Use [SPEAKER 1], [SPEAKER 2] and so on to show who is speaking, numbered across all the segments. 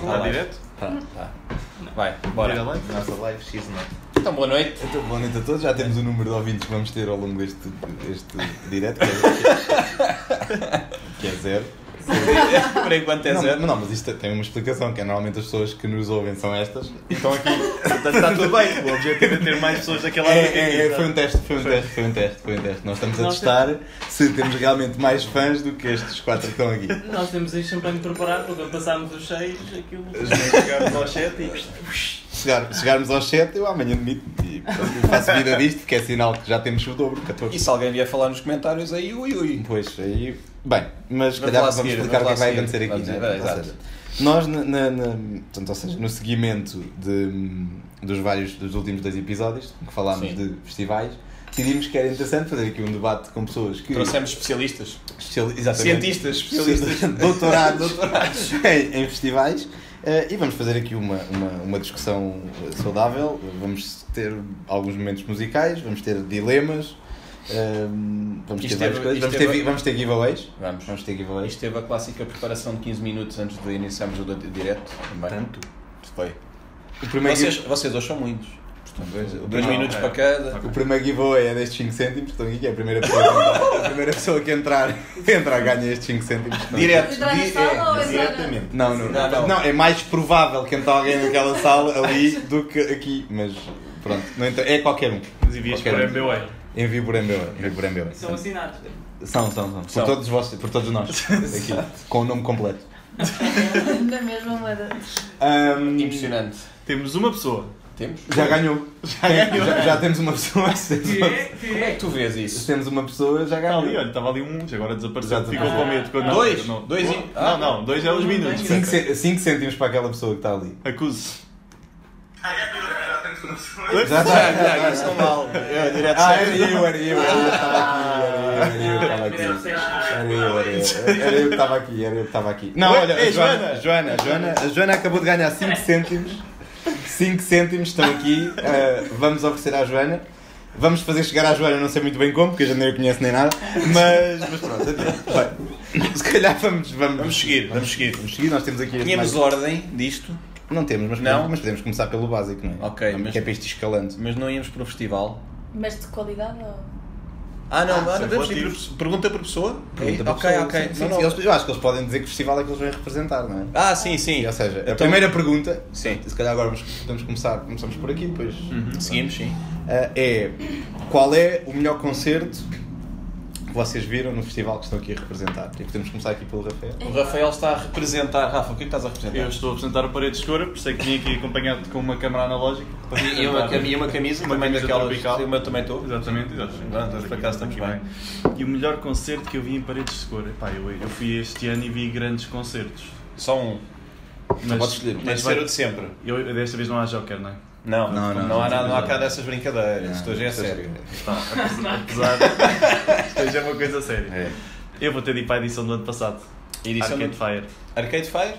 [SPEAKER 1] Está direto?
[SPEAKER 2] Tá, tá.
[SPEAKER 1] Vai, bora.
[SPEAKER 2] live? Nossa live X9.
[SPEAKER 1] Então, boa noite.
[SPEAKER 2] Então, boa noite a todos. Já temos o número de ouvintes que vamos ter ao longo deste, deste direto, que é- que é zero.
[SPEAKER 1] Por enquanto é
[SPEAKER 2] não,
[SPEAKER 1] zero.
[SPEAKER 2] Não, mas isto tem uma explicação, que é normalmente as pessoas que nos ouvem são estas.
[SPEAKER 1] Então aqui. Portanto, está tudo bem. O objetivo é ter mais pessoas daquela
[SPEAKER 2] É, é, é, foi um teste, foi um teste, foi um teste, foi um teste. Nós estamos a
[SPEAKER 3] Nós
[SPEAKER 2] testar se temos realmente mais fãs do que estes quatro que estão aqui.
[SPEAKER 3] Nós temos aí champanhe preparado, quando passámos os seis, aquilo.
[SPEAKER 1] Chegámos ao chat e.
[SPEAKER 2] Chegar, chegarmos aos 7, eu amanhã demito-me e pronto, faço vida disto, porque é sinal que já temos o dobro, 14.
[SPEAKER 1] E se alguém vier falar nos comentários é aí, ui ui.
[SPEAKER 2] Pois, aí. Bem, mas
[SPEAKER 1] Vamos
[SPEAKER 2] se calhar
[SPEAKER 1] lá
[SPEAKER 2] vamos
[SPEAKER 1] seguir,
[SPEAKER 2] explicar o que é
[SPEAKER 1] vamos
[SPEAKER 2] que
[SPEAKER 1] lá
[SPEAKER 2] vai
[SPEAKER 1] seguir.
[SPEAKER 2] acontecer aqui.
[SPEAKER 1] Vamos
[SPEAKER 2] né?
[SPEAKER 1] dizer, é,
[SPEAKER 2] Ou
[SPEAKER 1] exato.
[SPEAKER 2] seja, Nós, na, na- na- portanto, ou seja, no seguimento de, dos vários dos últimos dois episódios, em que falámos
[SPEAKER 1] Sim.
[SPEAKER 2] de festivais, decidimos que era interessante fazer aqui um debate com pessoas que.
[SPEAKER 1] Trouxemos especialistas.
[SPEAKER 2] Especiali- exatamente.
[SPEAKER 1] Cientistas, especialistas.
[SPEAKER 2] doutorados, doutorados em, em festivais. Eh, e vamos fazer aqui uma, uma, uma discussão saudável. Vamos ter alguns momentos musicais, vamos ter dilemas, ehm, vamos ter
[SPEAKER 1] Isto
[SPEAKER 2] várias
[SPEAKER 1] é-
[SPEAKER 2] coisas,
[SPEAKER 1] isto
[SPEAKER 2] vamos
[SPEAKER 1] é-
[SPEAKER 2] ter, vi- vamos ter giveaways.
[SPEAKER 1] Vamos.
[SPEAKER 2] Vamos ter giveaways.
[SPEAKER 1] Isto teve a clássica preparação de 15 minutos antes de iniciarmos o di- direto. Também.
[SPEAKER 2] Tanto?
[SPEAKER 1] Foi.
[SPEAKER 2] O primeiro,
[SPEAKER 1] Vocês,
[SPEAKER 2] give-
[SPEAKER 1] vocês hoje são muitos. Portanto,
[SPEAKER 2] Dois-
[SPEAKER 1] dois
[SPEAKER 2] não,
[SPEAKER 1] minutos
[SPEAKER 2] é.
[SPEAKER 1] para cada.
[SPEAKER 2] o primeiro giveaway é destes 5 cêntimos, estão aqui, que é a primeira pessoa que entrar, a primeira pessoa que entrar, que entrar ganha estes 5 cêntimos. portanto-
[SPEAKER 1] Direto.
[SPEAKER 4] Entrar na
[SPEAKER 1] di-
[SPEAKER 4] sala ou
[SPEAKER 1] é.
[SPEAKER 4] entrar
[SPEAKER 2] Diretamente. Não não,
[SPEAKER 1] Não, não.
[SPEAKER 2] não, é mais provável que entre alguém naquela sala ali do que aqui, mas pronto, não entra- é qualquer um.
[SPEAKER 5] Mas envias
[SPEAKER 2] Qualquer
[SPEAKER 5] para
[SPEAKER 2] um.
[SPEAKER 5] MBA.
[SPEAKER 2] Envio por MBA, envio por MBA.
[SPEAKER 3] São assinados.
[SPEAKER 2] São, são, são.
[SPEAKER 1] São.
[SPEAKER 2] Por todos vocês, por todos nós, aqui, com o nome completo.
[SPEAKER 4] Da mesma moeda.
[SPEAKER 2] Ahm,
[SPEAKER 1] Impressionante.
[SPEAKER 5] Temos uma pessoa.
[SPEAKER 1] Temos?
[SPEAKER 2] já ganhou. Já, já- já temos uma pessoa. se temos uma-
[SPEAKER 1] Como é que tu vês
[SPEAKER 2] Se
[SPEAKER 1] isso?
[SPEAKER 2] temos uma pessoa, já
[SPEAKER 5] Está
[SPEAKER 2] ganhou.
[SPEAKER 5] ali, olha, estava ali um, agora desapareceu.
[SPEAKER 2] Já
[SPEAKER 5] Ficou
[SPEAKER 2] desapareceu.
[SPEAKER 5] com medo. Ficou-
[SPEAKER 1] Dois?
[SPEAKER 5] Não,
[SPEAKER 1] Dois e-
[SPEAKER 5] não, não, dois é os minutos.
[SPEAKER 2] 5 cêntimos para aquela pessoa que está ali.
[SPEAKER 5] Acuse.
[SPEAKER 2] Já
[SPEAKER 5] Ah,
[SPEAKER 1] Já,
[SPEAKER 2] está.
[SPEAKER 1] já, isso não vale. É, direto
[SPEAKER 2] Ah,
[SPEAKER 1] certo.
[SPEAKER 2] era eu, era eu, era eu que estava aqui, era eu, era eu que estava aqui. Era eu, era eu, era eu que estava aqui, era eu que estava aqui. Não,
[SPEAKER 5] Oi,
[SPEAKER 2] olha, a
[SPEAKER 5] ei,
[SPEAKER 2] Joana, a Joana, a Joana, a Joana acabou de ganhar 5 cêntimos. 5 cêntimos estão aqui, ah, vamos oferecer à Joana. Vamos fazer chegar à Joana, não sei muito bem como, porque eu já nem a conheço nem nada, mas, mas pronto, até. Bem, se calhar vamos, vamos,
[SPEAKER 1] Vamos seguir, vamos seguir.
[SPEAKER 2] Vamos seguir, nós temos aqui este
[SPEAKER 1] Tínhamos
[SPEAKER 2] mais...
[SPEAKER 1] ordem disto,
[SPEAKER 2] Não temos, mas,
[SPEAKER 1] Não?
[SPEAKER 2] mas podemos começar pelo básico, não é?
[SPEAKER 1] Ok,
[SPEAKER 2] Não,
[SPEAKER 1] mas-
[SPEAKER 2] Que é para isto ir escalando.
[SPEAKER 1] mas não íamos para o festival.
[SPEAKER 4] Mas de qualidade ou.
[SPEAKER 1] Ah, não, ah,
[SPEAKER 5] são
[SPEAKER 1] não podemos ir por
[SPEAKER 5] relativos.
[SPEAKER 1] pessoa- pergunta por pessoa?
[SPEAKER 2] Pergunta
[SPEAKER 1] É,
[SPEAKER 2] para a
[SPEAKER 1] ok,
[SPEAKER 2] pessoa,
[SPEAKER 1] ok.
[SPEAKER 2] sim, sim,
[SPEAKER 1] Não, não.
[SPEAKER 2] sim. Eles- eu acho que eles podem dizer que festival é que eles vêm representar, não é?
[SPEAKER 1] Ah, sim, sim.
[SPEAKER 2] Ou seja, a
[SPEAKER 1] Então-
[SPEAKER 2] primeira pergunta,
[SPEAKER 1] Sim.
[SPEAKER 2] se calhar agora vamos, podemos começar, começamos por aqui, depois
[SPEAKER 1] Seguimos, sim.
[SPEAKER 2] Ah, é qual é o melhor concerto que vocês viram no festival que estão aqui a representar? E podemos começar aqui pelo Rafael.
[SPEAKER 1] O Rafael está a representar. Rafa, o que é que estás a
[SPEAKER 5] Eu
[SPEAKER 1] representar?
[SPEAKER 5] estou a apresentar o Parede Escura, por isso é que vim aqui acompanhado com uma câmera analógica. para
[SPEAKER 1] E, e uma,
[SPEAKER 5] representar-
[SPEAKER 1] cami- e uma camisa,
[SPEAKER 5] Uma
[SPEAKER 1] também
[SPEAKER 5] camisa
[SPEAKER 1] daquelas.
[SPEAKER 5] tropical.
[SPEAKER 1] Sim, uma também estou.
[SPEAKER 5] Exatamente, exatamente.
[SPEAKER 1] Não, nós por acaso estamos bem.
[SPEAKER 5] E o melhor concerto que eu vi em Paredes de Escura? Pá, eu, eu fui este ano e vi grandes concertos.
[SPEAKER 1] Só um.
[SPEAKER 5] Mas-
[SPEAKER 2] podes escolher,
[SPEAKER 1] Tem de
[SPEAKER 5] mas
[SPEAKER 1] ser
[SPEAKER 5] vai-
[SPEAKER 1] o de sempre.
[SPEAKER 5] eu, desta vez não há Joker, não é?
[SPEAKER 1] Não, não, não,
[SPEAKER 2] Não, não,
[SPEAKER 1] há,
[SPEAKER 2] não,
[SPEAKER 1] nada, não há
[SPEAKER 2] não.
[SPEAKER 1] cá dessas brincadeiras. Isto
[SPEAKER 2] Não,
[SPEAKER 1] hoje é
[SPEAKER 2] isto hoje-
[SPEAKER 1] sério.
[SPEAKER 5] Pá, apesar. Isto hoje é uma coisa séria.
[SPEAKER 2] É.
[SPEAKER 5] Eu vou ter de ir para a edição do ano passado.
[SPEAKER 1] Edição
[SPEAKER 5] Arcade
[SPEAKER 1] Arcade,
[SPEAKER 5] Fire.
[SPEAKER 1] Arcade Fire?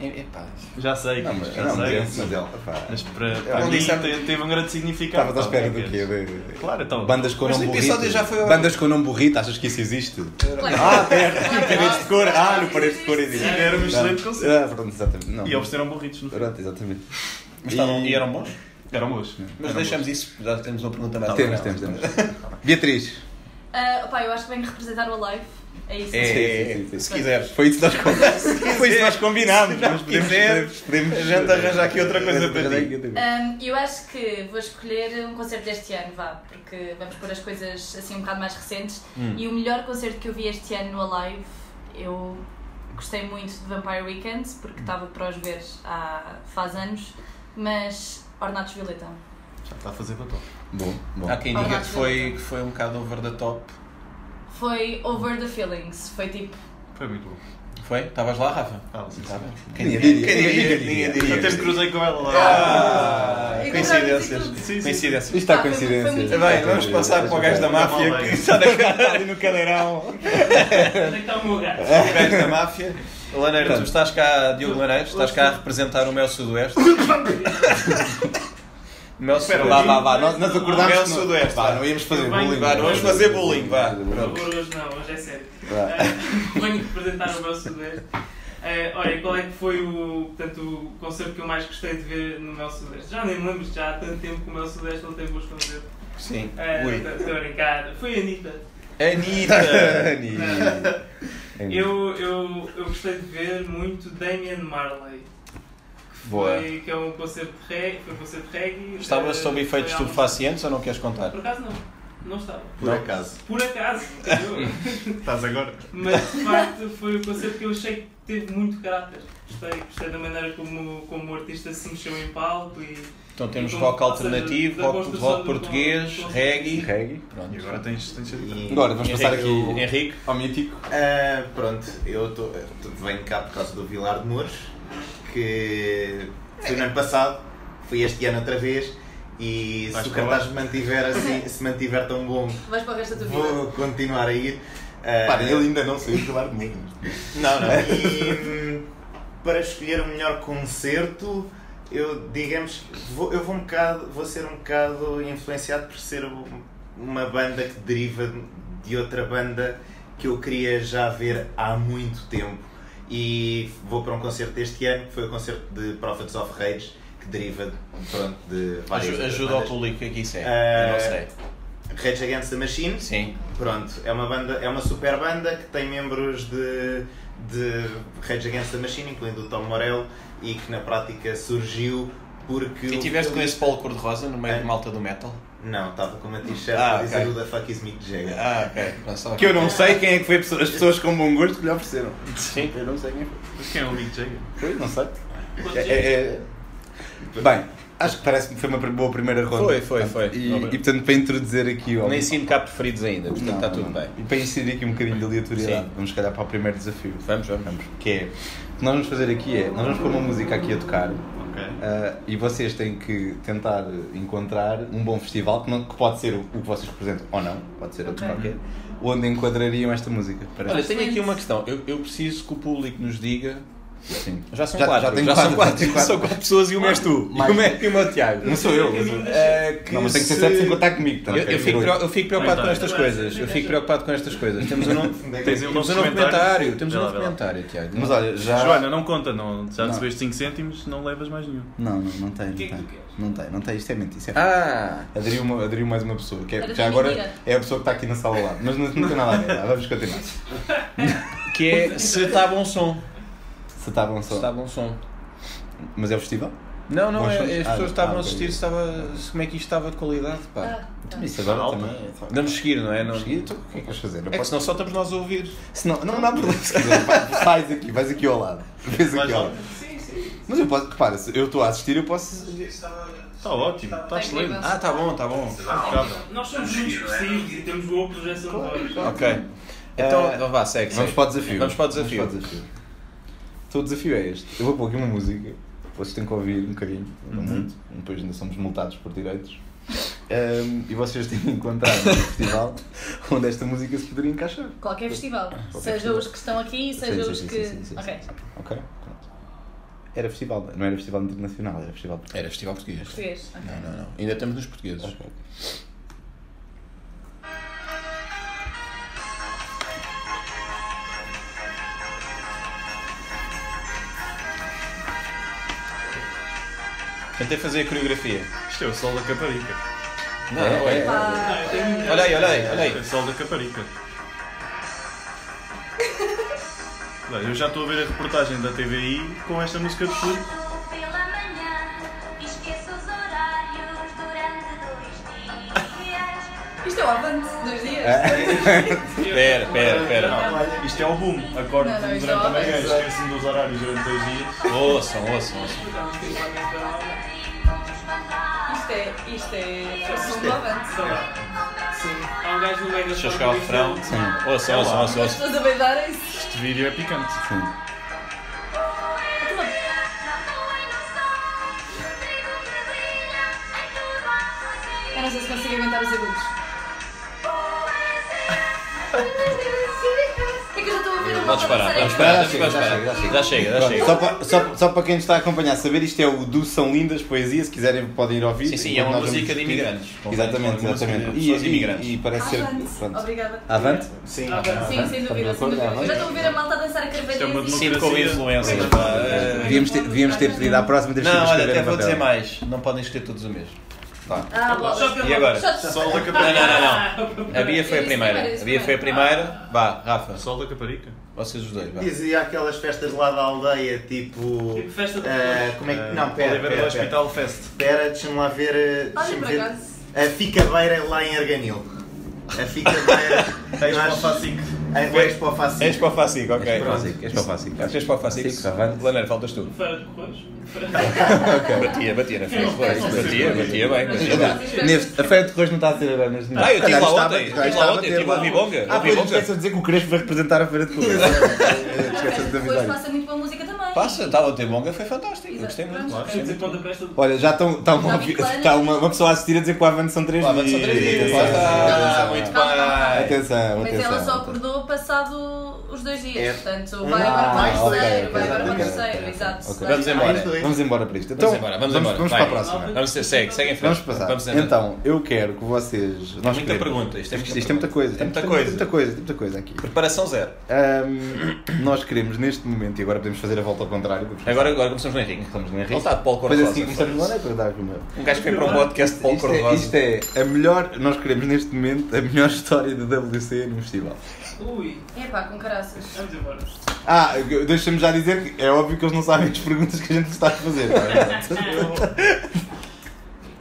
[SPEAKER 1] E- Epá.
[SPEAKER 5] Já sei,
[SPEAKER 2] Não, mas,
[SPEAKER 5] já
[SPEAKER 2] não,
[SPEAKER 5] sei.
[SPEAKER 2] mas, é, mas ela, pá,
[SPEAKER 5] Mas para,
[SPEAKER 2] Não
[SPEAKER 5] para mim
[SPEAKER 2] disse
[SPEAKER 5] te-
[SPEAKER 2] nada.
[SPEAKER 5] teve, um grande significado. é
[SPEAKER 2] estavas à espera do quê? De-
[SPEAKER 5] Claro, então.
[SPEAKER 2] Bandas com
[SPEAKER 1] Mas
[SPEAKER 2] nome
[SPEAKER 1] o episódio
[SPEAKER 2] burrito.
[SPEAKER 1] já foi ao- É
[SPEAKER 2] Bandas com nome burrito, achas que isso existe? Ah, perto, paredes de cor. Ah, no paredes de cor existe.
[SPEAKER 1] É
[SPEAKER 5] Era um excelente concerto.
[SPEAKER 2] Ah, pronto, exatamente. Não.
[SPEAKER 5] E ofereceram burritos no fim.
[SPEAKER 2] Pronto, exatamente.
[SPEAKER 1] Mas estavam, e eram bons?
[SPEAKER 5] Eram boas.
[SPEAKER 1] Mas deixamos isso, já temos uma pergunta mais
[SPEAKER 2] Temos,
[SPEAKER 1] ao final.
[SPEAKER 2] temos, temos. Beatriz.
[SPEAKER 4] Ah, opá, eu acho que venho representar o Alive. É isso.
[SPEAKER 1] É,
[SPEAKER 2] Sim, sim, sim, sim.
[SPEAKER 1] se quiseres.
[SPEAKER 2] Foi isso que nós combinámos. Foi isso que nós combinámos.
[SPEAKER 1] Se não
[SPEAKER 2] mas podemos,
[SPEAKER 1] quiser,
[SPEAKER 2] podemos, podemos-
[SPEAKER 1] a gente arranja aqui outra coisa para ti.
[SPEAKER 4] Ahm, eu acho que vou escolher um concerto deste ano, vá, porque vamos pôr as coisas assim um bocado mais recentes.
[SPEAKER 1] Hum.
[SPEAKER 4] E o melhor concerto que eu vi este ano no Alive, eu gostei muito de Vampire Weekend, porque
[SPEAKER 1] Hum.
[SPEAKER 4] estava para os ver há faz anos, mas Ornatos Violeta.
[SPEAKER 5] Já está a fazer batom.
[SPEAKER 2] Bom, bom.
[SPEAKER 1] Há quem diga que foi, que foi um bocado over the top.
[SPEAKER 4] Foi Over the Feelings, foi tipo.
[SPEAKER 5] Foi muito bom.
[SPEAKER 1] Foi? Estavas lá, Rafa?
[SPEAKER 5] Ah, sim,
[SPEAKER 1] Estava. Quem
[SPEAKER 2] Ninguém
[SPEAKER 1] diria?
[SPEAKER 2] diria,
[SPEAKER 1] Quem diria?
[SPEAKER 2] ninguém
[SPEAKER 1] Ninguém diria.
[SPEAKER 2] diria.
[SPEAKER 5] Até me cruzei com ela lá.
[SPEAKER 1] Ah,
[SPEAKER 4] Eu
[SPEAKER 1] Coincidências.
[SPEAKER 4] gostava de dizer tudo.
[SPEAKER 5] Sim, sim.
[SPEAKER 1] Coincidências.
[SPEAKER 2] Isto está
[SPEAKER 4] Ah, foi- foi
[SPEAKER 2] coincidência.
[SPEAKER 4] muito
[SPEAKER 1] É Bem, vamos passar para o gajo da máfia que está na cara ali no cadeirão.
[SPEAKER 3] Onde é que está o meu gato?
[SPEAKER 1] O gajo da máfia. Laneiro, tu estás cá, Diogo Laneiro, estás cá a representar o Mel Sudoeste.
[SPEAKER 2] Mel
[SPEAKER 1] Espera,
[SPEAKER 2] Sudoeste. Vá,
[SPEAKER 1] eu-
[SPEAKER 2] vá, vá. Nós, nós
[SPEAKER 3] Mel
[SPEAKER 2] acordámos. que
[SPEAKER 1] Sudoeste,
[SPEAKER 2] Vá,
[SPEAKER 1] vá.
[SPEAKER 2] não íamos fazer um
[SPEAKER 3] Eu venho-
[SPEAKER 2] bullying.
[SPEAKER 1] Vá, não vamos fazer bullying, vá.
[SPEAKER 3] Por
[SPEAKER 1] Pronto.
[SPEAKER 3] favor, hoje não, hoje é sério.
[SPEAKER 2] Vá.
[SPEAKER 3] Ah, Venho representar o meu Sudeste. Ah, olha, qual é que foi o, portanto, o concerto que eu mais gostei de ver no meu Sudeste? Já nem me lembro, já há tanto tempo que o meu Sudeste não tem bons concertos.
[SPEAKER 1] Sim.
[SPEAKER 2] É.
[SPEAKER 3] Ah,
[SPEAKER 1] Ui.
[SPEAKER 3] Estou a brincar. Foi a Anitta.
[SPEAKER 1] Anitta!
[SPEAKER 2] Ani.
[SPEAKER 3] Eu, eu, eu gostei de ver muito Damian Marley. que
[SPEAKER 1] Boa.
[SPEAKER 3] Foi, que é um concerto de reggae. Foi um concerto de reggae.
[SPEAKER 1] Estavas
[SPEAKER 3] eh,
[SPEAKER 1] sob efeitos
[SPEAKER 3] foi há um-
[SPEAKER 1] estupefacientes ou não queres contar?
[SPEAKER 3] Por acaso não. Não estava.
[SPEAKER 5] Por acaso.
[SPEAKER 3] Por acaso. entendeu?
[SPEAKER 5] Estás agora?
[SPEAKER 3] Mas de facto foi o concerto que eu achei que teve muito caráter. Gostei, gostei da maneira como, como o artista se mexeu em palco e.
[SPEAKER 1] Então temos
[SPEAKER 3] e como-
[SPEAKER 1] rock
[SPEAKER 3] ou seja,
[SPEAKER 1] alternativo,
[SPEAKER 3] da
[SPEAKER 1] rock,
[SPEAKER 3] construção
[SPEAKER 1] rock
[SPEAKER 3] do-
[SPEAKER 1] português,
[SPEAKER 3] do-
[SPEAKER 1] reggae.
[SPEAKER 2] Reggae.
[SPEAKER 1] Pronto. é
[SPEAKER 5] E agora tens, tens a vida.
[SPEAKER 2] Agora vamos passar aqui
[SPEAKER 1] Henrique- Henrique,
[SPEAKER 2] ao mítico.
[SPEAKER 1] Ah,
[SPEAKER 6] Pronto, eu tô, eu tô- venho cá por causa do Vilar de Mouros, que foi no ano passado, fui este ano outra vez, e
[SPEAKER 5] Vais
[SPEAKER 6] se o
[SPEAKER 5] para lá?
[SPEAKER 6] cartaz me mantiver assim, se mantiver tão bom,
[SPEAKER 4] Vais para o resto da tua vida.
[SPEAKER 6] vou continuar a ir. Ah,
[SPEAKER 2] Pá, ele ainda não saiu do ar de mim.
[SPEAKER 6] Não, não. E hum, para escolher o melhor concerto, eu digamos que vou, eu vou um bocado, vou ser um bocado influenciado por ser um- uma banda que deriva de outra banda que eu queria já ver há muito tempo. E vou para um concerto deste ano, que foi o concerto de Prophets of Rage, que deriva pronto, de várias
[SPEAKER 1] aju-
[SPEAKER 6] outras
[SPEAKER 1] ajuda ao
[SPEAKER 6] bandas.
[SPEAKER 1] público é que aqui segue.
[SPEAKER 6] Ah,
[SPEAKER 1] Eu não sei.
[SPEAKER 6] Rage Against the Machine,
[SPEAKER 1] Sim.
[SPEAKER 6] Pronto, é uma banda, é uma super banda que tem membros de, de Rage Against the Machine, incluindo o Tom Morello, e que na prática surgiu porque.
[SPEAKER 1] E
[SPEAKER 6] o
[SPEAKER 1] tiveste com esse polo cor-de-rosa no meio
[SPEAKER 6] Ah.
[SPEAKER 1] de malta do metal?
[SPEAKER 6] Não, estava com uma t-shirt
[SPEAKER 1] Ah,
[SPEAKER 6] a dizer
[SPEAKER 1] ok.
[SPEAKER 6] o da Fuck is Mick Jagger.
[SPEAKER 1] Ah, ok. Não sei.
[SPEAKER 2] Que eu não sei quem é que foi a pessoa- as pessoas com bom gosto que lhe ofereceram.
[SPEAKER 1] Sim.
[SPEAKER 2] Eu não sei quem foi.
[SPEAKER 5] Mas quem é o Mick Jagger?
[SPEAKER 2] Foi, não sei.
[SPEAKER 3] Quantos
[SPEAKER 2] É, é- é- Bem, acho que parece-me que foi uma pr- boa primeira ronda.
[SPEAKER 1] Foi, foi,
[SPEAKER 2] Portanto,
[SPEAKER 1] foi.
[SPEAKER 2] E,
[SPEAKER 1] Não, não.
[SPEAKER 2] e, portanto, para introduzir aqui ao.
[SPEAKER 1] Nem sinto cá preferidos ainda, portanto
[SPEAKER 2] Não,
[SPEAKER 1] está
[SPEAKER 2] não,
[SPEAKER 1] tá tudo
[SPEAKER 2] não.
[SPEAKER 1] bem.
[SPEAKER 2] E para inserir aqui um bocadinho de aleatoriedade,
[SPEAKER 1] Sim.
[SPEAKER 2] vamos se calhar para o primeiro desafio.
[SPEAKER 1] Vamos, vamos.
[SPEAKER 2] Que é, o que nós vamos fazer aqui é, nós vamos pôr uma música aqui a tocar
[SPEAKER 5] Ok.
[SPEAKER 2] ah, e vocês têm que tentar encontrar um bom festival, que, não- que pode ser o, o que vocês representam ou não, pode ser outro
[SPEAKER 4] Ok.
[SPEAKER 2] qualquer, onde enquadrariam esta música. Parece.
[SPEAKER 1] Olha, tenho aqui uma questão. Eu, eu preciso que o público nos diga.
[SPEAKER 2] Sim.
[SPEAKER 1] Já são
[SPEAKER 2] Já-
[SPEAKER 1] quatro.
[SPEAKER 2] já tenho
[SPEAKER 1] são
[SPEAKER 2] quatro, já
[SPEAKER 1] quatro.
[SPEAKER 2] tenho quatro.
[SPEAKER 1] São quatro pessoas e uma és tu. E
[SPEAKER 2] Mais-
[SPEAKER 1] uma é- e uma é o Tiago.
[SPEAKER 2] Não sou eu.
[SPEAKER 3] Eu digo das-
[SPEAKER 1] É, que
[SPEAKER 2] Não, mas tem que ser
[SPEAKER 1] se-
[SPEAKER 2] certo sem contar comigo. tá?
[SPEAKER 1] Eu, eu fico, preo- eu fico preocupado
[SPEAKER 5] Então,
[SPEAKER 1] com estas
[SPEAKER 3] então,
[SPEAKER 1] coisas. Eu
[SPEAKER 3] deixa-
[SPEAKER 1] fico preocupado com estas coisas. Temos um novo,
[SPEAKER 2] é?
[SPEAKER 5] Tens aí um
[SPEAKER 1] temos
[SPEAKER 5] novo
[SPEAKER 1] um novo comentário.
[SPEAKER 5] comentário.
[SPEAKER 1] Temos um
[SPEAKER 5] Vê lá,
[SPEAKER 1] novo
[SPEAKER 5] vê lá.
[SPEAKER 1] comentário, Tiago.
[SPEAKER 2] Mas olha, já...
[SPEAKER 5] Joana, não conta, não. já
[SPEAKER 2] Não.
[SPEAKER 5] recebeste 5 cêntimos, não levas mais nenhum.
[SPEAKER 2] Não, não, não tem, não
[SPEAKER 3] O que é que
[SPEAKER 2] tem.
[SPEAKER 3] tu queres?
[SPEAKER 2] Não tem, não tem, isto é mentira. Isto é
[SPEAKER 1] Ah!
[SPEAKER 2] Aderiu, uma- aderiu mais uma pessoa, que é,
[SPEAKER 4] Era
[SPEAKER 2] já
[SPEAKER 4] só
[SPEAKER 2] agora
[SPEAKER 4] mentira.
[SPEAKER 2] é a pessoa que está aqui na sala lá, mas não, não tem nada a ver, vá, vamos continuar.
[SPEAKER 1] Que é se está bom som.
[SPEAKER 2] Se está bom
[SPEAKER 1] Se
[SPEAKER 2] só.
[SPEAKER 1] está bom som.
[SPEAKER 2] Mas é o festival?
[SPEAKER 1] Não, não,
[SPEAKER 2] Bons
[SPEAKER 1] é,
[SPEAKER 2] sons?
[SPEAKER 1] é as
[SPEAKER 2] Ah,
[SPEAKER 1] pessoas
[SPEAKER 2] ah,
[SPEAKER 1] estavam a
[SPEAKER 2] ok.
[SPEAKER 1] assistir se estava, se- como é que isto estava de qualidade. Pá.
[SPEAKER 4] Ah, tá.
[SPEAKER 2] Então, Isso agora
[SPEAKER 5] Alta.
[SPEAKER 2] também. é-
[SPEAKER 1] Damos seguir, não é? Não...
[SPEAKER 2] Mas e tu, o que é que vais fazer? Eu
[SPEAKER 1] É que
[SPEAKER 2] posso-
[SPEAKER 1] senão só estamos nós a ouvir.
[SPEAKER 2] Senão, não, não há problema, se quiser, pá, sais aqui, vais aqui ao lado. Vês
[SPEAKER 5] Vais
[SPEAKER 2] aqui ao
[SPEAKER 5] lá.
[SPEAKER 2] lado.
[SPEAKER 3] Sim, sim.
[SPEAKER 2] Mas eu posso, repara, se eu estou a assistir, eu posso.
[SPEAKER 5] Está ótimo, está
[SPEAKER 4] Está incrível.
[SPEAKER 5] excelente.
[SPEAKER 1] Ah, tá bom, tá bom.
[SPEAKER 5] Impecável.
[SPEAKER 3] Nós somos muito expressivos e temos boa projeção de olhos.
[SPEAKER 1] Ok.
[SPEAKER 2] Eh,
[SPEAKER 1] Então, vá, segue.
[SPEAKER 2] Vamos
[SPEAKER 1] segue.
[SPEAKER 2] para o desafio.
[SPEAKER 1] Vamos para o desafio.
[SPEAKER 2] Vamos para o desafio. Então o desafio é este. Eu vou pôr aqui uma música. Vocês têm que ouvir um bocadinho, não
[SPEAKER 1] Uhum.
[SPEAKER 2] muito. Depois ainda somos multados por direitos. Ahm, e vocês têm que encontrar um festival onde esta música se poderia encaixar.
[SPEAKER 4] Qualquer festival. seja
[SPEAKER 2] festival.
[SPEAKER 4] os que estão aqui, seja
[SPEAKER 2] sim,
[SPEAKER 4] os
[SPEAKER 2] sim,
[SPEAKER 4] que.
[SPEAKER 2] sim, sim, sim,
[SPEAKER 4] ok.
[SPEAKER 2] Ok? Pronto. Era festival, não era festival internacional, era festival português.
[SPEAKER 1] Era festival português.
[SPEAKER 4] Português. ok.
[SPEAKER 2] É.
[SPEAKER 1] Não, não, não. Ainda estamos nos portugueses.
[SPEAKER 2] Ok.
[SPEAKER 1] Tentei fazer a coreografia.
[SPEAKER 5] Isto é o sol da Caparica.
[SPEAKER 1] Não, não é.
[SPEAKER 4] Pá,
[SPEAKER 3] Ah, eu tenho-
[SPEAKER 1] Olha aí, olha aí, olha
[SPEAKER 5] É o
[SPEAKER 1] aí.
[SPEAKER 5] sol da Caparica. Olha, Eu já estou a ver a reportagem da TVI com esta música de fundo.
[SPEAKER 7] Pela manhã, esqueça os horários durante dois dias.
[SPEAKER 4] Isto é o avante dois dias.
[SPEAKER 2] É.
[SPEAKER 1] Espera, espera, espera.
[SPEAKER 5] Isto é o boom. Acordo
[SPEAKER 4] Não, não, isto é
[SPEAKER 5] durante a manhã,
[SPEAKER 4] óbvio.
[SPEAKER 5] esqueço-me dos horários durante dois dias.
[SPEAKER 1] Ouçam, ouçam, ouçam.
[SPEAKER 4] Isto é. Isto é. Isto é. avante.
[SPEAKER 3] Sei lá. Sim. Há um gajo no meio da
[SPEAKER 1] Deixa eu
[SPEAKER 3] foto
[SPEAKER 1] chegar ao
[SPEAKER 3] que diz,
[SPEAKER 1] refrão.
[SPEAKER 3] "Não,
[SPEAKER 1] Ouçam,
[SPEAKER 2] É
[SPEAKER 1] ouçam, ouçam,
[SPEAKER 4] As
[SPEAKER 1] ouçam.
[SPEAKER 4] pessoas a beijarem-se.
[SPEAKER 5] Este vídeo é picante.
[SPEAKER 4] Eu não sei se consigo aguentar os agudos. É que eu já estou a ver o
[SPEAKER 1] Podes parar, podes
[SPEAKER 4] Vamos
[SPEAKER 1] parar,
[SPEAKER 2] Já
[SPEAKER 1] podes parar.
[SPEAKER 2] chega, já chega,
[SPEAKER 1] Já chega, já chega.
[SPEAKER 2] Só para, só, só para quem nos está a acompanhar saber, isto é o do São Lindas Poesia, se quiserem podem ir ouvir.
[SPEAKER 1] Sim, sim, é uma
[SPEAKER 2] Nós vamos-
[SPEAKER 1] música de imigrantes.
[SPEAKER 2] Exatamente,
[SPEAKER 1] Uma música de
[SPEAKER 2] exatamente.
[SPEAKER 1] Pessoas imigrantes.
[SPEAKER 2] e parece ser. Pronto.
[SPEAKER 4] Ah, Obrigada.
[SPEAKER 2] Avante?
[SPEAKER 6] Sim.
[SPEAKER 4] Sim, sem dúvida, sem dúvida. Eu já estou a ver a malta a dançar a
[SPEAKER 5] Isto é uma
[SPEAKER 4] carvalheiros. e-
[SPEAKER 1] Sempre com influências, pá. Eh,
[SPEAKER 2] Devíamos ter, devíamos ter pedido à próxima, temos
[SPEAKER 1] Não,
[SPEAKER 2] que
[SPEAKER 1] olha,
[SPEAKER 2] escrever
[SPEAKER 1] até
[SPEAKER 2] no
[SPEAKER 1] vou
[SPEAKER 2] papel.
[SPEAKER 1] dizer mais. Não podem escolher todos o mesmo.
[SPEAKER 4] Ah, bolas.
[SPEAKER 3] Só pelo-
[SPEAKER 1] E agora?
[SPEAKER 4] Só-
[SPEAKER 5] Sol da
[SPEAKER 1] Não,
[SPEAKER 5] Caparica.
[SPEAKER 1] não,
[SPEAKER 3] Ah,
[SPEAKER 1] não, não. A Bia foi a primeira. A Bia foi a primeira. Vá, Rafa,
[SPEAKER 5] Sol da Caparica.
[SPEAKER 1] vocês os dois, vá.
[SPEAKER 6] Dizia aquelas festas lá da aldeia, tipo.
[SPEAKER 3] Tipo festa de
[SPEAKER 6] ah, como é que. Não, pera.
[SPEAKER 5] Oliveira do
[SPEAKER 6] pera, pera.
[SPEAKER 5] um Hospital Fest.
[SPEAKER 6] Espera, deixa-me lá ver. ah,
[SPEAKER 4] Olha
[SPEAKER 6] Deixa-me
[SPEAKER 4] por
[SPEAKER 6] ver.
[SPEAKER 4] acaso.
[SPEAKER 6] A Ficabeira lá em Arganil. A Ficabeira.
[SPEAKER 5] Tens
[SPEAKER 6] eu
[SPEAKER 5] para o
[SPEAKER 6] acho-
[SPEAKER 5] Facinco.
[SPEAKER 6] A Expo Facinco.
[SPEAKER 1] És para o Facico, ok.
[SPEAKER 2] És para o Facico, és para o Facico.
[SPEAKER 1] És para o Facico.
[SPEAKER 2] Facico, avante.
[SPEAKER 1] Planeiro, faltas tu.
[SPEAKER 3] Fora de Correios.
[SPEAKER 1] Batia, batia na frente. Batia, batia bem, batia bem.
[SPEAKER 4] Vocês-
[SPEAKER 2] Neste, a Feira de Correios não está a ser agora, mas não.
[SPEAKER 1] Ah, eu estive
[SPEAKER 2] Calhar
[SPEAKER 1] lá
[SPEAKER 2] estava-
[SPEAKER 1] ontem, eu
[SPEAKER 2] calhar
[SPEAKER 1] estive lá
[SPEAKER 2] estava
[SPEAKER 1] ontem,
[SPEAKER 2] a ter
[SPEAKER 1] estive lá
[SPEAKER 2] lá.
[SPEAKER 1] a Vibonga,
[SPEAKER 2] Ah,
[SPEAKER 1] a
[SPEAKER 2] pois
[SPEAKER 1] Vibonga.
[SPEAKER 2] esqueçam de dizer que o Crespo vai representar a Feira de Correios. Esqueçam de
[SPEAKER 4] Depois
[SPEAKER 2] avisar.
[SPEAKER 4] passa muito boa música também.
[SPEAKER 1] Passa, estava a ter bonga, foi fantástico. Eu gostei muito.
[SPEAKER 4] Exato.
[SPEAKER 3] Quer dizer, ponta festa é de
[SPEAKER 2] Olha, já estão, está uma, está uma, uma pessoa a assistir a dizer que o Avante são 3
[SPEAKER 1] Lá, mas são três dias. Lá está, muito bem.
[SPEAKER 2] Atenção,
[SPEAKER 4] Mas ela só
[SPEAKER 2] atenção.
[SPEAKER 4] acordou passado os dois dias,
[SPEAKER 6] É.
[SPEAKER 4] portanto vai
[SPEAKER 2] Ah,
[SPEAKER 4] agora para o
[SPEAKER 6] ok,
[SPEAKER 4] terceiro, vai
[SPEAKER 6] ok,
[SPEAKER 4] agora para o
[SPEAKER 6] ok, ok,
[SPEAKER 4] terceiro,
[SPEAKER 2] ok.
[SPEAKER 4] exato.
[SPEAKER 2] Ok.
[SPEAKER 1] Vamos
[SPEAKER 6] Mais
[SPEAKER 1] embora.
[SPEAKER 6] dois.
[SPEAKER 2] Vamos embora para isto.
[SPEAKER 1] Então, Vamos
[SPEAKER 2] Então,
[SPEAKER 1] embora, vamos embora.
[SPEAKER 2] Vamos
[SPEAKER 1] Vai.
[SPEAKER 2] para a próxima.
[SPEAKER 1] Vamos ser, segue, segue em frente.
[SPEAKER 2] Vamos passar.
[SPEAKER 1] andando.
[SPEAKER 2] então, eu quero que vocês.
[SPEAKER 1] É
[SPEAKER 2] Nós
[SPEAKER 1] muita
[SPEAKER 2] queremos-
[SPEAKER 1] pergunta, isto é muita
[SPEAKER 2] Isto é
[SPEAKER 1] pergunta.
[SPEAKER 2] muita coisa.
[SPEAKER 1] É muita
[SPEAKER 2] tem-
[SPEAKER 1] coisa.
[SPEAKER 2] tem Muita coisa, tem muita coisa aqui.
[SPEAKER 1] Preparação zero.
[SPEAKER 2] Ahm, nós queremos neste momento, e agora podemos fazer a volta ao contrário. porque-
[SPEAKER 1] Agora, agora começamos no Henrique. Começamos
[SPEAKER 2] no Henrique.
[SPEAKER 1] Ele está de Paulo
[SPEAKER 2] Depois
[SPEAKER 1] É Cor-de-Rosa.
[SPEAKER 2] assim começamos agora é para dar aqui uma.
[SPEAKER 1] Um gajo que vem para um podcast de Paulo
[SPEAKER 2] Isto é,
[SPEAKER 1] Cor-de-Rosa.
[SPEAKER 2] isto é a melhor. Nós queremos neste momento a melhor história do WC no um festival.
[SPEAKER 3] Ui,
[SPEAKER 4] Epá, com caraças.
[SPEAKER 3] vamos embora.
[SPEAKER 2] Ah, deixa-me já dizer que é óbvio que eles não sabem as perguntas que a gente está a fazer. não é?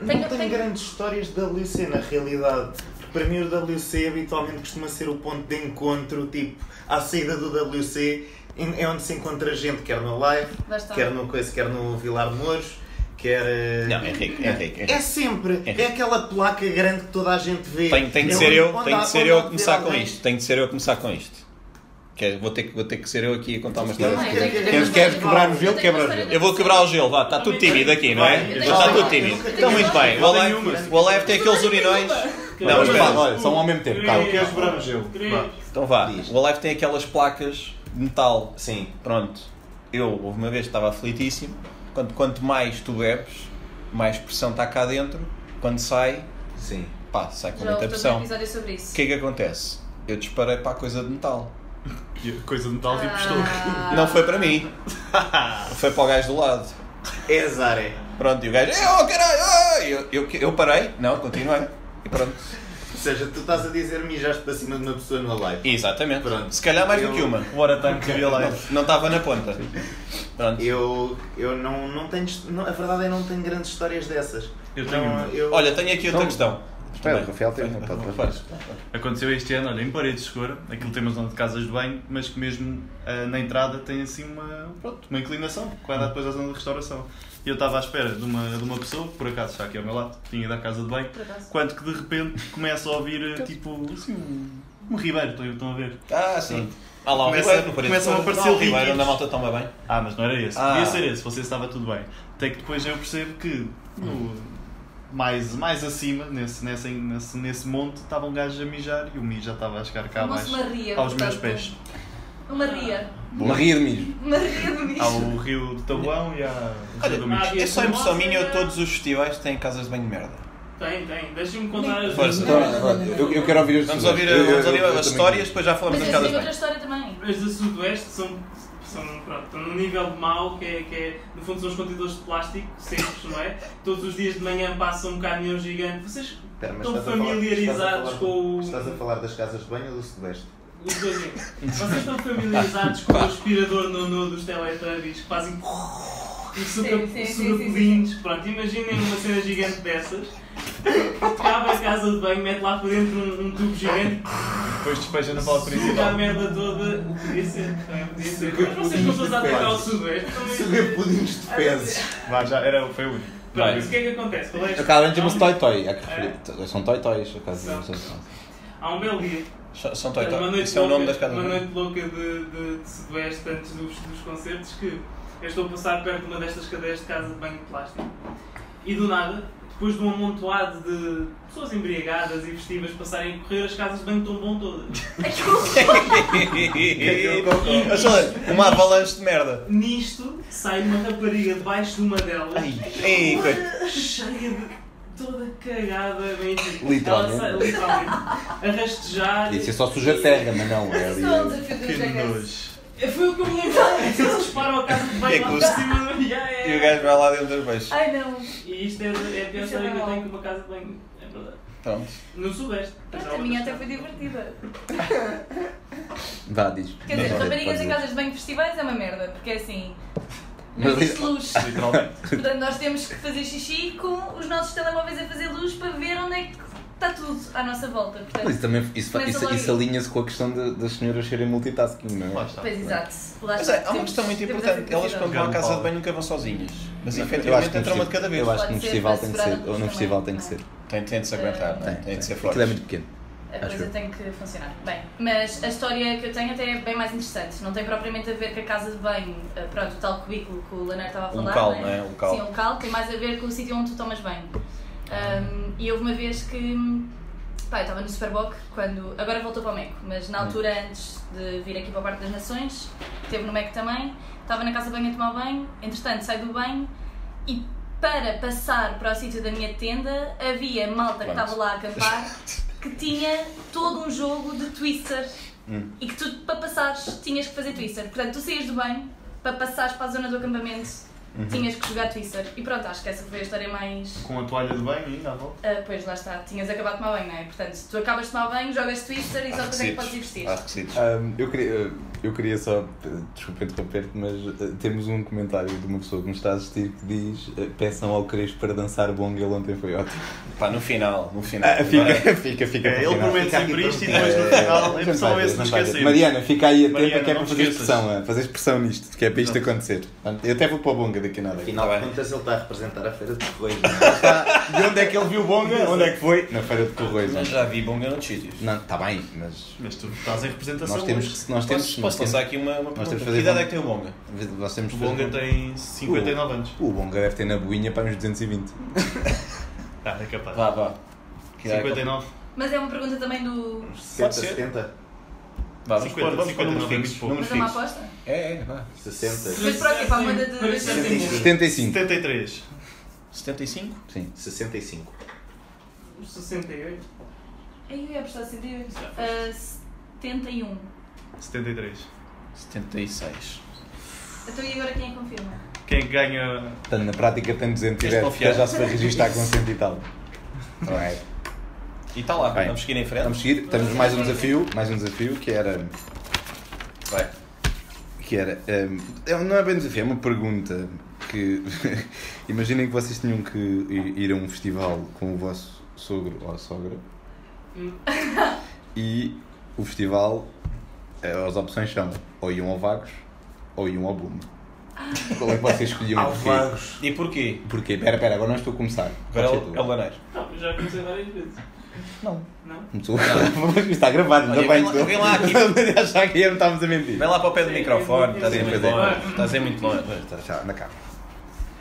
[SPEAKER 4] Tenho-
[SPEAKER 6] Não tenho
[SPEAKER 4] tenho-
[SPEAKER 6] grandes histórias de WC na realidade. Para mim, o WC habitualmente costuma ser o ponto de encontro, tipo, à saída do WC, em- é onde se encontra gente, quer no live,
[SPEAKER 4] Lá está.
[SPEAKER 6] quer no coisa, quer no Vilar de Mouros, quer. eh,
[SPEAKER 1] Não, Henrique, Henrique.
[SPEAKER 6] É sempre, é aquela placa grande que toda a gente vê.
[SPEAKER 1] Tem, tem de
[SPEAKER 6] É
[SPEAKER 1] ser
[SPEAKER 6] onde-
[SPEAKER 1] eu,
[SPEAKER 6] onde
[SPEAKER 1] tem
[SPEAKER 6] há-
[SPEAKER 1] de
[SPEAKER 6] onde
[SPEAKER 1] ser eu
[SPEAKER 6] há
[SPEAKER 1] a começar
[SPEAKER 6] ver
[SPEAKER 1] com
[SPEAKER 6] alguém.
[SPEAKER 1] isto. Tem de ser eu a começar com isto. Que é- vou, ter, que- vou ter que ser eu aqui a contar uma
[SPEAKER 6] Eu não
[SPEAKER 1] história.
[SPEAKER 4] Também,
[SPEAKER 6] quero-
[SPEAKER 4] tenho-
[SPEAKER 6] queres-
[SPEAKER 4] tenho-
[SPEAKER 2] queres quebrar o gelo?
[SPEAKER 4] tenho-
[SPEAKER 2] Quebra o
[SPEAKER 4] tenho-
[SPEAKER 2] gelo.
[SPEAKER 1] Eu vou quebrar o gelo, vá, está tudo tímido aqui, não é?
[SPEAKER 3] Vai, eu
[SPEAKER 1] Está
[SPEAKER 3] tenho-
[SPEAKER 1] tudo tímido.
[SPEAKER 6] eu
[SPEAKER 1] Então, muito bem. O Alive, o Alive tem aqueles urinóis. Não, mas
[SPEAKER 2] Mas
[SPEAKER 1] espera.
[SPEAKER 2] pá, olha, são ao mesmo tempo, calma.
[SPEAKER 3] Queres
[SPEAKER 6] quebrar o gelo?
[SPEAKER 3] Três.
[SPEAKER 6] Vá.
[SPEAKER 1] Então vá,
[SPEAKER 6] Diz.
[SPEAKER 1] o Alive tem aquelas placas de metal.
[SPEAKER 6] Sim.
[SPEAKER 1] Pronto, eu houve uma vez que estava aflitíssimo. Quanto, quanto mais tu bebes, mais pressão está cá dentro. Quando sai,
[SPEAKER 6] Sim.
[SPEAKER 1] pá, sai com
[SPEAKER 4] Já
[SPEAKER 1] muita
[SPEAKER 4] houve todo um
[SPEAKER 1] pressão.
[SPEAKER 4] episódio sobre isso.
[SPEAKER 1] O que é que acontece? Eu disparei para a coisa de metal.
[SPEAKER 5] Coisa de metal tipo estou.
[SPEAKER 4] Ah,
[SPEAKER 1] Não foi para mim. Foi para o gajo do lado.
[SPEAKER 6] É Zaré.
[SPEAKER 1] Pronto, e o gajo, "Eh, oh caralho, oh!" eu, eu, eu parei, não, continuei. E pronto.
[SPEAKER 6] Ou seja, tu estás a dizer mijaste para cima de uma pessoa no live.
[SPEAKER 1] Exatamente.
[SPEAKER 6] Pronto.
[SPEAKER 1] Se calhar mais do
[SPEAKER 6] Eu-
[SPEAKER 1] que uma.
[SPEAKER 5] What a time to be alive.
[SPEAKER 1] Não estava na ponta. Pronto.
[SPEAKER 6] Eu, eu não, não tenho. hist- não- a verdade é que não tenho grandes histórias dessas.
[SPEAKER 5] Eu tenho
[SPEAKER 6] Não,
[SPEAKER 5] uma.
[SPEAKER 6] eu-
[SPEAKER 1] Olha, tenho aqui outra
[SPEAKER 2] Não.
[SPEAKER 1] questão.
[SPEAKER 2] Então, Espera, o
[SPEAKER 1] Também.
[SPEAKER 2] Rafael tem uma pode- pode-
[SPEAKER 1] Faz.
[SPEAKER 5] Aconteceu este ano, olha, em parede escura, aquilo tem uma zona de casas de banho, mas que mesmo ah, na entrada tem assim uma, pronto, uma inclinação, que vai dar depois à zona de restauração. E eu estava à espera de uma, de uma pessoa, que por acaso está aqui ao meu lado, tinha ido à casa de banho,
[SPEAKER 4] por acaso.
[SPEAKER 5] quando que de repente começa a ouvir ah, tipo assim um, um ribeiro, estão- estão a ver?
[SPEAKER 1] Ah, sim. Ah lá, o
[SPEAKER 5] Hum. Começa-
[SPEAKER 1] Ribeiro, no parede.
[SPEAKER 5] começam a
[SPEAKER 1] Não,
[SPEAKER 5] aparecer
[SPEAKER 1] o Ribeiro,
[SPEAKER 5] líquidos.
[SPEAKER 1] onde a malta toma bem.
[SPEAKER 5] Ah, mas não era esse.
[SPEAKER 1] Ah.
[SPEAKER 5] Podia ser esse, você estava tudo bem. Até que depois eu percebo que no- mais, mais acima, nesse, nesse, nesse, nesse monte, estava um gajo a mijar e o mijo já estava a chegar cá
[SPEAKER 4] Chamou-se
[SPEAKER 5] abaixo.
[SPEAKER 4] Maria,
[SPEAKER 5] Aos meus
[SPEAKER 4] portanto.
[SPEAKER 5] pés.
[SPEAKER 4] Uma ria.
[SPEAKER 2] Uma ria de mijo.
[SPEAKER 4] Uma ria do bicho.
[SPEAKER 5] Ao rio do Tabuão e à- ao rio do
[SPEAKER 3] Olha,
[SPEAKER 5] Mijo.
[SPEAKER 3] E
[SPEAKER 1] É
[SPEAKER 3] a
[SPEAKER 1] só impressão
[SPEAKER 3] famosa-
[SPEAKER 1] minha ou todos os festivais têm casas de banho de merda?
[SPEAKER 3] Tem, tem. Deixa-me contar as
[SPEAKER 1] Força.
[SPEAKER 2] Então, Eu, eu quero ouvir as
[SPEAKER 1] Vamos
[SPEAKER 2] pessoas.
[SPEAKER 1] ouvir,
[SPEAKER 2] Eu- eu-
[SPEAKER 1] vamos ouvir
[SPEAKER 2] eu- eu
[SPEAKER 1] as
[SPEAKER 2] também
[SPEAKER 1] histórias, depois já falamos das
[SPEAKER 4] Mas eu
[SPEAKER 1] casas de
[SPEAKER 4] tenho outra
[SPEAKER 1] banho.
[SPEAKER 4] história também.
[SPEAKER 3] As do Sudoeste são, são pronto, estão num nível de mau que é, que é, no fundo, são os contentores de plástico, secos, não é? Todos os dias de manhã passam um caminhão gigante. Vocês
[SPEAKER 6] Espera, mas
[SPEAKER 3] estão
[SPEAKER 6] estás a falar-
[SPEAKER 3] familiarizados
[SPEAKER 6] estás a falar-
[SPEAKER 3] com o.
[SPEAKER 6] Estás a falar das casas de banho ou do Sudoeste?
[SPEAKER 3] os dois em- Vocês estão familiarizados com o aspirador nono dos Teletubbies que fazem. e
[SPEAKER 4] sim, sim,
[SPEAKER 3] suga-
[SPEAKER 4] sim,
[SPEAKER 3] suga
[SPEAKER 4] sim.
[SPEAKER 3] pelinhos. Pronto, imaginem uma cena gigante dessas. Acaba a casa de banho, mete lá para dentro um, um tubo gigante
[SPEAKER 5] Depois despeja na bola
[SPEAKER 3] Suga a
[SPEAKER 5] principal.
[SPEAKER 3] merda toda, podia ser, também podia ser. Mas vocês estão todos a atacar o sudoeste, também.
[SPEAKER 6] Sugar pudins de fezes.
[SPEAKER 5] Vá, já era, foi o único.
[SPEAKER 3] Não, mas o que é que acontece? Qual é a-
[SPEAKER 2] Acabam chama-se
[SPEAKER 3] Há um-
[SPEAKER 2] Toy Toy. há que referir. São Toy Toys, por acaso.
[SPEAKER 3] São.
[SPEAKER 2] São- são-
[SPEAKER 3] Há um belo dia.
[SPEAKER 1] São- São toy
[SPEAKER 3] Uma
[SPEAKER 1] toy.
[SPEAKER 3] noite
[SPEAKER 1] Isso é o nome
[SPEAKER 3] louca-
[SPEAKER 1] das casas de
[SPEAKER 3] Uma
[SPEAKER 1] banho.
[SPEAKER 3] noite louca de, de, de sudoeste antes dos, dos concertos que eu estou a passar perto de uma destas cadeias de casa de banho de plástico e do nada depois de um amontoado de pessoas embriagadas e festivas passarem a correr, as casas de banho tombam todas.
[SPEAKER 1] Uma avalanche de merda.
[SPEAKER 3] Nisto, sai uma rapariga debaixo de uma delas.
[SPEAKER 1] Ei, coitado.
[SPEAKER 3] cheia de toda cagada, bem Ela
[SPEAKER 2] Literalmente.
[SPEAKER 3] sai- literalmente. A
[SPEAKER 1] um-
[SPEAKER 3] rastejar.
[SPEAKER 1] é
[SPEAKER 2] Podia ser é só suja terra, mas não, é ali.
[SPEAKER 4] Isso é um desafio dos
[SPEAKER 5] Que
[SPEAKER 4] Vegas.
[SPEAKER 5] nojo.
[SPEAKER 3] Foi o que eu me lembrei. Eles disparam a casa de
[SPEAKER 1] É
[SPEAKER 3] banho
[SPEAKER 1] que
[SPEAKER 3] lá
[SPEAKER 1] os-
[SPEAKER 3] para cima. Yeah,
[SPEAKER 1] E o
[SPEAKER 3] yeah.
[SPEAKER 1] gajo vai lá dentro dos beijos.
[SPEAKER 4] Ai não.
[SPEAKER 3] E isto é, é a pior
[SPEAKER 4] Isso é
[SPEAKER 3] história que eu
[SPEAKER 4] bom.
[SPEAKER 3] tenho com uma casa de banho. É verdade.
[SPEAKER 1] Pronto.
[SPEAKER 3] No Sudeste. Mas há
[SPEAKER 4] Pronto, a minha até
[SPEAKER 3] outras
[SPEAKER 4] foi
[SPEAKER 3] casas.
[SPEAKER 4] divertida.
[SPEAKER 2] Vá, diz.
[SPEAKER 4] Quer dizer,
[SPEAKER 2] Pode
[SPEAKER 4] raparigas em
[SPEAKER 2] dizer.
[SPEAKER 4] casas de banho festivais é uma merda, porque é assim.
[SPEAKER 2] Mas
[SPEAKER 4] Não existe luz.
[SPEAKER 5] Literalmente.
[SPEAKER 4] Portanto, nós temos que fazer xixi com os nossos telemóveis a fazer luz para ver onde é que está tudo à nossa volta.
[SPEAKER 2] Mas isso
[SPEAKER 4] Portanto,
[SPEAKER 2] também isso, fa-
[SPEAKER 4] Começa
[SPEAKER 2] isso,
[SPEAKER 4] logo.
[SPEAKER 2] isso alinha-se com a questão de- das senhoras serem multitasking, não
[SPEAKER 5] Lá
[SPEAKER 2] é?
[SPEAKER 5] está.
[SPEAKER 4] pois exato. Lá
[SPEAKER 1] Mas
[SPEAKER 4] está,
[SPEAKER 1] é, há uma
[SPEAKER 4] temos-
[SPEAKER 1] questão muito
[SPEAKER 4] temos
[SPEAKER 1] importante.
[SPEAKER 4] essa
[SPEAKER 1] Elas,
[SPEAKER 4] possibilidade.
[SPEAKER 1] quando vão à casa de
[SPEAKER 5] Paulo.
[SPEAKER 1] banho, nunca vão sozinhas. Mas,
[SPEAKER 2] Não, eu acho
[SPEAKER 1] efetivamente,
[SPEAKER 2] que no
[SPEAKER 1] entram uma de
[SPEAKER 2] festival-
[SPEAKER 1] cada vez.
[SPEAKER 2] Eu acho que
[SPEAKER 4] Pode
[SPEAKER 2] num
[SPEAKER 4] ser
[SPEAKER 2] festival tem que
[SPEAKER 4] para
[SPEAKER 2] ser,
[SPEAKER 4] segurar a
[SPEAKER 2] ou
[SPEAKER 4] luz
[SPEAKER 2] num festival tem
[SPEAKER 4] também, é?
[SPEAKER 2] que ser.
[SPEAKER 1] Tem, tem de se aguentar, não é?
[SPEAKER 2] Tem,
[SPEAKER 1] Tem de ser
[SPEAKER 2] Aquilo é
[SPEAKER 1] forte.
[SPEAKER 2] muito pequeno.
[SPEAKER 4] A
[SPEAKER 2] Acho
[SPEAKER 4] coisa
[SPEAKER 2] eu.
[SPEAKER 4] tem que funcionar. Bem, mas a história que eu tenho até é bem mais interessante. Não tem propriamente a ver com a casa de banho, eh, pronto, o tal cubículo que o Leonardo estava a
[SPEAKER 1] O
[SPEAKER 4] falar.
[SPEAKER 1] local,
[SPEAKER 4] né?
[SPEAKER 1] não é? O local.
[SPEAKER 4] Sim, o local tem mais a ver com o sítio onde tu tomas banho. Ahm, e houve uma vez que. Pá, eu estava no Superboc quando. Agora voltou para o MEC, mas
[SPEAKER 1] Hum.
[SPEAKER 4] na altura antes de vir aqui para o Parque das Nações, esteve no MEC também. Estava na casa de banho a tomar banho, entretanto saio do banho e para passar para o sítio da minha tenda havia malta que
[SPEAKER 1] Pronto.
[SPEAKER 4] estava lá a acampar que tinha todo um jogo de twister e que tu para passares tinhas que fazer twister. Portanto, tu saías do banho, para passares para a zona do acampamento
[SPEAKER 1] Uhum.
[SPEAKER 4] tinhas que jogar twister. E pronto, acho que essa foi a história mais.
[SPEAKER 5] Com a toalha de banho ainda à volta.
[SPEAKER 4] Ah, pois lá está, tinhas acabado de tomar banho, não é? Portanto, tu acabas de tomar banho, jogas twister e só
[SPEAKER 1] Há
[SPEAKER 4] depois é que podes ir
[SPEAKER 1] requisitos.
[SPEAKER 4] vestir.
[SPEAKER 1] Há requisitos.
[SPEAKER 2] Ahm, eu, queria, eu queria só, eh, desculpa interromper-te, mas eh, temos um comentário de uma pessoa que nos está a assistir que diz eh, peçam ao Crespo para dançar bongo, ele ontem foi ótimo.
[SPEAKER 1] Pá, no final, no final.
[SPEAKER 2] Ah, fica, fica, fica.
[SPEAKER 5] É,
[SPEAKER 2] para o
[SPEAKER 5] ele
[SPEAKER 2] final.
[SPEAKER 5] promete
[SPEAKER 6] Fica aqui
[SPEAKER 5] sempre isto e
[SPEAKER 6] prometido.
[SPEAKER 5] depois no
[SPEAKER 2] Eh,
[SPEAKER 5] final é
[SPEAKER 2] não
[SPEAKER 5] pessoal
[SPEAKER 2] vai
[SPEAKER 5] esse
[SPEAKER 2] ver,
[SPEAKER 5] nos
[SPEAKER 2] não vai
[SPEAKER 5] esquecer.
[SPEAKER 2] ver. Mariana, fica aí atenta
[SPEAKER 5] Mariana,
[SPEAKER 2] que é para
[SPEAKER 5] não
[SPEAKER 2] fazer
[SPEAKER 5] esqueças.
[SPEAKER 2] expressão, é, fazer expressão nisto, que é para isto acontecer. Portanto, Eu até vou para o bonga daqui a nada.
[SPEAKER 6] Afinal
[SPEAKER 1] Tá
[SPEAKER 6] de
[SPEAKER 1] bem.
[SPEAKER 6] contas, ele está a representar a Feira de Correios.
[SPEAKER 2] De onde é que ele viu o bonga? Onde é que foi? Na Feira de Correios.
[SPEAKER 1] Mas já vi bom noutros sítios.
[SPEAKER 2] é. Não, está bem, mas
[SPEAKER 5] Mas tu estás em representação
[SPEAKER 2] nós
[SPEAKER 5] hoje.
[SPEAKER 2] temos que... Nós temos,
[SPEAKER 1] Posso,
[SPEAKER 2] nós
[SPEAKER 1] posso
[SPEAKER 2] temos-
[SPEAKER 1] lançar aqui uma, uma pergunta?
[SPEAKER 2] temos de fazer
[SPEAKER 1] Que idade
[SPEAKER 2] bom-
[SPEAKER 1] é que tem o Bonga?
[SPEAKER 2] nós temos
[SPEAKER 5] O
[SPEAKER 2] que
[SPEAKER 5] Bonga
[SPEAKER 2] fazer-
[SPEAKER 5] tem 59 anos.
[SPEAKER 2] O bonga deve ter na boinha para uns 220.
[SPEAKER 5] Ah, é
[SPEAKER 2] Tá.
[SPEAKER 5] capaz.
[SPEAKER 1] Vá, vá. Que idade é que-
[SPEAKER 5] 59.
[SPEAKER 4] Mas é uma pergunta também do.
[SPEAKER 6] 60,
[SPEAKER 1] ser.
[SPEAKER 6] 70?
[SPEAKER 1] Vá, vamos
[SPEAKER 5] 50,
[SPEAKER 1] pôr vamos pôr
[SPEAKER 5] 59
[SPEAKER 1] números
[SPEAKER 5] anos
[SPEAKER 1] fixos.
[SPEAKER 5] pouco.
[SPEAKER 1] Números
[SPEAKER 4] Mas é uma
[SPEAKER 1] fixos.
[SPEAKER 4] aposta?
[SPEAKER 1] É, é, vá.
[SPEAKER 6] 60?
[SPEAKER 4] Mas para o quê? Para a moda de-
[SPEAKER 3] Para ser
[SPEAKER 6] Sim, sim.
[SPEAKER 2] 75.
[SPEAKER 5] 73.
[SPEAKER 1] 75?
[SPEAKER 2] Sim.
[SPEAKER 6] 65.
[SPEAKER 3] um. 68.
[SPEAKER 4] Aí eu ia apostar 68.
[SPEAKER 3] Já
[SPEAKER 4] Ah, 71.
[SPEAKER 5] 73.
[SPEAKER 1] 76.
[SPEAKER 4] Então e agora quem é que confirma?
[SPEAKER 5] Quem é que ganha
[SPEAKER 2] Portanto, na prática tem 200
[SPEAKER 1] Tens de
[SPEAKER 2] direto,
[SPEAKER 1] confiar.
[SPEAKER 2] já se vai registrar com 100 e tal. Não é?
[SPEAKER 1] E está lá,
[SPEAKER 2] Tá Bem.
[SPEAKER 1] vamos seguir em frente.
[SPEAKER 2] Vamos seguir, temos mais um desafio, mais um desafio que era.
[SPEAKER 1] Vai.
[SPEAKER 2] Que era hum, é- não é bem desafio, é uma pergunta que. Imaginem que vocês tinham que i- ir a um festival com o vosso sogro ou sogra
[SPEAKER 3] Hum.
[SPEAKER 2] e o festival, eh, as opções são ou iam ao Vagos ou iam ao Boom. Qual é que vocês escolhiam? e Porquê?
[SPEAKER 1] E porquê?
[SPEAKER 2] Porquê? Pera, pera, agora não estou a começar.
[SPEAKER 1] Agora
[SPEAKER 2] Pode
[SPEAKER 1] é
[SPEAKER 2] ser tu.
[SPEAKER 1] o- é o Laneiro.
[SPEAKER 3] Não, já comecei várias vezes.
[SPEAKER 2] Não.
[SPEAKER 3] Não?
[SPEAKER 2] Começou. Está gravado,
[SPEAKER 1] Olha,
[SPEAKER 2] ainda bem.
[SPEAKER 1] vem lá- vem lá aqui.
[SPEAKER 2] Achar que íamos, estávamos a mentir.
[SPEAKER 1] Vem lá para o pé do
[SPEAKER 3] Sim,
[SPEAKER 1] microfone,
[SPEAKER 3] sim,
[SPEAKER 1] estás aí
[SPEAKER 2] sim,
[SPEAKER 1] muito
[SPEAKER 2] sim.
[SPEAKER 1] longe. Estás aí muito longe.
[SPEAKER 2] Já, na capa.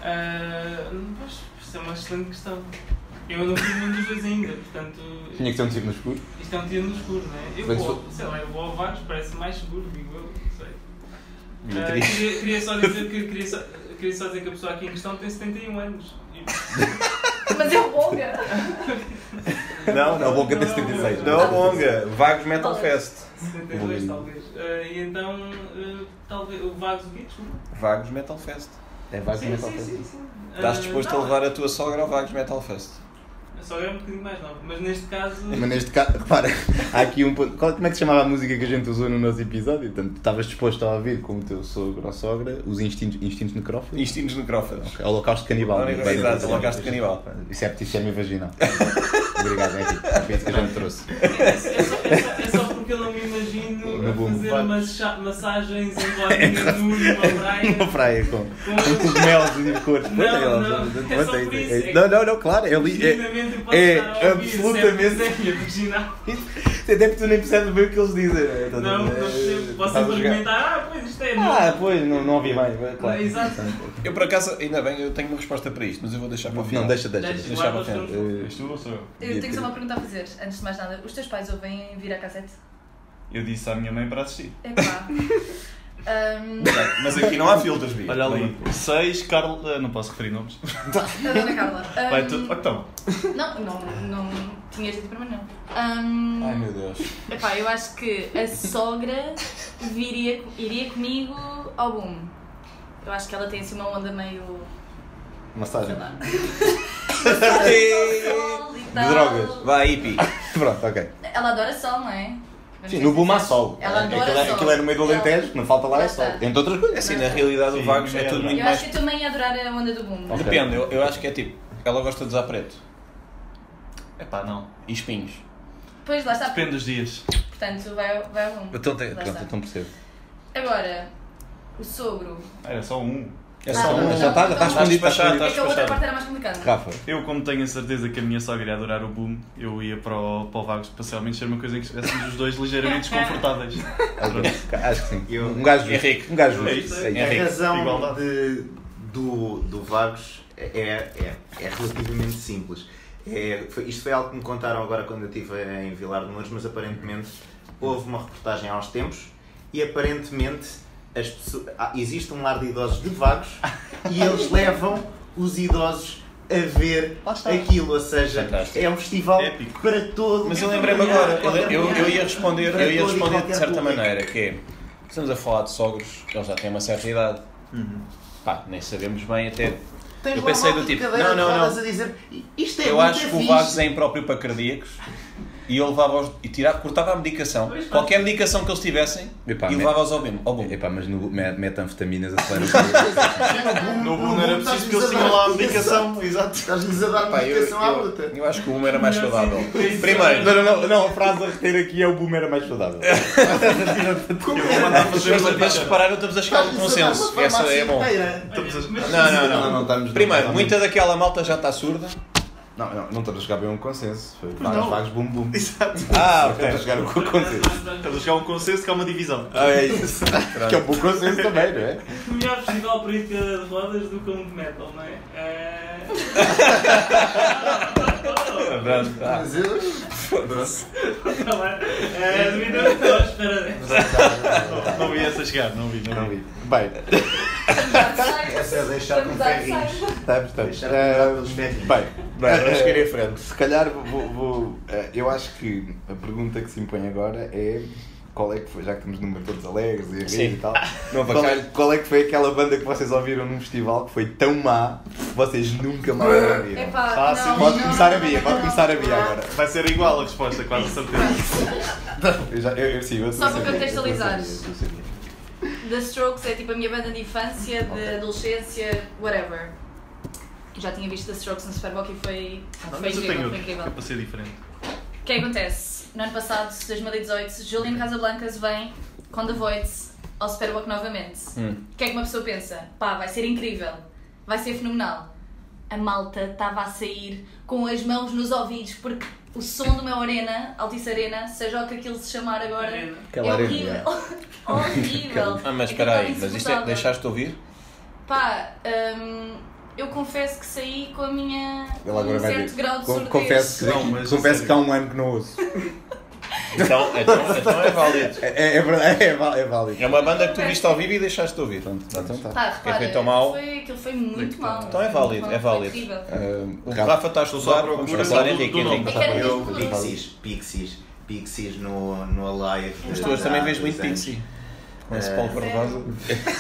[SPEAKER 3] Ah, pois, isso é uma excelente questão. Eu não fiz nenhum dos dois ainda, portanto.
[SPEAKER 2] Tinha que ser um tiro no escuro.
[SPEAKER 3] Isto é um tiro no escuro, não é? Eu
[SPEAKER 2] Mas
[SPEAKER 3] vou,
[SPEAKER 2] sou-
[SPEAKER 3] sei lá, eu vou ao Vagos, parece mais seguro, digo eu, não sei. Ah, queria, queria só dizer que queria só, queria só dizer que a pessoa aqui em questão tem 71 anos. E-
[SPEAKER 4] Mas é o Bonga!
[SPEAKER 2] Não, não, o Bonga tem
[SPEAKER 3] Não,
[SPEAKER 2] 76.
[SPEAKER 3] não,
[SPEAKER 1] Bonga. Vagos Metal Fest.
[SPEAKER 3] 72 talvez. Ah, e então, ah, talvez, o Vagos o quê? Desculpa.
[SPEAKER 1] Vagos Metal Fest.
[SPEAKER 2] É, vais
[SPEAKER 3] Sim,
[SPEAKER 2] começar
[SPEAKER 3] sim, sim,
[SPEAKER 2] a
[SPEAKER 3] sim. Ah,
[SPEAKER 1] Estás disposto a
[SPEAKER 3] não,
[SPEAKER 1] levar a tua sogra ao Vagos Metal Fest?
[SPEAKER 3] A sogra é um bocadinho mais nova, mas neste caso.
[SPEAKER 2] Mas neste caso, repara, há aqui um ponto. Qual, como é que se chamava a música que a gente usou no nosso episódio? Portanto, estavas disposto a ouvir com o teu sogro ou sogra os instintos, instintos necrófagos?
[SPEAKER 1] Instintos necrófagos.
[SPEAKER 2] É o Holocausto Canibal.
[SPEAKER 1] Olha,
[SPEAKER 2] não é?
[SPEAKER 1] exato, Holocausto Canibal.
[SPEAKER 2] Isso é petichémio vaginal. Obrigado, é aqui. É isso que a gente trouxe.
[SPEAKER 3] É só, é só- é só porque eu não me imagino
[SPEAKER 2] No
[SPEAKER 3] a
[SPEAKER 2] boom.
[SPEAKER 3] fazer massa- massagens em Guardiã nu numa praia.
[SPEAKER 2] Uma praia com, com
[SPEAKER 3] Com...
[SPEAKER 2] cogumelos de cor.
[SPEAKER 3] Não, não, é só por isso, é que-
[SPEAKER 2] Não, não, não, claro, é ali. é-
[SPEAKER 3] Dignamente eu posso
[SPEAKER 2] é
[SPEAKER 3] estar a ouvir,
[SPEAKER 2] absolutamente-
[SPEAKER 3] sempre desenho original.
[SPEAKER 2] Até porque tu nem percebes Tá bem o que eles dizem. né? Então, é,
[SPEAKER 3] Não, não percebo. posso
[SPEAKER 2] Estás a jogar.
[SPEAKER 3] argumentar, ah, pois isto é.
[SPEAKER 2] Ah, pois, não, não ouvi bem, claro.
[SPEAKER 3] Exato.
[SPEAKER 1] Eu por acaso, ainda bem, eu tenho uma resposta para isto, mas eu vou deixar para o final.
[SPEAKER 2] Não, deixa, deixa.
[SPEAKER 3] Deixa,
[SPEAKER 2] deixa.
[SPEAKER 1] deixava
[SPEAKER 3] guarda os
[SPEAKER 1] até-
[SPEAKER 3] teus-
[SPEAKER 5] És tu ou sou eu?
[SPEAKER 4] Eu tenho só uma pergunta a fazer, antes de mais nada. Os teus pais ouvem vir a cassete?
[SPEAKER 5] Eu disse à minha mãe para assistir.
[SPEAKER 4] É pá. Ahm,
[SPEAKER 1] Mas aqui não há filtros, Bia.
[SPEAKER 5] Olha ali, 6, Carla. eh, Não posso referir nomes.
[SPEAKER 4] Hum. a dona Carla. Ahm,
[SPEAKER 5] Vai tudo. Então,
[SPEAKER 4] Não, não, não tinhas dito para mim, não. Ahm,
[SPEAKER 1] Ai meu Deus.
[SPEAKER 4] Epá, eu acho que a sogra viria, iria comigo ao boom. Eu acho que ela tem assim uma onda meio. sei
[SPEAKER 2] Eh, Massagem.
[SPEAKER 4] lá. sol e
[SPEAKER 2] De
[SPEAKER 4] tal.
[SPEAKER 2] drogas.
[SPEAKER 1] Vai, hippie.
[SPEAKER 2] Pronto, ok.
[SPEAKER 4] Ela adora sol, não é? Vamos
[SPEAKER 2] Sim,
[SPEAKER 4] ser
[SPEAKER 2] no Boom há
[SPEAKER 4] sinceros.
[SPEAKER 2] sol.
[SPEAKER 4] Ela adora
[SPEAKER 2] aquilo, é,
[SPEAKER 4] sol.
[SPEAKER 2] aquilo é no meio do
[SPEAKER 4] Ela-
[SPEAKER 2] Alentejo, não falta lá
[SPEAKER 4] Lá
[SPEAKER 2] é sol.
[SPEAKER 4] está.
[SPEAKER 2] Entre outras
[SPEAKER 1] É
[SPEAKER 2] coisas.
[SPEAKER 1] Assim, na realidade, o
[SPEAKER 5] Sim,
[SPEAKER 1] Vagos é
[SPEAKER 5] é
[SPEAKER 1] tudo
[SPEAKER 5] verdade.
[SPEAKER 1] muito
[SPEAKER 4] Eu acho
[SPEAKER 1] mais.
[SPEAKER 4] que eu também ia adorar a onda do boom.
[SPEAKER 2] Ok.
[SPEAKER 1] Depende, eu, eu acho que é tipo, ela gosta de usar preto
[SPEAKER 5] é pá, não.
[SPEAKER 1] e espinhos.
[SPEAKER 4] Pois lá está.
[SPEAKER 5] Depende dos dias.
[SPEAKER 4] Portanto, vai ao, vai ao boom.
[SPEAKER 2] Então, tem-
[SPEAKER 4] Lá
[SPEAKER 2] pronto,
[SPEAKER 4] está.
[SPEAKER 2] então percebo.
[SPEAKER 4] Agora, o sogro.
[SPEAKER 5] Era só um.
[SPEAKER 1] É
[SPEAKER 4] Ah,
[SPEAKER 1] só
[SPEAKER 4] não,
[SPEAKER 1] uma.
[SPEAKER 2] Já está, já está
[SPEAKER 4] Então,
[SPEAKER 2] escondido, está
[SPEAKER 1] despachado,
[SPEAKER 2] escondido.
[SPEAKER 4] É que a outra
[SPEAKER 1] despachado.
[SPEAKER 4] parte era mais complicada.
[SPEAKER 2] Rafa,
[SPEAKER 5] Eu, como tenho a certeza que a minha sogra ia adorar o boom, eu ia para o, para o Vagos para ser ao menos ser uma coisa em que estivéssemos os dois ligeiramente desconfortáveis. Pronto.
[SPEAKER 2] acho que sim.
[SPEAKER 6] Eu-
[SPEAKER 2] Um gajo justo.
[SPEAKER 1] Henrique.
[SPEAKER 2] Um gajo
[SPEAKER 5] É
[SPEAKER 2] justo.
[SPEAKER 5] isso.
[SPEAKER 2] É isso.
[SPEAKER 6] A
[SPEAKER 1] Henrique,
[SPEAKER 6] razão
[SPEAKER 5] igualdade.
[SPEAKER 6] de, do, do Vagos é, é, é relativamente simples. É, foi- isto foi algo que me contaram agora quando eu estive em Vilar de Mouros, mas aparentemente houve uma reportagem há uns tempos e aparentemente as pessoas, há- existe um lar de idosos de Vagos e eles levam os idosos a ver aquilo, ou seja,
[SPEAKER 1] Fantástico.
[SPEAKER 6] é um festival
[SPEAKER 5] Épico.
[SPEAKER 6] para todo
[SPEAKER 1] Mas
[SPEAKER 6] o
[SPEAKER 1] eu lembrei-me
[SPEAKER 6] familiar,
[SPEAKER 1] agora, eu,
[SPEAKER 6] qualquer
[SPEAKER 1] eu, eu ia
[SPEAKER 6] familiar.
[SPEAKER 1] responder,
[SPEAKER 6] Para
[SPEAKER 1] eu ia
[SPEAKER 6] todo e
[SPEAKER 1] responder de
[SPEAKER 6] qualquer
[SPEAKER 1] certa
[SPEAKER 6] público.
[SPEAKER 1] maneira, que é, estamos a falar de sogros, que eles já têm uma certa idade.
[SPEAKER 6] Uhum.
[SPEAKER 1] Pá, nem sabemos bem até.
[SPEAKER 6] Tens
[SPEAKER 1] Eu
[SPEAKER 6] lá
[SPEAKER 1] pensei
[SPEAKER 6] malta
[SPEAKER 1] do
[SPEAKER 6] de
[SPEAKER 1] tipo,
[SPEAKER 6] cadeira
[SPEAKER 1] não, não,
[SPEAKER 6] de rodas
[SPEAKER 1] não.
[SPEAKER 6] A dizer, isto é
[SPEAKER 1] Eu
[SPEAKER 6] muito
[SPEAKER 1] acho que o
[SPEAKER 6] fixe."
[SPEAKER 1] Vagos é impróprio para cardíacos e eu levava-os e tirava, cortava a medicação,
[SPEAKER 3] Pois, mas-
[SPEAKER 1] qualquer medicação que eles tivessem,
[SPEAKER 2] Epá,
[SPEAKER 1] e
[SPEAKER 2] me-
[SPEAKER 1] levava-os ao bom. Ao bom.
[SPEAKER 2] Epá, mas no me- metanfetaminas acelera o
[SPEAKER 5] No boom era preciso que eles tinham lá a medicação, exato.
[SPEAKER 6] Estás-lhes a dar
[SPEAKER 1] Pá, eu,
[SPEAKER 6] medicação à
[SPEAKER 1] eu,
[SPEAKER 6] bruta.
[SPEAKER 1] eu acho que o uma era mais saudável.
[SPEAKER 2] É Primeiro. Não, não, não, não, a frase a reter aqui é o boom era mais saudável.
[SPEAKER 5] Eu vou mandar fazer
[SPEAKER 1] Mas,
[SPEAKER 5] uma
[SPEAKER 1] mas
[SPEAKER 5] ficha.
[SPEAKER 1] repararam, estamos a chegar a um consenso. Essa é bom. Não,
[SPEAKER 3] Não,
[SPEAKER 1] não,
[SPEAKER 2] Não, não,
[SPEAKER 1] não.
[SPEAKER 2] estamos.
[SPEAKER 1] Primeiro,
[SPEAKER 2] não,
[SPEAKER 1] muita daquela malta já está surda.
[SPEAKER 2] Não, não, não estamos a chegar bem a um consenso. Foi vagos,
[SPEAKER 5] não.
[SPEAKER 2] vagos, bum, bum.
[SPEAKER 5] Exato.
[SPEAKER 2] Ah, ok. Estamos
[SPEAKER 4] é.
[SPEAKER 2] a chegar a um consenso.
[SPEAKER 5] Estamos a chegar a um consenso que há uma divisão.
[SPEAKER 2] Ah, é isso. que é um bom consenso também, não é?
[SPEAKER 3] Melhor festival para ir de rodas do que um de metal, não é? Eh,
[SPEAKER 1] Tá.
[SPEAKER 6] Mas eu.
[SPEAKER 3] tá lá. Eh, devido a- Estou à espera dessa.
[SPEAKER 5] Não, não vi essa chegar, não vi, não
[SPEAKER 2] Não
[SPEAKER 5] vi.
[SPEAKER 2] vi. Bem,
[SPEAKER 6] Essa é deixar com
[SPEAKER 4] Vamos dar
[SPEAKER 6] ferrinhos.
[SPEAKER 2] estamos, estamos.
[SPEAKER 6] Deixar
[SPEAKER 2] Ah,
[SPEAKER 6] com pelos ferrinhos.
[SPEAKER 2] Bem,
[SPEAKER 6] É.
[SPEAKER 1] Vamos
[SPEAKER 2] eh,
[SPEAKER 1] seguir em frente.
[SPEAKER 2] se calhar vou, vou- vou- eh, Eu acho que a pergunta que se impõe agora é. Qual é que foi, já que estamos numa todos alegres e a rir
[SPEAKER 1] Sim.
[SPEAKER 2] e tal,
[SPEAKER 1] Não,
[SPEAKER 2] qual é,
[SPEAKER 1] bacana.
[SPEAKER 2] qual é que foi aquela banda que vocês ouviram num festival que foi tão má que vocês nunca mais a ouviram?
[SPEAKER 4] Uh, Epá,
[SPEAKER 5] Fácil.
[SPEAKER 4] não,
[SPEAKER 2] Pode
[SPEAKER 4] não,
[SPEAKER 2] começar
[SPEAKER 4] não,
[SPEAKER 2] a Bia,
[SPEAKER 4] não,
[SPEAKER 2] pode
[SPEAKER 4] não.
[SPEAKER 2] começar a Bia agora.
[SPEAKER 5] Vai ser igual a resposta, quase certeza.
[SPEAKER 2] Eu já, eu, eu, sim, eu
[SPEAKER 4] Só para
[SPEAKER 2] sabia, eu
[SPEAKER 4] contextualizar.
[SPEAKER 2] sabia, eu sabia.
[SPEAKER 4] The Strokes é tipo a minha banda de infância, de
[SPEAKER 2] Ok.
[SPEAKER 4] adolescência, whatever. Eu já tinha visto The Strokes no Superbock e foi, foi
[SPEAKER 5] Mas eu
[SPEAKER 4] incrível,
[SPEAKER 5] tenho
[SPEAKER 4] foi
[SPEAKER 5] outro,
[SPEAKER 4] incrível.
[SPEAKER 5] é para ser diferente.
[SPEAKER 4] O que é que acontece? No ano passado, 2018, Julian Casablancas vem com The Voids ao Superbock novamente.
[SPEAKER 5] Hum.
[SPEAKER 4] O que é que uma pessoa pensa? Pá, vai ser incrível, vai ser fenomenal. A malta estava a sair com as mãos nos ouvidos porque o som de uma arena, Altice Arena, seja o que aquilo se chamar agora,
[SPEAKER 3] Arena.
[SPEAKER 2] Aquela
[SPEAKER 4] é
[SPEAKER 2] arena,
[SPEAKER 4] horrível. horrível.
[SPEAKER 1] Ah, mas
[SPEAKER 4] Aquilo
[SPEAKER 1] espera aí, mas
[SPEAKER 4] estava
[SPEAKER 1] isto é,
[SPEAKER 4] insuportável.
[SPEAKER 1] deixaste de ouvir?
[SPEAKER 4] Pá, hum, eu confesso que saí com a minha.
[SPEAKER 2] Ele agora
[SPEAKER 4] um
[SPEAKER 2] vai
[SPEAKER 4] certo
[SPEAKER 2] dizer.
[SPEAKER 4] grau de
[SPEAKER 2] "Co-
[SPEAKER 4] surdez.
[SPEAKER 2] confesso que,
[SPEAKER 5] Não, mas
[SPEAKER 2] confesso
[SPEAKER 5] a sério.
[SPEAKER 2] que há um ano que não ouço.
[SPEAKER 1] Então, então, então é válido.
[SPEAKER 2] É, é, verdade- é, val- é válido.
[SPEAKER 1] É uma banda que tu viste ao vivo e deixaste de ouvir. Então,
[SPEAKER 2] Então tá.
[SPEAKER 4] Pá, repara,
[SPEAKER 1] Quer ver tão mal?
[SPEAKER 4] Foi, aquilo foi muito mal.
[SPEAKER 1] Então é válido,
[SPEAKER 4] Foi
[SPEAKER 1] é válido.
[SPEAKER 4] terrível.
[SPEAKER 2] Ah,
[SPEAKER 1] o
[SPEAKER 2] Rafa-
[SPEAKER 1] Rafa está a estudar,
[SPEAKER 5] procura
[SPEAKER 1] vamos passar
[SPEAKER 5] do-
[SPEAKER 1] Henrique,
[SPEAKER 5] do
[SPEAKER 1] Henrique.
[SPEAKER 5] nome.
[SPEAKER 4] É que era
[SPEAKER 6] Eu,
[SPEAKER 4] mesmo
[SPEAKER 6] Pixies, Pixies, Pixies no, no Alive.
[SPEAKER 1] Mas tu também vês muito Pixie. Com esse polo
[SPEAKER 4] É.
[SPEAKER 1] cor-de-rosa.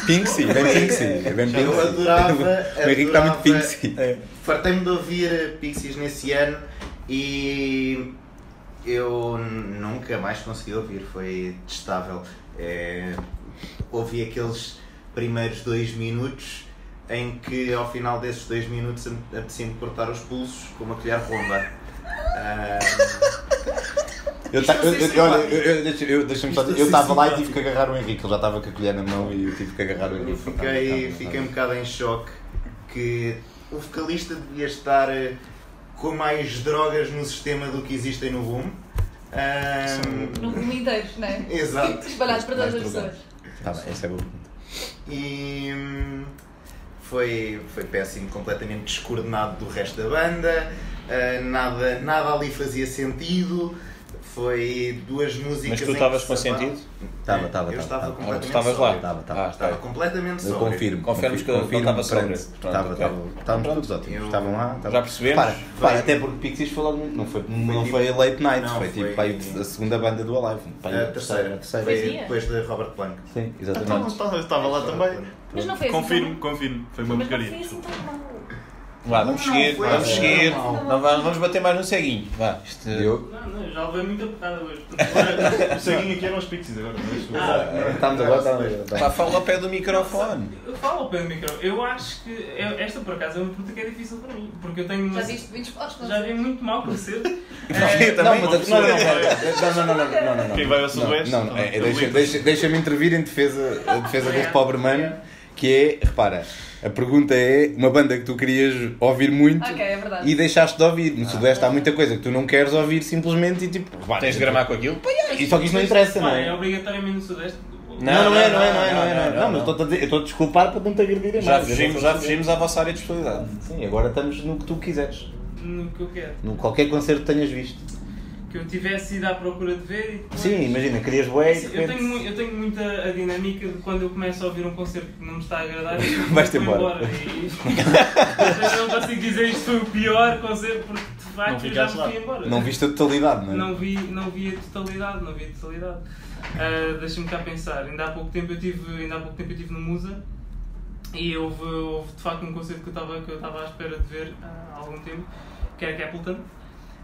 [SPEAKER 2] Pinksy, bem Pinksy. É bem Pinksy.
[SPEAKER 6] Eu adorava.
[SPEAKER 2] O Henrique está muito
[SPEAKER 6] adorava-
[SPEAKER 2] Pinksy.
[SPEAKER 6] Fartei-me de ouvir eh, Pixies nesse ano e eu n- nunca mais consegui ouvir, foi testável. É, ouvi aqueles primeiros dois minutos em que ao final desses dois minutos ap- apetecia-me cortar os pulsos com uma colher romba. Ah,
[SPEAKER 2] Eu ta-
[SPEAKER 6] Isto
[SPEAKER 2] eu-
[SPEAKER 6] é
[SPEAKER 2] eu- Olha, eu- eu- deixa- eu- deixa-me só
[SPEAKER 6] Isto
[SPEAKER 2] dizer,
[SPEAKER 6] é
[SPEAKER 2] eu estava lá e
[SPEAKER 6] simpático.
[SPEAKER 2] tive que agarrar o Henrique, ele já estava com a colher na mão e eu tive que agarrar o
[SPEAKER 6] eu
[SPEAKER 2] Henrique.
[SPEAKER 6] fiquei, fiquei um bocado em choque que o vocalista devia estar eh, com mais drogas no sistema do que existem no boom. Ahm,
[SPEAKER 4] No mundo inteiro, não é?
[SPEAKER 6] Exato.
[SPEAKER 4] Espalhados para todas as
[SPEAKER 2] Mais
[SPEAKER 4] pessoas.
[SPEAKER 2] Tá bem, essa é boa pergunta.
[SPEAKER 6] E hum, foi, foi péssimo, completamente descoordenado do resto da banda, ah, nada, nada ali fazia sentido. Foi duas músicas.
[SPEAKER 1] Mas tu
[SPEAKER 6] em que
[SPEAKER 1] estavas
[SPEAKER 6] se
[SPEAKER 1] com
[SPEAKER 6] separa-
[SPEAKER 1] sentido?
[SPEAKER 2] Estava, estava, estava,
[SPEAKER 6] Eu estava
[SPEAKER 2] estava.
[SPEAKER 1] Ah, tu
[SPEAKER 6] completamente
[SPEAKER 1] estavas lá? Ah,
[SPEAKER 6] sóbrio.
[SPEAKER 2] Estava, estava.
[SPEAKER 6] Estava completamente
[SPEAKER 2] Eu
[SPEAKER 6] sóbrio.
[SPEAKER 2] confirmo.
[SPEAKER 1] Confirmas que eu
[SPEAKER 2] confirmo,
[SPEAKER 1] não estava
[SPEAKER 2] perante-
[SPEAKER 1] sóbrio. Pronto,
[SPEAKER 2] Estava,
[SPEAKER 1] ok.
[SPEAKER 2] estava. Estávamos todos ótimos.
[SPEAKER 6] Eu-
[SPEAKER 2] Estavam lá. estavam-
[SPEAKER 1] Já percebemos?
[SPEAKER 2] Para, para, até porque Pixies foi logo. Não foi, não
[SPEAKER 6] tipo-
[SPEAKER 2] foi late night,
[SPEAKER 6] não,
[SPEAKER 2] foi tipo
[SPEAKER 6] foi-
[SPEAKER 2] aí a segunda banda do Alive. Pá,
[SPEAKER 6] A terceira.
[SPEAKER 2] A terceira.
[SPEAKER 4] Pois
[SPEAKER 6] Foi
[SPEAKER 4] é.
[SPEAKER 6] depois de Robert Planck.
[SPEAKER 2] Sim,
[SPEAKER 5] Então,
[SPEAKER 2] exatamente.
[SPEAKER 5] estava- estava lá também.
[SPEAKER 4] Mas não foi assim.
[SPEAKER 5] Confirmo,
[SPEAKER 4] tão-
[SPEAKER 5] confirmo. Foi uma
[SPEAKER 4] Mas não foi
[SPEAKER 5] porcaria.
[SPEAKER 4] assim tão mal.
[SPEAKER 1] Vá, vamos
[SPEAKER 6] Não,
[SPEAKER 1] seguir,
[SPEAKER 6] foi
[SPEAKER 1] vamos
[SPEAKER 6] assim,
[SPEAKER 1] seguir.
[SPEAKER 6] não, não.
[SPEAKER 1] Não, vamos, vamos bater mais no ceguinho. Vá, isto-
[SPEAKER 2] Eu.
[SPEAKER 3] Não, não, já levei muita porrada hoje.
[SPEAKER 2] Tá
[SPEAKER 5] O ceguinho aqui eram os pixies agora. não é?
[SPEAKER 2] Ah, Estamos agora, estamos agora.
[SPEAKER 1] Vá, fala ao pé do microfone.
[SPEAKER 3] Fala ao pé do micro. Eu acho que eu- esta por acaso é uma pergunta que é difícil para mim. Porque eu tenho. uma-
[SPEAKER 4] Já viste muitos postos?
[SPEAKER 3] Já vi muito mal conhecer.
[SPEAKER 1] Não, mas a pessoa não vai.
[SPEAKER 2] é Não, não, não, não, não, não, não.
[SPEAKER 5] Quem vai ao Sudoeste?
[SPEAKER 2] Não, não, é,
[SPEAKER 5] Ele
[SPEAKER 2] deixa-
[SPEAKER 5] liga.
[SPEAKER 2] deixa- deixa-me intervir em defesa, a defesa deste pobre mano, que é, repara, a pergunta é uma banda que tu querias ouvir muito
[SPEAKER 4] Ok, é verdade.
[SPEAKER 2] e deixaste de ouvir. No Sudoeste há muita coisa que tu não queres ouvir simplesmente e tipo, vá,
[SPEAKER 1] Tens de gramar com aquilo?
[SPEAKER 2] e Só que isto não interessa, não
[SPEAKER 3] Pá, é
[SPEAKER 2] é?
[SPEAKER 3] obrigatoriamente no Sudeste.
[SPEAKER 2] Não, não é, não é, não é, não é, não é. Não, mas eu estou a dizer- eu estou a desculpar para não te agredirem
[SPEAKER 1] Já
[SPEAKER 2] mais.
[SPEAKER 1] fugimos, já fugimos à vossa área de especialidade.
[SPEAKER 2] Sim, agora estamos no que tu quiseres.
[SPEAKER 3] No que eu quero.
[SPEAKER 2] No qualquer concerto que tenhas visto.
[SPEAKER 3] Que eu tivesse ido à procura de ver e depois-
[SPEAKER 2] Sim, imagina, querias bué e de
[SPEAKER 3] Assim, Eu tenho, mui-
[SPEAKER 2] repente...
[SPEAKER 3] eu tenho muita a dinâmica de quando eu começo a ouvir um concerto que não me está a agradar e
[SPEAKER 2] Vais-te embora.
[SPEAKER 3] E, Mas eu não consigo dizer isto foi o pior concerto porque de
[SPEAKER 5] Não
[SPEAKER 3] facto eu já
[SPEAKER 5] ficaste
[SPEAKER 3] me
[SPEAKER 5] lá.
[SPEAKER 3] fui embora.
[SPEAKER 2] Não viste a totalidade, não é?
[SPEAKER 3] Não vi, não vi a totalidade, não vi a totalidade. Ah, Deixa-me cá pensar, ainda há pouco tempo eu tive, ainda há pouco tempo eu tive no Musa e houve, houve de facto um concerto que eu estava que eu estava à espera de ver há algum tempo, que era Capleton.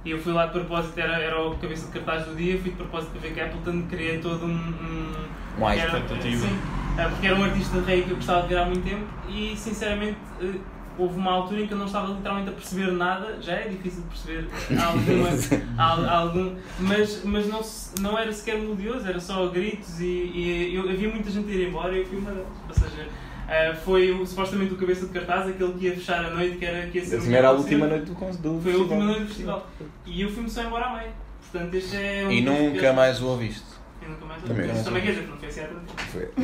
[SPEAKER 3] E eu fui lá de propósito, era, era o cabeça de cartaz do dia, fui de propósito para ver Capleton, criei todo um. um
[SPEAKER 1] Uma
[SPEAKER 3] era-
[SPEAKER 5] expectativa.
[SPEAKER 3] Sim, ah, porque era um artista rei que eu gostava de ver há muito tempo e sinceramente. eh, Houve uma altura em que eu não estava literalmente a perceber nada, já é difícil de perceber alguma, al- algum, mas, mas não, se- não era sequer melodioso, era só gritos e, e eu, havia muita gente a ir embora e eu fui uma delas. Ou seja, ah, foi o- supostamente o cabeça de cartaz, aquele que ia fechar a noite, que era que ia ser o
[SPEAKER 2] Assim,
[SPEAKER 3] melhor
[SPEAKER 2] era a
[SPEAKER 3] concerto.
[SPEAKER 2] última noite do concerto.
[SPEAKER 3] Foi a última noite do festival. E eu fui-me só embora à meia. Portanto, este é um.
[SPEAKER 1] E nunca mais o ouviste.
[SPEAKER 3] E nunca mais.
[SPEAKER 2] Também.
[SPEAKER 3] Também, também quer dizer, não foi assim há tanto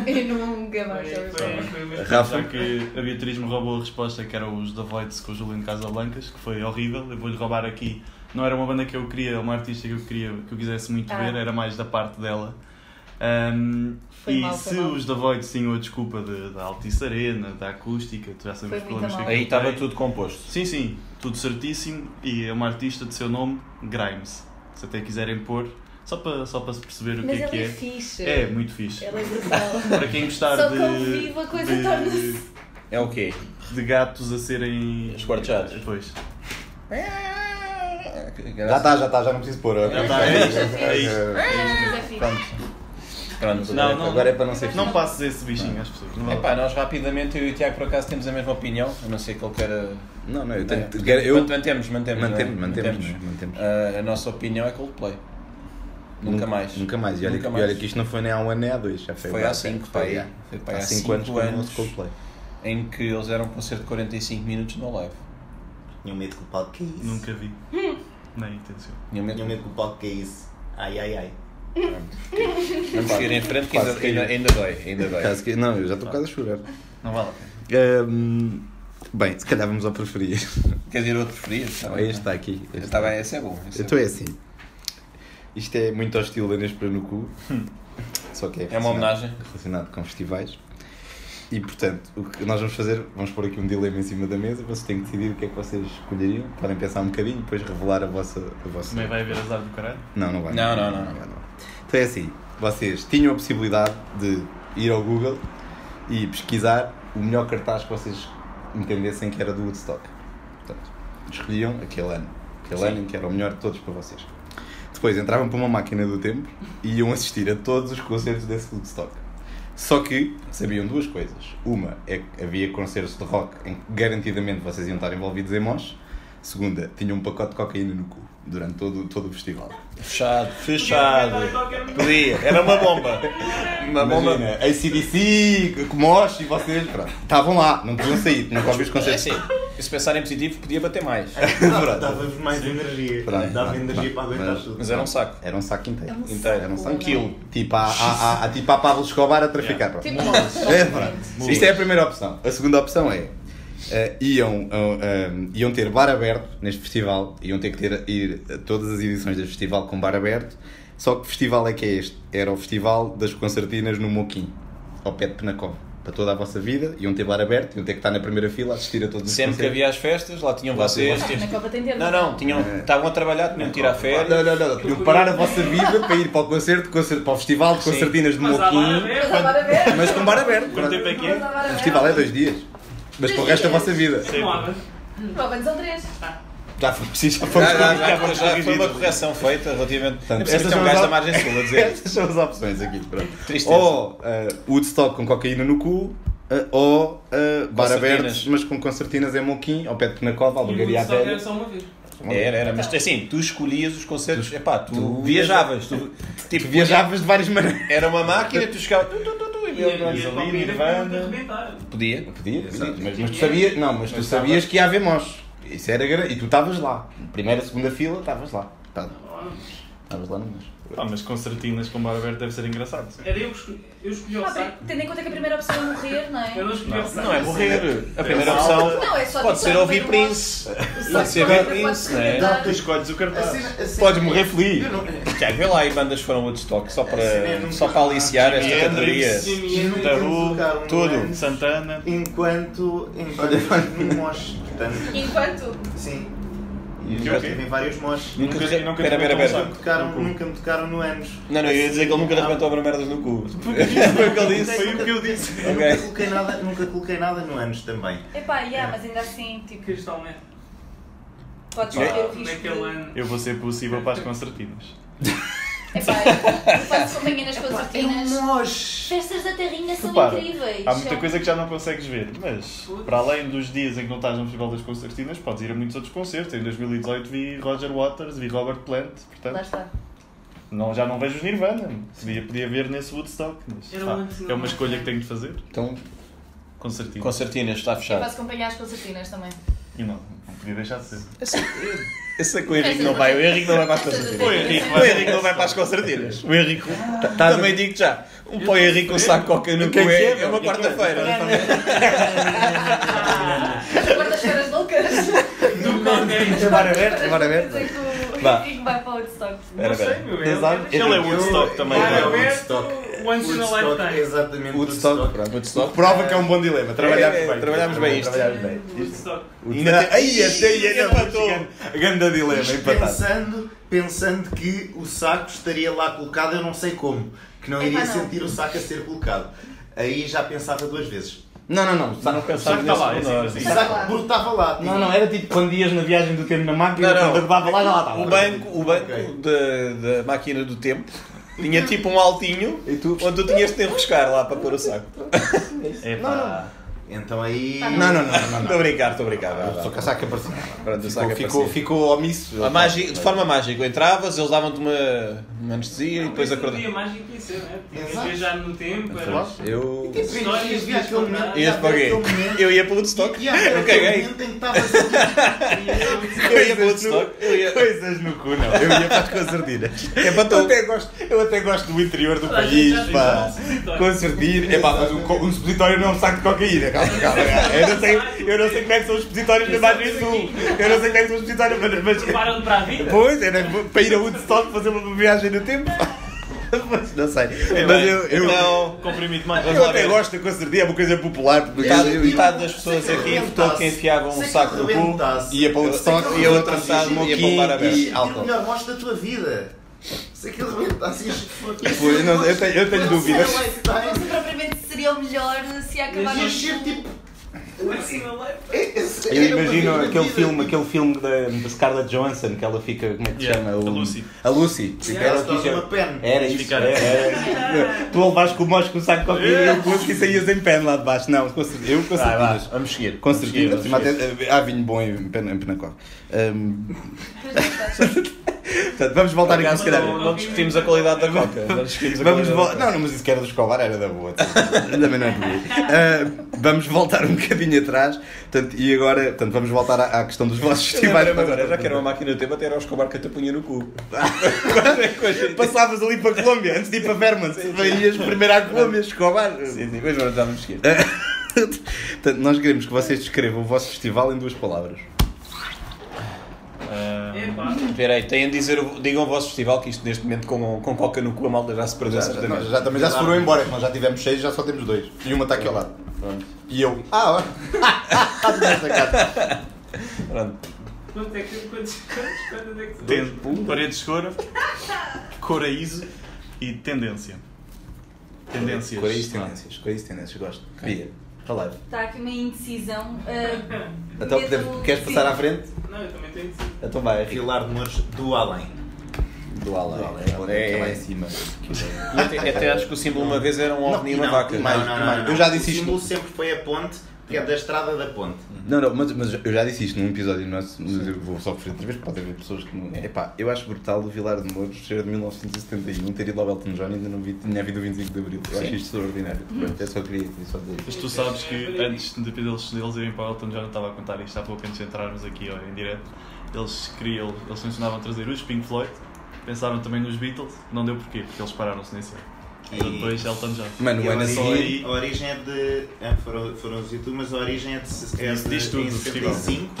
[SPEAKER 3] tempo.
[SPEAKER 4] E nunca mais. já
[SPEAKER 3] Foi-
[SPEAKER 4] vi.
[SPEAKER 3] foi- foi o mesmo.
[SPEAKER 5] Já que a Beatriz me roubou a resposta que era os The Voids com o Juliano Casablancas, que foi horrível. Eu vou-lhe roubar aqui. Não era uma banda que eu queria, uma artista que eu queria, que eu quisesse muito
[SPEAKER 4] Ah.
[SPEAKER 5] ver, era mais da parte dela. Ahm,
[SPEAKER 4] Foi
[SPEAKER 5] e
[SPEAKER 4] mal, foi
[SPEAKER 5] se
[SPEAKER 4] mal.
[SPEAKER 5] os The Voids tinham a desculpa de- da Altice Arena, da acústica, tu já
[SPEAKER 4] Foi
[SPEAKER 5] sabemos os
[SPEAKER 4] muito
[SPEAKER 5] problemas que
[SPEAKER 4] mal.
[SPEAKER 5] aquilo
[SPEAKER 1] Aí estava
[SPEAKER 5] tem.
[SPEAKER 1] tudo composto.
[SPEAKER 5] Sim, sim, tudo certíssimo e é uma artista de seu nome, Grimes. Se até quiserem pôr, só para só para se perceber o
[SPEAKER 4] Mas
[SPEAKER 5] que é
[SPEAKER 4] ela
[SPEAKER 5] que
[SPEAKER 4] é
[SPEAKER 5] é.
[SPEAKER 4] fixe.
[SPEAKER 5] É, muito fixe.
[SPEAKER 4] Ela é brutal.
[SPEAKER 5] Para quem gostar
[SPEAKER 4] Só
[SPEAKER 5] de.
[SPEAKER 4] com vivo a coisa
[SPEAKER 5] de-
[SPEAKER 4] torna-se-
[SPEAKER 1] É o quê?
[SPEAKER 5] De gatos a serem.
[SPEAKER 1] Esquartejados.
[SPEAKER 5] Depois.
[SPEAKER 2] Já tá. está, já está, já não preciso pôr.
[SPEAKER 5] Já está, é isto. É isto.
[SPEAKER 4] Mas é fixe.
[SPEAKER 1] Pronto.
[SPEAKER 5] Não, não,
[SPEAKER 2] Agora é para não ser
[SPEAKER 5] Não passes esse bichinho às pessoas. Não vale.
[SPEAKER 1] Epá, nós rapidamente, eu e o Tiago por acaso temos a mesma opinião, a não ser que ele queira.
[SPEAKER 2] Não, não, eu
[SPEAKER 1] Não é?
[SPEAKER 2] tenho. quero- Então, eu-
[SPEAKER 1] Portanto, mantemos, mantemos.
[SPEAKER 2] Mantemos,
[SPEAKER 1] não é?
[SPEAKER 2] mantemos, né? mantemos.
[SPEAKER 1] Ah, a nossa opinião é Coldplay. Nunca mais.
[SPEAKER 2] Nunca mais. E olha,
[SPEAKER 1] Nunca
[SPEAKER 2] que- e
[SPEAKER 1] mais.
[SPEAKER 2] olha que isto não foi nem há um ano nem há dois. Já foi,
[SPEAKER 1] Foi
[SPEAKER 2] bem,
[SPEAKER 1] há cinco,
[SPEAKER 2] foi
[SPEAKER 1] pá,
[SPEAKER 2] há-
[SPEAKER 1] foi, pá,
[SPEAKER 2] há
[SPEAKER 1] há
[SPEAKER 2] cinco
[SPEAKER 1] cinco
[SPEAKER 2] anos que eu não
[SPEAKER 1] anos.
[SPEAKER 2] ouço Coldplay.
[SPEAKER 1] Em que eles deram um concerto de 45 minutos no live.
[SPEAKER 6] Tinha medo que o palco que é isso.
[SPEAKER 5] Nunca vi. Nem intenção.
[SPEAKER 1] Tinha medo.
[SPEAKER 6] Tinha medo que o palco que é isso. Ai, ai, ai.
[SPEAKER 1] Vamos seguir em frente que
[SPEAKER 2] Quase
[SPEAKER 1] ainda,
[SPEAKER 2] caiu.
[SPEAKER 1] ainda, ainda dói. Ainda dói.
[SPEAKER 2] Caso que- Não, eu já estou quase a chorar.
[SPEAKER 5] Não vale a pena.
[SPEAKER 2] Hum, Bem, se calhar vamos ao preferido.
[SPEAKER 1] Quer dizer, outro preferido? Está é?
[SPEAKER 2] Este está aqui. Este
[SPEAKER 1] Está Tá bem, esse é bom. esse é
[SPEAKER 2] Então
[SPEAKER 1] bom.
[SPEAKER 2] é assim. Isto é muito ao estilo da Inês para no cu. Só que é,
[SPEAKER 1] É uma
[SPEAKER 2] relacionado-
[SPEAKER 1] homenagem.
[SPEAKER 2] Relacionado com festivais. E portanto, o que nós vamos fazer, vamos pôr aqui um dilema em cima da mesa, vocês têm que decidir o que é que vocês escolheriam. Podem pensar um bocadinho e depois revelar a vossa. A vossa...
[SPEAKER 5] Também vai haver azar do caralho.
[SPEAKER 2] Não, não vai.
[SPEAKER 1] Não, não, não,
[SPEAKER 2] vai, vai. Então é assim, vocês tinham a possibilidade de ir ao Google e pesquisar o melhor cartaz que vocês entendessem que era do Woodstock. Portanto, escolhiam aquele ano. Aquele ano em que era o melhor de todos para vocês. Depois entravam para uma máquina do tempo e iam assistir a todos os concertos desse Woodstock. Só que sabiam duas coisas. Uma é que havia concertos de rock em que garantidamente vocês iam estar envolvidos em mosh. Segunda, tinham um pacote de cocaína no cu durante todo, todo o festival.
[SPEAKER 1] Fechado,
[SPEAKER 3] Podia
[SPEAKER 1] fechado.
[SPEAKER 3] qualquer momento.
[SPEAKER 1] Podia, era uma bomba. Uma bomba.
[SPEAKER 2] Imagina, é ACDC, Mosh e vocês, pronto, estavam lá, não podiam sair, não que ouvir os
[SPEAKER 1] É
[SPEAKER 2] concertos.
[SPEAKER 1] assim, E se pensar em positivo, podia bater mais.
[SPEAKER 2] É,
[SPEAKER 6] Dava-vos mais energia.
[SPEAKER 2] Pronto,
[SPEAKER 6] Dava
[SPEAKER 2] pronto,
[SPEAKER 6] energia para
[SPEAKER 2] pronto.
[SPEAKER 6] aguentar
[SPEAKER 2] Mas-
[SPEAKER 6] tudo.
[SPEAKER 1] Mas era um saco.
[SPEAKER 2] Era um saco inteiro.
[SPEAKER 4] É um
[SPEAKER 2] inteiro. Era um
[SPEAKER 4] saco,
[SPEAKER 2] saco.
[SPEAKER 4] não é?
[SPEAKER 2] Tipo a, a, a, a- tipo a Pablo Escobar a traficar. pronto.
[SPEAKER 4] Tipo,
[SPEAKER 2] É, pronto. Isto é a primeira opção. A segunda opção é. eh, iam, eh, eh, iam ter bar aberto neste festival, iam ter que ter, ir a todas as edições deste festival com bar aberto. Só que festival é que é este? Era o Festival das Concertinas no Moquim, ao pé de Penacov. Para toda a vossa vida, iam ter bar aberto, iam ter que estar na primeira fila a assistir a todos os
[SPEAKER 1] Sempre que
[SPEAKER 2] concertos.
[SPEAKER 1] havia as festas, lá tinham vocês.
[SPEAKER 4] Não, na
[SPEAKER 1] tinham-
[SPEAKER 4] Copa tem dedo.
[SPEAKER 1] Não, não, tinham, estavam a trabalhar, tinham que tirar férias.
[SPEAKER 2] É. Não, não, não, não. Tinham que parar a vossa vida para ir para o concerto, concerto para o festival de
[SPEAKER 1] Sim.
[SPEAKER 2] concertinas de
[SPEAKER 3] Mas há lá a
[SPEAKER 2] Moquim,
[SPEAKER 4] Mas
[SPEAKER 3] ver.
[SPEAKER 4] agora ver.
[SPEAKER 2] mas com bar aberto.
[SPEAKER 5] Quanto tempo é que é?
[SPEAKER 2] O festival é dois dias, mas para o resto da vossa vida.
[SPEAKER 3] Não há, mas-
[SPEAKER 4] Provavelmente são três.
[SPEAKER 3] Ah,
[SPEAKER 2] Já foi preciso, já foi
[SPEAKER 1] Já, já, já, já foi uma correção feita relativamente. Não
[SPEAKER 2] Portanto,
[SPEAKER 1] precisa
[SPEAKER 2] essas
[SPEAKER 1] ter um
[SPEAKER 2] são
[SPEAKER 1] gajo
[SPEAKER 2] as
[SPEAKER 1] da
[SPEAKER 2] op-
[SPEAKER 1] margem sul a dizer.
[SPEAKER 2] Estas são as opções aqui. Pronto.
[SPEAKER 1] Tristeza.
[SPEAKER 2] Ou uh, Woodstock com cocaína no cu, eh, ou eh, bar
[SPEAKER 1] Concertinas.
[SPEAKER 2] aberto, mas com concertinas em Monquim, ao pé de Penacova, à
[SPEAKER 3] E o
[SPEAKER 2] Bulgaria à
[SPEAKER 3] Woodstock era
[SPEAKER 2] velha.
[SPEAKER 3] só uma vez.
[SPEAKER 2] Oh,
[SPEAKER 1] Era, era, mas assim, tu escolhias os concertos, epá, tu, viajavas, tu,
[SPEAKER 3] é-
[SPEAKER 1] tipo,
[SPEAKER 2] Viajavas de várias maneiras.
[SPEAKER 1] Era uma máquina, tu chegavas, tu, tu, tu, tu, e
[SPEAKER 3] E a- e a
[SPEAKER 1] Rosalina,
[SPEAKER 3] Copa era
[SPEAKER 1] Nirvana.
[SPEAKER 3] para arrebentar.
[SPEAKER 1] Podia.
[SPEAKER 2] Podia, podia, mas, mas tu sabias, não, mas tu sabias que ia haver mosh. Isso era gra- E tu estavas lá. Primeira, segunda fila, estavas lá. Tá- Estavas lá no mosh.
[SPEAKER 5] Ah, mas concertinas com bar aberto deve ser engraçado.
[SPEAKER 3] Era eu que escolhi- eu escolhi o
[SPEAKER 4] Ah, bem,
[SPEAKER 3] saco.
[SPEAKER 4] Tendo em conta que a primeira opção é morrer, não
[SPEAKER 3] Eu
[SPEAKER 4] é?
[SPEAKER 3] não escolhi o saco.
[SPEAKER 1] Não é morrer. A primeira opção
[SPEAKER 4] Não, é só
[SPEAKER 1] pode
[SPEAKER 4] tipo,
[SPEAKER 1] ser
[SPEAKER 4] ver
[SPEAKER 1] ouvir
[SPEAKER 4] o
[SPEAKER 1] Prince.
[SPEAKER 4] Oscar.
[SPEAKER 1] Pode ser
[SPEAKER 4] Pode
[SPEAKER 1] ver Prince, não é?
[SPEAKER 4] cantar.
[SPEAKER 5] Tu escolhes o cartaz.
[SPEAKER 2] Podes morrer feliz.
[SPEAKER 6] é Eu não-
[SPEAKER 1] Tiago, vê lá aí bandas que foram Woodstock, só para, só para aliciar esta categoria.
[SPEAKER 6] eu
[SPEAKER 5] é Tabu,
[SPEAKER 6] não entendo tocar um
[SPEAKER 5] tudo.
[SPEAKER 6] dance
[SPEAKER 5] Santana.
[SPEAKER 6] Enquanto. Enquanto. Num mosh. Portanto,
[SPEAKER 4] Enquanto.
[SPEAKER 6] sim.
[SPEAKER 5] E
[SPEAKER 6] Já
[SPEAKER 5] o quê?
[SPEAKER 6] tive em vários mosh.
[SPEAKER 1] Nunca,
[SPEAKER 5] Nunca- nunca
[SPEAKER 1] pera, pera,
[SPEAKER 6] Nunca
[SPEAKER 1] pera.
[SPEAKER 6] me tocaram, nunca me tocaram no anos.
[SPEAKER 1] Não, não, eu ia dizer que ele nunca levantou para merdas no cu. Foi o que ele disse.
[SPEAKER 6] Foi o que eu disse. Eu
[SPEAKER 1] Ok.
[SPEAKER 6] nunca, coloquei nada, nunca coloquei nada no anos também.
[SPEAKER 4] Epá, yeah, mas ainda assim, tipo,
[SPEAKER 3] Cristalmente.
[SPEAKER 4] podes correr
[SPEAKER 3] é
[SPEAKER 4] o risco.
[SPEAKER 3] Naquele
[SPEAKER 4] de-
[SPEAKER 3] ano.
[SPEAKER 5] Eu vou ser possível para as concertinas.
[SPEAKER 4] Epá, eu faço companhia nas
[SPEAKER 3] é um
[SPEAKER 4] concertinas.
[SPEAKER 6] mosh!
[SPEAKER 4] Festas da terrinha são
[SPEAKER 5] Repara,
[SPEAKER 4] incríveis.
[SPEAKER 5] Há muita coisa que já não consegues ver, mas para além dos dias em que não estás no Festival das Concertinas, podes ir a muitos outros concertos. Em 2018 vi Roger Waters, vi Robert Plant,
[SPEAKER 4] Lá
[SPEAKER 5] portanto,
[SPEAKER 4] está.
[SPEAKER 5] não, já não vejo os Nirvana. Podia, podia ver nesse Woodstock, mas
[SPEAKER 3] Era
[SPEAKER 5] pá,
[SPEAKER 3] antes, não
[SPEAKER 5] é uma
[SPEAKER 3] é?
[SPEAKER 5] escolha que tenho de fazer.
[SPEAKER 2] Então,
[SPEAKER 5] Concertinas.
[SPEAKER 1] Concertinas, está
[SPEAKER 4] Eu
[SPEAKER 1] fechado.
[SPEAKER 4] faço companhia às concertinas também.
[SPEAKER 5] E não, não podia deixar de ser.
[SPEAKER 1] Eu sei que o Henrique não vai, o Henrique não vai para as
[SPEAKER 4] Festas da
[SPEAKER 1] concertinas.
[SPEAKER 5] O
[SPEAKER 4] terrinha.
[SPEAKER 5] Henrique
[SPEAKER 1] O Henrique não vai para as concertinas. O Henrique, também digo já, um pau Henrique um saco de coca no cu é, é uma quarta-feira.
[SPEAKER 4] Quartas-feiras loucas.
[SPEAKER 2] bar aberto, bar aberto.
[SPEAKER 4] Dizem que o
[SPEAKER 2] Vá.
[SPEAKER 4] Henrique vai para o Woodstock.
[SPEAKER 3] Não sei, meu. um ele-
[SPEAKER 2] Exato.
[SPEAKER 3] ele-
[SPEAKER 5] Ele é Woodstock também.
[SPEAKER 6] eu-
[SPEAKER 5] não é?
[SPEAKER 6] eu-
[SPEAKER 3] Woodstock. Once in a
[SPEAKER 6] Woodstock,
[SPEAKER 3] lifetime.
[SPEAKER 6] exatamente.
[SPEAKER 2] é? Woodstock, pronto.
[SPEAKER 1] Woodstock.
[SPEAKER 2] Prova que é um bom dilema. Trabalhámos
[SPEAKER 1] É,
[SPEAKER 2] bem.
[SPEAKER 1] trabalhámos bem isto.
[SPEAKER 2] Trabalhámos bem.
[SPEAKER 3] Woodstock.
[SPEAKER 2] Ainda tem... Ai, até aí
[SPEAKER 1] empatou.
[SPEAKER 2] empatou. é um Grande dilema,
[SPEAKER 6] Mas
[SPEAKER 2] empatado.
[SPEAKER 6] pensando, pensando que o saco estaria lá colocado, eu não sei como. Que não iria
[SPEAKER 4] Epá, não.
[SPEAKER 6] sentir o saco a ser colocado. Aí já pensava duas vezes.
[SPEAKER 2] Não, não, não. Só não
[SPEAKER 5] Já
[SPEAKER 2] pensava
[SPEAKER 5] que está
[SPEAKER 2] nisso.
[SPEAKER 5] lá, é sempre assim.
[SPEAKER 6] O saco brotava lá. tipo,
[SPEAKER 2] Não, não, era tipo quando ias na viagem do tempo na máquina,
[SPEAKER 1] Não, não.
[SPEAKER 2] quando acabava lá, já lá estava.
[SPEAKER 1] O banco, o banco
[SPEAKER 6] Ok.
[SPEAKER 1] da, da máquina do tempo tinha tipo um altinho
[SPEAKER 2] E tu?
[SPEAKER 1] onde tu tinhas de te buscar lá para pôr o saco.
[SPEAKER 5] Epá.
[SPEAKER 6] Então aí.
[SPEAKER 2] Não, não, não, não.
[SPEAKER 1] Estou a brincar, estou a brincar. vá, vá.
[SPEAKER 2] Só que a saca apareceu.
[SPEAKER 1] Pronto, o saco
[SPEAKER 2] Ficou,
[SPEAKER 1] é
[SPEAKER 2] ficou,
[SPEAKER 1] parecido.
[SPEAKER 2] ficou omisso.
[SPEAKER 1] A mágica, de forma mágica, entravas, eles davam-te uma, uma anestesia e depois
[SPEAKER 3] Esse dia
[SPEAKER 1] acordavas.
[SPEAKER 3] mágico ia ser, né? Tinha
[SPEAKER 6] Exato.
[SPEAKER 3] viajar no tempo, era.
[SPEAKER 1] Eu.
[SPEAKER 6] Histórias
[SPEAKER 3] Histórias
[SPEAKER 6] de aquele momento.
[SPEAKER 1] Ias para quê?
[SPEAKER 6] Aquele momento-
[SPEAKER 1] Eu ia para o Woodstock.
[SPEAKER 6] E há
[SPEAKER 1] Eu caguei.
[SPEAKER 6] momento em que estava assim.
[SPEAKER 1] Eu ia para o Woodstock. Eu ia.
[SPEAKER 2] Coisas no cu, não. Eu ia para as concertinas.
[SPEAKER 1] É para tu.
[SPEAKER 2] até gosto, eu até gosto do interior do
[SPEAKER 3] Toda a gente
[SPEAKER 2] país,
[SPEAKER 3] já fez um
[SPEAKER 2] pá.
[SPEAKER 3] supositório.
[SPEAKER 2] Concertir. É pá, mas um, co- um supositório não é um saco de cocaína. Calma, calma, calma. Eu não sei, eu não sei como é que são os supositórios na Margem Sul. Eu não sei como é que são os supositórios, mas- mas
[SPEAKER 3] Preparam-te para a vida.
[SPEAKER 2] Pois, era para ir a Woodstock fazer uma viagem no tempo. Mas não sei. Mas eu, eu,
[SPEAKER 1] Não.
[SPEAKER 5] Comprimido mais.
[SPEAKER 2] eu até gosto da concertinha, é uma coisa popular. Porque
[SPEAKER 1] Metade,
[SPEAKER 2] eu-
[SPEAKER 1] metade das pessoas aqui votou que enfiavam um
[SPEAKER 6] Sei é que
[SPEAKER 1] saco no cu um
[SPEAKER 6] arrebentasse. é
[SPEAKER 2] Ia para o Woodstock,
[SPEAKER 6] Eu-
[SPEAKER 2] ia
[SPEAKER 1] eu-
[SPEAKER 2] outra metade
[SPEAKER 1] eu-
[SPEAKER 2] ia
[SPEAKER 1] eu-
[SPEAKER 2] para o bar
[SPEAKER 1] eu-
[SPEAKER 2] aberto.
[SPEAKER 1] eu-
[SPEAKER 6] E o melhor mosh da tua vida. Se é é aquilo rebentasse, ias-
[SPEAKER 2] Pois, não, eu tenho- eu tenho dúvidas.
[SPEAKER 4] Não sei assim, propriamente se seria o melhor se ia acabar
[SPEAKER 6] Ias
[SPEAKER 4] no
[SPEAKER 6] ser tipo. é,
[SPEAKER 3] Once in a lifetime.
[SPEAKER 2] Eu imagino aquele filme, aquele filme da, da Scarlett Johansson que ela fica, como é que se
[SPEAKER 5] Yeah,
[SPEAKER 2] chama?
[SPEAKER 5] a
[SPEAKER 2] O-
[SPEAKER 5] Lucy.
[SPEAKER 2] A Lucy.
[SPEAKER 6] Yeah,
[SPEAKER 2] Era o
[SPEAKER 6] se
[SPEAKER 2] que
[SPEAKER 6] torna
[SPEAKER 2] chama-
[SPEAKER 6] uma pen.
[SPEAKER 2] Era isso.
[SPEAKER 5] Ficar
[SPEAKER 2] Era,
[SPEAKER 1] assim.
[SPEAKER 2] era. tu levas com o mocho com o saco de cocaína e eu com outro e saías em pé lá de baixo. Não, com certeza. Eu com
[SPEAKER 1] Vai, vá,
[SPEAKER 2] certeza. ah,
[SPEAKER 1] vamos seguir.
[SPEAKER 2] Com
[SPEAKER 1] Vamos seguir,
[SPEAKER 2] certeza.
[SPEAKER 1] vamos
[SPEAKER 2] Há vinho bom em, Pen- em Penacor. Ahm,
[SPEAKER 4] Woodstock.
[SPEAKER 2] Um, Portanto, vamos voltar aqui,
[SPEAKER 1] Aliás,
[SPEAKER 2] se
[SPEAKER 1] não,
[SPEAKER 2] calhar.
[SPEAKER 1] não, discutimos a qualidade da coca. Não discutimos a
[SPEAKER 2] Vamos
[SPEAKER 1] qualidade
[SPEAKER 2] vo-
[SPEAKER 1] da coca.
[SPEAKER 2] Não, não, mas isso que era do escolar era da boa. Também não é por aí. Ah, vamos voltar um bocadinho atrás. Portanto, e agora, portanto, vamos voltar à, à questão dos vossos
[SPEAKER 1] Eu
[SPEAKER 2] festivais.
[SPEAKER 1] lembrei-me agora, já que era
[SPEAKER 2] um-
[SPEAKER 1] uma máquina do tempo, até era o Escobar que eu te punha no cu. Quando é que hoje-
[SPEAKER 2] Passavas ali para a Colômbia, antes de ir para Vermont. Ias primeiro à Colômbia, Escobar.
[SPEAKER 1] Sim, sim, mas já vamos seguir.
[SPEAKER 2] Portanto, nós queremos que vocês descrevam o vosso festival em duas palavras.
[SPEAKER 3] Epá,
[SPEAKER 1] Espera aí, têm de dizer, o- digam o vosso festival, que isto neste momento com, com coca no cu a malta já se perdeu
[SPEAKER 2] Já, já,
[SPEAKER 1] certamente.
[SPEAKER 2] não, já, também já se foram embora, nós já tivemos seis, já só temos dois. E uma está aqui ao lado. E eu. Ah, olha. Nesta casa.
[SPEAKER 1] Pronto.
[SPEAKER 3] quantos é que quantos, quantos, quantos é que são?
[SPEAKER 5] Tem parede escura, coraíso e tendência. Tendências.
[SPEAKER 2] Cores tendências, cores tendências, gosto. Bia, está live.
[SPEAKER 4] Está Tá aqui uma indecisão. ah,
[SPEAKER 2] Então,
[SPEAKER 4] medo-
[SPEAKER 2] podemos- queres passar
[SPEAKER 4] sim.
[SPEAKER 2] à frente?
[SPEAKER 3] Não, eu também tenho de
[SPEAKER 2] Então vai, Rico.
[SPEAKER 6] Pilar de Mouros do Além.
[SPEAKER 2] Do Além.
[SPEAKER 6] É,
[SPEAKER 2] É lá
[SPEAKER 6] é.
[SPEAKER 2] em cima.
[SPEAKER 1] E até, até acho que o símbolo uma vez era um ovni e uma vaca.
[SPEAKER 2] mais, mais. Eu já disse
[SPEAKER 6] o
[SPEAKER 2] isto.
[SPEAKER 6] símbolo sempre foi a ponte, que é da estrada da ponte.
[SPEAKER 2] Não, não, mas, mas eu já disse isto num episódio nosso, mas eu vou só referir outra vez, porque pode haver pessoas que não. Epá, eu acho brutal o Vilar de Mouros ser de 1971, ter ido ao Elton John e ainda não vi, tinha havido o 25 de Abril. Eu acho isto extraordinário. Pronto, eu só queria só dizer isto.
[SPEAKER 5] Mas tu sabes que antes de deles, deles irem para o Elton John, estava a contar isto há pouco antes de entrarmos aqui ó, em direto. Eles queriam, eles mencionavam trazer os Pink Floyd, pensaram também nos Beatles, não deu porquê, porque eles pararam-se nesse ano. Então depois Elton John.
[SPEAKER 2] Mano,
[SPEAKER 6] E
[SPEAKER 2] o
[SPEAKER 6] a
[SPEAKER 2] ano a
[SPEAKER 6] origem,
[SPEAKER 2] seguir.
[SPEAKER 6] a origem é de. ah, Foram, foram os YouTube, mas a origem é de. É
[SPEAKER 5] Isso diz
[SPEAKER 6] de
[SPEAKER 5] tudo
[SPEAKER 6] em
[SPEAKER 5] do festival.
[SPEAKER 6] 65.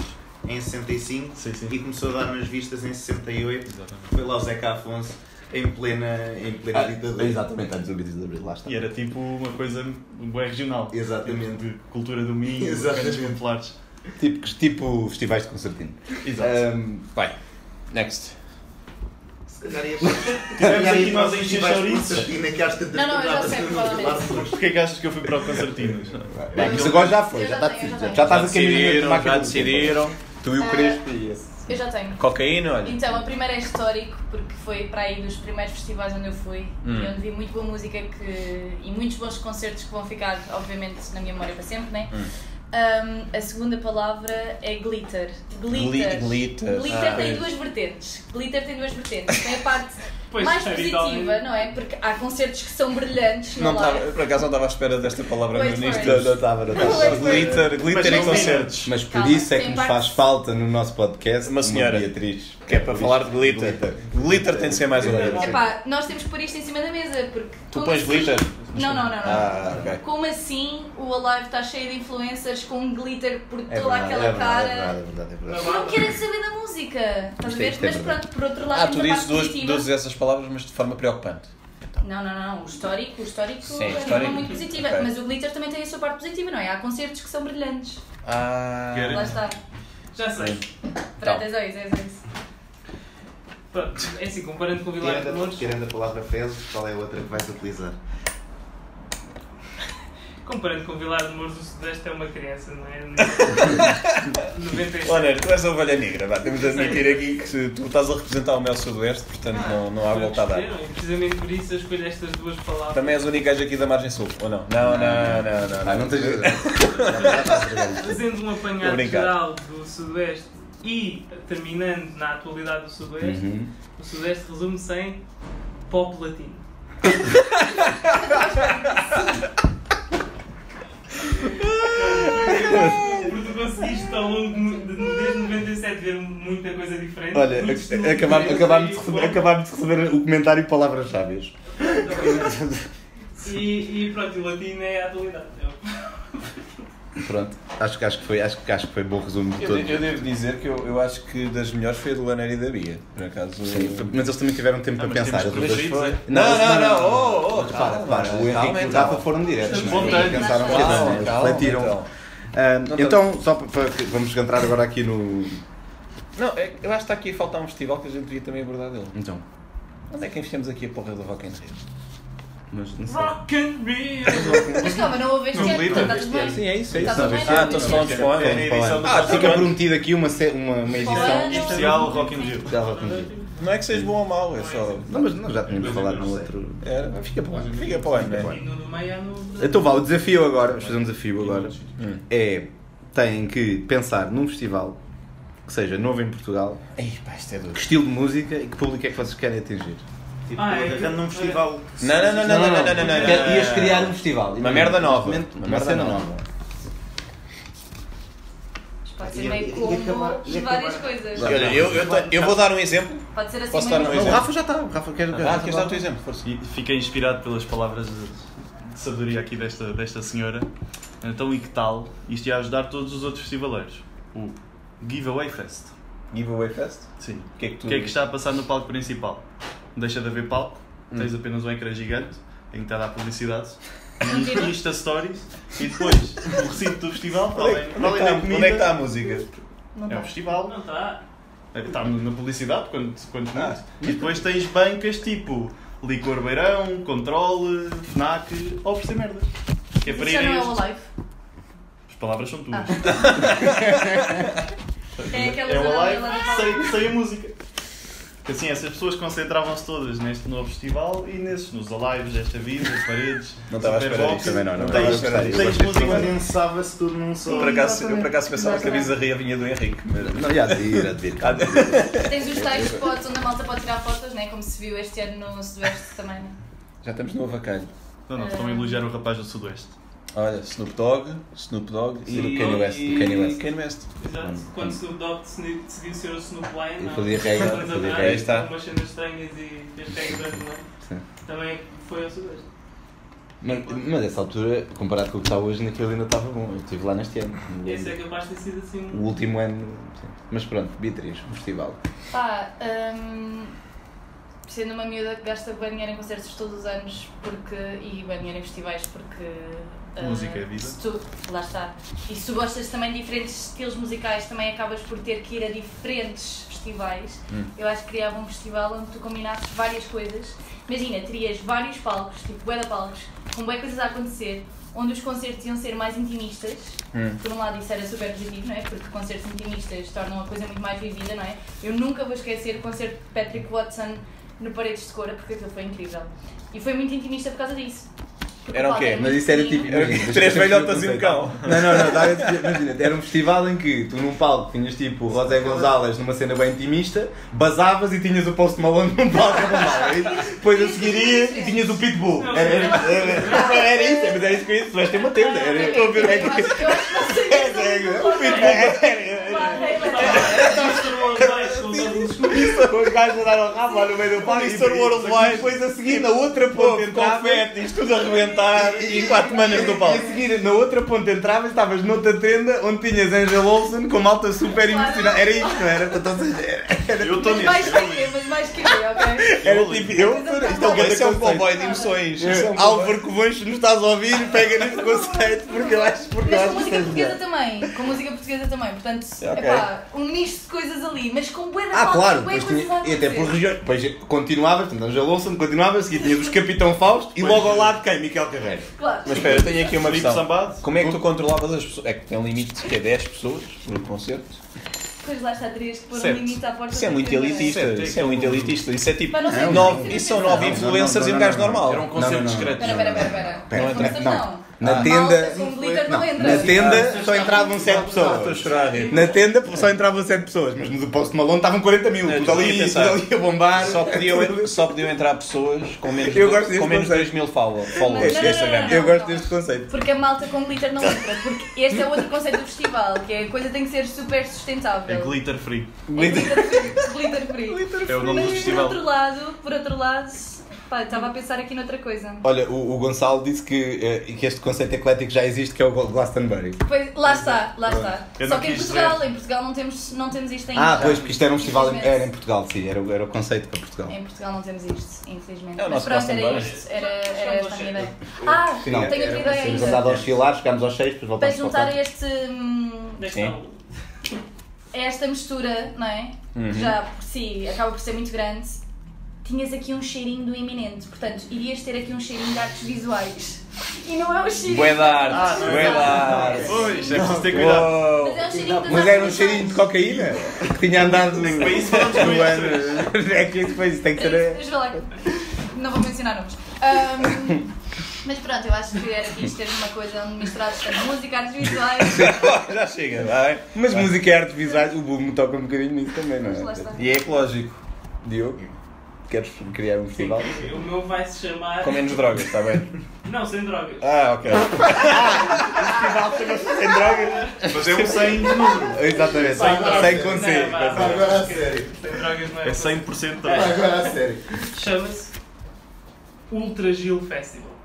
[SPEAKER 6] Em 65
[SPEAKER 5] Sim, sim.
[SPEAKER 6] e começou a dar umas vistas em 68.
[SPEAKER 5] Exatamente.
[SPEAKER 6] Foi lá o Zeca Afonso em plena, em plena ditadura.
[SPEAKER 2] É Exatamente, antes do 25 de Abril, lá está.
[SPEAKER 5] E era tipo uma coisa bem regional.
[SPEAKER 6] Exatamente.
[SPEAKER 5] Tipo, de cultura do Minho,
[SPEAKER 6] Exatamente.
[SPEAKER 5] cantos populares.
[SPEAKER 2] Tipo, tipo festivais de concertino. Um,
[SPEAKER 5] Exato.
[SPEAKER 2] Ahm,
[SPEAKER 1] Vai, next.
[SPEAKER 6] Se calhar ia
[SPEAKER 5] Tivemos aqui
[SPEAKER 6] ia
[SPEAKER 5] nós
[SPEAKER 6] para
[SPEAKER 5] em
[SPEAKER 6] os
[SPEAKER 5] Xixorices.
[SPEAKER 6] festivais de concertina que às tantas
[SPEAKER 4] Não, não, eu já
[SPEAKER 6] tornava-se
[SPEAKER 4] sei,
[SPEAKER 6] um
[SPEAKER 4] provavelmente.
[SPEAKER 6] Pilar de Mouros.
[SPEAKER 5] Porquê é que achas que eu fui para o Ah, Concertinos?
[SPEAKER 2] bem, isso agora já foi,
[SPEAKER 4] Eu
[SPEAKER 2] já
[SPEAKER 4] já
[SPEAKER 2] está
[SPEAKER 4] tenho,
[SPEAKER 2] decidido.
[SPEAKER 4] já
[SPEAKER 2] Já,
[SPEAKER 4] tenho.
[SPEAKER 2] já estás a caminho da
[SPEAKER 1] decidiram,
[SPEAKER 2] máquina
[SPEAKER 1] já
[SPEAKER 2] do tempo.
[SPEAKER 1] decidiram.
[SPEAKER 2] Tu e o
[SPEAKER 4] Ah.
[SPEAKER 2] Crespo e esse.
[SPEAKER 4] Eu já tenho.
[SPEAKER 1] Cocaína, olha.
[SPEAKER 4] Então, a primeira é histórico, porque foi para aí dos primeiros festivais onde eu fui e onde vi muito boa música que, e muitos bons concertos que vão ficar, obviamente, na minha memória para sempre, né? Um, a segunda palavra é glitter. Glitter.
[SPEAKER 1] Gli- glitter.
[SPEAKER 4] Glitter
[SPEAKER 1] Ah,
[SPEAKER 4] tem
[SPEAKER 1] pois.
[SPEAKER 4] duas vertentes. Glitter tem duas vertentes. Tem a parte
[SPEAKER 3] Pois,
[SPEAKER 4] mais
[SPEAKER 3] habitualmente.
[SPEAKER 4] positiva, não é? Porque há concertos que são brilhantes no
[SPEAKER 1] Não tá-
[SPEAKER 4] live.
[SPEAKER 1] estava, por acaso não estava à espera desta palavra no
[SPEAKER 4] Wait for
[SPEAKER 1] nisto.
[SPEAKER 4] it.
[SPEAKER 2] Não estava, não estava.
[SPEAKER 1] Glitter, glitter em
[SPEAKER 5] não tem.
[SPEAKER 1] concertos.
[SPEAKER 2] Mas por
[SPEAKER 4] é Calma,
[SPEAKER 2] isso é que
[SPEAKER 4] tem
[SPEAKER 2] nos
[SPEAKER 4] parte-
[SPEAKER 2] faz falta no nosso podcast
[SPEAKER 1] Uma senhora.
[SPEAKER 2] Beatriz.
[SPEAKER 1] Que é para falar de glitter. Glitter tem de ser mais uma vez.
[SPEAKER 4] É pá, nós temos que pôr isto em cima da mesa, porque.
[SPEAKER 1] Tu
[SPEAKER 4] como
[SPEAKER 1] pões
[SPEAKER 4] assim-
[SPEAKER 1] glitter?
[SPEAKER 4] Não, não, não. não.
[SPEAKER 1] Ah, ok.
[SPEAKER 4] Como assim o Alive está cheio de influencers com glitter por
[SPEAKER 2] É
[SPEAKER 4] toda
[SPEAKER 2] verdade,
[SPEAKER 4] aquela
[SPEAKER 2] é verdade,
[SPEAKER 4] cara?
[SPEAKER 2] é verdade, é verdade, é verdade.
[SPEAKER 4] Eu Não querem saber da música, estás a
[SPEAKER 2] Isto é-
[SPEAKER 4] ver?
[SPEAKER 2] isto é
[SPEAKER 4] Mas
[SPEAKER 2] verdade.
[SPEAKER 4] pronto, por outro lado,
[SPEAKER 1] Ah,
[SPEAKER 4] temos
[SPEAKER 1] tu
[SPEAKER 4] a
[SPEAKER 1] dizes
[SPEAKER 4] parte
[SPEAKER 1] duas,
[SPEAKER 4] positiva.
[SPEAKER 1] duas dessas palavras, mas de forma preocupante.
[SPEAKER 4] Não, não, não, o histórico, o histórico
[SPEAKER 1] Sim,
[SPEAKER 4] é uma
[SPEAKER 1] histórico.
[SPEAKER 4] forma muito positiva,
[SPEAKER 1] Ok.
[SPEAKER 4] mas o glitter também tem a sua parte positiva, não é? Há concertos que são brilhantes.
[SPEAKER 1] Ah,
[SPEAKER 5] Querem?
[SPEAKER 4] Lá está.
[SPEAKER 3] Já sei.
[SPEAKER 4] Pronto, é só isso, é só isso.
[SPEAKER 3] Pronto, é assim, comparando com o Vilar de
[SPEAKER 6] Tirando a-
[SPEAKER 3] Mouros,
[SPEAKER 6] Tirando a palavra fezes, qual é a outra que vais utilizar?
[SPEAKER 3] comparando com o Vilar de Mouros, o Sudeste é uma criança, não é? 97.
[SPEAKER 1] Leonardo, tu és a ovelha negra, vá, temos de admitir aqui que tu estás a representar o meu sudoeste, portanto
[SPEAKER 2] Ah.
[SPEAKER 1] não, não há volta a dar.
[SPEAKER 3] E é? precisamente por isso eu escolho estas duas palavras.
[SPEAKER 1] Também és o único gajo aqui da margem sul, ou não? Não, não, não, não.
[SPEAKER 2] Ah, não tens. é
[SPEAKER 3] Fazendo um
[SPEAKER 1] Vou
[SPEAKER 3] apanhado
[SPEAKER 1] brincar.
[SPEAKER 3] geral do Sudoeste e terminando na atualidade do Sudoeste,
[SPEAKER 2] Uhum.
[SPEAKER 3] o Sudoeste resume-se em pop latino. Porque tu conseguiste ao longo de- desde 97 ver muita coisa diferente.
[SPEAKER 2] Olha,
[SPEAKER 3] Muito estilo
[SPEAKER 2] ac- acabámos
[SPEAKER 3] diferente
[SPEAKER 2] acabámos de
[SPEAKER 3] e-
[SPEAKER 2] receber- acabámos de receber o comentário Palavras-Chave.
[SPEAKER 3] E, e pronto, e latino é a atualidade. É o-
[SPEAKER 2] Pronto, acho que, acho, que foi, acho, que, acho que foi bom resumo de
[SPEAKER 1] Eu,
[SPEAKER 2] todos.
[SPEAKER 1] de- eu devo dizer que eu, eu acho que das melhores foi a do Leonardo e da Bia, por acaso.
[SPEAKER 2] Sim, foi- mas eles também tiveram tempo
[SPEAKER 5] Ah,
[SPEAKER 2] para
[SPEAKER 5] mas
[SPEAKER 2] pensar.
[SPEAKER 5] temos
[SPEAKER 2] eles dois-
[SPEAKER 5] preferidos, é?
[SPEAKER 1] Não, não, não, oh, oh,
[SPEAKER 2] Mas Repara,
[SPEAKER 1] calma,
[SPEAKER 2] repara, o Henrique
[SPEAKER 1] calma,
[SPEAKER 2] e o
[SPEAKER 1] então.
[SPEAKER 2] Rafa foram diretos. não é?
[SPEAKER 5] Espontâneos.
[SPEAKER 2] Pensaram um
[SPEAKER 1] Calma,
[SPEAKER 2] bocadinho,
[SPEAKER 1] calma,
[SPEAKER 2] refletiram.
[SPEAKER 1] então.
[SPEAKER 2] Ah,
[SPEAKER 1] Não
[SPEAKER 2] então, só para, para- vamos entrar agora aqui no.
[SPEAKER 1] Não, é que eu acho que está aqui a faltar um festival que a gente devia também abordar dele.
[SPEAKER 2] Então,
[SPEAKER 1] Onde é que enfiamos aqui a porra do Rock in Rio?
[SPEAKER 2] mas não sei.
[SPEAKER 3] Rock and Rio!
[SPEAKER 4] Mas calma, não houve este ano,
[SPEAKER 5] glitter,
[SPEAKER 4] portanto, está tudo bem.
[SPEAKER 1] é isso,
[SPEAKER 4] é isso.
[SPEAKER 1] Ah, estou-se falando de fora.
[SPEAKER 5] É a edição do
[SPEAKER 2] Ah, fica
[SPEAKER 5] Rock in Rio.
[SPEAKER 2] prometido aqui uma, se- uma, uma edição.
[SPEAKER 4] Olha.
[SPEAKER 5] especial é um Rock in
[SPEAKER 3] um
[SPEAKER 5] Rio.
[SPEAKER 2] Já lá contigo.
[SPEAKER 1] Não é que sejas bom ou mau, é só.
[SPEAKER 2] Não, mas nós já tínhamos falado no outro.
[SPEAKER 1] É, mas fica para o ano. Fica para o ano,
[SPEAKER 3] E
[SPEAKER 1] né?
[SPEAKER 3] no no meio há no.
[SPEAKER 2] Então vá, o desafio
[SPEAKER 1] Hum.
[SPEAKER 2] agora, vamos fazer um desafio agora, é têm que pensar num festival que seja novo em Portugal,
[SPEAKER 1] Ei, pá, isto é duro.
[SPEAKER 2] que estilo de música e que público é que vocês querem atingir?
[SPEAKER 6] Tipo,
[SPEAKER 3] Ah, é
[SPEAKER 6] agarrando
[SPEAKER 3] que-
[SPEAKER 6] num festival. que
[SPEAKER 1] Não, não, não, não, não, não, não, não, não, não.
[SPEAKER 2] Ias criar um festival.
[SPEAKER 1] Uma merda nova.
[SPEAKER 2] Uma merda nova.
[SPEAKER 4] Mas Pode ser
[SPEAKER 6] E-
[SPEAKER 4] meio
[SPEAKER 6] e-
[SPEAKER 4] como
[SPEAKER 6] e acabar- e
[SPEAKER 4] várias
[SPEAKER 6] acabar-
[SPEAKER 4] coisas.
[SPEAKER 5] Ah,
[SPEAKER 1] Olha, eu, eu, te- eu vou dar um exemplo.
[SPEAKER 4] Pode ser assim
[SPEAKER 1] Posso
[SPEAKER 4] meio
[SPEAKER 1] dar um
[SPEAKER 4] como-
[SPEAKER 2] Então, O
[SPEAKER 1] exemplo?
[SPEAKER 2] Rafa já está. o Rafa quer.
[SPEAKER 1] Ah, queres dar o teu exemplo? Força.
[SPEAKER 5] E fiquei inspirado pelas palavras de, de sabedoria aqui desta, desta senhora. Então, e que tal? Isto ia ajudar todos os outros festivaleiros. O Giveaway Fest.
[SPEAKER 1] Giveaway Fest?
[SPEAKER 5] Sim.
[SPEAKER 1] O que é que tu...
[SPEAKER 5] O que é que está a passar no palco principal? Deixa de haver palco, tens apenas um ecrã gigante em que está a dar publicidade, e Insta Stories, e depois o recinto do festival, para
[SPEAKER 1] Onde
[SPEAKER 5] além,
[SPEAKER 1] é que
[SPEAKER 5] para além da
[SPEAKER 1] está-
[SPEAKER 5] comida.
[SPEAKER 1] onde é que está a música?
[SPEAKER 4] Não
[SPEAKER 5] É
[SPEAKER 4] dá.
[SPEAKER 5] o festival,
[SPEAKER 3] Não tá. está.
[SPEAKER 5] está na publicidade, quanto, quanto
[SPEAKER 1] Ah.
[SPEAKER 5] muito. E depois tens bancas tipo Licor Beirão, Controle, Fnac, oferecer merda. Que é para
[SPEAKER 4] Isso já não é Ah, então
[SPEAKER 5] ir
[SPEAKER 4] o live.
[SPEAKER 5] As palavras são tuas.
[SPEAKER 4] É aquela
[SPEAKER 5] é
[SPEAKER 4] zona
[SPEAKER 5] uma live
[SPEAKER 4] lá da Fala.
[SPEAKER 5] sem, sem a música. Porque, Assim, essas pessoas concentravam-se todas neste novo festival e nesses, nos alives, esta vida, paredes,
[SPEAKER 1] Não estava à
[SPEAKER 5] Super
[SPEAKER 1] espera
[SPEAKER 5] Box.
[SPEAKER 1] disso, também não, não
[SPEAKER 5] tens,
[SPEAKER 1] estava à espera disso.
[SPEAKER 5] tens
[SPEAKER 6] Depois
[SPEAKER 5] música
[SPEAKER 6] condensava-se tudo num só.
[SPEAKER 1] Eu por acaso, eu por acaso pensava que a bizarria vinha do Henrique, mas...
[SPEAKER 2] Não, já devia, devia.
[SPEAKER 1] Ah,
[SPEAKER 4] Tens os tais spots onde a malta pode tirar fotos, né? como se viu este ano no Sudoeste também. né?
[SPEAKER 2] Já estamos no avacalho.
[SPEAKER 5] Não, não, estão a elogiar o rapaz do Sudoeste.
[SPEAKER 1] Olha, Snoop Dogg, Snoop Dogg
[SPEAKER 8] E do Kanye West, do
[SPEAKER 1] e
[SPEAKER 8] Kanye West.
[SPEAKER 1] Kanye West. Hum.
[SPEAKER 3] Exato. Quando Snoop Dogg decidi- decidiu ser o Snoop Lion,
[SPEAKER 2] E
[SPEAKER 3] não.
[SPEAKER 2] fazia reggae,
[SPEAKER 3] Anos
[SPEAKER 2] fazia
[SPEAKER 3] atrás,
[SPEAKER 2] reggae,
[SPEAKER 1] está.
[SPEAKER 3] Umas cenas estranhas e fez reggae não é?
[SPEAKER 2] Sim.
[SPEAKER 3] Também foi ao Sudoeste.
[SPEAKER 2] Mas, mas essa altura, comparado com o que está hoje, naquilo ainda estava bom. Eu estive lá neste ano.
[SPEAKER 3] Esse é capaz de ter sido assim
[SPEAKER 2] O
[SPEAKER 3] um.
[SPEAKER 2] último ano. sim. Mas pronto, Beatriz, o festival.
[SPEAKER 4] Pá, hum, sendo uma miúda que gasta bem dinheiro em concertos todos os anos porque, e bem dinheiro em festivais porque. ah,
[SPEAKER 5] Música é vida.
[SPEAKER 4] Se tu, lá está. E se tu gostas também de diferentes estilos musicais, também acabas por ter que ir a diferentes festivais.
[SPEAKER 5] Hum.
[SPEAKER 4] Eu acho que criava um festival onde tu combinasses várias coisas. Imagina, terias vários palcos, tipo bué de palcos, com bué coisas a acontecer, onde os concertos iam ser mais intimistas. Por um lado, isso era super positivo, não é? Porque concertos intimistas tornam a coisa muito mais vivida, não é? Eu nunca vou esquecer o concerto de Patrick Watson no Paredes de Cora, porque aquilo foi incrível. E foi muito intimista por causa disso. Porque
[SPEAKER 1] Era o
[SPEAKER 4] palco
[SPEAKER 1] quê?
[SPEAKER 4] muito
[SPEAKER 2] Mas isso era
[SPEAKER 4] pequenino.
[SPEAKER 2] tipo.
[SPEAKER 1] Três velhotas
[SPEAKER 2] assim
[SPEAKER 1] e um cão.
[SPEAKER 2] Não, não, não. dá- Imagina, era um festival em que tu num palco tinhas tipo o José Gonzalez numa cena bem intimista, basavas e tinhas o Post Malone num palco a bombar. E Depois a seguir ias e tinhas o Pitbull. Era, era, era, era isso, mas era isso que eu ia. Tu vais ter uma tenda. Era,
[SPEAKER 4] Eu
[SPEAKER 2] era, era,
[SPEAKER 4] acho que eu acho que não sei isso.
[SPEAKER 3] tá Então, um
[SPEAKER 2] isso, os gajos andaram a rabo lá no meio do palco. e
[SPEAKER 1] Mr. Worldwide.
[SPEAKER 2] e Depois a seguir na outra ponta entrava.
[SPEAKER 1] confetes, tudo a arrebentar e quatro manas no
[SPEAKER 2] E a
[SPEAKER 1] palco.
[SPEAKER 2] seguir, na outra ponta entravas, estavas noutra tenda onde tinhas Angel Olsen com malta super emocionada. Era isto, não era? Então, ou seja, era,
[SPEAKER 5] Eu estou
[SPEAKER 4] Mas mais
[SPEAKER 5] nisso.
[SPEAKER 4] que eu, mas mais que eu, ok?
[SPEAKER 2] era tipo, eu. Isto é um grande
[SPEAKER 1] Esse é um
[SPEAKER 2] conceito.
[SPEAKER 1] comboio de emoções. é um
[SPEAKER 2] Álvaro Covões, se nos estás a ouvir, pega neste conceito porque eu acho, porque eu
[SPEAKER 4] Mas
[SPEAKER 2] acho
[SPEAKER 4] com
[SPEAKER 2] que isto
[SPEAKER 4] música
[SPEAKER 2] é
[SPEAKER 4] portuguesa
[SPEAKER 2] genial.
[SPEAKER 4] também, com música portuguesa também, portanto,
[SPEAKER 2] Ok.
[SPEAKER 4] epá, um misto de coisas ali, mas com bué de
[SPEAKER 2] Ah,
[SPEAKER 4] palco,
[SPEAKER 2] claro,
[SPEAKER 4] bué
[SPEAKER 2] depois
[SPEAKER 4] coisas a
[SPEAKER 2] tinha, e até
[SPEAKER 4] acontecer.
[SPEAKER 2] por regiões. Depois continuavas, portanto, Angel Olsen continuava, a seguir tinhas os Capitão Fausto e logo ao lado quem? Miquel Carreiro.
[SPEAKER 4] Claro.
[SPEAKER 1] Mas espera, eu tenho aqui uma
[SPEAKER 5] Filipe
[SPEAKER 1] questão.
[SPEAKER 5] Tipo Sambado.
[SPEAKER 1] Como é que tu controlavas as pessoas? É que tem um limite de que é 10 pessoas no concerto?
[SPEAKER 4] Depois lá está, terias que pôr um
[SPEAKER 5] Certo.
[SPEAKER 4] limite à porta.
[SPEAKER 1] Isso é
[SPEAKER 4] para
[SPEAKER 1] muito
[SPEAKER 4] ter-
[SPEAKER 1] elitista,
[SPEAKER 5] Certo, é
[SPEAKER 1] isso é muito
[SPEAKER 5] aquilo-
[SPEAKER 1] elitista. Isso é tipo,
[SPEAKER 4] Mas não sei se
[SPEAKER 1] nove,
[SPEAKER 4] isso
[SPEAKER 1] isso são
[SPEAKER 4] é
[SPEAKER 1] nove
[SPEAKER 4] pensado.
[SPEAKER 1] influencers e um gajo
[SPEAKER 2] Era um
[SPEAKER 1] normal.
[SPEAKER 2] conceito discreto.
[SPEAKER 4] Espera, espera, espera, espera.
[SPEAKER 2] Não,
[SPEAKER 4] Não,
[SPEAKER 2] não,
[SPEAKER 4] não,
[SPEAKER 2] não. Na
[SPEAKER 1] Ah.
[SPEAKER 2] tenda.
[SPEAKER 4] Malta um com glitter não,
[SPEAKER 2] Não,
[SPEAKER 4] entra.
[SPEAKER 2] na tenda só entravam 7
[SPEAKER 1] Estou a
[SPEAKER 2] pessoas.
[SPEAKER 1] chorar, Henrique.
[SPEAKER 2] Na tenda só entravam 7 pessoas, mas no posto de Malone estavam 40 mil.
[SPEAKER 1] É,
[SPEAKER 2] Tudo ali,
[SPEAKER 1] ia
[SPEAKER 2] tudo
[SPEAKER 1] pensar.
[SPEAKER 2] ali a bombar.
[SPEAKER 1] Só podiam, só podiam entrar pessoas com menos,
[SPEAKER 2] É Eu gosto
[SPEAKER 1] de, com
[SPEAKER 2] deste
[SPEAKER 1] menos
[SPEAKER 2] conceito.
[SPEAKER 1] 2 mil followers. followers
[SPEAKER 4] Não,
[SPEAKER 1] no
[SPEAKER 4] não,
[SPEAKER 1] Instagram.
[SPEAKER 4] não, não.
[SPEAKER 2] É, Eu gosto deste conceito.
[SPEAKER 4] Porque a malta com glitter não entra. Porque este é outro conceito do festival, que é a coisa tem que ser super sustentável.
[SPEAKER 5] É glitter free.
[SPEAKER 4] glitter, glitter free.
[SPEAKER 5] É o nome do
[SPEAKER 4] Mas por
[SPEAKER 5] festival.
[SPEAKER 4] outro lado, por outro lado, pá, eu estava a pensar aqui noutra coisa.
[SPEAKER 2] Olha, o, o Gonçalo disse que, eh, que este conceito eclético já existe, que é o Glastonbury.
[SPEAKER 4] Pois, lá está, lá está.
[SPEAKER 5] Eu
[SPEAKER 4] Só
[SPEAKER 5] não
[SPEAKER 4] que em
[SPEAKER 5] quis
[SPEAKER 4] Portugal, em Portugal não temos, não temos isto ainda.
[SPEAKER 2] Ah, pois, porque isto era um festival. em-
[SPEAKER 4] Infelizmente.
[SPEAKER 2] Era em Portugal, sim, era, o- era o conceito para Portugal.
[SPEAKER 4] Em Portugal não temos isto, infelizmente.
[SPEAKER 1] É o
[SPEAKER 4] Mas
[SPEAKER 1] nosso
[SPEAKER 4] pronto, era
[SPEAKER 1] Glastonbury.
[SPEAKER 4] isto. Era, era esta a minha ideia. Ah,
[SPEAKER 2] Sim,
[SPEAKER 4] não tenho outra ideia
[SPEAKER 2] Temos
[SPEAKER 4] ainda.
[SPEAKER 2] andado a oscilar, chegámos aos 6, depois
[SPEAKER 4] Para
[SPEAKER 2] voltámos para o
[SPEAKER 4] juntar
[SPEAKER 2] palco.
[SPEAKER 4] a este, hum,
[SPEAKER 3] Sim.
[SPEAKER 4] a É esta mistura, não é? Que já por si acaba por ser muito grande. Tinhas aqui um cheirinho do iminente, portanto, irias ter aqui um cheirinho de artes visuais. E não é o cheirinho.
[SPEAKER 1] Bué da arte,
[SPEAKER 4] não,
[SPEAKER 1] bué
[SPEAKER 4] não.
[SPEAKER 1] da arte.
[SPEAKER 5] Pois, é preciso ter cuidado.
[SPEAKER 4] Mas é um cheirinho das
[SPEAKER 2] Mas
[SPEAKER 4] artes
[SPEAKER 2] era um cheirinho de
[SPEAKER 4] visuais.
[SPEAKER 2] cocaína que tinha andado no É
[SPEAKER 5] Para isso falamos com isto.
[SPEAKER 2] ano. É que isso foi isso, tem que ser.
[SPEAKER 4] Deixa eu ver lá. Não vou mencionar nomes. Ahm, Mas pronto, eu acho que era fixe ter uma coisa onde misturados tanto música, artes visuais.
[SPEAKER 1] Já chega, é? vai.
[SPEAKER 2] Mas
[SPEAKER 1] Vai.
[SPEAKER 2] música e artes visuais, o boom toca um bocadinho nisso também, não
[SPEAKER 4] Mas lá está.
[SPEAKER 2] é? E é ecológico. Diogo, queres criar
[SPEAKER 3] Sim,
[SPEAKER 2] um festival?
[SPEAKER 3] o meu vai se chamar.
[SPEAKER 2] é-
[SPEAKER 1] Com menos drogas, está bem?
[SPEAKER 3] Não, sem drogas.
[SPEAKER 1] Ah, ok.
[SPEAKER 2] Sem drogas?
[SPEAKER 5] Mas é um 100 de número.
[SPEAKER 2] Exatamente, sem,
[SPEAKER 6] agora
[SPEAKER 2] sem
[SPEAKER 6] sim.
[SPEAKER 2] conselho.
[SPEAKER 3] Não, é, vá, vá.
[SPEAKER 6] Agora a sério.
[SPEAKER 3] Sem drogas não é.
[SPEAKER 5] É 100% de
[SPEAKER 6] Vai
[SPEAKER 5] é.
[SPEAKER 6] Agora a sério.
[SPEAKER 3] Chama-se Ultra Gil Festival.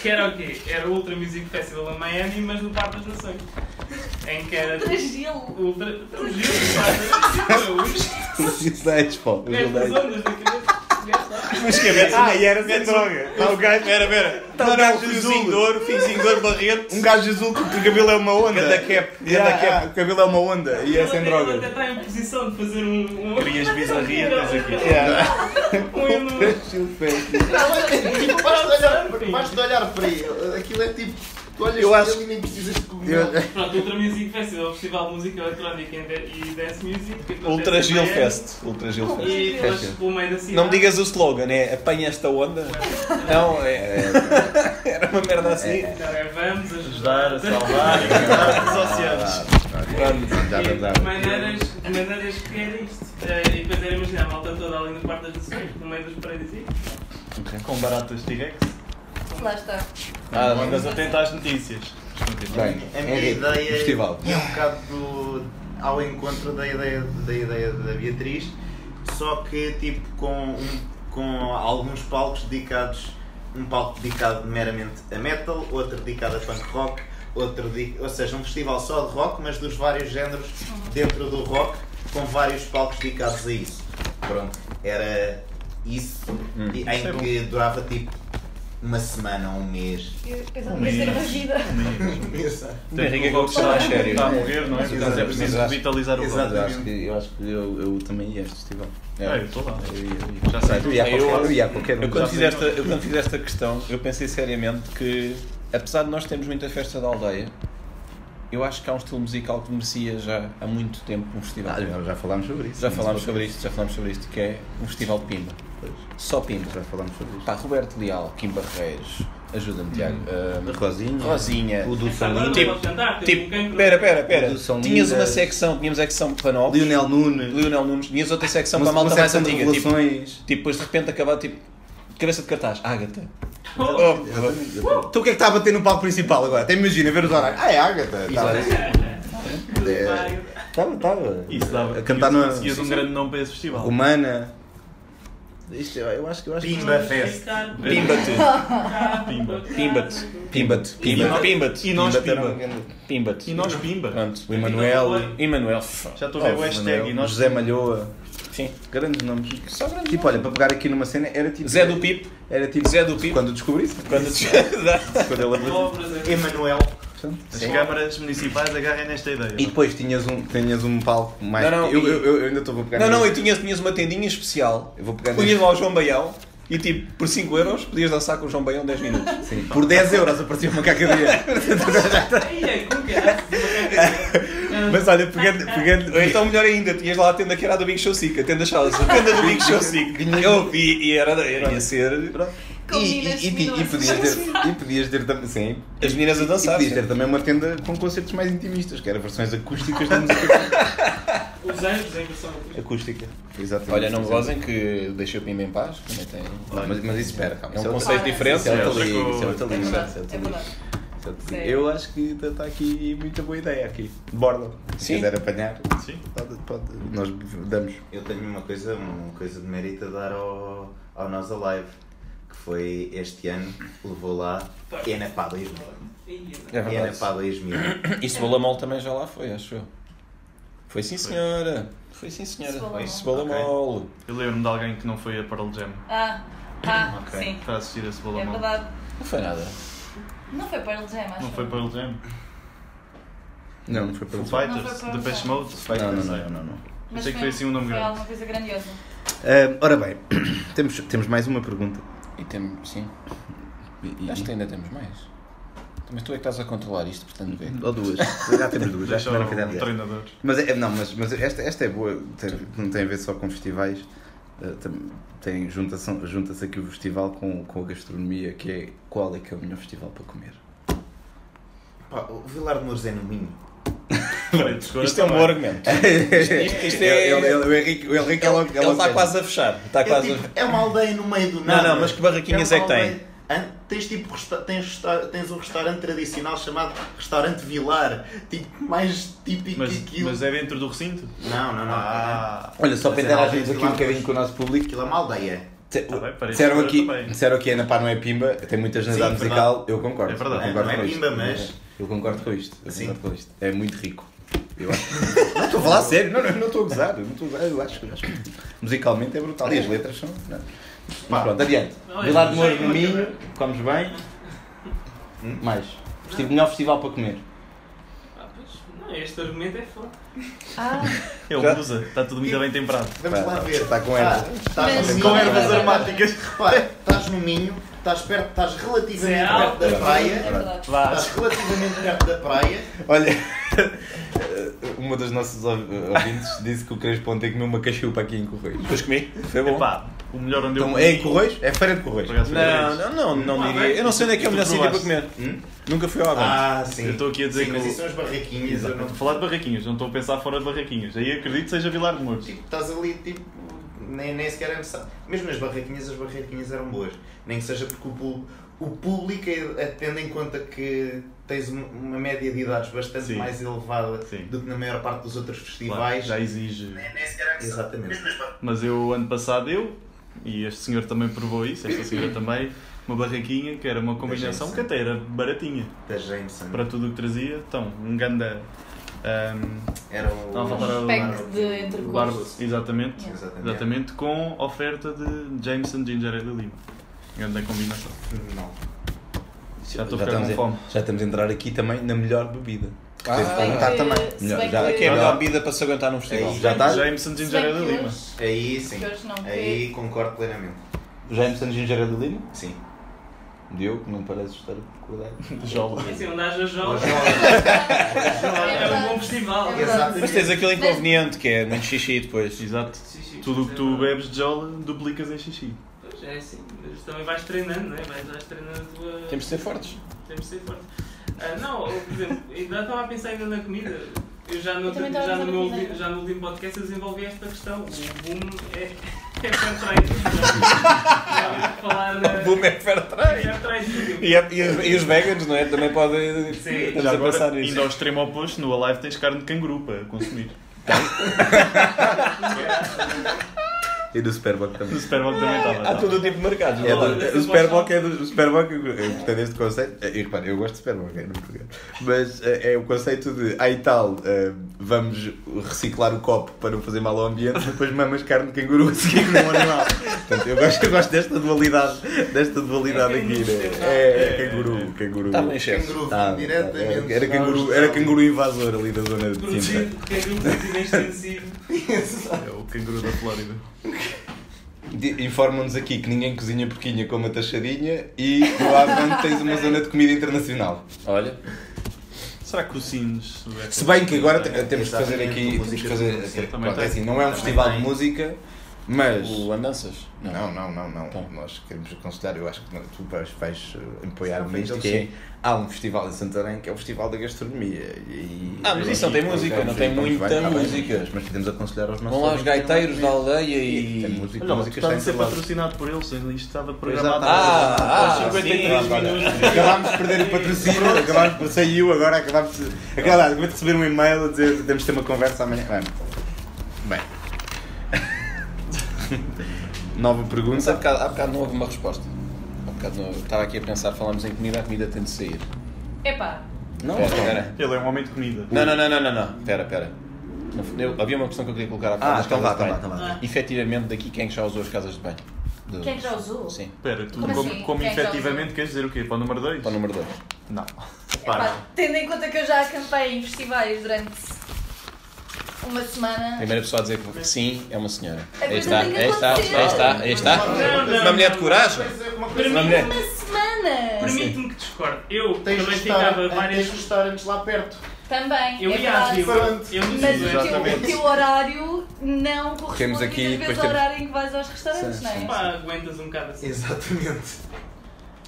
[SPEAKER 3] Que era o quê? Era o Ultra Music Festival em Miami, mas no Parque das Nações. Em que era.
[SPEAKER 4] Tragil.
[SPEAKER 3] Ultra. Ultra Gil, sabe?
[SPEAKER 2] Seis, pô.
[SPEAKER 3] É As ondas da cabeça.
[SPEAKER 1] Mas que é
[SPEAKER 2] Ah, e era sem droga. Há um gajo,
[SPEAKER 1] Ah, Pera, pera.
[SPEAKER 2] Tá um gajo
[SPEAKER 1] Fiozinho de
[SPEAKER 2] azul.
[SPEAKER 1] ouro, fiozinho de ouro, barrete.
[SPEAKER 2] Um gajo azul que o cabelo é uma onda.
[SPEAKER 1] Ganda cap.
[SPEAKER 2] Yeah,
[SPEAKER 1] Ganda cap.
[SPEAKER 2] ah, o cabelo é uma onda e é sem
[SPEAKER 3] Ele até
[SPEAKER 2] droga.
[SPEAKER 3] está em posição de fazer um. um...
[SPEAKER 5] Crias bizarrias, tens aqui.
[SPEAKER 2] Yeah.
[SPEAKER 3] um- um-
[SPEAKER 6] Tipo, basta olhar, basta olhar para ele. Aquilo é tipo. Tu olhas
[SPEAKER 2] Eu
[SPEAKER 6] para
[SPEAKER 2] acho-
[SPEAKER 6] ele e nem precisas de comer.
[SPEAKER 2] Eu-
[SPEAKER 3] Pronto, Ultra Music Festival, é festival de música eletrónica e dance music. que acontece
[SPEAKER 1] Ultra
[SPEAKER 3] em
[SPEAKER 1] Gil
[SPEAKER 3] Miami.
[SPEAKER 1] Fest. Ultra Gil Fest.
[SPEAKER 3] E elas
[SPEAKER 2] Festival.
[SPEAKER 3] pelo meio da cidade.
[SPEAKER 1] Não me digas o slogan, é apanha esta onda? Não, é. Era uma merda assim.
[SPEAKER 3] Então é, Vamos
[SPEAKER 5] Ajudar a salvar e cantar os oceanos.
[SPEAKER 3] De maneiras, de maneiras que era isto. Eh, E depois era imaginar a malta toda ali no quarto das nações, no meio dos prédios e
[SPEAKER 5] Com baratas T-Rex.
[SPEAKER 4] Lá está.
[SPEAKER 1] Ah,
[SPEAKER 5] Andas atento às notícias. As
[SPEAKER 2] É
[SPEAKER 5] notícias.
[SPEAKER 6] A minha
[SPEAKER 2] Henrique,
[SPEAKER 6] ideia
[SPEAKER 2] festival.
[SPEAKER 6] é um bocado do- ao encontro da ideia, da ideia da Beatriz, só que tipo com, um- com alguns palcos dedicados, um palco dedicado meramente a metal, outro dedicado a punk rock, outro de- ou seja, um festival só de rock, mas dos vários géneros dentro do rock, com vários palcos dedicados a isso. Pronto, era isso, e-
[SPEAKER 5] Isso é
[SPEAKER 6] em
[SPEAKER 5] bom.
[SPEAKER 6] que durava tipo uma semana, um mês. Exato.
[SPEAKER 1] O Henrique é que
[SPEAKER 5] o
[SPEAKER 1] eu gostava a
[SPEAKER 5] está
[SPEAKER 1] sério.
[SPEAKER 5] a morrer, não é?
[SPEAKER 6] Exato.
[SPEAKER 5] Portanto é preciso
[SPEAKER 2] Exato.
[SPEAKER 5] revitalizar o rock.
[SPEAKER 6] Exato.
[SPEAKER 2] Eu acho que, eu, acho que eu, eu também ia a este festival.
[SPEAKER 5] É, eu estou lá.
[SPEAKER 2] Eu ia- eu ia.
[SPEAKER 5] Já sei.
[SPEAKER 2] Tu ia a qualquer- eu ia a qualquer um.
[SPEAKER 1] Eu quando, fiz esta, eu quando fiz esta questão, eu pensei seriamente que, apesar de nós termos muita festa da aldeia, eu acho que há um estilo musical que merecia já há muito tempo um festival.
[SPEAKER 2] Ah, já- já falámos sobre isso.
[SPEAKER 1] já falámos sobre isto, já falámos sobre isto, que é um festival de Pimba. Só Pimba.
[SPEAKER 2] Já falámos sobre isto.
[SPEAKER 1] Pá, Roberto Leal, Kim Barreiros, ajuda-me, Tiago. Ahm,
[SPEAKER 2] Rosinha. É.
[SPEAKER 1] Rosinha.
[SPEAKER 2] Hum. O do São
[SPEAKER 3] Agora não
[SPEAKER 2] Lino.
[SPEAKER 1] Tipo-
[SPEAKER 3] podes cantar, tens um
[SPEAKER 1] Tipo,
[SPEAKER 3] cancro.
[SPEAKER 1] pera, pera, pera.
[SPEAKER 2] Produção
[SPEAKER 1] Tinhas
[SPEAKER 2] linda.
[SPEAKER 1] uma secção, tínhamos a secção para novos,
[SPEAKER 2] Lionel Nunes.
[SPEAKER 1] Lionel Nunes, tinhas outra secção
[SPEAKER 2] Uma-
[SPEAKER 1] para a malta
[SPEAKER 2] uma
[SPEAKER 1] mais
[SPEAKER 2] secção de
[SPEAKER 1] antiga. Tipo,
[SPEAKER 2] revelações.
[SPEAKER 1] tipo, depois de repente acabava tipo, cabeça de cartaz, Ágata. oh.
[SPEAKER 2] Então Oh. o que é que está a bater no palco principal agora? Até imagina ver os horários. Ah, é Agatha.
[SPEAKER 3] Vai.
[SPEAKER 2] Estava, estava.
[SPEAKER 5] Isso dava.
[SPEAKER 2] A cantar
[SPEAKER 5] isso
[SPEAKER 2] numa
[SPEAKER 5] Conseguias um grande nome para esse festival.
[SPEAKER 2] romana. Isto, eu eu acho que eu acho que-
[SPEAKER 6] Pimba Fest.
[SPEAKER 3] Ficar
[SPEAKER 1] Pimba-te.
[SPEAKER 5] Pimba.
[SPEAKER 1] Pimba-te.
[SPEAKER 2] Pimba-te. Pimba.
[SPEAKER 1] Pimba-te. é
[SPEAKER 5] E nós
[SPEAKER 2] era um
[SPEAKER 5] Pimba.
[SPEAKER 2] grande-
[SPEAKER 1] Pimba-te.
[SPEAKER 5] E nós Pimba.
[SPEAKER 1] Pronto.
[SPEAKER 2] O Emanuel.
[SPEAKER 1] Emanuel.
[SPEAKER 5] Já estou a ver o hashtag. E nós
[SPEAKER 2] José Malhoa.
[SPEAKER 1] Sim.
[SPEAKER 2] Grandes nomes. Tipo, olha, para pegar aqui numa cena era tipo.
[SPEAKER 1] Zé do Pipo.
[SPEAKER 2] Era tipo.
[SPEAKER 1] Zé do Pipo.
[SPEAKER 2] Quando descobriste.
[SPEAKER 1] Quando te...
[SPEAKER 2] Quando ele abriu.
[SPEAKER 3] obras, é.
[SPEAKER 6] Emanuel.
[SPEAKER 5] As câmaras municipais agarrem nesta ideia.
[SPEAKER 2] E depois tinhas um, tinhas um palco mais.
[SPEAKER 1] Não, não,
[SPEAKER 2] eu,
[SPEAKER 1] e-
[SPEAKER 2] eu, eu- eu ainda estou a pegar.
[SPEAKER 1] Não, não,
[SPEAKER 2] nisso.
[SPEAKER 1] eu tinhas, tinhas uma tendinha especial.
[SPEAKER 2] Eu vou pegar
[SPEAKER 1] Punhas
[SPEAKER 2] nisso.
[SPEAKER 1] lá o João Baião e tipo, por 5 euros podias dançar com o João Baião 10 minutos.
[SPEAKER 2] Sim. Por 10 euros aparecia uma
[SPEAKER 3] Ai,
[SPEAKER 2] cacadeira.
[SPEAKER 3] ai, como é que era?
[SPEAKER 2] Mas olha, pegando. pegando
[SPEAKER 1] Ou então, melhor ainda, tinhas lá a tenda que era a do Big Show Sick, a tenda Charles, a tenda do Big Show Sick. Eu vi e era, era ia ser.
[SPEAKER 4] Com
[SPEAKER 2] e, e, e, ti- e
[SPEAKER 4] meninas
[SPEAKER 2] podias ter, e podias ter também. Sim.
[SPEAKER 1] As meninas a
[SPEAKER 2] E
[SPEAKER 1] dançar.
[SPEAKER 2] podias ter também uma tenda com concertos mais intimistas, que era versões acústicas da música.
[SPEAKER 3] Os anjos em versão acústica.
[SPEAKER 1] Acústica.
[SPEAKER 2] Exatamente.
[SPEAKER 1] Olha, não gozem que deixa o Pimba em paz, também tem.
[SPEAKER 2] Não, Mas, mas isso espera, calma.
[SPEAKER 1] É
[SPEAKER 2] isso
[SPEAKER 1] um
[SPEAKER 2] outra-
[SPEAKER 1] conceito diferente.
[SPEAKER 2] Isso é outra
[SPEAKER 5] outra
[SPEAKER 2] liga, isso é
[SPEAKER 5] coisa.
[SPEAKER 2] outra
[SPEAKER 4] É
[SPEAKER 2] liga.
[SPEAKER 4] verdade,
[SPEAKER 2] isso é outra
[SPEAKER 4] é
[SPEAKER 2] liga,
[SPEAKER 4] verdade.
[SPEAKER 2] isso é outra liga.
[SPEAKER 4] Sério.
[SPEAKER 2] Eu acho que está aqui muita boa ideia aqui. Borla. Se
[SPEAKER 1] Sim.
[SPEAKER 2] quiser apanhar,
[SPEAKER 5] Sim.
[SPEAKER 2] pode, pode- nós damos.
[SPEAKER 6] Eu tenho uma coisa, uma coisa de mérito a dar ao, ao Nós Alive, que foi este ano, levou lá Ena para 2000.
[SPEAKER 1] É
[SPEAKER 6] Ena
[SPEAKER 1] verdade.
[SPEAKER 6] para 2000.
[SPEAKER 1] E Cebolamol também já lá foi, acho eu. foi sim, senhora. Foi sim, senhora.
[SPEAKER 4] Cebolamol.
[SPEAKER 1] Cebolamol.
[SPEAKER 5] Eu lembro-me de alguém que não foi a Pearl Jam
[SPEAKER 4] Ah, ah,
[SPEAKER 6] Ok.
[SPEAKER 4] sim.
[SPEAKER 5] para assistir a Cebola
[SPEAKER 4] É
[SPEAKER 5] Mall.
[SPEAKER 4] verdade.
[SPEAKER 1] Não foi nada.
[SPEAKER 4] Não foi Pearl Jam, acho.
[SPEAKER 5] Não foi Pearl Jam?
[SPEAKER 2] Não, não foi para
[SPEAKER 5] Foo
[SPEAKER 2] o
[SPEAKER 4] Não
[SPEAKER 5] Fighters?
[SPEAKER 4] foi Pearl
[SPEAKER 5] The Patch
[SPEAKER 4] Jam.
[SPEAKER 5] Mode?
[SPEAKER 2] não, não, não, não, não.
[SPEAKER 5] Eu sei que foi assim um nome
[SPEAKER 4] foi
[SPEAKER 5] grande.
[SPEAKER 4] alguma coisa grandiosa.
[SPEAKER 2] Ah, ora bem, temos, temos mais uma pergunta.
[SPEAKER 1] E temos, sim.
[SPEAKER 2] E- e-
[SPEAKER 1] Acho que ainda temos mais. Mas tu é que estás a controlar isto, portanto, vê.
[SPEAKER 2] Ou duas. Já temos duas, já
[SPEAKER 5] Deixa
[SPEAKER 2] não fizemos
[SPEAKER 5] o
[SPEAKER 2] dez.
[SPEAKER 5] treinador.
[SPEAKER 2] Mas, é, não, mas, mas esta, esta é boa, tem- não tem a ver só com festivais, eh, tam- tem, junta-se junta-se aqui o festival com, com a gastronomia, que é qual é que é o melhor festival para comer?
[SPEAKER 6] Pá, o Vilar de Mouros é no Minho.
[SPEAKER 5] Parede de escura
[SPEAKER 1] Isto é um bom
[SPEAKER 5] também.
[SPEAKER 1] argumento. Isto, isto- isto é.
[SPEAKER 2] Ele- ele- o Henrique, o Henrique é logo- é
[SPEAKER 1] Ele
[SPEAKER 2] logo
[SPEAKER 1] está
[SPEAKER 2] bem.
[SPEAKER 1] quase a fechar. Está
[SPEAKER 6] É,
[SPEAKER 1] quase a-
[SPEAKER 6] tipo, é uma aldeia no meio do
[SPEAKER 1] Não,
[SPEAKER 6] nada.
[SPEAKER 1] não, mas que barraquinhas é
[SPEAKER 6] uma
[SPEAKER 1] que tem?
[SPEAKER 6] aldeia- Hã? Tens, tipo, resta- tens, resta- tens um restaurante tradicional chamado Restaurante Vilar, tipo, mais típico que
[SPEAKER 5] Mas,
[SPEAKER 6] aquilo.
[SPEAKER 5] mas é dentro do recinto?
[SPEAKER 6] Não, não, não.
[SPEAKER 5] Ah,
[SPEAKER 2] Olha, só
[SPEAKER 6] Mas
[SPEAKER 2] para
[SPEAKER 6] é
[SPEAKER 2] interagirmos
[SPEAKER 6] lá,
[SPEAKER 2] aqui um
[SPEAKER 6] lá,
[SPEAKER 2] bocadinho com o nosso público.
[SPEAKER 6] Aquilo é uma aldeia.
[SPEAKER 2] Te-
[SPEAKER 5] Tá bem, parece
[SPEAKER 2] Disseram
[SPEAKER 5] que
[SPEAKER 2] aqui,
[SPEAKER 5] agora também.
[SPEAKER 2] disseram aqui, Ana Pá não é pimba, tem muita generalidade
[SPEAKER 6] Sim,
[SPEAKER 2] musical, eu concordo.
[SPEAKER 5] É verdade.
[SPEAKER 2] eu concordo
[SPEAKER 6] Não é
[SPEAKER 2] com isto.
[SPEAKER 6] pimba, mas-
[SPEAKER 2] Eu concordo com isto, eu
[SPEAKER 6] Sim.
[SPEAKER 2] concordo com isto. É muito rico. Eu acho. não estou a falar sério, não, não, não estou a gozar, eu não estou a gozar, eu acho, eu acho que musicalmente é brutal. E as letras são. não. é? Mas pronto, adiante.
[SPEAKER 3] Olha,
[SPEAKER 2] Vilar de Mouros
[SPEAKER 3] já é
[SPEAKER 2] no
[SPEAKER 3] uma
[SPEAKER 2] Minho, comes bem. Mais. Estive melhor festival para comer.
[SPEAKER 3] Ah, pois, não, este argumento é foda.
[SPEAKER 4] Ah,
[SPEAKER 5] É o Musa, está tudo muito bem temperado.
[SPEAKER 6] Vamos
[SPEAKER 2] Pá,
[SPEAKER 6] lá
[SPEAKER 5] tá,
[SPEAKER 6] ver.
[SPEAKER 2] está com
[SPEAKER 6] Ah,
[SPEAKER 2] ervas.
[SPEAKER 6] estás no
[SPEAKER 4] Mas-
[SPEAKER 6] Minho,
[SPEAKER 4] Com ervas
[SPEAKER 6] repara,
[SPEAKER 5] aromáticas.
[SPEAKER 6] Repara, estás no Minho, estás perto, estás relativamente
[SPEAKER 3] Sim,
[SPEAKER 6] perto da
[SPEAKER 3] alto.
[SPEAKER 4] é
[SPEAKER 6] praia.
[SPEAKER 4] verdade.
[SPEAKER 6] Estás relativamente perto da praia.
[SPEAKER 2] Olha, uma das nossas ouv- ouvintes disse que o Crespo ontem comeu uma cachupa aqui em Correios.
[SPEAKER 1] Depois comi. Foi bom.
[SPEAKER 5] Epá, Tá. o melhor onde eu
[SPEAKER 2] Então, é em Correios? É feira de Correios.
[SPEAKER 5] Por acaso, foi
[SPEAKER 1] Não,
[SPEAKER 5] isso.
[SPEAKER 1] não, não, não
[SPEAKER 5] Ah,
[SPEAKER 1] diria.
[SPEAKER 5] bem.
[SPEAKER 1] Eu não sei onde é que é o melhor
[SPEAKER 5] Tu Hum?
[SPEAKER 1] sítio para
[SPEAKER 5] provaste.
[SPEAKER 1] comer. Nunca fui ao Avante.
[SPEAKER 6] Ah, sim.
[SPEAKER 5] Eu estou aqui a dizer
[SPEAKER 6] sim,
[SPEAKER 5] que
[SPEAKER 6] Mas
[SPEAKER 5] o-
[SPEAKER 6] isso são as barraquinhas. eu
[SPEAKER 5] Exato.
[SPEAKER 6] não-
[SPEAKER 5] Estou a falar de barraquinhas, não estou a pensar fora de barraquinhas. Aí acredito que seja Vilar de Mouros.
[SPEAKER 6] Tipo, estás ali, tipo, nem, nem sequer é necessário. Mesmo nas barraquinhas, as barraquinhas eram boas. Nem que seja porque o, pú- o público, eh, tendo em conta que tens uma- uma média de idades bastante
[SPEAKER 5] Sim.
[SPEAKER 6] mais elevada
[SPEAKER 5] Sim.
[SPEAKER 6] do que na maior parte dos outros
[SPEAKER 5] Claro,
[SPEAKER 6] festivais.
[SPEAKER 5] já exige.
[SPEAKER 6] é Exatamente.
[SPEAKER 5] Mas eu, ano passado, eu, e este senhor também provou isso, esta senhora também, uma barraquinha que era uma combinação que até era baratinha
[SPEAKER 6] Da Jameson.
[SPEAKER 5] para tudo o que trazia. Então, um ganda. ahm,
[SPEAKER 6] Era o.
[SPEAKER 5] Estava a falar-
[SPEAKER 4] Pack de entrecostos.
[SPEAKER 5] barba, exatamente,
[SPEAKER 4] Yeah.
[SPEAKER 6] Exatamente.
[SPEAKER 5] exatamente, com oferta de Jameson Ginger Ale Lima. Grande combinação.
[SPEAKER 6] Não.
[SPEAKER 5] Já estou a ficar
[SPEAKER 2] estamos
[SPEAKER 5] com
[SPEAKER 2] a-
[SPEAKER 5] fome.
[SPEAKER 2] já estamos a entrar aqui também na melhor bebida.
[SPEAKER 1] Ah,
[SPEAKER 2] Tens de perguntar
[SPEAKER 4] Se bem
[SPEAKER 2] também.
[SPEAKER 4] que- se
[SPEAKER 2] Melhor-
[SPEAKER 4] bem
[SPEAKER 2] já-
[SPEAKER 4] que-
[SPEAKER 1] Que é a
[SPEAKER 2] melhor-
[SPEAKER 1] melhor bebida para se aguentar num festival.
[SPEAKER 2] já
[SPEAKER 5] tá?
[SPEAKER 2] está?
[SPEAKER 5] Jameson
[SPEAKER 4] Se
[SPEAKER 5] Ginger
[SPEAKER 4] bem que
[SPEAKER 5] Ale Lima.
[SPEAKER 4] hoje-
[SPEAKER 6] Aí sim.
[SPEAKER 4] Que hoje não
[SPEAKER 6] Aí concordo plenamente.
[SPEAKER 2] Jameson é Ginger Ale de Lima?
[SPEAKER 6] Sim.
[SPEAKER 2] Diogo, não parece estar acordado.
[SPEAKER 5] Jola.
[SPEAKER 3] É assim, onde haja jogos, é um
[SPEAKER 4] verdade.
[SPEAKER 3] bom festival.
[SPEAKER 4] É
[SPEAKER 6] Exatamente.
[SPEAKER 1] Mas tens aquele inconveniente que é muito xixi depois.
[SPEAKER 5] Exato.
[SPEAKER 3] Sim, sim,
[SPEAKER 5] Tudo o que
[SPEAKER 3] é
[SPEAKER 5] tu
[SPEAKER 3] verdade.
[SPEAKER 5] bebes de jola duplicas em xixi.
[SPEAKER 3] Pois é, sim, mas também vais treinando, não é? Vais, vais treinando a tua.
[SPEAKER 1] Temos de ser fortes.
[SPEAKER 3] Temos de ser forte. Ah, não, eu, por exemplo, ainda estava a pensar ainda na comida. Eu já no,
[SPEAKER 4] Eu também estava
[SPEAKER 3] já
[SPEAKER 4] a
[SPEAKER 3] no,
[SPEAKER 4] pensar
[SPEAKER 3] meu,
[SPEAKER 4] na
[SPEAKER 3] ulti-
[SPEAKER 4] comida.
[SPEAKER 3] já no último podcast eu desenvolvi esta questão. O boom é, é fair trade. Já ouvi falar na.
[SPEAKER 1] Boom é fair
[SPEAKER 3] é
[SPEAKER 1] trade.
[SPEAKER 3] fair trade.
[SPEAKER 1] E, é- e os- e os vegans, não é? Também podem.
[SPEAKER 3] Sim,
[SPEAKER 1] Estamos
[SPEAKER 5] Já
[SPEAKER 1] a
[SPEAKER 5] agora,
[SPEAKER 1] pensar
[SPEAKER 5] indo
[SPEAKER 1] nisso.
[SPEAKER 5] ao extremo oposto, no Alive tens carne de canguru para consumir.
[SPEAKER 2] E do Superbock também.
[SPEAKER 5] No Superbox também estava.
[SPEAKER 1] Há todo o tipo de mercados.
[SPEAKER 2] É
[SPEAKER 1] não
[SPEAKER 2] do-
[SPEAKER 1] é?
[SPEAKER 2] o Superbock é do. O Superbock, eu gostei deste conceito. E repara, eu gosto de Superbock, é no programa. Mas eh, é o conceito de, ai tal, eh, vamos reciclar o copo para não fazer mal ao ambiente, mas depois mamas carne de canguru a seguir no animal. Portanto, eu gosto, eu gosto desta dualidade, desta dualidade
[SPEAKER 3] É
[SPEAKER 2] aqui,
[SPEAKER 3] canguru,
[SPEAKER 2] né?
[SPEAKER 3] sim.
[SPEAKER 2] É, é canguru, canguru.
[SPEAKER 1] Está bem, chefe.
[SPEAKER 6] Canguru,
[SPEAKER 2] Tá,
[SPEAKER 6] diretamente. é
[SPEAKER 2] era, era canguru, era canguru invasor ali da zona de Sintra.
[SPEAKER 3] Produzido, que é um produzido em extensivo.
[SPEAKER 5] É o canguru da Flórida.
[SPEAKER 2] Di- Informam-nos aqui que ninguém cozinha porquinha com uma taxadinha e do Avante tens uma zona de comida internacional. Olha.
[SPEAKER 5] Será que o Sines.
[SPEAKER 2] Se bem que agora te- temos que fazer
[SPEAKER 6] Exatamente,
[SPEAKER 2] aqui.
[SPEAKER 6] com
[SPEAKER 2] Temos que
[SPEAKER 6] música
[SPEAKER 2] fazer,
[SPEAKER 6] de
[SPEAKER 5] música.
[SPEAKER 2] pronto, é
[SPEAKER 5] Também
[SPEAKER 2] assim, não é um
[SPEAKER 6] tem.
[SPEAKER 2] festival de
[SPEAKER 6] Também tem.
[SPEAKER 2] música, mas.
[SPEAKER 1] O Andanças?
[SPEAKER 2] Tipo, Não, não, não, não.
[SPEAKER 1] Então.
[SPEAKER 2] Nós queremos aconselhar, eu acho que tu vais, vais eh, apoiar-me
[SPEAKER 6] Sim,
[SPEAKER 2] nisto,
[SPEAKER 6] sim.
[SPEAKER 2] que é, há um festival em Santarém que é o Festival da Gastronomia. E,
[SPEAKER 1] Ah, mas isso não
[SPEAKER 2] e-
[SPEAKER 1] tem música, não
[SPEAKER 2] e-
[SPEAKER 1] tem
[SPEAKER 2] vamos bem,
[SPEAKER 1] muita
[SPEAKER 2] tá bem,
[SPEAKER 1] música.
[SPEAKER 2] Mas podemos aconselhar aos nossos.
[SPEAKER 1] Vão lá os
[SPEAKER 2] ouvintes que têm
[SPEAKER 1] gaiteiros da
[SPEAKER 2] uma-
[SPEAKER 1] aldeia
[SPEAKER 2] Tem
[SPEAKER 1] e.
[SPEAKER 2] música,
[SPEAKER 5] Olha, mas
[SPEAKER 2] música
[SPEAKER 5] estava a
[SPEAKER 2] está
[SPEAKER 5] ser
[SPEAKER 2] em todo lado.
[SPEAKER 5] patrocinado por eles, isto estava
[SPEAKER 2] programado
[SPEAKER 5] programado
[SPEAKER 1] Ah, ah,
[SPEAKER 5] aos 53
[SPEAKER 1] sim, olha.
[SPEAKER 5] minutos.
[SPEAKER 2] Acabámos de perder o patrocínio, acabámos de saiu, agora acabámos de. Acabámos de receber um e-mail a dizer que temos de ter uma conversa amanhã. Bem. Bem. Nova
[SPEAKER 1] Mas há
[SPEAKER 2] pergunta.
[SPEAKER 1] bocado, há bocado não houve uma resposta. Há bocado não houve. Estava aqui a pensar, falámos em comida, a comida tem de sair.
[SPEAKER 4] Epá,
[SPEAKER 2] Não,
[SPEAKER 1] Espera, espera.
[SPEAKER 5] Ele é um homem de comida.
[SPEAKER 1] Não, não, não, não, não, não. Espera, espera. Eu- havia uma questão que eu queria colocar à
[SPEAKER 2] Ah,
[SPEAKER 1] das
[SPEAKER 2] então vá,
[SPEAKER 1] casas de
[SPEAKER 2] então vá,
[SPEAKER 1] banho.
[SPEAKER 2] então vá.
[SPEAKER 1] Efetivamente, daqui quem é que já usou as casas de banho? Do-
[SPEAKER 4] quem é que já usou?
[SPEAKER 1] Sim.
[SPEAKER 5] Espera, tu
[SPEAKER 4] Como
[SPEAKER 5] como,
[SPEAKER 4] assim?
[SPEAKER 5] como
[SPEAKER 4] Quem é que
[SPEAKER 5] efetivamente queres dizer o quê? Para o número 2?
[SPEAKER 1] Para o número 2.
[SPEAKER 4] Ah.
[SPEAKER 5] Não.
[SPEAKER 4] Epá, tendo em conta que eu já acampei em festivais durante uma semana.
[SPEAKER 1] Primeira pessoa a dizer que sim é uma senhora.
[SPEAKER 4] A
[SPEAKER 1] Aí
[SPEAKER 4] coisa
[SPEAKER 1] está,
[SPEAKER 4] tem que
[SPEAKER 1] aí está,
[SPEAKER 4] acontecer.
[SPEAKER 1] aí está, aí está.
[SPEAKER 3] Não, não,
[SPEAKER 1] Uma mulher de
[SPEAKER 3] não.
[SPEAKER 1] coragem.
[SPEAKER 6] é, Uma coisa
[SPEAKER 1] Uma
[SPEAKER 3] Permite-
[SPEAKER 1] mulher.
[SPEAKER 4] Uma
[SPEAKER 1] É,
[SPEAKER 4] semana!
[SPEAKER 3] Permite-me que discorde. Eu
[SPEAKER 6] Tens
[SPEAKER 3] também ficava
[SPEAKER 6] restaurantes- tens
[SPEAKER 3] várias.
[SPEAKER 6] restaurantes lá perto.
[SPEAKER 4] Também,
[SPEAKER 3] Eu
[SPEAKER 4] é
[SPEAKER 3] ia a
[SPEAKER 4] verdade.
[SPEAKER 3] Rio. Eu me
[SPEAKER 4] Mas o
[SPEAKER 5] Exatamente.
[SPEAKER 4] teu, o teu horário não corresponde
[SPEAKER 8] Temos aqui,
[SPEAKER 4] aqui,
[SPEAKER 8] depois
[SPEAKER 4] vezes ao
[SPEAKER 8] temos-
[SPEAKER 4] horário em que vais aos restaurantes,
[SPEAKER 8] Sim,
[SPEAKER 4] não é?
[SPEAKER 8] sim.
[SPEAKER 3] Pá, aguentas um bocado assim.
[SPEAKER 6] Exatamente.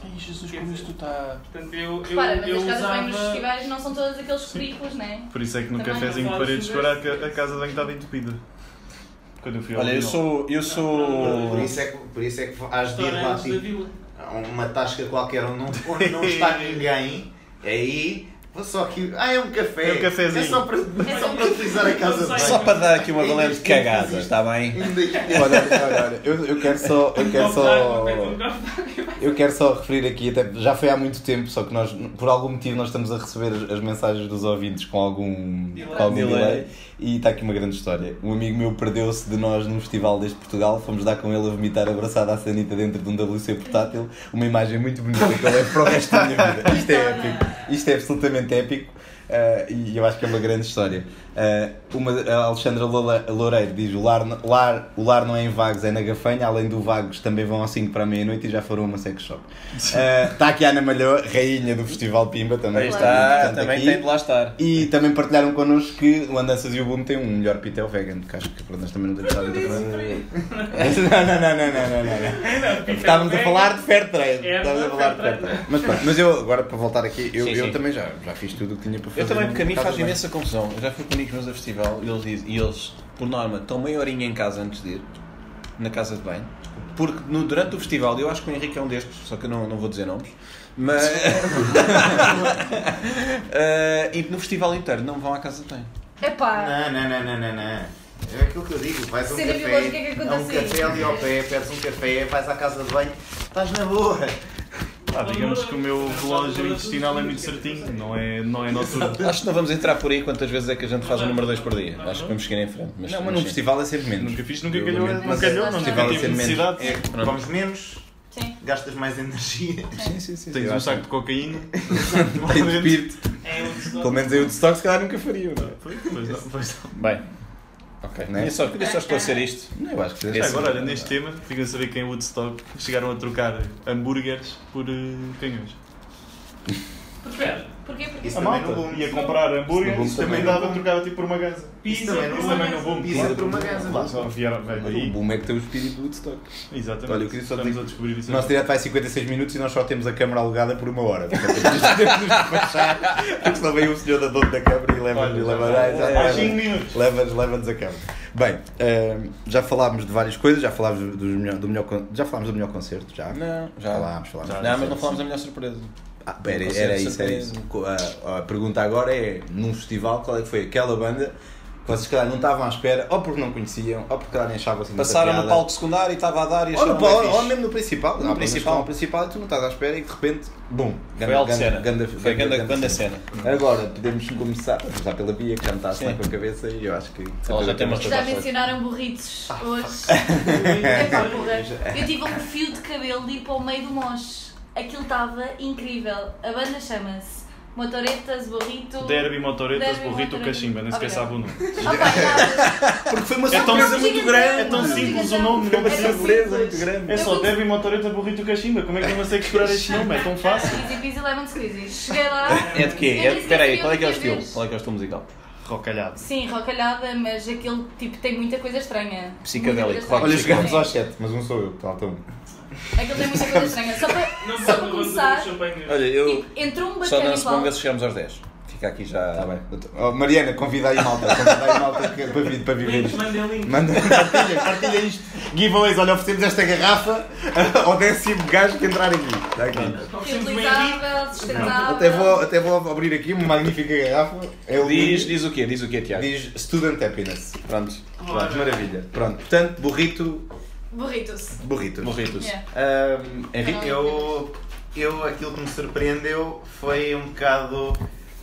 [SPEAKER 1] Ai, Jesus, tá.
[SPEAKER 3] como isto
[SPEAKER 1] está.
[SPEAKER 3] Portanto, eu, eu,
[SPEAKER 4] Repara, mas
[SPEAKER 3] eu
[SPEAKER 4] as casas de
[SPEAKER 3] usava...
[SPEAKER 4] banho nos festivais não são todas aqueles currículos, não é?
[SPEAKER 5] Por isso é que num
[SPEAKER 4] Também
[SPEAKER 5] cafezinho
[SPEAKER 3] não
[SPEAKER 5] de
[SPEAKER 3] faz
[SPEAKER 5] paredes escura a, ca- a casa de banho estava entupida. Quando eu fui ao
[SPEAKER 1] Olha, eu
[SPEAKER 5] Lidl.
[SPEAKER 1] sou. Eu sou.
[SPEAKER 6] Por isso é que, por isso é que has de ir lá
[SPEAKER 3] Restaurantes da
[SPEAKER 6] tipo,
[SPEAKER 3] vila.
[SPEAKER 6] a uma tasca qualquer onde não, onde não está ninguém. Aí vou só aqui. Ah, é um café.
[SPEAKER 5] É um cafezinho.
[SPEAKER 6] É só para, é só para utilizar a casa de
[SPEAKER 1] Só
[SPEAKER 6] banho.
[SPEAKER 1] para dar aqui uma
[SPEAKER 6] Ainda
[SPEAKER 1] valente
[SPEAKER 6] isto tem que
[SPEAKER 1] cagada,
[SPEAKER 6] fazer.
[SPEAKER 1] está bem?
[SPEAKER 6] Ainda isto-
[SPEAKER 2] Olha, olha, olha, eu, eu quero só. Eu quero
[SPEAKER 3] Copo d'água, pede um
[SPEAKER 2] é só.
[SPEAKER 3] copo d'água.
[SPEAKER 2] Eu quero só referir aqui, até já foi há muito tempo, só que nós, por algum motivo, nós estamos a receber as, as mensagens dos ouvintes com algum,
[SPEAKER 3] Delay.
[SPEAKER 2] com algum
[SPEAKER 1] Delay.
[SPEAKER 2] delay. E está aqui uma grande história. Um amigo meu perdeu-se de nós num festival deste Portugal, fomos dar com ele a vomitar abraçado à sanita dentro de um WC portátil, uma imagem muito bonita que eu levo para o resto da minha vida. Isto é épico, isto é absolutamente épico. ah, e eu acho que é uma grande história. Ah, uma, a Alexandra Lola- Loureiro diz: o lar, n- lar- o lar não é em Vagos, é na Gafanha. Além do Vagos, também vão ao 5 para a meia-noite e já foram a uma sex shop. Ah, Está aqui a Ana Malhou, rainha do Festival Pimba, também
[SPEAKER 1] Aí
[SPEAKER 2] portanto,
[SPEAKER 1] está, também
[SPEAKER 2] aqui.
[SPEAKER 1] tem de lá estar.
[SPEAKER 2] E também partilharam connosco que o Andanças e o Boom têm um melhor pitel vegan, que acho que pronto, nós também não temos nada a ver. Não, não, não, não, não, não, não, não. Estávamos a falar de fair trade.
[SPEAKER 3] É,
[SPEAKER 2] Estávamos a
[SPEAKER 3] fair
[SPEAKER 2] falar de fair
[SPEAKER 3] trade.
[SPEAKER 2] trade. Mas pronto, mas eu agora para voltar aqui, eu,
[SPEAKER 1] Sim,
[SPEAKER 2] eu
[SPEAKER 1] sim.
[SPEAKER 2] também já, já fiz tudo o que tinha para fazer.
[SPEAKER 1] Eu também, porque a mim
[SPEAKER 2] no é?
[SPEAKER 1] faz
[SPEAKER 2] mercado
[SPEAKER 1] imensa confusão. Eu já fui com amigos meus a festival e eles, dizem, e eles, por norma, estão meia horinha em casa antes de ir, na casa de banho. Porque no, durante o festival, eu acho que o Henrique é um destes, só que eu não, não vou dizer nomes, mas. Eh, e no festival inteiro não vão à casa de banho.
[SPEAKER 4] Epá,
[SPEAKER 6] Não, não, não, não, não, não. É aquilo que eu digo, vais a um
[SPEAKER 4] Cena
[SPEAKER 6] café,
[SPEAKER 4] biológica que
[SPEAKER 6] a um
[SPEAKER 4] acontece aí.
[SPEAKER 6] café ali ao pé, pedes um café, vais à casa de banho, estás na boa.
[SPEAKER 5] Pá, Ah, digamos que o meu relógio intestinal é muito certinho, não é, não é noturno.
[SPEAKER 1] Acho que não vamos entrar por aí quantas vezes é que a gente faz o número 2 por dia. Acho que vamos chegar em frente.
[SPEAKER 2] Não, mas num festival é sempre menos.
[SPEAKER 5] Nunca fiz, nunca
[SPEAKER 2] Eu
[SPEAKER 5] calhou,
[SPEAKER 2] lamento,
[SPEAKER 5] não
[SPEAKER 2] mas
[SPEAKER 5] calhou,
[SPEAKER 4] é-
[SPEAKER 5] não
[SPEAKER 4] Festival
[SPEAKER 2] é
[SPEAKER 5] tive
[SPEAKER 2] sempre menos.
[SPEAKER 5] necessidade.
[SPEAKER 6] É, comes menos,
[SPEAKER 4] sim.
[SPEAKER 6] gastas mais energia.
[SPEAKER 2] Sim, sim, sim.
[SPEAKER 5] Tens
[SPEAKER 2] eu
[SPEAKER 5] um
[SPEAKER 2] acho
[SPEAKER 5] saco de cocaína.
[SPEAKER 2] que Tem de espírito.
[SPEAKER 3] É um
[SPEAKER 2] Pelo menos eu de stock se calhar nunca faria, não é?
[SPEAKER 5] Pois não, pois não.
[SPEAKER 1] Bem. Ok.
[SPEAKER 2] Né?
[SPEAKER 1] Queria só, queria só esclarecer isto.
[SPEAKER 2] Não, eu acho que
[SPEAKER 5] Já agora, olha, neste tema, fica a saber que em Woodstock chegaram a trocar hambúrgueres por eh, canhões.
[SPEAKER 3] Espera,
[SPEAKER 4] Porquê? Porque
[SPEAKER 6] Isso
[SPEAKER 5] A
[SPEAKER 6] também no
[SPEAKER 5] malta
[SPEAKER 6] boom.
[SPEAKER 5] ia comprar hambúrgueres,
[SPEAKER 2] Isso no boom
[SPEAKER 5] também
[SPEAKER 2] também.
[SPEAKER 5] dava, trocava tipo por uma gaza.
[SPEAKER 6] Isso
[SPEAKER 3] pizza,
[SPEAKER 6] também no
[SPEAKER 3] pizza,
[SPEAKER 6] boom.
[SPEAKER 5] Também não vou
[SPEAKER 6] Pizza
[SPEAKER 5] claro.
[SPEAKER 6] por uma gaza.
[SPEAKER 5] Lá só vieram, velho,
[SPEAKER 2] O
[SPEAKER 5] aí.
[SPEAKER 2] boom é que tem o espírito do Woodstock.
[SPEAKER 5] Exatamente.
[SPEAKER 2] Olha, eu queria só
[SPEAKER 5] Estamos
[SPEAKER 2] dizer-
[SPEAKER 5] a descobrir isso.
[SPEAKER 2] O nosso
[SPEAKER 5] agora.
[SPEAKER 2] direto vai 56 minutos e nós só temos a câmara alugada por uma hora. Portanto, temos de despachar, porque senão vem o senhor da dono da câmara e leva-nos Ah,
[SPEAKER 5] Olha,
[SPEAKER 2] leva,
[SPEAKER 5] já- há cinco
[SPEAKER 2] leva,
[SPEAKER 5] minutos.
[SPEAKER 2] leva, leva a câmara. Bem, ehm, já falámos de várias coisas, já falámos do, melhor, do, melhor, con- já falámos do melhor concerto, já?
[SPEAKER 1] Não, já.
[SPEAKER 2] Falámos, falámos.
[SPEAKER 1] Não, mas não falámos da melhor surpresa.
[SPEAKER 2] Ah, pera,
[SPEAKER 1] Concerto
[SPEAKER 2] era isso, era
[SPEAKER 1] surpresa.
[SPEAKER 2] isso. Co- A, a pergunta agora é, num festival, qual é que foi aquela banda que vocês se calhar não estavam à espera, ou porque não conheciam, ou porque calhar nem achavam assim muita
[SPEAKER 1] Passaram no
[SPEAKER 2] piada.
[SPEAKER 1] palco secundário e estava a dar e
[SPEAKER 2] Ou, no,
[SPEAKER 1] acharam
[SPEAKER 2] ou,
[SPEAKER 1] bem Tipo,
[SPEAKER 2] ou
[SPEAKER 1] é fixe.
[SPEAKER 2] mesmo no principal, Ah,
[SPEAKER 1] No
[SPEAKER 2] no
[SPEAKER 1] principal.
[SPEAKER 2] principal, no principal e tu não estás à espera e de repente, bum,
[SPEAKER 1] Foi alta cena.
[SPEAKER 2] ganda-
[SPEAKER 1] Foi
[SPEAKER 2] ganda-
[SPEAKER 1] grande, grande cena.
[SPEAKER 2] Agora podemos começar, começar pela Bia, que já me está a assinar
[SPEAKER 1] Sim.
[SPEAKER 2] com a cabeça e eu acho que.
[SPEAKER 1] Ela já tem uma
[SPEAKER 4] já
[SPEAKER 1] resposta.
[SPEAKER 4] mencionaram burritos hoje. Epá,
[SPEAKER 3] pizza.
[SPEAKER 4] porra. Eu tive um fio de cabelo de ir para o meio do moche. Aquilo estava incrível. A banda chama-se Motoretas Burrito.
[SPEAKER 5] Derby, motoretas,
[SPEAKER 4] Derby,
[SPEAKER 5] burrito,
[SPEAKER 4] motoretas.
[SPEAKER 5] cachimba, nem sequer
[SPEAKER 4] Obrigada.
[SPEAKER 5] sabe o nome.
[SPEAKER 4] Opa,
[SPEAKER 2] Porque foi uma
[SPEAKER 5] É tão- surpresa
[SPEAKER 4] muito grande.
[SPEAKER 5] É tão simples o nome, não
[SPEAKER 4] Era
[SPEAKER 5] precisa
[SPEAKER 4] simples.
[SPEAKER 5] É só Derby, motoreta, burrito, cachimba. Como é que eu não sei explorar este nome? É tão fácil.
[SPEAKER 4] Easy peasy lemon squeezy. Cheguei lá.
[SPEAKER 1] É de quê?
[SPEAKER 4] Eu
[SPEAKER 1] É-
[SPEAKER 4] nem sei
[SPEAKER 1] Espera aí,
[SPEAKER 4] se
[SPEAKER 1] qual é que é o
[SPEAKER 4] eu vi
[SPEAKER 1] estilo?
[SPEAKER 4] outra
[SPEAKER 1] Qual é que é o estilo musical?
[SPEAKER 5] Rocalhado.
[SPEAKER 4] Sim, rocalhada, mas aquele tipo tem muita coisa estranha.
[SPEAKER 1] Psicadélico,
[SPEAKER 4] Muita coisa
[SPEAKER 1] rock
[SPEAKER 2] Olha,
[SPEAKER 4] estranha.
[SPEAKER 2] chegámos aos 7, mas um sou eu, falta um.
[SPEAKER 4] Aquele tem muita coisa estranha. Só para,
[SPEAKER 3] Não vou
[SPEAKER 4] só para
[SPEAKER 3] não vou dizer
[SPEAKER 4] começar,
[SPEAKER 3] champanhe.
[SPEAKER 1] Olha, eu
[SPEAKER 4] tipo, entrou um
[SPEAKER 1] só
[SPEAKER 4] bacana
[SPEAKER 1] danço bonga se chegarmos aos 10. Fica aqui já.
[SPEAKER 2] Está bem. Eu tô- Oh, Mariana, convida aí malta, convida aí malta que- é para, vir, para viver
[SPEAKER 3] Links,
[SPEAKER 2] isto.
[SPEAKER 3] mandem links.
[SPEAKER 2] Manda, partilha, partilha isto. Giveaways, olha, oferecemos esta garrafa ao décimo gajo que entrar aqui. Está aqui.
[SPEAKER 3] Oferecemos um Henrique.
[SPEAKER 4] Utilizável, sustentável.
[SPEAKER 2] Até vou, até vou abrir aqui uma magnífica garrafa. É o
[SPEAKER 1] Diz, diz o quê? Diz o quê, Tiago?
[SPEAKER 2] Diz Student Happiness.
[SPEAKER 1] Pronto.
[SPEAKER 2] Pronto, maravilha. Pronto, portanto, burrito,
[SPEAKER 4] Burritos. É.
[SPEAKER 2] burritos.
[SPEAKER 1] Morritos.
[SPEAKER 4] Yeah.
[SPEAKER 6] Ahm,
[SPEAKER 4] Henrique?
[SPEAKER 6] É eu, eu aquilo que me surpreendeu foi um bocado.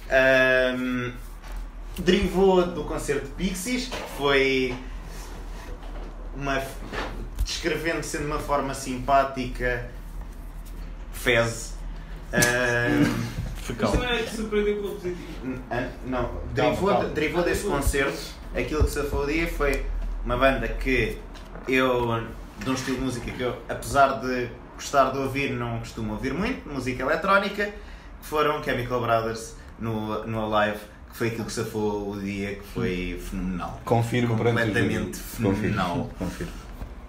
[SPEAKER 6] ahm, derivou do concerto de Pixies, que foi uma. descrevendo-se de uma forma simpática, fez. Ahm,
[SPEAKER 3] Isto não é que surpreendeu pelo positivo.
[SPEAKER 6] N- an- Não, derivou,
[SPEAKER 1] calma.
[SPEAKER 6] derivou desse concerto. Aquilo que safou o dia foi uma banda que eu, de um estilo de música que eu, apesar de gostar de ouvir, não costumo ouvir muito, música eletrónica, que foram Chemical Brothers no, no Alive, que que foi aquilo que safou o dia, que foi fenomenal.
[SPEAKER 2] Confirmo perante os
[SPEAKER 6] Completamente
[SPEAKER 2] vídeos.
[SPEAKER 6] fenomenal.
[SPEAKER 2] Confirmo, confirmo.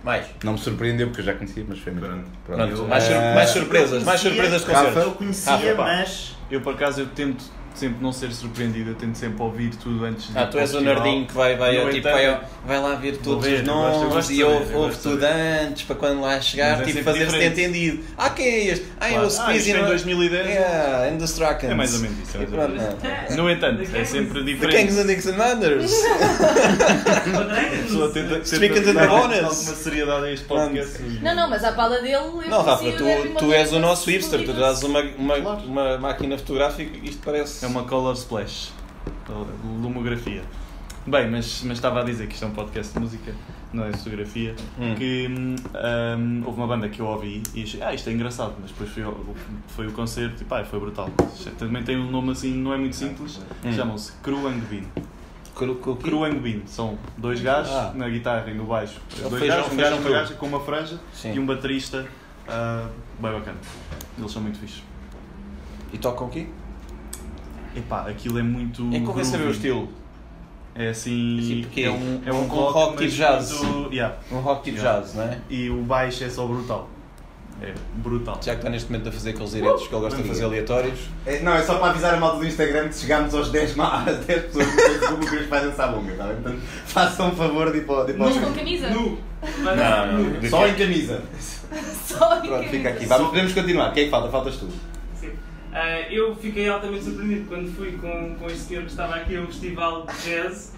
[SPEAKER 1] Mais.
[SPEAKER 2] Não me surpreendeu porque eu já conhecia, mas foi mesmo.
[SPEAKER 6] Pronto.
[SPEAKER 1] Pronto,
[SPEAKER 6] Eu-
[SPEAKER 1] mais, sur-
[SPEAKER 2] Eh,
[SPEAKER 1] mais surpresas, mais
[SPEAKER 6] Conhecia-
[SPEAKER 1] surpresas de
[SPEAKER 2] Rafa?
[SPEAKER 1] concertos.
[SPEAKER 6] Eu conhecia,
[SPEAKER 1] Rafa, pá.
[SPEAKER 6] mas.
[SPEAKER 5] Eu por acaso eu tento sempre não ser surpreendido, eu tento sempre ouvir tudo antes de.
[SPEAKER 1] Ah,
[SPEAKER 5] ir
[SPEAKER 1] tu
[SPEAKER 5] para
[SPEAKER 1] és o
[SPEAKER 5] festival.
[SPEAKER 1] nerdinho que vai, vai,
[SPEAKER 5] No
[SPEAKER 1] tipo,
[SPEAKER 5] entanto,
[SPEAKER 1] vai, vai lá ver todos
[SPEAKER 5] ver,
[SPEAKER 1] os
[SPEAKER 5] eu gosto- eu
[SPEAKER 1] nomes
[SPEAKER 5] gosto
[SPEAKER 1] e
[SPEAKER 5] de
[SPEAKER 1] ouve,
[SPEAKER 5] saber, eu
[SPEAKER 1] ouve
[SPEAKER 5] gosto de
[SPEAKER 1] tudo antes para quando lá chegar,
[SPEAKER 5] Mas é
[SPEAKER 1] tipo,
[SPEAKER 5] sempre
[SPEAKER 1] fazer-se
[SPEAKER 5] diferente.
[SPEAKER 1] entendido. Ah, quem é este? Ah, é
[SPEAKER 5] Claro.
[SPEAKER 1] o
[SPEAKER 5] Ah,
[SPEAKER 1] Squeezy
[SPEAKER 5] isto foi em 2010.
[SPEAKER 1] Yeah, and the Stracans.
[SPEAKER 5] É mais ou menos isso. é
[SPEAKER 1] E
[SPEAKER 5] mais ou menos
[SPEAKER 1] pronto,
[SPEAKER 5] isso. No entanto, é
[SPEAKER 1] The Kings
[SPEAKER 5] sempre diferente.
[SPEAKER 1] and Dixon Landers.
[SPEAKER 5] A pessoa tenta, tenta
[SPEAKER 1] Speaking to the
[SPEAKER 5] dar
[SPEAKER 1] bonus.
[SPEAKER 5] alguma seriedade a este podcast.
[SPEAKER 4] Não, não, mas à pala dele é eu
[SPEAKER 1] Não, Rafa,
[SPEAKER 4] conheci o Derby
[SPEAKER 1] tu, tu
[SPEAKER 4] Monteiro
[SPEAKER 1] és o nosso
[SPEAKER 4] Público.
[SPEAKER 1] hipster, tu dás uma, uma, uma máquina fotográfica isto parece.
[SPEAKER 5] É uma color splash. ou Lumografia. Bem, mas, mas estava a dizer que isto é um podcast de música, não é de fotografia. Que hum, houve uma banda que eu ouvi e achei, ah, isto é engraçado, mas depois foi, o- foi o concerto e pá, foi brutal. Também tem um nome assim, não é muito simples, chamam-se Cru and Bean.
[SPEAKER 1] Cru- cru-
[SPEAKER 5] Cru and Bean, são dois gajos
[SPEAKER 1] Ah. É
[SPEAKER 5] na guitarra e no baixo.
[SPEAKER 1] o
[SPEAKER 5] Dois
[SPEAKER 1] feijão-
[SPEAKER 5] gajos, um
[SPEAKER 1] feijão
[SPEAKER 5] gajo, uma
[SPEAKER 1] cru.
[SPEAKER 5] gaja com uma franja
[SPEAKER 1] Sim.
[SPEAKER 5] e um baterista ah, bem bacana. Eles são muito fixos.
[SPEAKER 1] E tocam o quê?
[SPEAKER 5] Epá, aquilo é muito.
[SPEAKER 1] É que convém
[SPEAKER 5] groovy.
[SPEAKER 1] saber o estilo.
[SPEAKER 5] É assim.
[SPEAKER 1] Assim, porque
[SPEAKER 5] é um, é um,
[SPEAKER 1] um
[SPEAKER 5] rock,
[SPEAKER 1] rock
[SPEAKER 5] mas
[SPEAKER 1] tipo jazz.
[SPEAKER 5] muito- yeah.
[SPEAKER 1] Um rock tipo
[SPEAKER 5] Yeah.
[SPEAKER 1] jazz, não é?
[SPEAKER 5] E o baixo é só brutal. É brutal.
[SPEAKER 1] Já que está neste momento a fazer aqueles diretos que ele gosta de fazer aleatórios.
[SPEAKER 2] É, Não, é só para avisar a malta do Instagram que chegámos aos 10, ma- às 10 pessoas no Facebook que os fazem essa bunga, está bem? Portanto, façam um favor de ir para, de ir para o
[SPEAKER 4] Mas com
[SPEAKER 2] Instagram.
[SPEAKER 4] camisa?
[SPEAKER 3] Nu.
[SPEAKER 2] Só em camisa.
[SPEAKER 4] Só em
[SPEAKER 2] Pronto,
[SPEAKER 4] camisa.
[SPEAKER 2] fica aqui. Vamos, podemos continuar. Quem é que falta? Faltas tu.
[SPEAKER 3] Sim. Ah, eu fiquei altamente surpreendido quando fui com, com este senhor que estava aqui a um festival de jazz.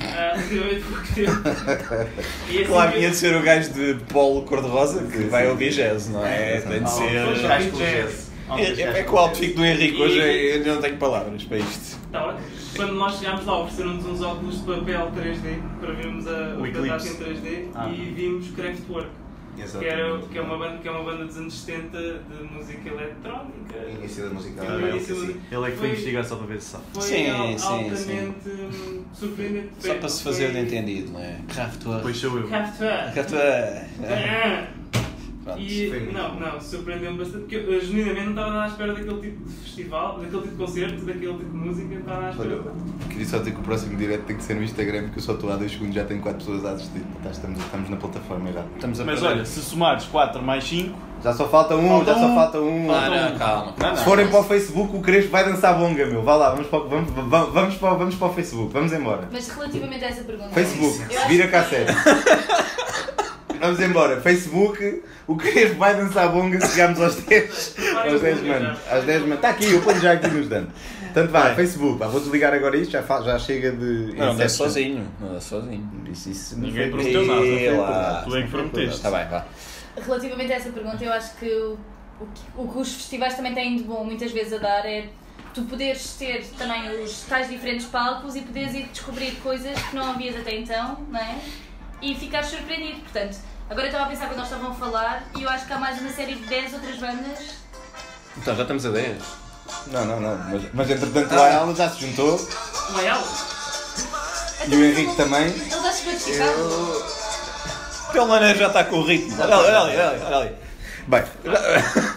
[SPEAKER 3] ah, Relativamente pouco tempo. E assim
[SPEAKER 1] Claro,
[SPEAKER 3] que-
[SPEAKER 1] tinha de ser o gajo de polo cor-de-rosa que vai ouvir jazz, não é? Tem de
[SPEAKER 3] Pois,
[SPEAKER 1] ser.
[SPEAKER 3] já.
[SPEAKER 6] Gás com jazz.
[SPEAKER 1] É, é que o outfit do Henrique hoje é- eu não tenho palavras para isto.
[SPEAKER 3] Tá bem. Quando nós chegámos lá, ofereceram-nos uns óculos de papel 3D para vermos a,
[SPEAKER 5] O
[SPEAKER 3] o pedaço em
[SPEAKER 5] Eclipse.
[SPEAKER 3] 3D
[SPEAKER 5] Ah.
[SPEAKER 3] e vimos Kraftwerk, que, era, que, é uma banda, que é uma banda dos anos 70 de música eletrónica.
[SPEAKER 6] Início da música.
[SPEAKER 3] Sim,
[SPEAKER 6] Ele
[SPEAKER 3] início da-
[SPEAKER 5] Ele é que foi
[SPEAKER 3] Foi-
[SPEAKER 5] investigar só para ver se sabe.
[SPEAKER 3] Foi
[SPEAKER 1] Sim,
[SPEAKER 3] al-
[SPEAKER 1] sim,
[SPEAKER 3] altamente hum, surpreendente.
[SPEAKER 1] Só para se fazer de
[SPEAKER 3] Foi-
[SPEAKER 1] entendido, não é?
[SPEAKER 5] Depois
[SPEAKER 1] Raftwork.
[SPEAKER 5] sou eu.
[SPEAKER 3] Kraftwerk.
[SPEAKER 1] Raftwork.
[SPEAKER 3] Ah.
[SPEAKER 1] É. Pronto.
[SPEAKER 3] E
[SPEAKER 6] foi muito
[SPEAKER 3] não,
[SPEAKER 6] bom.
[SPEAKER 3] não, surpreendeu-me bastante, porque eu eh, genuinamente não estava nada à espera daquele tipo de festival, daquele tipo de concerto, daquele tipo de música, não estava nada à espera.
[SPEAKER 2] Queria só dizer que o próximo direto tem que ser no Instagram, porque eu só estou há 2 segundos, já tenho 4 pessoas a assistir. Tá, Estamos, estamos na plataforma já.
[SPEAKER 1] Estamos a
[SPEAKER 5] Mas
[SPEAKER 1] perder.
[SPEAKER 5] olha, se somares 4 mais 5,
[SPEAKER 2] Já só falta um,
[SPEAKER 5] Falta
[SPEAKER 2] já só
[SPEAKER 5] um.
[SPEAKER 2] falta um.
[SPEAKER 1] Ah, não, calma. calma.
[SPEAKER 2] Se forem para o Facebook, o Crespo vai dançar bonga, meu. Vá lá, vamos para, o- vamos, vamos, vamos para, o- vamos para o Facebook, vamos embora.
[SPEAKER 4] Mas relativamente a essa pergunta.
[SPEAKER 2] Facebook,
[SPEAKER 4] eu acho
[SPEAKER 2] vira
[SPEAKER 4] que-
[SPEAKER 2] cassete. Vamos embora, Facebook, o Crespo vai dançar bonga se chegarmos aos 10. Aos 10 manos. Às 10 manos. Está aqui, eu ponho já aqui nos danos. Portanto, vá, Facebook, pá, vou desligar agora isto, já, fa- já chega de.
[SPEAKER 1] Não, não é
[SPEAKER 2] insetos.
[SPEAKER 1] sozinho. Não é sozinho.
[SPEAKER 2] Isso, isso não
[SPEAKER 5] ninguém
[SPEAKER 2] foi-
[SPEAKER 5] prometeu nada.
[SPEAKER 1] Ei, lá.
[SPEAKER 5] Tu é que prometeste.
[SPEAKER 1] Está bem, vá.
[SPEAKER 4] Relativamente a essa pergunta, eu acho que o, o que- o que os festivais também têm de bom, muitas vezes, a dar é tu poderes ter também os tais diferentes palcos e poderes ir descobrir coisas que não havias até então, não é? E ficar surpreendido. Portanto, agora eu estava a pensar quando nós estavam a falar e eu acho que há mais uma série de 10 outras bandas.
[SPEAKER 1] Então já estamos a 10.
[SPEAKER 2] Não, não, não. Mas, mas entretanto, lá ela já se juntou
[SPEAKER 3] Leal?
[SPEAKER 2] e o Henrique também.
[SPEAKER 4] Ele já chegou de Chicago.
[SPEAKER 1] Pelo menos já está com o ritmo. Olha ali, olha ali, olha ali, olha ali.
[SPEAKER 2] Bem,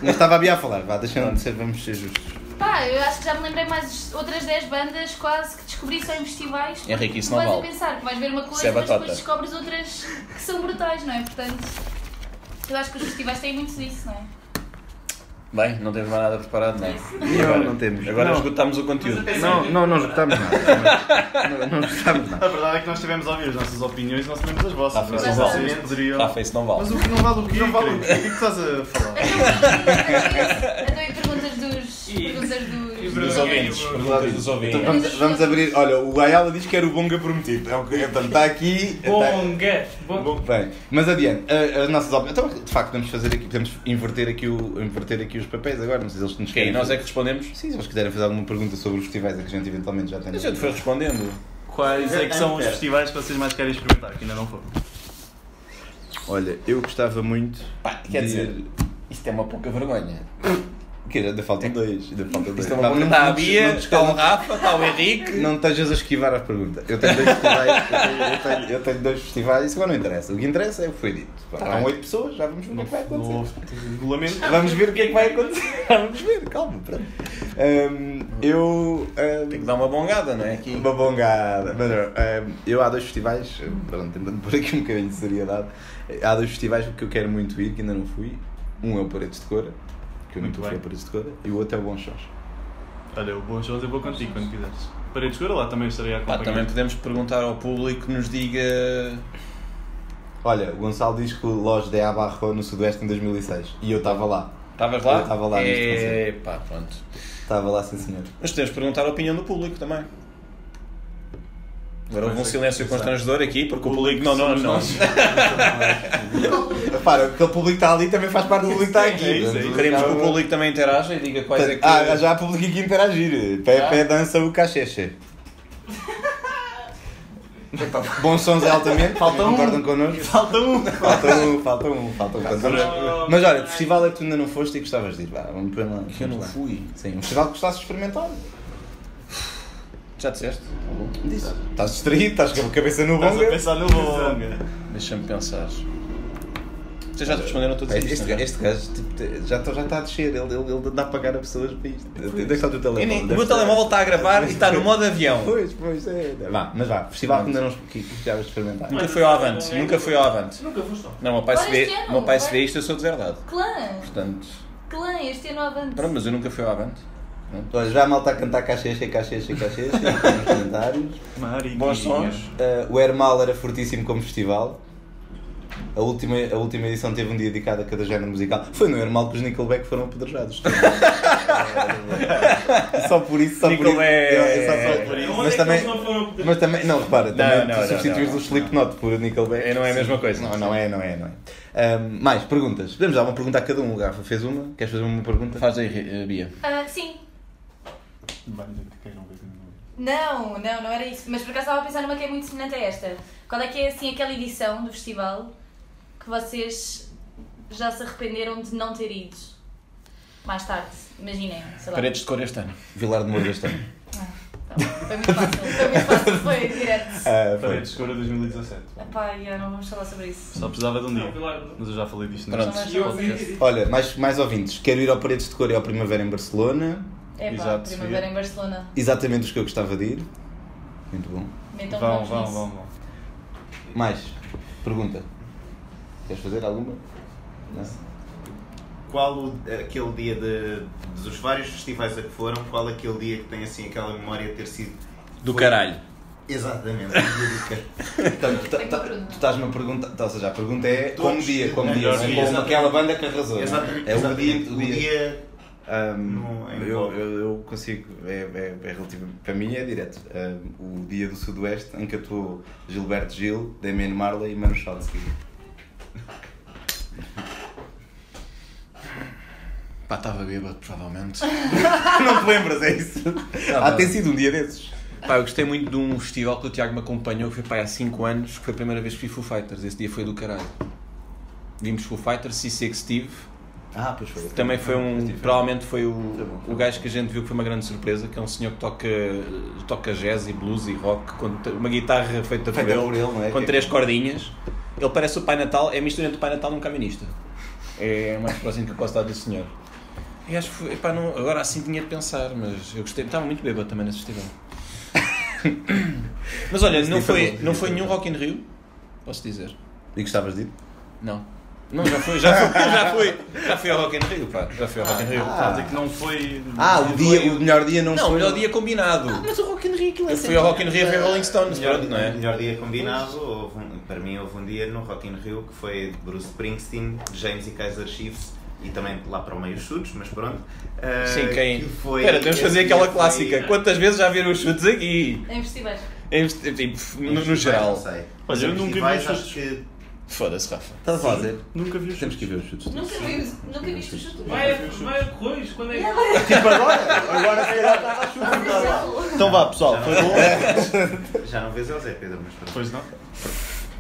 [SPEAKER 2] não estava a Bia a falar, vá, deixando de ser, vamos ser justos.
[SPEAKER 4] Pá, eu acho que já me lembrei mais outras 10 bandas quase que descobri só em festivais.
[SPEAKER 1] Henrique, isso
[SPEAKER 4] Tu
[SPEAKER 1] não
[SPEAKER 4] vais
[SPEAKER 1] vale.
[SPEAKER 4] a pensar que vais ver uma
[SPEAKER 1] Isso é
[SPEAKER 4] coisa, mas
[SPEAKER 1] batata.
[SPEAKER 4] depois descobres outras que são brutais, não é? Portanto, eu acho que os festivais têm muito disso, não é?
[SPEAKER 1] Bem, não temos mais nada preparado, não é?
[SPEAKER 2] Não, não temos.
[SPEAKER 1] Agora
[SPEAKER 2] Não.
[SPEAKER 1] esgotamos o conteúdo.
[SPEAKER 2] Não, não, não esgotámos nada. Não, é? não esgotámos nada.
[SPEAKER 5] A verdade é que nós tivemos a ouvir as nossas opiniões, nós sabemos as
[SPEAKER 1] Ah,
[SPEAKER 5] vossas.
[SPEAKER 1] mas
[SPEAKER 5] mas
[SPEAKER 4] não vale.
[SPEAKER 5] vocês poderiam.
[SPEAKER 1] Rafa, isso não vale.
[SPEAKER 5] Mas o que não vale o que
[SPEAKER 6] Não vale o
[SPEAKER 5] o
[SPEAKER 6] quê?
[SPEAKER 5] que é que estás a falar?
[SPEAKER 4] Então, e perguntas dos.
[SPEAKER 3] E-
[SPEAKER 4] Perguntas
[SPEAKER 3] e
[SPEAKER 4] dos.
[SPEAKER 1] Dos
[SPEAKER 3] vergonha,
[SPEAKER 1] ouvintes,
[SPEAKER 3] eu-
[SPEAKER 1] perguntas dos ouvintes.
[SPEAKER 2] Vamos, vamos abrir. Olha, o Ayala diz que era o Bonga prometido. É o que- Então está aqui. Está...
[SPEAKER 3] Bonga! Bonga!
[SPEAKER 2] Bem, mas adiante, a- as nossas opiniões. Então, de facto, podemos fazer aqui, podemos inverter aqui, o, inverter aqui os papéis agora, não sei se eles nos
[SPEAKER 1] Ok,
[SPEAKER 2] querem.
[SPEAKER 1] nós é que respondemos.
[SPEAKER 2] Sim, se eles quiserem fazer alguma pergunta sobre os festivais, é que a gente eventualmente já tem.
[SPEAKER 1] A gente foi respondendo.
[SPEAKER 5] Quais é que são os festivais que vocês mais querem experimentar? Que ainda não foram.
[SPEAKER 2] Olha, eu gostava muito.
[SPEAKER 1] Pá, quer dizer, isto é uma pouca vergonha.
[SPEAKER 2] Que ainda faltam dois. Ainda faltam dois.
[SPEAKER 1] Isto é uma boa-
[SPEAKER 2] não,
[SPEAKER 1] Está a
[SPEAKER 2] não,
[SPEAKER 1] Bia,
[SPEAKER 2] não
[SPEAKER 1] está o Rafa, está o Henrique.
[SPEAKER 2] Não estejas a esquivar a pergunta. Eu tenho dois festivais, eu tenho, eu tenho- eu tenho dois festivais, isso agora não interessa. O que interessa é o que foi dito.
[SPEAKER 1] Tá
[SPEAKER 2] Há oito pessoas, já vamos ver o que é que vai
[SPEAKER 5] Não
[SPEAKER 2] acontecer.
[SPEAKER 5] houve regulamento.
[SPEAKER 2] Vamos ver o que é que vai acontecer. Vamos ver, calma, pronto. Ahm, eu. ahm,
[SPEAKER 1] Tem que dar uma bongada, não é? Aqui.
[SPEAKER 2] uma bongada. Mas, ahm, eu há dois festivais, pronto, tentando pôr aqui um bocadinho de seriedade. Há dois festivais que eu quero muito ir, que ainda não fui. Um é o Paredes de Cora, que eu
[SPEAKER 5] Muito
[SPEAKER 2] nunca fui
[SPEAKER 5] bem.
[SPEAKER 2] a Paredes de Cora, e o outro é o Bom Chós.
[SPEAKER 5] Olha, o bom shows eu vou contigo quando quiseres. Paredes escura lá também estarei a
[SPEAKER 1] Pá,
[SPEAKER 5] acompanhar.
[SPEAKER 1] também podemos perguntar ao público que nos diga.
[SPEAKER 2] Olha, o Gonçalo diz que o Loja de Abarro no Sudoeste em 2006 e eu estava lá.
[SPEAKER 1] Estavas lá?
[SPEAKER 2] Eu estava lá neste
[SPEAKER 1] É,
[SPEAKER 2] concerto.
[SPEAKER 1] pá, pronto.
[SPEAKER 2] Estava lá, sim senhor.
[SPEAKER 1] Mas podemos perguntar a opinião do público também. Agora houve um
[SPEAKER 5] Perfeito.
[SPEAKER 1] silêncio
[SPEAKER 5] Exato.
[SPEAKER 1] constrangedor aqui, porque o
[SPEAKER 5] O
[SPEAKER 1] público.
[SPEAKER 5] público
[SPEAKER 1] Não, não, É
[SPEAKER 5] somos
[SPEAKER 1] não.
[SPEAKER 5] nós.
[SPEAKER 2] Repara, aquele público que está ali também faz parte do público que está aqui.
[SPEAKER 5] É isso, é isso.
[SPEAKER 1] Queremos que o público também interaja e diga quais é que.
[SPEAKER 2] Ah, já há público aqui a interagir. Pé,
[SPEAKER 1] Já?
[SPEAKER 2] pé dança o cacheche. Bons sons altamente, falta um. concordam connosco? Falta um. Falta um, falta um, falta um.
[SPEAKER 3] Oh,
[SPEAKER 2] Mas olha,
[SPEAKER 3] caralho.
[SPEAKER 2] que festival é que tu ainda não foste e gostavas de ir? Vá, vamos pôr lá.
[SPEAKER 1] Que eu não
[SPEAKER 2] vamos lá.
[SPEAKER 1] fui.
[SPEAKER 2] Sim, um festival que gostasses de experimentar.
[SPEAKER 1] Já disseste?
[SPEAKER 2] Disse. Estás distraído, estás com a cabeça no
[SPEAKER 5] Estás a
[SPEAKER 2] bonga.
[SPEAKER 5] pensar no longa.
[SPEAKER 1] Deixa-me pensar. Vocês já te responderam todos
[SPEAKER 2] Este,
[SPEAKER 1] isto,
[SPEAKER 2] este,
[SPEAKER 1] não é?
[SPEAKER 2] este gajo tipo, te- já, tá- já está a descer, ele, ele, ele dá a pagar a pessoas para isto. Onde é que está o teu
[SPEAKER 1] Eu
[SPEAKER 2] telemóvel?
[SPEAKER 1] nem- O
[SPEAKER 2] Deve
[SPEAKER 1] meu
[SPEAKER 2] estar-
[SPEAKER 1] telemóvel está a gravar e está no modo avião.
[SPEAKER 2] Pois, pois é. Vá, mas vá, festival que ainda não que que já vais experimentar.
[SPEAKER 1] Nunca foi ao avante, nunca foi ao avante.
[SPEAKER 3] Nunca foste ao.
[SPEAKER 1] Não, o meu pai se
[SPEAKER 4] Agora
[SPEAKER 1] vê,
[SPEAKER 4] este ano,
[SPEAKER 1] o meu pai se
[SPEAKER 4] agora-
[SPEAKER 1] vê isto, eu sou de verdade.
[SPEAKER 4] Clã!
[SPEAKER 1] Portanto,
[SPEAKER 4] Clã, este ano avante.
[SPEAKER 1] pronto, mas eu nunca fui ao avante.
[SPEAKER 2] Olha, é? Então, já a malta a cantar cachecha, cachecha, cachecha, nos comentários.
[SPEAKER 5] Mariquinha.
[SPEAKER 1] Bons sons.
[SPEAKER 2] Ah, o Hermal era fortíssimo como festival. A última, a última edição teve um dia dedicado a cada género musical. Foi no Hermal que os Nickelback foram apedrejados. só por isso, só por isso.
[SPEAKER 1] Nickelback.
[SPEAKER 2] Eu- eu só- só por
[SPEAKER 3] Onde
[SPEAKER 2] isso.
[SPEAKER 3] é
[SPEAKER 2] Mas
[SPEAKER 3] que
[SPEAKER 2] também.
[SPEAKER 3] eles não foram
[SPEAKER 2] Mas também, não, repara, também
[SPEAKER 1] não,
[SPEAKER 2] tu
[SPEAKER 1] não,
[SPEAKER 2] substituís
[SPEAKER 1] não,
[SPEAKER 2] o Slipknot por Nickelback.
[SPEAKER 1] É, não é a mesma coisa.
[SPEAKER 2] Não, não é, não é, não é. Ahm, mais perguntas. Podemos dar uma pergunta a cada um. O Rafa fez uma. Queres fazer uma pergunta?
[SPEAKER 1] Faz aí, eh, Bia.
[SPEAKER 4] Ah, sim.
[SPEAKER 5] Vai dizer que quem não vê, quem não vê.
[SPEAKER 4] Não, não, não era isso. Mas por acaso estava a pensar numa que é muito semelhante a esta. Qual é que é assim aquela edição do festival que vocês já se arrependeram de não ter ido? Mais tarde, imaginem, sei lá.
[SPEAKER 1] Paredes de cor este ano.
[SPEAKER 2] Vilar de Moura deste ano.
[SPEAKER 4] Tá bom, Foi muito fácil, foi muito fácil, foi direto.
[SPEAKER 2] Ah, foi.
[SPEAKER 5] Paredes escura 2017.
[SPEAKER 4] Epá, já não vamos falar sobre isso.
[SPEAKER 5] Só precisava de um
[SPEAKER 3] Não,
[SPEAKER 5] dia.
[SPEAKER 3] Pilar.
[SPEAKER 5] Mas eu já falei disto
[SPEAKER 1] Pronto.
[SPEAKER 5] neste.
[SPEAKER 3] E eu vi.
[SPEAKER 2] Olha, mais, mais ouvintes. Quero ir ao Paredes de Cor e ao Primavera em Barcelona.
[SPEAKER 4] É pá,
[SPEAKER 5] Exato,
[SPEAKER 4] primavera
[SPEAKER 5] Sofia.
[SPEAKER 4] em Barcelona.
[SPEAKER 2] Exatamente os que eu gostava de ir. Muito bom.
[SPEAKER 4] Então
[SPEAKER 5] Vão,
[SPEAKER 4] vamos
[SPEAKER 5] vão,
[SPEAKER 4] nisso.
[SPEAKER 5] vão, vão.
[SPEAKER 2] Mais. Pergunta. Queres fazer alguma? Não?
[SPEAKER 6] Qual o- aquele dia de, dos vários festivais a que foram, qual aquele dia que tem assim aquela memória de ter sido.
[SPEAKER 1] Do caralho.
[SPEAKER 6] Exatamente, um dia do caralho.
[SPEAKER 2] Então, tu,
[SPEAKER 4] Tenho
[SPEAKER 2] tá-
[SPEAKER 4] uma pergunta.
[SPEAKER 2] tu estás-me a perguntar. Tá, ou seja, a pergunta é
[SPEAKER 6] Todos.
[SPEAKER 2] como dia, como dia.
[SPEAKER 5] Melhor
[SPEAKER 2] não é?
[SPEAKER 5] dia,
[SPEAKER 2] Como
[SPEAKER 6] exatamente.
[SPEAKER 2] aquela banda que arrasou. não é?
[SPEAKER 6] Exatamente,
[SPEAKER 2] É o
[SPEAKER 6] exatamente.
[SPEAKER 2] dia. O dia. Um,
[SPEAKER 6] No- em
[SPEAKER 2] eu,
[SPEAKER 6] Copa.
[SPEAKER 2] eu, eu consigo, é, é, é relativo, para mim é direto. Um, o dia do Sudoeste em que atuou Gilberto Gil, Damien Marley e Manu Chotsky.
[SPEAKER 1] Pá, estava bêbado, provavelmente.
[SPEAKER 2] Não te lembras, é isso?
[SPEAKER 1] Tá
[SPEAKER 2] ah,
[SPEAKER 1] bem.
[SPEAKER 2] tem sido um dia desses.
[SPEAKER 1] Pá, eu gostei muito de um festival que o Tiago me acompanhou, que foi pá, há 5 anos, que foi a primeira vez que vi Foo Fighters. Esse dia foi do caralho. Vimos Foo Fighters, C6 Steve.
[SPEAKER 2] Ah, pois foi.
[SPEAKER 1] Também foi um. Provavelmente foi o,
[SPEAKER 2] Tá bom.
[SPEAKER 1] o gajo que a gente viu que foi uma grande surpresa, que é um senhor que toca, toca jazz e blues e rock, com t- uma guitarra feita,
[SPEAKER 2] Feita por ele, não é?
[SPEAKER 1] com três cordinhas. Ele parece o Pai Natal, é a mistura entre o Pai Natal e um caminista. É o mais próximo que eu posso dar do senhor. E acho que foi, epá, não, agora assim tinha de pensar, mas eu gostei, estava muito bêbado também nesse festival. mas olha, não
[SPEAKER 2] dia foi
[SPEAKER 1] foi,
[SPEAKER 2] bom,
[SPEAKER 1] não foi nenhum Rock in Rio, posso dizer.
[SPEAKER 2] E gostavas de ir?
[SPEAKER 1] Não. Não, já foi, já foi, já foi, já fui ao Rock in Rio, pá, já fui ao Rock in Rio.
[SPEAKER 5] Estás a dizer que não foi.
[SPEAKER 2] Ah, o, dia, o melhor dia não,
[SPEAKER 1] Não, o
[SPEAKER 2] foi.
[SPEAKER 1] melhor dia combinado.
[SPEAKER 4] Mas o Rock in Rio, aquilo é
[SPEAKER 1] Eu fui ao Rock in Rio ver Rolling Stones,
[SPEAKER 6] Melhor,
[SPEAKER 1] pronto, não é?
[SPEAKER 6] melhor dia combinado, houve um- para mim houve um dia no Rock in Rio que foi de Bruce Springsteen, James e Kaiser Chiefs e também lá para o meio chutes, mas pronto. Ah,
[SPEAKER 1] Sim, quem.
[SPEAKER 6] que foi-
[SPEAKER 1] Espera, temos de
[SPEAKER 6] esse
[SPEAKER 1] fazer
[SPEAKER 6] dia
[SPEAKER 1] aquela
[SPEAKER 6] foi-
[SPEAKER 1] clássica. Quantas vezes já viram os chutes aqui?
[SPEAKER 4] Em festivais.
[SPEAKER 1] Em- tipo,
[SPEAKER 6] Em
[SPEAKER 1] No, no
[SPEAKER 6] festivais,
[SPEAKER 1] geral.
[SPEAKER 6] Não sei.
[SPEAKER 5] Olha, eu
[SPEAKER 6] Em
[SPEAKER 5] nunca vi
[SPEAKER 6] festivais,
[SPEAKER 5] os
[SPEAKER 6] acho que
[SPEAKER 1] Foda-se, Rafa.
[SPEAKER 2] Estás a fazer?
[SPEAKER 5] Nunca vi os
[SPEAKER 2] Temos que ver os chutes.
[SPEAKER 4] Nunca, vimos, nunca viste o chute
[SPEAKER 3] Vai a- vai a Correios, quando é que.
[SPEAKER 2] Tipo agora? Agora se calhar estava a chuva.
[SPEAKER 1] Então vá, pessoal. Foi bom.
[SPEAKER 6] já não vês é o Zé Pedro, mas pronto.
[SPEAKER 5] Pois não?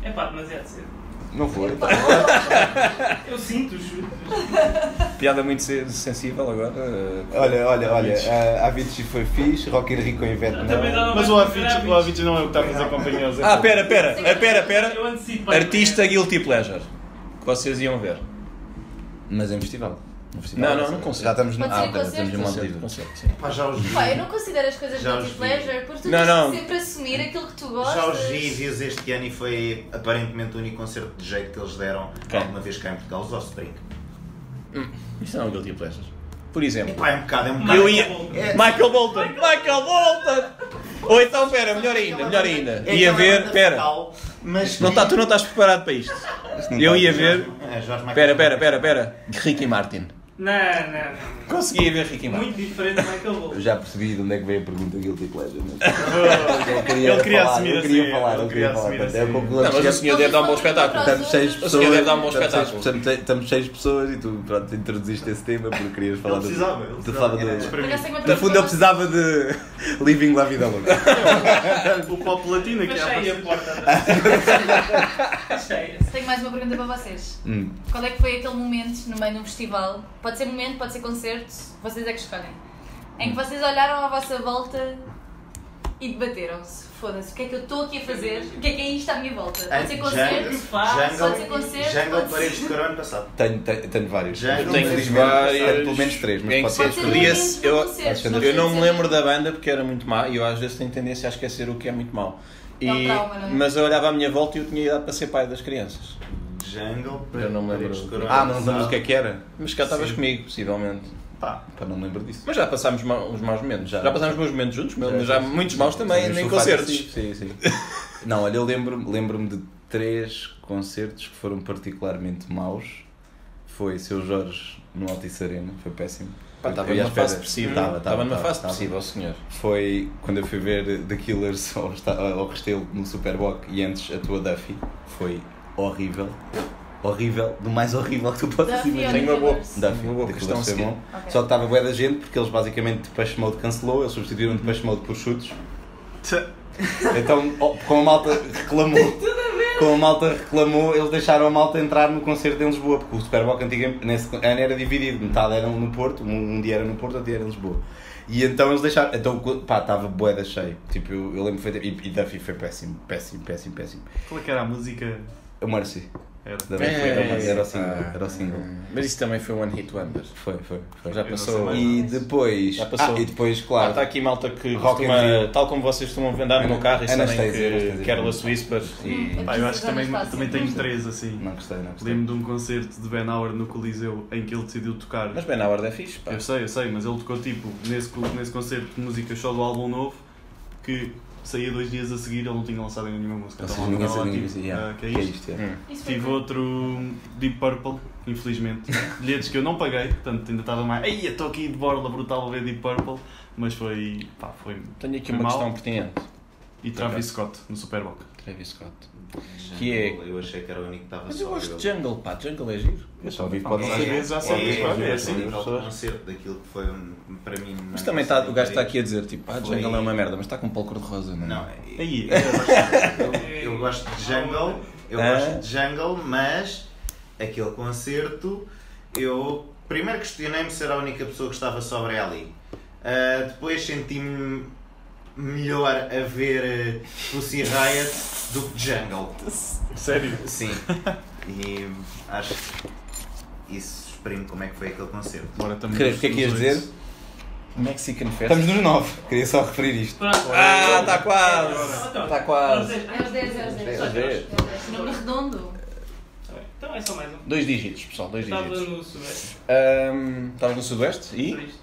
[SPEAKER 3] É pá, demasiado cedo.
[SPEAKER 2] Não foi.
[SPEAKER 3] Eu sinto, juro.
[SPEAKER 1] Piada muito se- sensível agora. eh,
[SPEAKER 2] Olha, olha, olha. A Avicii foi um fixe, Rock in Rio com Ivete
[SPEAKER 3] Eu também
[SPEAKER 2] não.
[SPEAKER 3] dava
[SPEAKER 5] Mas o
[SPEAKER 3] mais para
[SPEAKER 5] Avicii,
[SPEAKER 3] Avicii.
[SPEAKER 5] o Avicii não é o que está a fazer companhia aos
[SPEAKER 1] Ah, pera, pera, eh, pera, pera.
[SPEAKER 3] Eu antecipo.
[SPEAKER 1] Artista Guilty Pleasure. Que vocês iam ver.
[SPEAKER 2] Mas em festival. No festival.
[SPEAKER 1] Não, não, não consigo.
[SPEAKER 2] Já estamos no.
[SPEAKER 4] Pode ser
[SPEAKER 2] tá,
[SPEAKER 4] concerto?
[SPEAKER 2] estamos no Monte
[SPEAKER 1] Concerto,
[SPEAKER 2] Livre.
[SPEAKER 1] concerto, sim.
[SPEAKER 6] Pá, já os vi.
[SPEAKER 4] Pá, eu não considero as coisas
[SPEAKER 6] Já os
[SPEAKER 4] guilty
[SPEAKER 6] vi.
[SPEAKER 4] pleasure porque tu
[SPEAKER 1] Não,
[SPEAKER 4] tens
[SPEAKER 1] não.
[SPEAKER 4] que sempre assumir aquilo que tu gostas.
[SPEAKER 6] Já os vi e vi-os este ano e foi aparentemente o único concerto de jeito que eles deram
[SPEAKER 1] Quem?
[SPEAKER 6] alguma vez cá em Portugal, os Offspring.
[SPEAKER 1] Isto não é um Guilty Pleasure. Por exemplo.
[SPEAKER 6] Pá, é um bocado, é um bocado.
[SPEAKER 1] Eu ia. Michael Bolton! Michael Bolton! Ou então, pera, melhor ainda, melhor ainda.
[SPEAKER 6] É
[SPEAKER 1] Ia
[SPEAKER 6] aquela
[SPEAKER 1] ver,
[SPEAKER 6] banda
[SPEAKER 1] pera.
[SPEAKER 6] fatal, Mas
[SPEAKER 1] Não tá, tu não estás preparado para isto.
[SPEAKER 2] tá
[SPEAKER 1] Eu ia ver.
[SPEAKER 6] É, Jorge Michael.
[SPEAKER 1] Pera, pera, pera, pera. Ricky Martin.
[SPEAKER 3] Não, não,
[SPEAKER 1] Consegui ver Ricky
[SPEAKER 3] não.
[SPEAKER 1] Martin.
[SPEAKER 3] Muito diferente do Michael Bolton.
[SPEAKER 2] Eu já percebi de onde é que veio a pergunta Guilty Pleasure. Mas... eu queria
[SPEAKER 5] Ele queria
[SPEAKER 2] falar,
[SPEAKER 5] assumir
[SPEAKER 2] eu queria
[SPEAKER 5] assim,
[SPEAKER 2] falar,
[SPEAKER 5] ele
[SPEAKER 2] eu
[SPEAKER 5] queria
[SPEAKER 2] queria falar.
[SPEAKER 5] assumir
[SPEAKER 2] Portanto,
[SPEAKER 5] assim.
[SPEAKER 2] É o
[SPEAKER 1] Não, mas o
[SPEAKER 2] concluído.
[SPEAKER 1] senhor deve dar um bom espetáculo.
[SPEAKER 2] Estamos seis
[SPEAKER 4] O
[SPEAKER 2] pessoas.
[SPEAKER 1] senhor deve dar um bom
[SPEAKER 2] estamos seis-
[SPEAKER 1] espetáculo.
[SPEAKER 2] Estamos, seis- estamos seis pessoas e tu pronto, introduziste esse tema porque querias falar
[SPEAKER 5] Ele
[SPEAKER 2] do-
[SPEAKER 5] precisava, ele
[SPEAKER 2] tu
[SPEAKER 5] precisava.
[SPEAKER 2] falava
[SPEAKER 5] Era
[SPEAKER 2] do-
[SPEAKER 5] despre-
[SPEAKER 2] No fundo eu precisava de Living La Vida Louca.
[SPEAKER 5] O pop latino que é
[SPEAKER 3] Mas
[SPEAKER 5] a
[SPEAKER 3] cheia a
[SPEAKER 5] partir-
[SPEAKER 3] porta. Cheia.
[SPEAKER 4] Tenho mais uma pergunta para vocês.
[SPEAKER 2] Hum.
[SPEAKER 4] Qual é que foi aquele momento no meio de um festival? Pode ser momento, pode ser concerto, vocês é que escolhem. Em que
[SPEAKER 5] Hum.
[SPEAKER 4] vocês olharam à vossa volta e debateram-se. Foda-se, o que é que eu estou aqui a fazer? O que é que é isto à minha volta? Pode ser concerto,
[SPEAKER 6] Jungle,
[SPEAKER 3] faz,
[SPEAKER 4] pode ser concerto,
[SPEAKER 6] Jungle
[SPEAKER 4] pode
[SPEAKER 6] Paredes
[SPEAKER 4] ser...
[SPEAKER 6] de Coro ano passado.
[SPEAKER 2] Tenho, tenho, tenho vários.
[SPEAKER 6] Já
[SPEAKER 2] Mas,
[SPEAKER 6] não
[SPEAKER 1] Tenho
[SPEAKER 2] infelizmente,
[SPEAKER 1] vários.
[SPEAKER 2] é Pelo menos três, mas
[SPEAKER 1] Em
[SPEAKER 2] pode
[SPEAKER 1] que
[SPEAKER 2] ser
[SPEAKER 4] Pode ser
[SPEAKER 2] três.
[SPEAKER 4] um
[SPEAKER 1] Podia-
[SPEAKER 4] momento
[SPEAKER 1] eu-
[SPEAKER 4] do
[SPEAKER 2] é
[SPEAKER 4] concerto. não
[SPEAKER 1] Eu não
[SPEAKER 4] precisa
[SPEAKER 1] me
[SPEAKER 4] ser-
[SPEAKER 1] lembro da banda porque era muito má e eu às vezes tenho tendência a esquecer o que é muito mau. E,
[SPEAKER 4] É um trauma, não é?
[SPEAKER 1] mas eu olhava à minha volta e eu tinha idade para ser pai das crianças.
[SPEAKER 6] Jungle
[SPEAKER 1] Eu não me lembro.
[SPEAKER 6] Paredes de Coro ano
[SPEAKER 2] Ah, mas não lembro
[SPEAKER 6] passado.
[SPEAKER 2] do que é que era.
[SPEAKER 1] Mas cá estavas comigo, possivelmente.
[SPEAKER 6] Pá,
[SPEAKER 2] Pá, não me lembro disso.
[SPEAKER 1] Mas já passámos ma- uns maus momentos. Já,
[SPEAKER 2] Já.
[SPEAKER 1] passámos bons momentos juntos, mas já, muitos maus também,
[SPEAKER 2] Mas
[SPEAKER 1] nem
[SPEAKER 2] tu
[SPEAKER 1] concertos.
[SPEAKER 2] fazes- Sim, sim. Não, olha, eu lembro-me lembro de três concertos que foram particularmente maus. Foi Seu Jorge no Altice Arena, foi péssimo.
[SPEAKER 1] Pá, estava
[SPEAKER 2] Eu ia à
[SPEAKER 1] numa fase
[SPEAKER 2] espera-
[SPEAKER 1] depressiva.
[SPEAKER 2] Tava, tava,
[SPEAKER 1] Estava numa
[SPEAKER 2] tava,
[SPEAKER 1] fase
[SPEAKER 2] tava.
[SPEAKER 1] depressiva, o senhor.
[SPEAKER 2] Foi quando eu fui ver The Killers ao, esta- ao Restelo no Superboc e antes a tua Duffy. Foi horrível. Horrível, do mais horrível que tu possas
[SPEAKER 4] Duffy ou
[SPEAKER 2] imaginar.
[SPEAKER 4] Tenho uma boa- Killers?
[SPEAKER 2] Duffy,
[SPEAKER 1] Uma boa
[SPEAKER 2] The
[SPEAKER 1] questão
[SPEAKER 2] Killers foi
[SPEAKER 1] a seguir.
[SPEAKER 2] bom.
[SPEAKER 4] Ok.
[SPEAKER 2] Só que estava bué da gente porque eles basicamente Depeche Mode cancelou, eles substituíram Depeche Mode por chutes. Então, oh, como a malta reclamou, como a malta reclamou, eles deixaram a malta entrar no concerto em Lisboa, porque o Superboc antigamente, nesse ano era dividido, metade eram no Porto, um, um dia era no Porto, outro dia era em Lisboa. E então eles deixaram, então pá, estava boeda cheio, tipo, eu, eu lembro foi, e, e Duffy foi péssimo, péssimo, péssimo, péssimo.
[SPEAKER 5] Qual é que era a música?
[SPEAKER 2] A Mercy,
[SPEAKER 5] Era.
[SPEAKER 2] da Duffy,
[SPEAKER 1] É,
[SPEAKER 2] era, o Mercy, era o single,
[SPEAKER 1] Ah,
[SPEAKER 2] era o single.
[SPEAKER 1] Mas isso também foi um One Hit Wonder.
[SPEAKER 2] Foi, foi, foi.
[SPEAKER 1] Já
[SPEAKER 5] não
[SPEAKER 1] passou.
[SPEAKER 5] sei mais
[SPEAKER 2] E depois,
[SPEAKER 1] Já passou.
[SPEAKER 2] ah, e depois,
[SPEAKER 1] Claro.
[SPEAKER 2] claro,
[SPEAKER 1] Está tá aqui malta que
[SPEAKER 2] Rock in
[SPEAKER 1] costuma-
[SPEAKER 2] Rio.
[SPEAKER 1] tal como vocês costumam andar no meu carro e sabem
[SPEAKER 2] Anastasia,
[SPEAKER 1] que
[SPEAKER 2] Anastasia.
[SPEAKER 1] Careless Whisper e...
[SPEAKER 4] Hum,
[SPEAKER 5] Pá, eu acho que também,
[SPEAKER 4] Fácil.
[SPEAKER 5] também tenho três assim.
[SPEAKER 2] não gostei, não gostei.
[SPEAKER 5] Lembro de um concerto de Ben Hauer no Coliseu em que ele decidiu tocar.
[SPEAKER 1] Mas bem, na hora é fixe, pá.
[SPEAKER 5] Eu sei, eu sei, mas ele tocou tipo nesse, co- nesse concerto de músicas só do álbum novo que saía dois dias a seguir ele não tinha lançado ainda nenhuma música.
[SPEAKER 2] Ou
[SPEAKER 5] Então,
[SPEAKER 2] seja, ninguém
[SPEAKER 5] lá,
[SPEAKER 2] sabe, ninguém
[SPEAKER 5] tipo,
[SPEAKER 2] sabe, yeah,
[SPEAKER 5] ah, que
[SPEAKER 2] que
[SPEAKER 5] é
[SPEAKER 2] é
[SPEAKER 5] isto?
[SPEAKER 2] isto, é.
[SPEAKER 1] Hum.
[SPEAKER 4] Isso foi
[SPEAKER 5] Tive
[SPEAKER 4] tudo.
[SPEAKER 5] outro Deep Purple, infelizmente. Bilhetes que eu não paguei, portanto ainda estava mais. Ei, estou aqui de borla brutal a ver Deep Purple, mas foi. pá, foi.
[SPEAKER 1] Tenho aqui
[SPEAKER 5] Foi
[SPEAKER 1] uma
[SPEAKER 5] mal.
[SPEAKER 1] questão pertinente.
[SPEAKER 5] E Travis Scott no Superbowl.
[SPEAKER 1] Travis Scott.
[SPEAKER 6] Jungle,
[SPEAKER 1] Que é-
[SPEAKER 6] Eu achei que era o único que estava
[SPEAKER 1] Mas
[SPEAKER 6] só
[SPEAKER 1] eu gosto
[SPEAKER 6] eu.
[SPEAKER 1] de Jungle, pá. Jungle é giro.
[SPEAKER 2] Eu só vi
[SPEAKER 5] Mas
[SPEAKER 2] pode
[SPEAKER 5] às
[SPEAKER 2] ser.
[SPEAKER 5] vezes já
[SPEAKER 6] É,
[SPEAKER 5] sabes,
[SPEAKER 6] é,
[SPEAKER 5] é,
[SPEAKER 6] é,
[SPEAKER 5] assim.
[SPEAKER 6] nível de concerto daquilo que foi um, para mim.
[SPEAKER 1] Mas
[SPEAKER 6] um
[SPEAKER 1] também tá,
[SPEAKER 6] concerto
[SPEAKER 1] o gajo está aqui
[SPEAKER 6] incrível.
[SPEAKER 1] a dizer, tipo, ah,
[SPEAKER 6] Foi-
[SPEAKER 1] Jungle é uma merda, mas está com um pau cor-de-rosa, não é?
[SPEAKER 6] Não,
[SPEAKER 5] Aí,
[SPEAKER 6] eu gosto de jungle, eu
[SPEAKER 1] Ah.
[SPEAKER 6] gosto de jungle, mas aquele concerto eu primeiro questionei-me se era a única pessoa que estava sobre ali. Ah, depois senti-me melhor a ver uh, Pussy Riot do que Jungle.
[SPEAKER 5] sério.
[SPEAKER 6] Sim. E acho que isso exprime como é que foi aquele concerto.
[SPEAKER 5] Agora estamos
[SPEAKER 2] Queres, o que é que ias
[SPEAKER 5] nos
[SPEAKER 2] dizer?
[SPEAKER 5] oito.
[SPEAKER 1] Mexican Fest.
[SPEAKER 2] Estamos nos 9, queria só referir isto.
[SPEAKER 3] Pronto.
[SPEAKER 1] Ah, está quase!
[SPEAKER 3] Então,
[SPEAKER 1] Está quase!
[SPEAKER 3] vocês-
[SPEAKER 4] É aos 10, é aos 10.
[SPEAKER 1] É aos 10.
[SPEAKER 4] Número redondo.
[SPEAKER 3] Então é só mais um.
[SPEAKER 1] Dois dígitos, pessoal, dois
[SPEAKER 3] Estava
[SPEAKER 1] dígitos.
[SPEAKER 3] no Sudeste.
[SPEAKER 1] Ahm, Estavas no Sudoeste e?
[SPEAKER 3] Triste.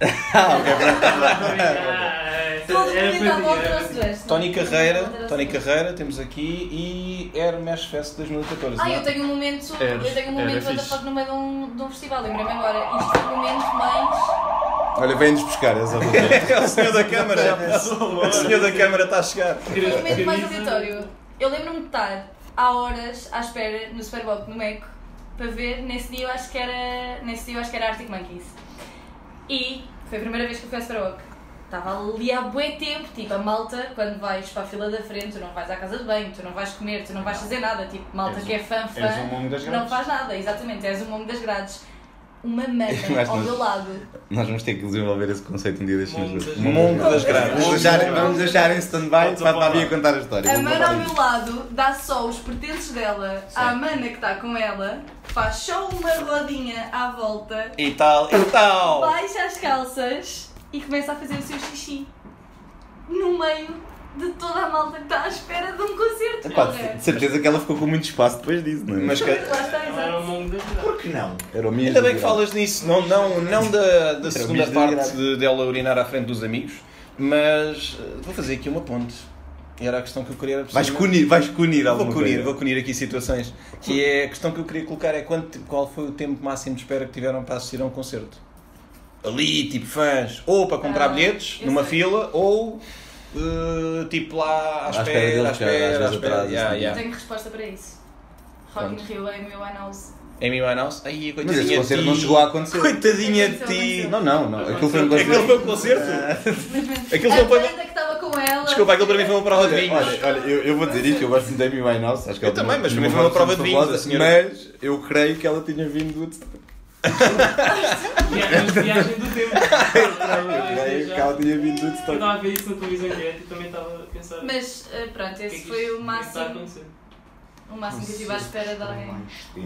[SPEAKER 5] É,
[SPEAKER 4] Todo
[SPEAKER 3] Era
[SPEAKER 4] mundo à volta
[SPEAKER 3] para
[SPEAKER 4] ao Sudeste.
[SPEAKER 1] Tony Carreira,
[SPEAKER 4] Todo
[SPEAKER 1] Tony
[SPEAKER 4] mundo ao Sudeste.
[SPEAKER 1] Carreira, temos aqui e Hermes Fest 2014.
[SPEAKER 4] Ah,
[SPEAKER 1] não é?
[SPEAKER 4] eu tenho um momento,
[SPEAKER 5] Era-
[SPEAKER 4] eu tenho um
[SPEAKER 5] era
[SPEAKER 4] momento what the
[SPEAKER 5] fixe.
[SPEAKER 4] fuck no meio de um, de um festival, lembrei-me agora. Isto foi o momento mais.
[SPEAKER 2] Olha, vem-nos buscar, é só
[SPEAKER 1] É o senhor da câmara, já passou. O senhor da câmara está a chegar.
[SPEAKER 4] Foi o momento mais aleatório. Eu lembro-me de estar há horas à espera no Superbowl no Meco para ver, nesse dia eu acho que era. Nesse dia eu acho que era Arctic Monkeys. E foi a primeira vez que eu fui ao Superbowl. Estava ali há bué tempo, tipo, a malta, quando vais para a fila da frente, tu não vais à casa de banho, tu não vais comer, tu não vais fazer nada, tipo, malta
[SPEAKER 2] És
[SPEAKER 4] que é fã,
[SPEAKER 2] És um
[SPEAKER 4] fã,
[SPEAKER 2] mongo das
[SPEAKER 4] não
[SPEAKER 2] grades.
[SPEAKER 4] faz nada, exatamente, és um mongo das grades. Uma mana
[SPEAKER 2] Mas
[SPEAKER 4] ao
[SPEAKER 2] nós-
[SPEAKER 4] meu lado.
[SPEAKER 2] Nós vamos ter que desenvolver esse conceito um dia destes
[SPEAKER 3] Mongo
[SPEAKER 2] nos
[SPEAKER 3] das-
[SPEAKER 2] grupos.
[SPEAKER 1] Mongo das grades.
[SPEAKER 2] Vamos deixar, vamos deixar em stand-by
[SPEAKER 5] Vamos
[SPEAKER 2] para a
[SPEAKER 5] apontar.
[SPEAKER 2] Bia contar a história.
[SPEAKER 4] A
[SPEAKER 2] Vamos
[SPEAKER 4] mana ao
[SPEAKER 2] apontar
[SPEAKER 4] meu lado dá só os pertences dela à mana que está com ela, faz só uma rodinha à volta,
[SPEAKER 1] E tal, e tal.
[SPEAKER 4] baixa as calças e começa a fazer o seu xixi. No meio de toda a malta que está à espera de um
[SPEAKER 1] É
[SPEAKER 4] concerto.
[SPEAKER 2] isso. Pá,
[SPEAKER 4] qualquer.
[SPEAKER 2] de certeza que ela ficou com muito espaço depois disso, não é?
[SPEAKER 1] Mas que-
[SPEAKER 4] Lá está,
[SPEAKER 3] Ela era um
[SPEAKER 4] exato.
[SPEAKER 3] mongo das grades.
[SPEAKER 6] Por que não?
[SPEAKER 2] Era o mesmo.
[SPEAKER 1] Ainda bem que falas nisso, não, não, não da, da segunda
[SPEAKER 2] misto
[SPEAKER 1] parte
[SPEAKER 2] desgraça.
[SPEAKER 1] de- dela urinar à frente dos amigos, mas eh, vou fazer aqui uma ponte. Era a questão que eu queria.
[SPEAKER 2] Vais cunir, vais cunir
[SPEAKER 1] Vou
[SPEAKER 2] alguma
[SPEAKER 1] cunir,
[SPEAKER 2] coisa.
[SPEAKER 1] vou cunir aqui situações. Que é a questão que eu queria colocar é quanto, qual foi o tempo máximo de espera que tiveram para assistir a um concerto. Ali, tipo fãs, ou para comprar
[SPEAKER 4] Ah,
[SPEAKER 1] bilhetes
[SPEAKER 4] eu
[SPEAKER 1] numa
[SPEAKER 4] sei.
[SPEAKER 1] fila, ou eh, tipo lá à
[SPEAKER 2] À espera
[SPEAKER 1] espera, à
[SPEAKER 2] deles, que às
[SPEAKER 1] espera, à
[SPEAKER 2] vezes
[SPEAKER 1] espera. Yeah,
[SPEAKER 2] atrasa-se, não é?
[SPEAKER 4] Eu
[SPEAKER 1] yeah.
[SPEAKER 4] tenho resposta para isso. Rock in
[SPEAKER 1] Pronto.
[SPEAKER 4] Rio é meu Winehouse.
[SPEAKER 1] Amy Winehouse, aí
[SPEAKER 2] Mas
[SPEAKER 1] coitadinha
[SPEAKER 2] esse
[SPEAKER 1] de
[SPEAKER 2] concerto
[SPEAKER 1] ti.
[SPEAKER 2] não chegou a acontecer.
[SPEAKER 1] Coitadinha de
[SPEAKER 4] Aconteceu,
[SPEAKER 1] ti.
[SPEAKER 4] aconteceu.
[SPEAKER 2] Não, não, não. Aquilo foi um
[SPEAKER 1] Aquele
[SPEAKER 2] concerto.
[SPEAKER 1] É foi o concerto? Aquilo
[SPEAKER 4] a
[SPEAKER 1] não foi.
[SPEAKER 4] banda que estava com ela.
[SPEAKER 1] Desculpa, aquilo para mim foi uma prova de
[SPEAKER 2] Olha,
[SPEAKER 1] vinhos.
[SPEAKER 2] olha, olha, eu, eu vou dizer isto, eu gosto muito da Amy Winehouse. Acho que
[SPEAKER 1] Eu
[SPEAKER 2] ela
[SPEAKER 1] também,
[SPEAKER 2] não-
[SPEAKER 1] mas
[SPEAKER 2] não
[SPEAKER 1] também foi
[SPEAKER 2] gosto
[SPEAKER 1] uma prova
[SPEAKER 2] tanto
[SPEAKER 1] de vinhos, a
[SPEAKER 2] famosa,
[SPEAKER 1] senhora.
[SPEAKER 2] Mas eu creio que ela tinha vindo do Woodstock.
[SPEAKER 3] Viagem, viagem do tempo.
[SPEAKER 2] Eu creio que ela
[SPEAKER 3] Eu
[SPEAKER 2] tinha vindo do Woodstock.
[SPEAKER 3] estava a ver isso na televisão direto e também estava a pensar. o
[SPEAKER 4] Mas eh, pronto,
[SPEAKER 3] que é que
[SPEAKER 4] esse
[SPEAKER 3] isto
[SPEAKER 4] foi o
[SPEAKER 3] está a
[SPEAKER 4] máximo,
[SPEAKER 3] acontecer?
[SPEAKER 4] o máximo que eu tive à espera de
[SPEAKER 1] Oh
[SPEAKER 4] alguém. de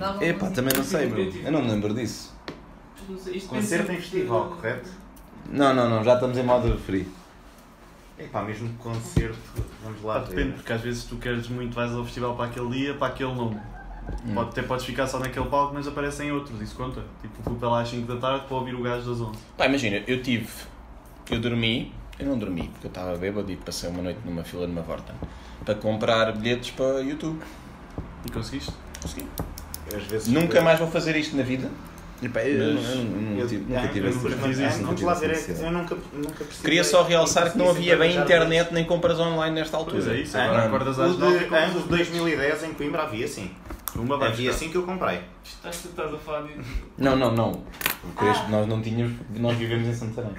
[SPEAKER 4] alguma
[SPEAKER 2] Epá,
[SPEAKER 4] música.
[SPEAKER 2] também não sei, meu. Eu não me lembro disso.
[SPEAKER 3] Não sei, isto
[SPEAKER 6] Concerto
[SPEAKER 3] pensa-
[SPEAKER 6] em festival, correto?
[SPEAKER 2] Não, não, não, já estamos em modo free.
[SPEAKER 6] Epá, mesmo concerto, vamos lá
[SPEAKER 5] Pá,
[SPEAKER 6] ver.
[SPEAKER 5] depende, porque às vezes tu queres muito, vais ao festival para aquele dia, para aquele nome.
[SPEAKER 2] Hum.
[SPEAKER 5] Pode, até podes ficar só naquele palco, mas aparecem outros, isso conta. Tipo, o Pupa lá às 5 da tarde para ouvir o gajo das 11.
[SPEAKER 1] Pá, imagina, eu tive. Eu dormi. Eu não dormi, porque eu estava bêbado e passei uma noite numa fila numa Vorta. Para comprar bilhetes para YouTube.
[SPEAKER 5] E conseguiste?
[SPEAKER 1] Consegui.
[SPEAKER 6] Às vezes
[SPEAKER 1] Nunca mais vou fazer isto na vida.
[SPEAKER 2] Epá, eu,
[SPEAKER 1] Mas-
[SPEAKER 2] eu não- não
[SPEAKER 6] Eu-
[SPEAKER 2] tive- nunca
[SPEAKER 6] eu-
[SPEAKER 2] tive
[SPEAKER 6] eu
[SPEAKER 2] esse tipo
[SPEAKER 6] nunca-
[SPEAKER 2] sorriso,
[SPEAKER 6] eu
[SPEAKER 2] não
[SPEAKER 6] nunca-
[SPEAKER 2] tive
[SPEAKER 6] lá
[SPEAKER 2] essa
[SPEAKER 6] ver,
[SPEAKER 2] necessidade.
[SPEAKER 6] Eu nunca, nunca é precisei-
[SPEAKER 1] Queria só realçar que não
[SPEAKER 6] consegui
[SPEAKER 1] havia bem
[SPEAKER 6] planejar
[SPEAKER 1] internet nem compras online nesta altura.
[SPEAKER 5] Pois é isso,
[SPEAKER 6] Ah,
[SPEAKER 5] agora acordas
[SPEAKER 6] O
[SPEAKER 5] às 9 e
[SPEAKER 6] de
[SPEAKER 5] compras
[SPEAKER 6] anos de 2010 em Coimbra havia sim.
[SPEAKER 5] Uma vai
[SPEAKER 6] Havia
[SPEAKER 5] buscar.
[SPEAKER 6] sim que eu comprei.
[SPEAKER 2] assim.
[SPEAKER 3] Estás, estás a falar de.
[SPEAKER 2] Não, não, não. Por este nós não tínhamos, nós vivemos em Santarém.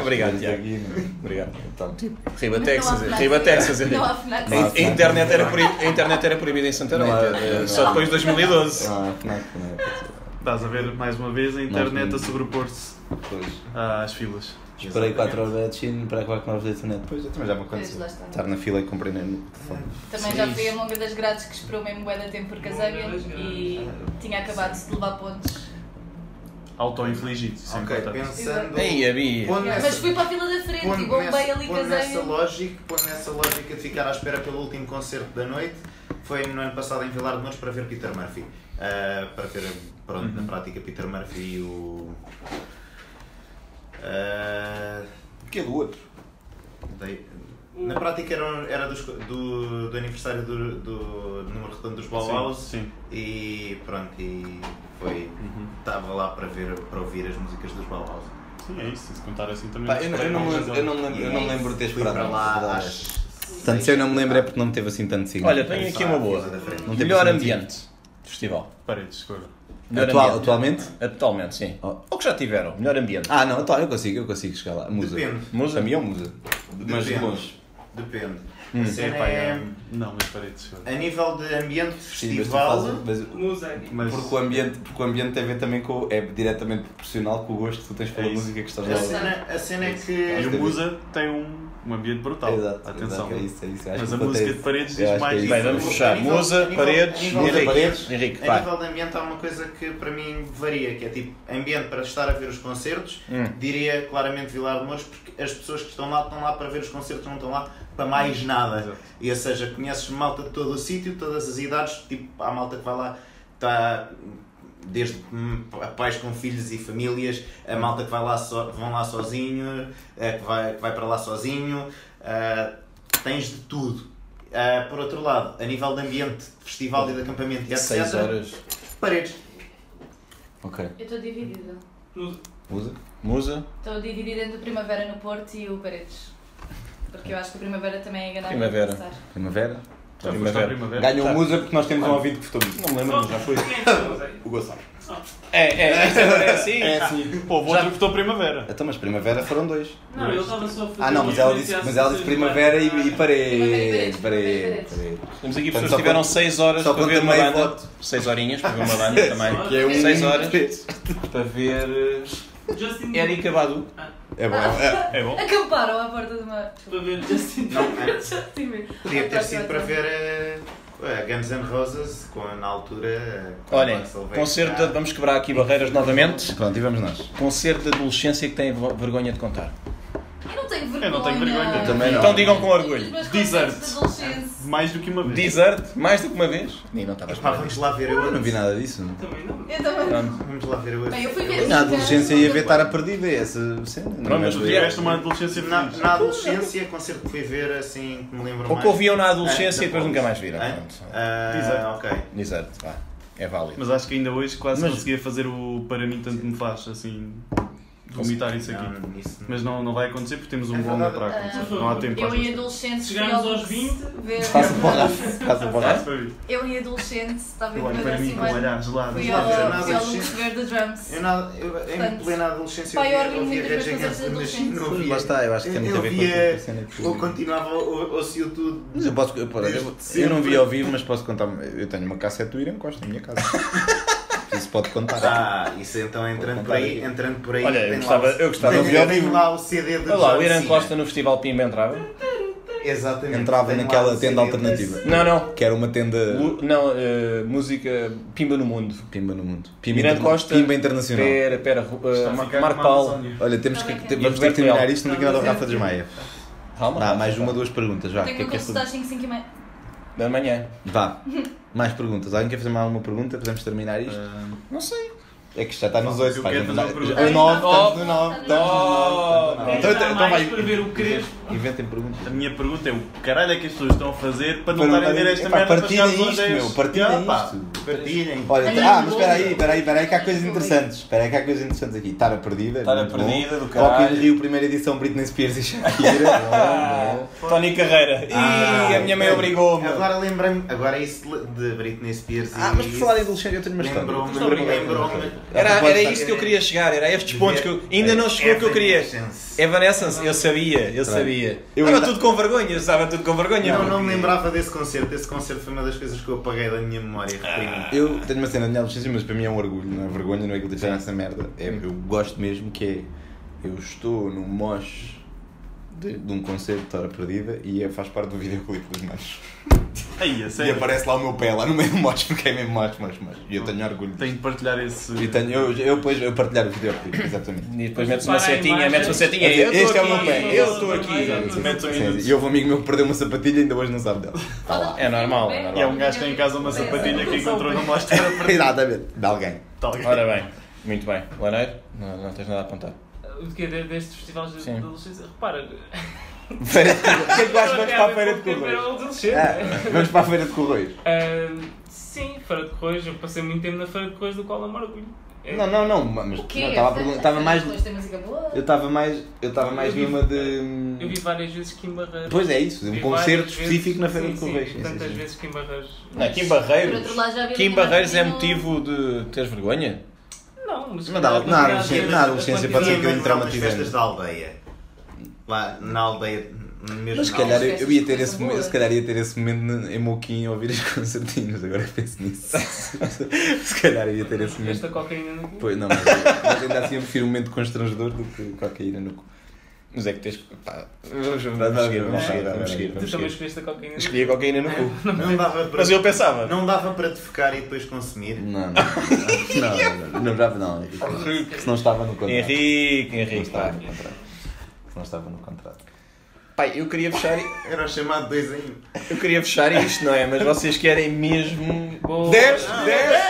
[SPEAKER 1] Obrigado,
[SPEAKER 2] Desde
[SPEAKER 1] Tiago.
[SPEAKER 2] aqui, não.
[SPEAKER 1] Obrigado.
[SPEAKER 2] Então,
[SPEAKER 1] Riba
[SPEAKER 4] Não
[SPEAKER 1] Texas,
[SPEAKER 4] há Fnac.
[SPEAKER 1] Riba Texas.
[SPEAKER 4] Não há
[SPEAKER 1] A
[SPEAKER 4] FNAC.
[SPEAKER 2] Não há
[SPEAKER 1] a internet era proib- a internet era proibida em Santarém.
[SPEAKER 2] Não há-
[SPEAKER 1] eh,
[SPEAKER 2] não
[SPEAKER 1] Só
[SPEAKER 2] há.
[SPEAKER 1] depois de 2012.
[SPEAKER 2] não há FNAC, não ah, é?
[SPEAKER 5] Estás a ver mais uma vez a internet a sobrepor-se ah,
[SPEAKER 2] Pois.
[SPEAKER 5] às filas.
[SPEAKER 2] Esperei
[SPEAKER 6] um
[SPEAKER 2] 4 horas de China para acabar com a internet. Pois, eu também já me
[SPEAKER 4] Pois,
[SPEAKER 2] aconteceu.
[SPEAKER 4] lá está.
[SPEAKER 2] Estar na fila e comprar no telefone.
[SPEAKER 4] Também já fui a longa das grades que esperou mesmo bué da tempo por Casabian
[SPEAKER 3] das grades.
[SPEAKER 4] e tinha acabado de levar pontos.
[SPEAKER 5] Auto-infligido, isso é
[SPEAKER 6] ok,
[SPEAKER 5] importante.
[SPEAKER 6] pensando.
[SPEAKER 2] é.
[SPEAKER 1] Ei, a Bia.
[SPEAKER 6] Pondo
[SPEAKER 4] Mas fui para a fila da frente e
[SPEAKER 6] pondo
[SPEAKER 4] bombei um tipo ali
[SPEAKER 6] pondo nessa
[SPEAKER 4] Casabian.
[SPEAKER 6] lógica, pondo nessa lógica de ficar à espera pelo último concerto da noite, foi no ano passado em Vilar de Mouros para ver Peter Murphy. Ah, para ver, pronto, na prática, Peter Murphy e o. Ah,
[SPEAKER 1] Que é do outro.
[SPEAKER 6] Dei- Na prática era, era dos- do, do aniversário do, do número redondo dos Bauhaus
[SPEAKER 5] Sim, sim.
[SPEAKER 6] e pronto, e foi.
[SPEAKER 1] Uhum.
[SPEAKER 6] Estava lá para, ver, para ouvir as músicas dos Bauhaus.
[SPEAKER 5] Sim, é isso, se contar assim também.
[SPEAKER 2] Pá, eu, não- eu não me lembro- eu não me lembro, eu não me lembro de ter
[SPEAKER 6] Fui
[SPEAKER 2] esperado.
[SPEAKER 6] para lá
[SPEAKER 2] verdade.
[SPEAKER 6] às.
[SPEAKER 2] Portanto, se eu não me lembro é porque não me teve assim tanto signo.
[SPEAKER 1] Olha, tenho aqui uma boa. Uhum.
[SPEAKER 6] Da frente.
[SPEAKER 2] Não tem
[SPEAKER 1] Melhor
[SPEAKER 2] sentido.
[SPEAKER 1] ambiente. Festival.
[SPEAKER 5] Paredes, escolha.
[SPEAKER 1] Melhor
[SPEAKER 2] Atual-
[SPEAKER 1] ambiente.
[SPEAKER 2] atualmente?
[SPEAKER 1] Atualmente, sim.
[SPEAKER 2] Oh.
[SPEAKER 1] Ou que já tiveram. Melhor ambiente.
[SPEAKER 2] Ah, não, tá, eu consigo, eu consigo chegar lá. Musa.
[SPEAKER 6] Depende.
[SPEAKER 2] Musa? A mim é um musa. Mas de
[SPEAKER 6] Depende.
[SPEAKER 2] longe.
[SPEAKER 6] Depende.
[SPEAKER 2] Hum.
[SPEAKER 1] Uhum.
[SPEAKER 6] A cena
[SPEAKER 5] Epá,
[SPEAKER 6] é-
[SPEAKER 5] Não, mas paredes, escolha.
[SPEAKER 6] a nível de ambiente de
[SPEAKER 2] Sim, mas tu
[SPEAKER 6] festival,
[SPEAKER 2] fazes- um mas-
[SPEAKER 3] Musa.
[SPEAKER 5] Mas
[SPEAKER 2] É, Porque o, ambiente, porque o ambiente tem a ver também com. é diretamente proporcional com o gosto que tu tens pela
[SPEAKER 5] isso.
[SPEAKER 2] música que estás a
[SPEAKER 6] a
[SPEAKER 2] ouvir.
[SPEAKER 6] cena, a cena é
[SPEAKER 5] E
[SPEAKER 6] que.
[SPEAKER 5] o Musa tem um, um ambiente brutal.
[SPEAKER 2] Exato,
[SPEAKER 5] Atenção.
[SPEAKER 2] exato, é isso, é isso. Acho
[SPEAKER 5] Mas
[SPEAKER 2] que
[SPEAKER 5] a
[SPEAKER 2] contei
[SPEAKER 5] música
[SPEAKER 2] isso.
[SPEAKER 5] de paredes
[SPEAKER 2] Eu
[SPEAKER 5] diz
[SPEAKER 2] acho que é
[SPEAKER 5] mais
[SPEAKER 2] isso.
[SPEAKER 1] Bem, vamos fechar.
[SPEAKER 6] Nível-
[SPEAKER 1] Musa,
[SPEAKER 6] nível-
[SPEAKER 1] paredes,
[SPEAKER 6] nível-
[SPEAKER 1] Henrique.
[SPEAKER 2] paredes.
[SPEAKER 1] Henrique,
[SPEAKER 6] A
[SPEAKER 1] vai.
[SPEAKER 6] nível de ambiente há uma coisa que para mim varia, que é tipo ambiente para estar a ver os concertos, diria claramente Vilar de Mouros, porque as pessoas que estão lá estão lá para ver os concertos, não estão lá para mais nada.
[SPEAKER 5] Exato.
[SPEAKER 6] E ou seja, conheces malta de todo o sítio, todas as idades, tipo, há malta que vai lá, está desde hum, a pais com filhos e famílias, a malta que vai lá so- vão lá sozinho, eh, que vai, que vai para lá sozinho, ah, tens de tudo. Ah, por outro lado, a nível de ambiente, de festival e de acampamento e etc.
[SPEAKER 1] Seis horas.
[SPEAKER 6] Paredes.
[SPEAKER 2] Ok.
[SPEAKER 4] Eu estou dividida.
[SPEAKER 2] Musa?
[SPEAKER 1] Musa.
[SPEAKER 4] Estou dividida entre o Primavera no Porto e o Paredes. Porque eu acho que o Primavera também é enganado.
[SPEAKER 1] Primavera.
[SPEAKER 2] Primavera?
[SPEAKER 5] Já foste à
[SPEAKER 2] Primavera.
[SPEAKER 5] primavera.
[SPEAKER 2] Ganhou Musa porque nós temos um ouvinte que votou Musa.
[SPEAKER 1] Não me lembro, mas já foi.
[SPEAKER 3] Quem é que eu usei?
[SPEAKER 2] O Gonçalo.
[SPEAKER 1] É, é, é assim.
[SPEAKER 2] É assim.
[SPEAKER 5] Pô, o outro votou primavera.
[SPEAKER 2] Então, mas primavera foram dois.
[SPEAKER 3] Não, eu estava só a fazer.
[SPEAKER 2] Ah, não, mas ela disse,
[SPEAKER 3] referência às
[SPEAKER 2] mas ela disse
[SPEAKER 3] pessoas
[SPEAKER 2] primavera e,
[SPEAKER 3] do
[SPEAKER 2] e
[SPEAKER 3] bar.
[SPEAKER 2] paredes.
[SPEAKER 4] Primavera e paredes,
[SPEAKER 2] Paredes. paredes.
[SPEAKER 1] Temos aqui
[SPEAKER 2] Portanto,
[SPEAKER 1] pessoas
[SPEAKER 2] só
[SPEAKER 1] que tiveram
[SPEAKER 2] quando-
[SPEAKER 1] 6 horas
[SPEAKER 2] só
[SPEAKER 1] para
[SPEAKER 2] quando
[SPEAKER 1] ver uma
[SPEAKER 2] também
[SPEAKER 1] banda.
[SPEAKER 2] voto.
[SPEAKER 1] 6 horinhas para ver uma
[SPEAKER 3] Ah,
[SPEAKER 1] banda também.
[SPEAKER 2] Que é um...
[SPEAKER 1] 6 horas para ver
[SPEAKER 3] Justin
[SPEAKER 1] eh, Erika Badu.
[SPEAKER 2] É bom. É,
[SPEAKER 5] É bom.
[SPEAKER 4] Acamparam à porta de uma.
[SPEAKER 3] Para ver Justin
[SPEAKER 4] Justin Bieber.
[SPEAKER 6] Podia ter
[SPEAKER 4] Ah,
[SPEAKER 6] sido
[SPEAKER 4] tá,
[SPEAKER 6] para
[SPEAKER 4] tá.
[SPEAKER 6] ver eh, a Guns N' Roses com, na altura. eh, quando o
[SPEAKER 1] Olhem,
[SPEAKER 6] Axl veio
[SPEAKER 1] concerto,
[SPEAKER 6] cá.
[SPEAKER 1] de- vamos quebrar aqui barreiras novamente.
[SPEAKER 2] Pronto, e vamos nós.
[SPEAKER 1] Concerto de adolescência que têm vo- vergonha de contar.
[SPEAKER 4] Eu não tenho vergonha.
[SPEAKER 5] Eu não tenho vergonha.
[SPEAKER 2] Também não.
[SPEAKER 1] Então digam com
[SPEAKER 4] Os
[SPEAKER 1] orgulho.
[SPEAKER 4] meus
[SPEAKER 5] Desert.
[SPEAKER 4] concertos de adolescência.
[SPEAKER 5] Mais do que uma vez.
[SPEAKER 1] Desert, mais do que uma vez. Nem não
[SPEAKER 2] É
[SPEAKER 1] estava a
[SPEAKER 6] Ah, Pá,
[SPEAKER 1] esperar.
[SPEAKER 6] vamos lá ver.
[SPEAKER 2] Eu
[SPEAKER 6] Eu
[SPEAKER 2] não vi nada disso.
[SPEAKER 4] É
[SPEAKER 3] também não.
[SPEAKER 2] Então,
[SPEAKER 4] Eu também.
[SPEAKER 1] Pronto,
[SPEAKER 6] Vamos lá ver.
[SPEAKER 4] Bem, eu fui ver.
[SPEAKER 2] Na adolescência ia ver estar a perdida essa cena. Não é
[SPEAKER 1] mas
[SPEAKER 2] lembro.
[SPEAKER 1] tu vieste-
[SPEAKER 5] Tiveste é uma adolescência
[SPEAKER 6] Na,
[SPEAKER 5] feliz.
[SPEAKER 6] na adolescência, concerto que fui ver assim, que me lembro
[SPEAKER 1] Ou
[SPEAKER 6] mais.
[SPEAKER 1] que ouviam na adolescência
[SPEAKER 6] Ah,
[SPEAKER 1] e depois nunca mais viram.
[SPEAKER 6] Ah,
[SPEAKER 1] Pronto.
[SPEAKER 6] ah, ok.
[SPEAKER 1] Desert, vá. É válido.
[SPEAKER 5] Mas acho que ainda hoje quase
[SPEAKER 1] Mas-
[SPEAKER 5] conseguia fazer o para mim tanto me faz, assim, vomitar isso aqui.
[SPEAKER 6] Não, isso não.
[SPEAKER 5] Mas não, não vai acontecer porque temos um
[SPEAKER 6] É
[SPEAKER 5] bom ano
[SPEAKER 6] verdade.
[SPEAKER 5] para acontecer. Não há tempo.
[SPEAKER 4] Eu
[SPEAKER 5] às
[SPEAKER 4] em
[SPEAKER 5] vezes.
[SPEAKER 4] adolescente. fui
[SPEAKER 3] Chegámos
[SPEAKER 4] ao
[SPEAKER 3] aos 20.
[SPEAKER 4] Ver.
[SPEAKER 2] Passa
[SPEAKER 1] um
[SPEAKER 2] para o lado. Passa para o lado.
[SPEAKER 5] Isso foi isso.
[SPEAKER 4] Eu em adolescente estava em
[SPEAKER 5] Eu olho
[SPEAKER 4] primeiro
[SPEAKER 5] para mim
[SPEAKER 4] décimo
[SPEAKER 5] com um
[SPEAKER 4] ano.
[SPEAKER 5] olhar gelado.
[SPEAKER 4] Fui
[SPEAKER 6] Não,
[SPEAKER 4] ao
[SPEAKER 6] não, não,
[SPEAKER 4] fui ao
[SPEAKER 6] não,
[SPEAKER 4] Luz Verde Drums.
[SPEAKER 6] Eu, na, eu em
[SPEAKER 4] Portanto,
[SPEAKER 6] plena adolescência
[SPEAKER 4] pai,
[SPEAKER 6] eu
[SPEAKER 4] eu
[SPEAKER 6] via- eu via
[SPEAKER 4] orgulho muito
[SPEAKER 6] Rage
[SPEAKER 4] das
[SPEAKER 6] Against the
[SPEAKER 4] coisas
[SPEAKER 6] Machine, não
[SPEAKER 2] Lá
[SPEAKER 6] via.
[SPEAKER 2] está, eu acho que tem muito a
[SPEAKER 6] Eu
[SPEAKER 2] ver com
[SPEAKER 6] via-
[SPEAKER 2] a cena que
[SPEAKER 6] Ou continuava, ou, ou se eu tudo.
[SPEAKER 2] Mas eu posso. Eu, pá, eu-
[SPEAKER 6] Desde
[SPEAKER 2] eu
[SPEAKER 6] sempre.
[SPEAKER 2] não vi ao vivo, mas posso contar. Eu tenho uma cassete do Irã Costa na minha casa. Isso pode contar.
[SPEAKER 6] Ah, isso então entrando
[SPEAKER 2] Vou
[SPEAKER 6] por aí,
[SPEAKER 2] contar.
[SPEAKER 6] entrando por aí.
[SPEAKER 1] Olha, eu
[SPEAKER 6] tem lá
[SPEAKER 1] gostava-
[SPEAKER 6] o-
[SPEAKER 1] eu gostava
[SPEAKER 6] tem-
[SPEAKER 2] de ouvir ao
[SPEAKER 6] tem
[SPEAKER 2] vivo.
[SPEAKER 6] lá o CD do
[SPEAKER 1] Olha lá, o
[SPEAKER 6] John
[SPEAKER 1] Irã
[SPEAKER 6] Cena.
[SPEAKER 1] Costa no Festival Pimba entrava?
[SPEAKER 6] Exatamente.
[SPEAKER 2] Entrava
[SPEAKER 6] tem lá
[SPEAKER 2] naquela
[SPEAKER 6] o CD
[SPEAKER 2] tenda
[SPEAKER 6] desse.
[SPEAKER 2] alternativa.
[SPEAKER 1] Não, não.
[SPEAKER 2] Que era uma tenda.
[SPEAKER 1] Lu- Não, eh, música Pimba no Mundo.
[SPEAKER 2] Pimba no mundo. Pimba,
[SPEAKER 1] Irã
[SPEAKER 2] interna-
[SPEAKER 1] Costa.
[SPEAKER 2] Pimba internacional.
[SPEAKER 1] Pera, pera. Ru- eh,
[SPEAKER 5] Está a
[SPEAKER 1] Ma-
[SPEAKER 5] ficar
[SPEAKER 1] Marco
[SPEAKER 5] com uma
[SPEAKER 1] Paulo.
[SPEAKER 5] Amazónia.
[SPEAKER 2] Ah, Olha, temos que,
[SPEAKER 4] Tá bem,
[SPEAKER 2] te-
[SPEAKER 4] tá.
[SPEAKER 2] vamos ter que
[SPEAKER 1] Roberto
[SPEAKER 2] terminar
[SPEAKER 1] Leal.
[SPEAKER 2] isto, não tinha nada ao Rafa Desmaia.
[SPEAKER 1] Calma.
[SPEAKER 2] Dá
[SPEAKER 1] Rafa,
[SPEAKER 2] mais uma,
[SPEAKER 1] calma.
[SPEAKER 2] duas perguntas, vá. O que
[SPEAKER 4] Tenho
[SPEAKER 2] é
[SPEAKER 4] uma
[SPEAKER 2] que és tu?
[SPEAKER 4] consulta às 5, 5 e meia.
[SPEAKER 1] Da manhã.
[SPEAKER 2] Vá, mais perguntas. Alguém quer fazer mais alguma pergunta? Podemos terminar isto?
[SPEAKER 5] Ah,
[SPEAKER 1] Não sei.
[SPEAKER 2] É que isto já está nos
[SPEAKER 5] Eu
[SPEAKER 2] oito. pá,
[SPEAKER 5] quero
[SPEAKER 2] já-
[SPEAKER 5] fazer uma pergunta.
[SPEAKER 2] já- O nove,
[SPEAKER 4] Oh,
[SPEAKER 2] estamos no nove, estamos no
[SPEAKER 4] oh,
[SPEAKER 2] nove, estamos no nove.
[SPEAKER 3] Então,
[SPEAKER 2] Então,
[SPEAKER 3] mais
[SPEAKER 2] então vai.
[SPEAKER 3] para ver o Crespo.
[SPEAKER 2] Inventem perguntas.
[SPEAKER 5] A minha pergunta é o que caralho é que as pessoas estão a fazer para não
[SPEAKER 2] Para não
[SPEAKER 5] estarem a ver
[SPEAKER 2] darem-
[SPEAKER 5] esta
[SPEAKER 2] Epá,
[SPEAKER 5] merda para
[SPEAKER 2] partilhem
[SPEAKER 5] chegarmos onde
[SPEAKER 2] isto,
[SPEAKER 5] é
[SPEAKER 2] meu,
[SPEAKER 5] isto?
[SPEAKER 2] partilhem
[SPEAKER 5] Ah, pá,
[SPEAKER 2] isto.
[SPEAKER 5] Partilhem.
[SPEAKER 2] Olha,
[SPEAKER 4] Olha,
[SPEAKER 2] ah,
[SPEAKER 4] eu
[SPEAKER 2] mas
[SPEAKER 4] vou-
[SPEAKER 2] espera aí, espera aí, espera aí que há
[SPEAKER 4] eu
[SPEAKER 2] coisas
[SPEAKER 4] vou-
[SPEAKER 2] interessantes. Espera aí que há coisas interessantes aqui. Estar a perdida.
[SPEAKER 1] Estar a
[SPEAKER 2] muito bom.
[SPEAKER 1] Perdida, do
[SPEAKER 2] Rock in
[SPEAKER 1] caralho.
[SPEAKER 2] Rio, primeira edição, Britney Spears e Shakira.
[SPEAKER 1] Tony Carreira. Ih, a minha mãe obrigou-me.
[SPEAKER 6] Ah, Agora lembrei-me, agora é isso de Britney Spears
[SPEAKER 2] Ah, mas por falar em
[SPEAKER 6] isso-
[SPEAKER 2] adolescente, eu tenho uma história. é
[SPEAKER 6] Lembrou-me,
[SPEAKER 2] Estou a brincar.
[SPEAKER 6] lembrou-me.
[SPEAKER 1] Era,
[SPEAKER 2] Pode
[SPEAKER 1] era
[SPEAKER 2] estar-
[SPEAKER 1] isso que eu queria chegar, era a estes pontos que eu, ainda não chegou o que eu queria. É
[SPEAKER 6] Evanescence.
[SPEAKER 1] Evanescence, eu sabia, eu sabia.
[SPEAKER 2] Eu
[SPEAKER 1] Eu estava
[SPEAKER 2] ainda-
[SPEAKER 1] tudo com vergonha, eu estava tudo com vergonha.
[SPEAKER 6] Não, não me lembrava desse concerto. Esse concerto foi uma das coisas que eu apaguei da minha memória.
[SPEAKER 1] Ah.
[SPEAKER 6] reprimi.
[SPEAKER 2] Eu tenho uma cena da minha adolescência, mas para mim é um orgulho, não é vergonha, não é que ele esteja nessa merda. É, eu gosto mesmo que é. Eu estou no mosh de, de um concerto de Tora Perdida e é- faz parte do videoclipe dos machos.
[SPEAKER 5] Aí, a
[SPEAKER 2] E
[SPEAKER 5] sério.
[SPEAKER 2] aparece lá o meu pé, lá no meio do mosh, porque é mesmo mosh, mosh, mosh. E eu tenho orgulho.
[SPEAKER 5] Tenho de partilhar esse.
[SPEAKER 2] E tenho, eu, eu depois eu partilhar o videoclipe, exatamente.
[SPEAKER 1] E depois metes uma
[SPEAKER 3] Para a
[SPEAKER 1] setinha,
[SPEAKER 3] imagem.
[SPEAKER 1] metes uma setinha.
[SPEAKER 2] Quer dizer,
[SPEAKER 1] Eu estou
[SPEAKER 2] este é o meu
[SPEAKER 1] aqui,
[SPEAKER 2] pé.
[SPEAKER 1] eu estou
[SPEAKER 3] Exato.
[SPEAKER 1] aqui.
[SPEAKER 5] Metes um
[SPEAKER 2] Sim,
[SPEAKER 5] minuto.
[SPEAKER 2] E houve um amigo meu que perdeu uma sapatilha e ainda hoje não sabe dela.
[SPEAKER 1] É normal, é
[SPEAKER 5] E é
[SPEAKER 1] normal.
[SPEAKER 5] um gajo que tem em casa uma sapatilha que encontrou no mostra
[SPEAKER 2] Exatamente, de alguém.
[SPEAKER 5] para alguém.
[SPEAKER 1] Ora bem, muito bem. Laneiro, não, não tens nada a apontar.
[SPEAKER 3] O que é de- destes festivais de de
[SPEAKER 1] Sim.
[SPEAKER 3] adolescência? Repara.
[SPEAKER 2] Feira de Correios. O que é que vais vamos para a Feira de
[SPEAKER 3] Era
[SPEAKER 2] Correios?
[SPEAKER 3] um adolescente.
[SPEAKER 2] Ah, Vamos para a Feira de Correios.
[SPEAKER 3] Ahm, Sim, Feira de Correios. Eu passei muito tempo na Feira de Correios, do qual eu me orgulho. É-
[SPEAKER 2] Não, não, não, mas
[SPEAKER 4] O
[SPEAKER 2] não,
[SPEAKER 4] quê?
[SPEAKER 2] estava a perguntar, estava mais
[SPEAKER 4] Depois tem música boa.
[SPEAKER 2] Eu estava mais. Eu estava mais
[SPEAKER 3] Eu vi-
[SPEAKER 2] numa
[SPEAKER 3] Eu vi
[SPEAKER 2] de.
[SPEAKER 3] várias vezes Kim Barreiros.
[SPEAKER 2] Pois é isso, um
[SPEAKER 3] Vi
[SPEAKER 2] concerto
[SPEAKER 3] várias
[SPEAKER 2] específico na Feira
[SPEAKER 3] sim,
[SPEAKER 2] de
[SPEAKER 3] sim,
[SPEAKER 2] Correios. Sim,
[SPEAKER 3] Tantas
[SPEAKER 2] sim, é sim.
[SPEAKER 3] vezes Kim Barreiros.
[SPEAKER 1] Não, Kim
[SPEAKER 4] Por
[SPEAKER 1] Barreiros.
[SPEAKER 4] outro lado, já vi
[SPEAKER 1] Kim
[SPEAKER 4] ali
[SPEAKER 1] Barreiros é
[SPEAKER 4] mais um-
[SPEAKER 1] motivo de teres vergonha?
[SPEAKER 3] Não, mas.
[SPEAKER 2] Mas dá- na adolescência- na adolescência pode ser que
[SPEAKER 6] Tinha mesmo
[SPEAKER 2] eu um me traumatizei.
[SPEAKER 6] nas festas da aldeia. Lá na aldeia. Mesmo
[SPEAKER 2] Mas se
[SPEAKER 6] na
[SPEAKER 2] calhar eu,
[SPEAKER 4] festas
[SPEAKER 2] eu ia ter
[SPEAKER 4] são
[SPEAKER 2] esse momento,
[SPEAKER 4] boas.
[SPEAKER 2] se calhar ia ter esse momento na- em Moquim a ouvir os concertinos, agora que penso nisso. se calhar eu ia ter esse
[SPEAKER 3] Esta
[SPEAKER 2] momento.
[SPEAKER 3] cocaína no cu.
[SPEAKER 2] Pois não, mas, mas ainda assim eu prefiro um momento constrangedor do que cocaína no cu.
[SPEAKER 1] Mas é que tens. Pá,
[SPEAKER 2] Vamos
[SPEAKER 1] seguir, vamos seguir, vamos seguir. É.
[SPEAKER 3] Tu também escolheste a cocaína no cu.
[SPEAKER 1] escolhi a cocaína no cu.
[SPEAKER 6] Não dava para,
[SPEAKER 1] Mas eu pensava.
[SPEAKER 6] não dava para te focar e depois consumir.
[SPEAKER 2] Não, não, não, não, não, não, não, não. Se não estava no contrato. Se
[SPEAKER 1] Henrique,
[SPEAKER 2] não
[SPEAKER 1] Henrique.
[SPEAKER 2] estava
[SPEAKER 1] Pá.
[SPEAKER 2] no contrato. Se não estava no contrato.
[SPEAKER 1] Pai, eu queria fechar.
[SPEAKER 6] Era o chamado dois em um.
[SPEAKER 1] Eu queria fechar isto, não é? Mas vocês querem mesmo.
[SPEAKER 3] Boa.
[SPEAKER 1] 10? 10?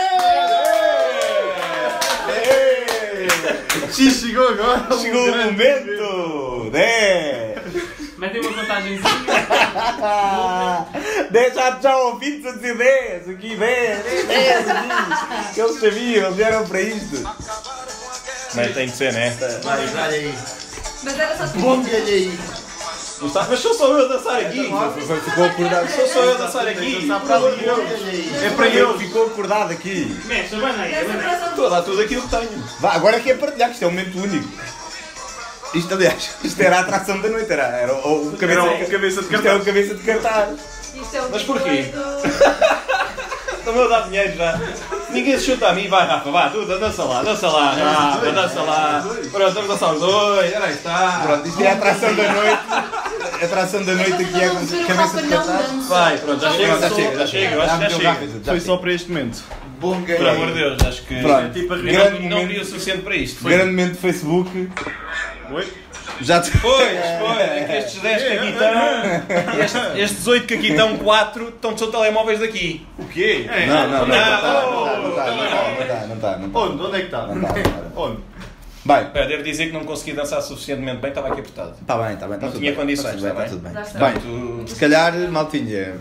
[SPEAKER 6] X chegou agora!
[SPEAKER 1] Chegou um o momento! 10!
[SPEAKER 3] Metem uma vantagenzinha.
[SPEAKER 1] 10 já, já
[SPEAKER 2] um
[SPEAKER 1] ouvintes a dizer 10! Aqui 10! 10 aqui! Eles sabiam, eles vieram para isto! Mas tem de ser, né?
[SPEAKER 6] Mas olha aí!
[SPEAKER 4] Mas era só
[SPEAKER 6] Bom, olha aí!
[SPEAKER 1] Não sabe, mas sou só eu a dançar aqui.
[SPEAKER 2] Ficou acordado.
[SPEAKER 1] Sou só eu a dançar aqui. É para eu.
[SPEAKER 2] Ficou acordado aqui.
[SPEAKER 3] Mexe, abana aí, abana aí.
[SPEAKER 1] Estou a dar tudo aquilo que tenho.
[SPEAKER 2] Vá, agora é que é partilhar, que isto é um momento único. Isto, aliás, isto era a atração da noite, era, era o, o cabeça,
[SPEAKER 5] Era o cabeça de
[SPEAKER 2] Isto é o cabeça de cartaz.
[SPEAKER 4] Isto é o
[SPEAKER 1] Mas
[SPEAKER 4] Big
[SPEAKER 1] porquê?
[SPEAKER 4] Dois do-
[SPEAKER 1] Estão-me a dar dinheiro já. Ninguém se chuta a mim, vai Rafa, vá, tu dança lá, dança lá, Rafa, dança lá. Pronto, vamos dançar os dois, olha aí está.
[SPEAKER 2] Pronto, isto é a atração da noite. A atração da noite aqui é
[SPEAKER 4] Não,
[SPEAKER 2] com
[SPEAKER 4] o
[SPEAKER 2] cabeça
[SPEAKER 4] Rafa
[SPEAKER 2] de
[SPEAKER 4] não
[SPEAKER 2] cartaz.
[SPEAKER 4] dança.
[SPEAKER 1] Vai, pronto, já chega, já chega, já chega, eu acho que já
[SPEAKER 2] Já
[SPEAKER 1] chega.
[SPEAKER 2] chega.
[SPEAKER 5] Foi só para este momento.
[SPEAKER 6] Bom ganho.
[SPEAKER 1] Por amor de Deus, acho que
[SPEAKER 2] Pronto,
[SPEAKER 1] tipo,
[SPEAKER 2] grande
[SPEAKER 1] não, não
[SPEAKER 2] momento.
[SPEAKER 1] vi o suficiente para isto. Foi,
[SPEAKER 2] Grande momento do Facebook.
[SPEAKER 5] Oi?
[SPEAKER 2] Já te...
[SPEAKER 1] pois, foi, é que estes 10 que aqui estão, estes, estes 8 que aqui estão, 4 estão de seus telemóveis daqui.
[SPEAKER 5] O quê?
[SPEAKER 2] Não, não, não, não está,
[SPEAKER 1] Não,
[SPEAKER 2] não está, não está, não está, não está.
[SPEAKER 5] Onde? Onde é que
[SPEAKER 6] tá?
[SPEAKER 5] está?
[SPEAKER 2] Não tá. está, não está, não está.
[SPEAKER 5] Onde?
[SPEAKER 2] Bem,
[SPEAKER 1] Pá, Devo dizer que não consegui dançar suficientemente bem, estava aqui apertado.
[SPEAKER 2] está Tá bem, está bem. Está
[SPEAKER 1] Não
[SPEAKER 2] tudo
[SPEAKER 1] tinha
[SPEAKER 2] bem,
[SPEAKER 1] condições, tá
[SPEAKER 2] está
[SPEAKER 1] está
[SPEAKER 2] tudo bem,
[SPEAKER 4] bem?
[SPEAKER 2] está tudo bem. Bem,
[SPEAKER 1] Portanto,
[SPEAKER 2] se calhar, maltinha,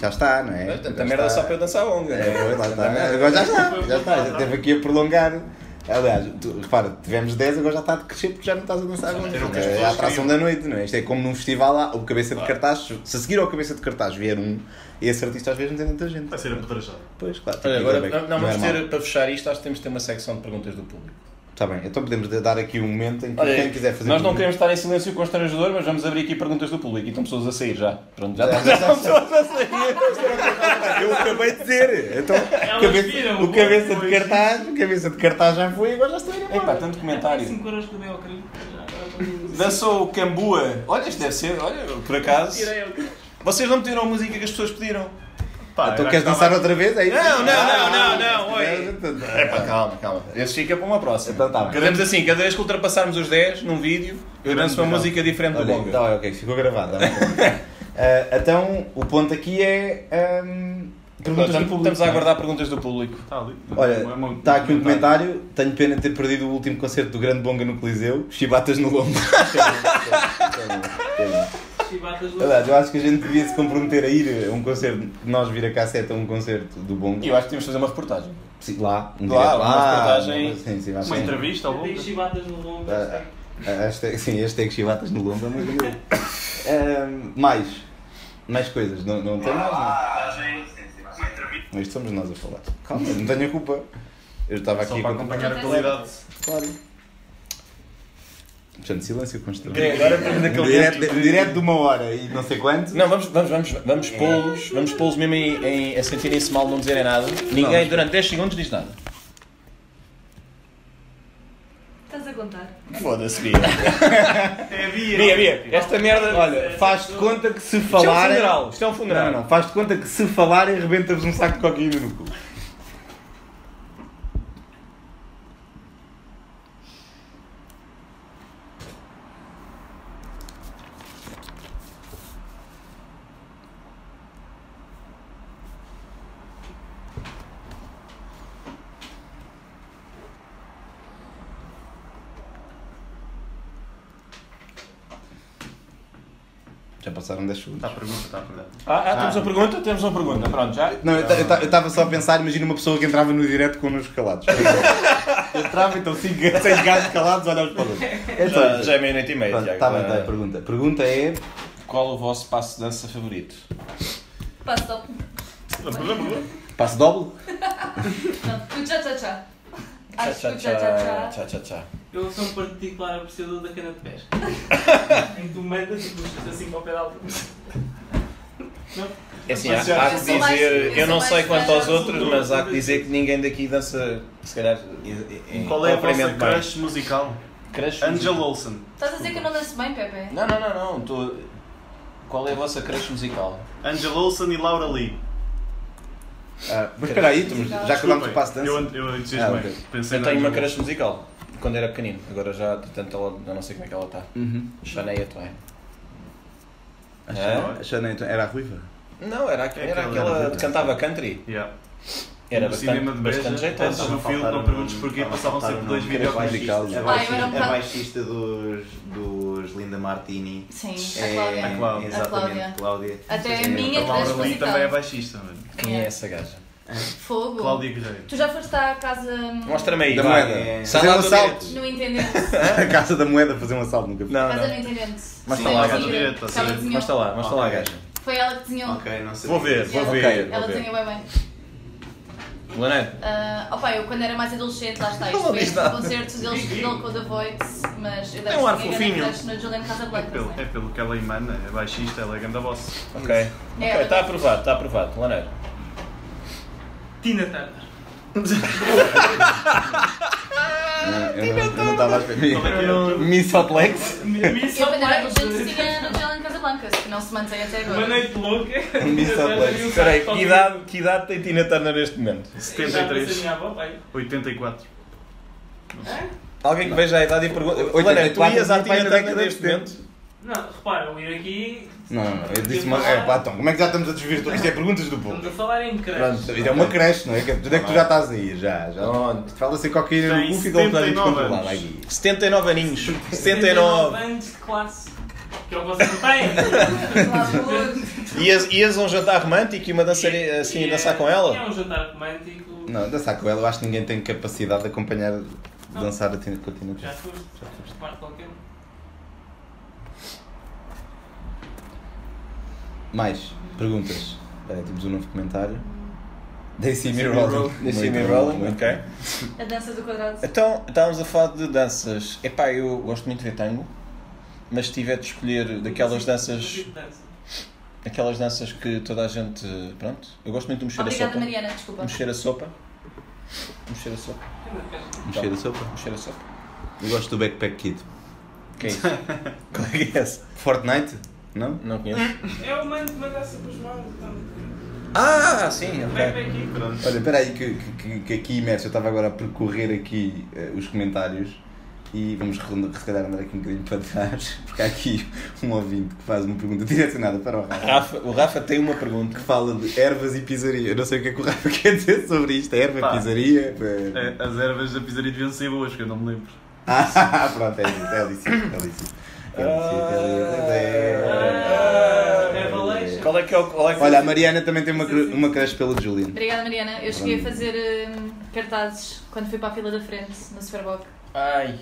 [SPEAKER 2] já está, não é?
[SPEAKER 1] Tanta
[SPEAKER 2] Já
[SPEAKER 1] merda
[SPEAKER 2] está.
[SPEAKER 1] só para eu dançar longa.
[SPEAKER 2] É, pois, lá está. Agora já está, já está, já esteve aqui a prolongar. Aliás, tu, repara, tivemos 10, agora já está a crescer porque já não estás a dançar muito. É a atração da noite, não é? Isto é como num festival lá, o cabeça de cartaz, se a seguir ao cabeça de cartaz vier um, esse artista às vezes não tem tanta gente.
[SPEAKER 5] Vai ser apedrejado.
[SPEAKER 2] Pois, claro.
[SPEAKER 1] Olha,
[SPEAKER 2] tem que
[SPEAKER 1] agora
[SPEAKER 2] ver
[SPEAKER 1] não,
[SPEAKER 2] bem.
[SPEAKER 1] não,
[SPEAKER 2] é
[SPEAKER 1] vamos
[SPEAKER 2] mal.
[SPEAKER 1] ter, para fechar isto, acho que temos de ter uma secção de perguntas do público.
[SPEAKER 2] Está bem, então podemos dar aqui um momento em que
[SPEAKER 1] Olha,
[SPEAKER 2] quem quiser fazer. um-
[SPEAKER 1] Nós não queremos
[SPEAKER 2] perguntas-
[SPEAKER 1] estar em silêncio constrangedor, mas vamos abrir aqui perguntas do público e estão pessoas a sair já. Pronto, já
[SPEAKER 2] Já,
[SPEAKER 1] está.
[SPEAKER 2] já, já, Eu acabei de dizer. Então,
[SPEAKER 3] Elas viram,
[SPEAKER 2] cabeça, o
[SPEAKER 3] bom,
[SPEAKER 2] cabeça de
[SPEAKER 3] pois.
[SPEAKER 2] cartaz, o cabeça de cartaz já foi e agora já está a ir
[SPEAKER 1] Epá,
[SPEAKER 2] embora.
[SPEAKER 1] tanto comentário.
[SPEAKER 3] 5 euros que eu dei ao querido. Já agora quando-
[SPEAKER 1] Dançou o Cambua. Olha, isto deve ser, olha, por acaso.
[SPEAKER 3] Tirei ao querido.
[SPEAKER 1] Vocês não meteram a música que as pessoas pediram.
[SPEAKER 5] Pá,
[SPEAKER 2] Então
[SPEAKER 5] era
[SPEAKER 2] queres
[SPEAKER 5] que
[SPEAKER 2] dançar
[SPEAKER 5] estava-
[SPEAKER 2] outra vez? É isso?
[SPEAKER 1] Não, não, não, não, não, oi.
[SPEAKER 2] oi.
[SPEAKER 1] calma, calma. Esse fica para uma próxima.
[SPEAKER 2] Então tá bem.
[SPEAKER 1] Queremos assim, cada vez que ultrapassarmos os 10 num vídeo, eu danço uma música diferente do
[SPEAKER 2] Olha,
[SPEAKER 1] Bonga.
[SPEAKER 2] Então, tá, ok, ficou gravado. tá bem. Ah, então, o ponto aqui é. ahm,
[SPEAKER 1] Pronto,
[SPEAKER 2] perguntas do
[SPEAKER 1] Estamos
[SPEAKER 2] público.
[SPEAKER 1] estamos a aguardar perguntas do público.
[SPEAKER 5] Está ali.
[SPEAKER 2] Olha,
[SPEAKER 5] É uma-
[SPEAKER 2] está aqui um comentário. Tenho pena de ter perdido o último concerto do Grande Bonga no Coliseu. Chibatas no lombo.
[SPEAKER 3] Chibatas do-
[SPEAKER 2] Verdade, eu acho que a gente devia se comprometer a ir a um concerto, nós vir a cassete a um concerto do Bonga.
[SPEAKER 1] E eu acho que temos de fazer uma reportagem.
[SPEAKER 2] Sim, lá, um
[SPEAKER 1] Lá,
[SPEAKER 2] direto
[SPEAKER 1] uma reportagem.
[SPEAKER 2] Sim, sim, vai
[SPEAKER 5] Uma
[SPEAKER 2] ser.
[SPEAKER 5] entrevista ao
[SPEAKER 3] Dei
[SPEAKER 5] longo.
[SPEAKER 3] chibatas no lombo.
[SPEAKER 2] Ah, ah, hashtag- sim, hashtag chivatas no lombo é uma grande. Ahm, mais. Mais coisas. Não, não tem mais, não. Mas isto somos nós a falar. Calma, não tenho a culpa. Eu estava
[SPEAKER 5] Só
[SPEAKER 2] aqui
[SPEAKER 5] para
[SPEAKER 2] com...
[SPEAKER 5] acompanhar a qualidade.
[SPEAKER 2] Claro. Portanto, silêncio constrangido.
[SPEAKER 1] Ok, agora estamos naquele
[SPEAKER 2] É. Direto,
[SPEAKER 1] momento
[SPEAKER 2] de-
[SPEAKER 1] de-
[SPEAKER 2] direto de uma hora e não sei quanto.
[SPEAKER 1] Não, vamos, vamos, vamos, vamos pô-los, vamos pô-los mesmo em, em- a sentirem-se mal, não dizerem nada. Ninguém durante 10 segundos diz nada.
[SPEAKER 4] Estás a contar?
[SPEAKER 1] Foda-se, Bia. É Bia, Bia, esta merda. Olha,
[SPEAKER 2] Faz de conta que se
[SPEAKER 1] isto é um
[SPEAKER 2] falar.
[SPEAKER 1] funeral. Isto é um funeral.
[SPEAKER 2] Não, não, faz de conta que se falarem, arrebenta-vos um saco de cocaína no cu. Já passaram 10 segundos.
[SPEAKER 6] Tá
[SPEAKER 5] Está a pergunta, está a pergunta.
[SPEAKER 1] Ah, ah, temos uma pergunta? Temos uma pergunta. Pronto, já.
[SPEAKER 2] Não, eu estava só a pensar, imagina uma pessoa que entrava no direto com os calados. entrava então 5 6 gajos calados olhávamos para o outro. É só
[SPEAKER 1] Já,
[SPEAKER 2] isso.
[SPEAKER 1] já é meia-noite e meia,
[SPEAKER 2] Pronto,
[SPEAKER 1] Tiago.
[SPEAKER 2] tá bem,
[SPEAKER 1] Ah,
[SPEAKER 2] tá bem, pergunta. Pergunta é.
[SPEAKER 1] Qual o vosso passo de dança favorito?
[SPEAKER 4] Passo top.
[SPEAKER 2] Passo doble?
[SPEAKER 4] Não, tu tchá tchá tchá. Acho que
[SPEAKER 1] Tchá,
[SPEAKER 4] o tchá tchá
[SPEAKER 1] tchá, tchá, tchá.
[SPEAKER 3] Eu sou um particular apreciador da cana de pesca. em que tu mandas e puxas assim para o pedal.
[SPEAKER 1] É assim,
[SPEAKER 5] Mas
[SPEAKER 1] há, há
[SPEAKER 4] eu
[SPEAKER 1] que
[SPEAKER 4] sou mais-
[SPEAKER 1] dizer,
[SPEAKER 4] eu
[SPEAKER 1] eu
[SPEAKER 4] sou
[SPEAKER 1] não
[SPEAKER 4] mais
[SPEAKER 1] sei quanto aos
[SPEAKER 4] fã da
[SPEAKER 1] outros,
[SPEAKER 3] Azul.
[SPEAKER 1] mas há que dizer que ninguém daqui dança, se calhar, em, em,
[SPEAKER 5] Qual é a vossa
[SPEAKER 1] propriamente bem.
[SPEAKER 5] crush musical?
[SPEAKER 1] Crush?
[SPEAKER 5] Angel Olsen.
[SPEAKER 4] Estás a dizer que eu não danço bem, Pepe?
[SPEAKER 1] Não, não, não, não. Tô... Qual é a vossa crush musical?
[SPEAKER 5] Angel Olsen e Laura Lee.
[SPEAKER 2] Ah, mas espera aí, estamos- já acabámos o passo de
[SPEAKER 5] Eu,
[SPEAKER 2] dança.
[SPEAKER 5] eu
[SPEAKER 2] Ah,
[SPEAKER 5] entusiasmei.
[SPEAKER 2] ok.
[SPEAKER 5] Pensei
[SPEAKER 1] Eu
[SPEAKER 5] na
[SPEAKER 1] tenho uma
[SPEAKER 5] Angel
[SPEAKER 1] crush musical, quando era pequenino. Agora já, tanto ela, já não sei como é que ela está.
[SPEAKER 2] Uhum.
[SPEAKER 1] Xaneia Twain. É?
[SPEAKER 5] Olsen.
[SPEAKER 2] A Xana, então, era a ruiva?
[SPEAKER 1] Não, era, aqu-
[SPEAKER 5] É
[SPEAKER 1] era
[SPEAKER 5] aquela-
[SPEAKER 1] aquela que cantava country.
[SPEAKER 5] Yeah.
[SPEAKER 1] Era
[SPEAKER 5] no cinema
[SPEAKER 1] bastante,
[SPEAKER 5] de Beja,
[SPEAKER 1] bastante
[SPEAKER 5] antes
[SPEAKER 1] jeitosa.
[SPEAKER 5] do filme, não perguntes porquê,
[SPEAKER 6] Tá
[SPEAKER 5] passavam sempre dois
[SPEAKER 2] Crush
[SPEAKER 5] videoclipes.
[SPEAKER 2] musical.
[SPEAKER 4] Vai, eu
[SPEAKER 6] A
[SPEAKER 4] era um
[SPEAKER 6] É baixista, a
[SPEAKER 4] bocado-
[SPEAKER 6] baixista dos, dos Linda Martini.
[SPEAKER 4] Sim,
[SPEAKER 6] É,
[SPEAKER 4] a Cláudia.
[SPEAKER 6] Exatamente,
[SPEAKER 4] A
[SPEAKER 6] Cláudia.
[SPEAKER 4] Até a
[SPEAKER 6] Sim,
[SPEAKER 4] minha
[SPEAKER 5] A Laura
[SPEAKER 4] crush
[SPEAKER 5] Lee também é
[SPEAKER 4] musical.
[SPEAKER 5] baixista, mano.
[SPEAKER 1] Quem é essa gaja?
[SPEAKER 4] Fogo.
[SPEAKER 5] Cláudia Guerreiro.
[SPEAKER 4] Tu já foste à casa hum,
[SPEAKER 1] Mostra-me aí.
[SPEAKER 2] Da
[SPEAKER 1] vai.
[SPEAKER 2] moeda.
[SPEAKER 1] É.
[SPEAKER 2] Fazer
[SPEAKER 1] Sai
[SPEAKER 2] um
[SPEAKER 1] lá do
[SPEAKER 2] assalto.
[SPEAKER 1] direito.
[SPEAKER 4] no Intendente.
[SPEAKER 2] A casa da moeda fazer um assalto nunca
[SPEAKER 1] Não,
[SPEAKER 4] Casa no
[SPEAKER 1] não.
[SPEAKER 4] Intendente.
[SPEAKER 1] Mas
[SPEAKER 4] Sim,
[SPEAKER 1] tá lá,
[SPEAKER 4] ela
[SPEAKER 5] casa
[SPEAKER 4] desenhou.
[SPEAKER 5] direita,
[SPEAKER 4] Ela
[SPEAKER 5] sim.
[SPEAKER 4] desenhou.
[SPEAKER 1] Mostra lá, mostra lá,
[SPEAKER 6] Ok.
[SPEAKER 1] gaja.
[SPEAKER 4] Foi ela que desenhou.
[SPEAKER 6] Ok, não sei.
[SPEAKER 1] Vou ver, vou
[SPEAKER 4] Ela-
[SPEAKER 1] ver, vou
[SPEAKER 4] Ela
[SPEAKER 1] ver.
[SPEAKER 4] desenhou bem bem.
[SPEAKER 1] Leonardo,
[SPEAKER 4] Ah, opa, eu quando era mais adolescente, lá está, isto
[SPEAKER 1] Não
[SPEAKER 4] foi
[SPEAKER 1] diz
[SPEAKER 4] este
[SPEAKER 1] nada.
[SPEAKER 4] concerto deles dele com o The Voice, mas eu
[SPEAKER 1] Tem um ar
[SPEAKER 4] tinha
[SPEAKER 1] fofinho.
[SPEAKER 4] grande crush na Juliana
[SPEAKER 5] É
[SPEAKER 4] Casablanca.
[SPEAKER 5] pelo,
[SPEAKER 4] não
[SPEAKER 5] é
[SPEAKER 4] é?
[SPEAKER 5] pelo que ela emana, é baixista, ela é ganda boss.
[SPEAKER 1] ok.
[SPEAKER 4] É.
[SPEAKER 1] Ok, está aprovado, está aprovado. Leonardo.
[SPEAKER 3] Tina Turner.
[SPEAKER 2] Eu não- eu não estava à espera.
[SPEAKER 5] Como é que é o teu-
[SPEAKER 2] Miss Hot Legs?
[SPEAKER 3] Miss
[SPEAKER 4] Eu quando
[SPEAKER 3] Hotline.
[SPEAKER 4] era adolescente tinha na Juliana Casablanca, que não se mantém até agora.
[SPEAKER 3] Uma noite louca.
[SPEAKER 2] Miss
[SPEAKER 3] Tina Turner
[SPEAKER 2] Hotline.
[SPEAKER 3] e um
[SPEAKER 1] Espera aí,
[SPEAKER 3] saco
[SPEAKER 1] que
[SPEAKER 3] de
[SPEAKER 1] idade, que idade tem Tina Turner neste momento?
[SPEAKER 3] qualquer. Já disse assim, "Ah, a
[SPEAKER 5] 73,
[SPEAKER 3] minha avó, pai.
[SPEAKER 5] 84.
[SPEAKER 1] Alguém que veja a idade e pergunta.
[SPEAKER 2] Oitenta e
[SPEAKER 1] Leonardo, tu
[SPEAKER 2] quatro,
[SPEAKER 1] ias à
[SPEAKER 2] meu pai
[SPEAKER 1] Tina
[SPEAKER 2] na
[SPEAKER 1] Turner
[SPEAKER 2] década de
[SPEAKER 1] neste momento?
[SPEAKER 3] Não, repara, eu ir aqui,
[SPEAKER 2] Não, não, eu disse uma. É, pá, então, como é que já estamos a desvirtuar? Isto é perguntas do
[SPEAKER 3] estamos a
[SPEAKER 2] público.
[SPEAKER 3] falar em
[SPEAKER 2] Pronto,
[SPEAKER 3] creche.
[SPEAKER 2] David, é uma creche, não é? Que- Onde é que tu já estás aí? Já, já. Onde? Fala-se em qualquer.
[SPEAKER 5] Tem
[SPEAKER 2] Um fica um bocadinho
[SPEAKER 5] 79
[SPEAKER 2] descontrolado
[SPEAKER 5] anos.
[SPEAKER 2] aqui.
[SPEAKER 1] 79 aninhos. 79.
[SPEAKER 3] anos de classe. Que é o que vocês não têm.
[SPEAKER 1] Ias, ias a um jantar romântico e uma dança assim
[SPEAKER 3] E
[SPEAKER 1] a
[SPEAKER 3] é-
[SPEAKER 1] dançar com ela?
[SPEAKER 3] É um jantar romântico.
[SPEAKER 2] Não, dançar com ela, eu acho que ninguém tem capacidade de acompanhar, de dançar a Tina, com a Tina
[SPEAKER 3] Já
[SPEAKER 2] Turner.
[SPEAKER 3] foste. Já foste. Marco qualquer um.
[SPEAKER 2] Mais perguntas. Espera aí, temos um novo comentário. They see me
[SPEAKER 1] They
[SPEAKER 2] rolling.
[SPEAKER 1] see me
[SPEAKER 2] Muito bom,
[SPEAKER 1] rolling,
[SPEAKER 2] muito
[SPEAKER 1] ok.
[SPEAKER 4] A dança do quadrado.
[SPEAKER 1] Então, estávamos a falar de danças. Epá, eu gosto muito de ver tango, mas se tiver de escolher daquelas danças,
[SPEAKER 3] Tipo de dança.
[SPEAKER 1] aquelas danças que toda a gente, pronto, eu gosto muito de mexer a
[SPEAKER 4] Obrigada,
[SPEAKER 1] sopa.
[SPEAKER 4] Mariana, desculpa.
[SPEAKER 1] Mexer a sopa. Mexer a sopa.
[SPEAKER 2] Mexer a sopa.
[SPEAKER 1] Mexer a sopa.
[SPEAKER 2] Eu gosto do Backpack Kid.
[SPEAKER 1] Que é isso? Qual é que é essa?
[SPEAKER 2] Fortnite? Não?
[SPEAKER 1] Não conheço.
[SPEAKER 3] É o mando de mandar sempre os maus. então.
[SPEAKER 1] Ah, sim,
[SPEAKER 3] Vem
[SPEAKER 1] ok.
[SPEAKER 3] vem aqui.
[SPEAKER 5] Pronto.
[SPEAKER 2] Olha, espera aí que, que, que aqui imerso, eu estava agora a percorrer aqui eh, os comentários e vamos redondar- se calhar andar aqui um bocadinho para trás, porque há aqui um ouvinte que faz uma pergunta direcionada para o Rafa,
[SPEAKER 1] Rafa, o Rafa tem uma pergunta.
[SPEAKER 2] que fala de ervas e pisaria. Eu não sei o que é que o Rafa quer dizer sobre isto, erva,
[SPEAKER 5] Pá.
[SPEAKER 2] pisaria... eh,
[SPEAKER 5] É, as ervas da pizzaria deviam ser boas, que eu não me lembro.
[SPEAKER 2] Ah, pronto, é isso, é lícito, é lícito. É lícito, é lícito, é lícito.
[SPEAKER 3] Revelation.
[SPEAKER 1] Qual é que é o. Qual é que
[SPEAKER 2] Olha, a Mariana também tem uma, cru- uma crush pelo Julian.
[SPEAKER 4] Obrigada, Mariana. Eu cheguei a fazer hum, cartazes quando fui para a fila da frente, no Superboc,
[SPEAKER 1] Ai.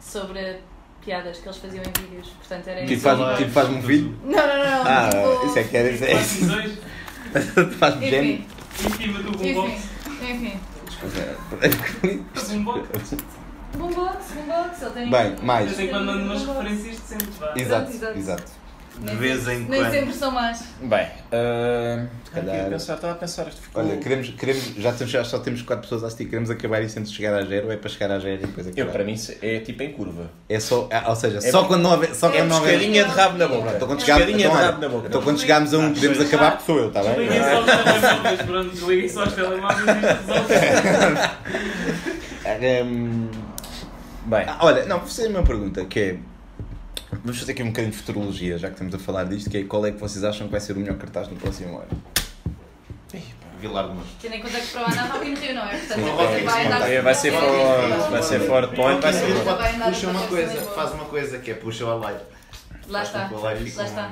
[SPEAKER 4] sobre piadas que eles faziam em vídeos. Portanto, era
[SPEAKER 2] Tipo,
[SPEAKER 4] isso.
[SPEAKER 2] faz, tipo faz-me
[SPEAKER 5] É
[SPEAKER 2] um filho.
[SPEAKER 4] Não, não, não. não.
[SPEAKER 2] Ah,
[SPEAKER 4] tipo...
[SPEAKER 2] isso é que era, isso é isso.
[SPEAKER 3] Decisões
[SPEAKER 2] Faz-me gênio.
[SPEAKER 4] Enfim,
[SPEAKER 3] íntimas do boombox.
[SPEAKER 4] enfim, enfim.
[SPEAKER 3] Do boombox.
[SPEAKER 4] Boombox, boombox, ele tem...
[SPEAKER 2] Bem, mais.
[SPEAKER 3] De vez em quando mando umas
[SPEAKER 4] Boombox.
[SPEAKER 3] referências decentes, vá.
[SPEAKER 2] Exato,
[SPEAKER 4] Exato.
[SPEAKER 2] exato.
[SPEAKER 6] De vez em
[SPEAKER 4] Nem
[SPEAKER 6] quando.
[SPEAKER 4] sempre são más.
[SPEAKER 1] Bem, ah, se
[SPEAKER 2] calhar-
[SPEAKER 1] calhar. Estava a pensar, isto ficou.
[SPEAKER 2] Olha, queremos, queremos, já, temos, já só temos 4 pessoas a assistir, queremos acabar isso antes de chegar a zero, ou é para chegar a zero e depois acabar?
[SPEAKER 1] Eu, para mim, é tipo em curva.
[SPEAKER 2] É só, ah, ou seja,
[SPEAKER 1] É
[SPEAKER 2] só
[SPEAKER 1] bem-
[SPEAKER 2] quando não houver... Só
[SPEAKER 4] é
[SPEAKER 2] quando não houver...
[SPEAKER 1] Pescadinha de rabo na boca.
[SPEAKER 2] Então quando,
[SPEAKER 4] É
[SPEAKER 2] chegar,
[SPEAKER 1] pescadinha
[SPEAKER 2] então,
[SPEAKER 1] de
[SPEAKER 2] olha,
[SPEAKER 1] rabo na boca.
[SPEAKER 2] então quando chegarmos a um que podemos acabar, porque sou eu, está bem?
[SPEAKER 3] Liguem só aos telemóveis, pronto. Liguem só aos telemóveis e isto resolve.
[SPEAKER 1] é?
[SPEAKER 2] Hum,
[SPEAKER 1] Bem,
[SPEAKER 2] ah, olha, não, fazer a minha pergunta, que é... Vamos fazer aqui um bocadinho de futurologia, já que estamos a falar disto, que é qual é que vocês acham que vai ser o melhor cartaz no próximo ano?
[SPEAKER 6] Vilar de Mons.
[SPEAKER 4] Tendo em conta que para o Ana Rock in Rio não é, portanto
[SPEAKER 6] Sim,
[SPEAKER 4] a
[SPEAKER 6] Rock in
[SPEAKER 4] coisa
[SPEAKER 6] Rio,
[SPEAKER 4] vai
[SPEAKER 6] sim.
[SPEAKER 4] andar...
[SPEAKER 1] é, vai ser forte, vai ser forte point, vai ser
[SPEAKER 4] Sim.
[SPEAKER 6] Puxa uma coisa, faz uma coisa que é puxa o Alive.
[SPEAKER 4] Lá
[SPEAKER 6] Faz
[SPEAKER 4] está,
[SPEAKER 6] com que o Alive fique
[SPEAKER 4] lá
[SPEAKER 6] um-
[SPEAKER 4] está.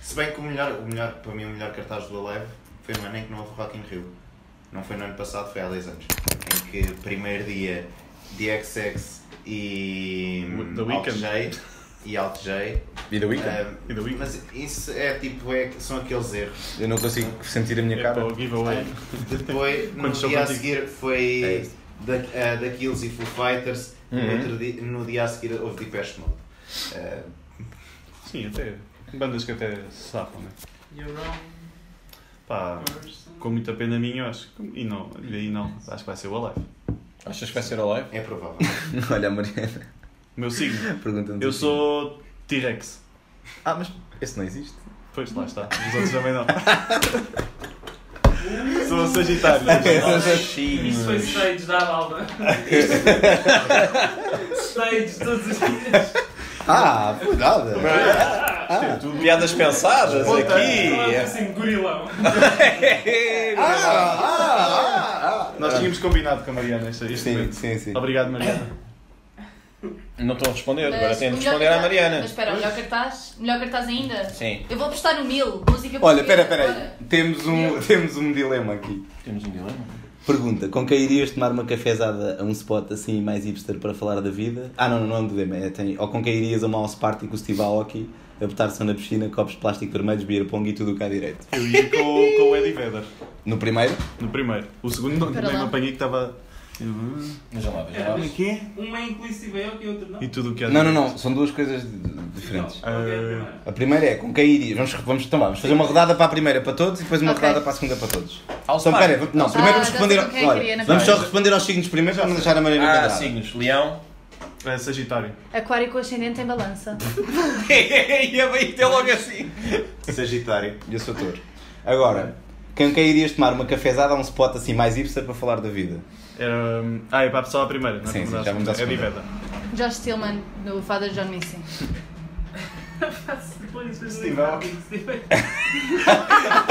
[SPEAKER 6] Se bem que o melhor, o melhor, para mim, o melhor cartaz do Alive foi no ano em que não houve Rock in Rio. Não foi no ano passado, foi há 10 anos. Em que primeiro dia DXX e
[SPEAKER 5] O- The
[SPEAKER 6] Alt
[SPEAKER 5] Weeknd.
[SPEAKER 6] J e Alt J.
[SPEAKER 2] E da Weekend?
[SPEAKER 5] E The
[SPEAKER 6] Um,
[SPEAKER 5] Weeknd.
[SPEAKER 6] mas isso é tipo, é, são aqueles erros.
[SPEAKER 2] Eu não consigo sentir a minha
[SPEAKER 5] É para
[SPEAKER 2] cara.
[SPEAKER 5] o giveaway.
[SPEAKER 6] Depois, no
[SPEAKER 5] Quando sou
[SPEAKER 6] dia a
[SPEAKER 5] contigo.
[SPEAKER 6] seguir,
[SPEAKER 2] É
[SPEAKER 6] foi
[SPEAKER 2] isso.
[SPEAKER 6] da, ah, da Kills e Foo Fighters.
[SPEAKER 1] Uhum.
[SPEAKER 6] No, outro dia, no dia a seguir, houve Depeche Mode. Ah,
[SPEAKER 5] Sim, até. Bandas que até se safam, né?
[SPEAKER 3] You're wrong
[SPEAKER 5] Pá,
[SPEAKER 3] person.
[SPEAKER 5] com muita pena minha, eu acho que. E não, e não, acho que vai ser o Alive.
[SPEAKER 1] Achas que vai ser ao live?
[SPEAKER 6] é provável.
[SPEAKER 2] Olha, a Mariana
[SPEAKER 5] O meu signo.
[SPEAKER 2] perguntando.
[SPEAKER 5] Eu sou T-Rex.
[SPEAKER 2] Ah, mas esse não existe.
[SPEAKER 5] Pois, lá está. Os outros também não. sou Sagitário.
[SPEAKER 3] Isso
[SPEAKER 1] Hum.
[SPEAKER 3] foi stage da balda. Stage todos os dias.
[SPEAKER 2] Ah, cuidado! Ah.
[SPEAKER 1] Piadas pensadas
[SPEAKER 3] Não é
[SPEAKER 1] aqui.
[SPEAKER 3] assim, gorilão.
[SPEAKER 5] Nós tínhamos combinado com a Mariana este, este
[SPEAKER 2] Sim,
[SPEAKER 5] momento.
[SPEAKER 2] sim, sim.
[SPEAKER 5] Obrigado, Mariana.
[SPEAKER 1] Não estou a responder,
[SPEAKER 4] Mas
[SPEAKER 1] agora tenho
[SPEAKER 4] o
[SPEAKER 1] de
[SPEAKER 4] melhor
[SPEAKER 1] responder à
[SPEAKER 4] cartaz-
[SPEAKER 1] Mariana.
[SPEAKER 4] Mas espera, o melhor cartaz? Melhor cartaz ainda?
[SPEAKER 1] Sim.
[SPEAKER 4] Eu vou apostar no Mil, música
[SPEAKER 2] Olha,
[SPEAKER 4] portuguesa,
[SPEAKER 2] espera, espera
[SPEAKER 4] bora.
[SPEAKER 2] aí. Temos um, temos um dilema aqui.
[SPEAKER 1] Temos um dilema.
[SPEAKER 2] Pergunta, com quem irias tomar uma cafezada a um spot assim mais hipster para falar da vida? Ah, não, não, não é um dilema. É, tem, ou com quem irias a uma house party com o Steve Aoki, a botar-se na piscina, copos de plástico vermelhos, beer pong e tudo o cá direito?
[SPEAKER 5] Eu ia com, com o Eddie Vedder,
[SPEAKER 2] No primeiro?
[SPEAKER 5] no primeiro. O segundo não,
[SPEAKER 4] Espera
[SPEAKER 5] nem me
[SPEAKER 4] lá.
[SPEAKER 5] apanhei que estava...
[SPEAKER 2] Hum.
[SPEAKER 1] Veja lá, veja lá.
[SPEAKER 2] quê?
[SPEAKER 3] Um é inclusive eu e o outro não.
[SPEAKER 5] E tudo o que há
[SPEAKER 2] Não, não,
[SPEAKER 5] de-
[SPEAKER 2] não. São duas coisas d- d- diferentes.
[SPEAKER 3] Não, ok, primeiro.
[SPEAKER 2] A primeira é com quem irias. Vamos, vamos, então, vá, vamos fazer uma rodada para a primeira para todos e depois uma
[SPEAKER 4] Ok. Ah,
[SPEAKER 2] rodada para a segunda para todos.
[SPEAKER 1] House
[SPEAKER 2] Só,
[SPEAKER 1] party.
[SPEAKER 2] pera, não, primeiro vamos
[SPEAKER 4] já
[SPEAKER 2] responder.
[SPEAKER 4] sei com quem
[SPEAKER 2] Ao, olha,
[SPEAKER 4] queria, na
[SPEAKER 2] vamos só
[SPEAKER 4] verdade.
[SPEAKER 2] responder aos signos primeiro, já vamos deixar a Mariana
[SPEAKER 1] Ah,
[SPEAKER 2] enquadrada.
[SPEAKER 1] signos. Leão.
[SPEAKER 5] É Sagitário.
[SPEAKER 4] Aquário com ascendente em balança.
[SPEAKER 1] Ia bem ter logo assim.
[SPEAKER 6] Sagitário.
[SPEAKER 2] E eu sou touro. Agora, com quem irias tomar uma cafezada a um spot assim mais hipster para falar da vida?
[SPEAKER 5] Era... Ah, é para a pessoa à primeira, não é?
[SPEAKER 2] Sim, sim,
[SPEAKER 5] Para
[SPEAKER 2] já vamos à
[SPEAKER 5] Eddie
[SPEAKER 2] segunda.
[SPEAKER 5] Vedder.
[SPEAKER 4] Josh Stillman, no Father John Missing.
[SPEAKER 3] Depois isso
[SPEAKER 5] Steve
[SPEAKER 3] não é
[SPEAKER 5] Aoki.
[SPEAKER 3] nada, Steve Aoki. É o café
[SPEAKER 2] Eu-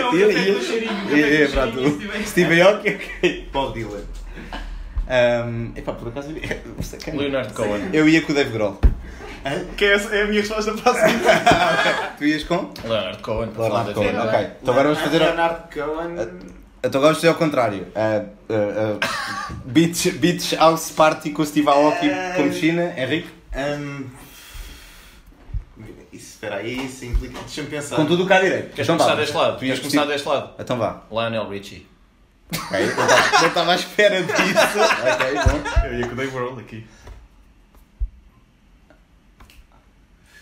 [SPEAKER 3] com
[SPEAKER 5] um
[SPEAKER 2] eu-
[SPEAKER 3] cheirinho,
[SPEAKER 2] eu-
[SPEAKER 3] café
[SPEAKER 2] eu-
[SPEAKER 3] com
[SPEAKER 2] pronto.
[SPEAKER 3] cheirinho, Steve Aoki.
[SPEAKER 2] Steve Aoki, ok.
[SPEAKER 6] Bob Dylan.
[SPEAKER 2] Um, epá, por acaso eu iria- não sei quem.
[SPEAKER 1] Leonardo Cohen.
[SPEAKER 2] Eu ia com o Dave Grohl.
[SPEAKER 5] Que é, essa- é a minha resposta para a seguinte.
[SPEAKER 2] Tu ias com?
[SPEAKER 1] Leonardo Cohen. para falar da
[SPEAKER 2] Leonardo
[SPEAKER 1] é?
[SPEAKER 2] Cohen,
[SPEAKER 1] vida.
[SPEAKER 2] ok. Então agora vamos fazer... ao-
[SPEAKER 6] Leonardo Cohen.
[SPEAKER 2] Então agora vamos fazer ao contrário. Uh, uh, uh, beach, beach House Party com o Steve Aoki com piscina, Henrique.
[SPEAKER 6] Ahm, isso, espera aí, isso implica. Deixa-me pensar.
[SPEAKER 2] Com tudo o cá direito.
[SPEAKER 1] Queres
[SPEAKER 2] Então vá,
[SPEAKER 1] começar
[SPEAKER 2] vamos-
[SPEAKER 1] deste lado? Tu ias
[SPEAKER 2] Queres
[SPEAKER 1] começar
[SPEAKER 2] começar-
[SPEAKER 1] deste lado.
[SPEAKER 2] Então vá.
[SPEAKER 1] Lionel Richie.
[SPEAKER 2] Ok, eu tava- eu estava à espera disso. ok, bom.
[SPEAKER 5] Eu ia com o Dave World aqui.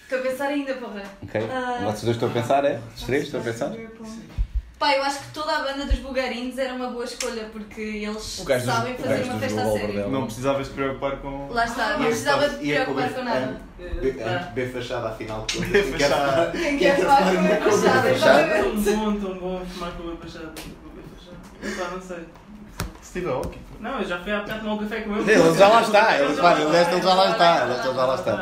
[SPEAKER 4] Estou a pensar ainda, porra.
[SPEAKER 2] Ok.
[SPEAKER 4] Ah.
[SPEAKER 2] Vocês dois estão a pensar, é? Os três estão a pensar?
[SPEAKER 4] Pá, eu acho que toda a banda dos Bugarins era uma boa escolha, porque eles
[SPEAKER 1] O gajo dos-
[SPEAKER 4] sabem
[SPEAKER 1] o
[SPEAKER 4] fazer
[SPEAKER 1] gajo
[SPEAKER 4] uma
[SPEAKER 1] dos
[SPEAKER 4] festa a
[SPEAKER 1] revólver
[SPEAKER 2] Tá
[SPEAKER 4] sério.
[SPEAKER 1] dela.
[SPEAKER 5] Não precisavas te preocupar com...
[SPEAKER 4] Lá está, não
[SPEAKER 6] E a
[SPEAKER 4] precisava de
[SPEAKER 1] tá-
[SPEAKER 6] Cobb- e a
[SPEAKER 4] preocupar
[SPEAKER 6] Cobb-
[SPEAKER 4] com nada.
[SPEAKER 6] B,
[SPEAKER 3] É. Tá.
[SPEAKER 2] é.
[SPEAKER 4] Ah,
[SPEAKER 6] B fachada, afinal. de contas.
[SPEAKER 5] B fachada.
[SPEAKER 4] Quem quer
[SPEAKER 1] tá
[SPEAKER 4] falar com a
[SPEAKER 3] né? Tão
[SPEAKER 4] fachada? exatamente.
[SPEAKER 3] bom, tão bom fumar com o meu Pachado. Epá, não sei.
[SPEAKER 5] Steve Aoki.
[SPEAKER 3] Não, eu já fui há bocado tomar um café com ele.
[SPEAKER 2] Ele já lá está, ele já, ele já, ele já lá está,
[SPEAKER 4] Não,
[SPEAKER 2] ele já lá está.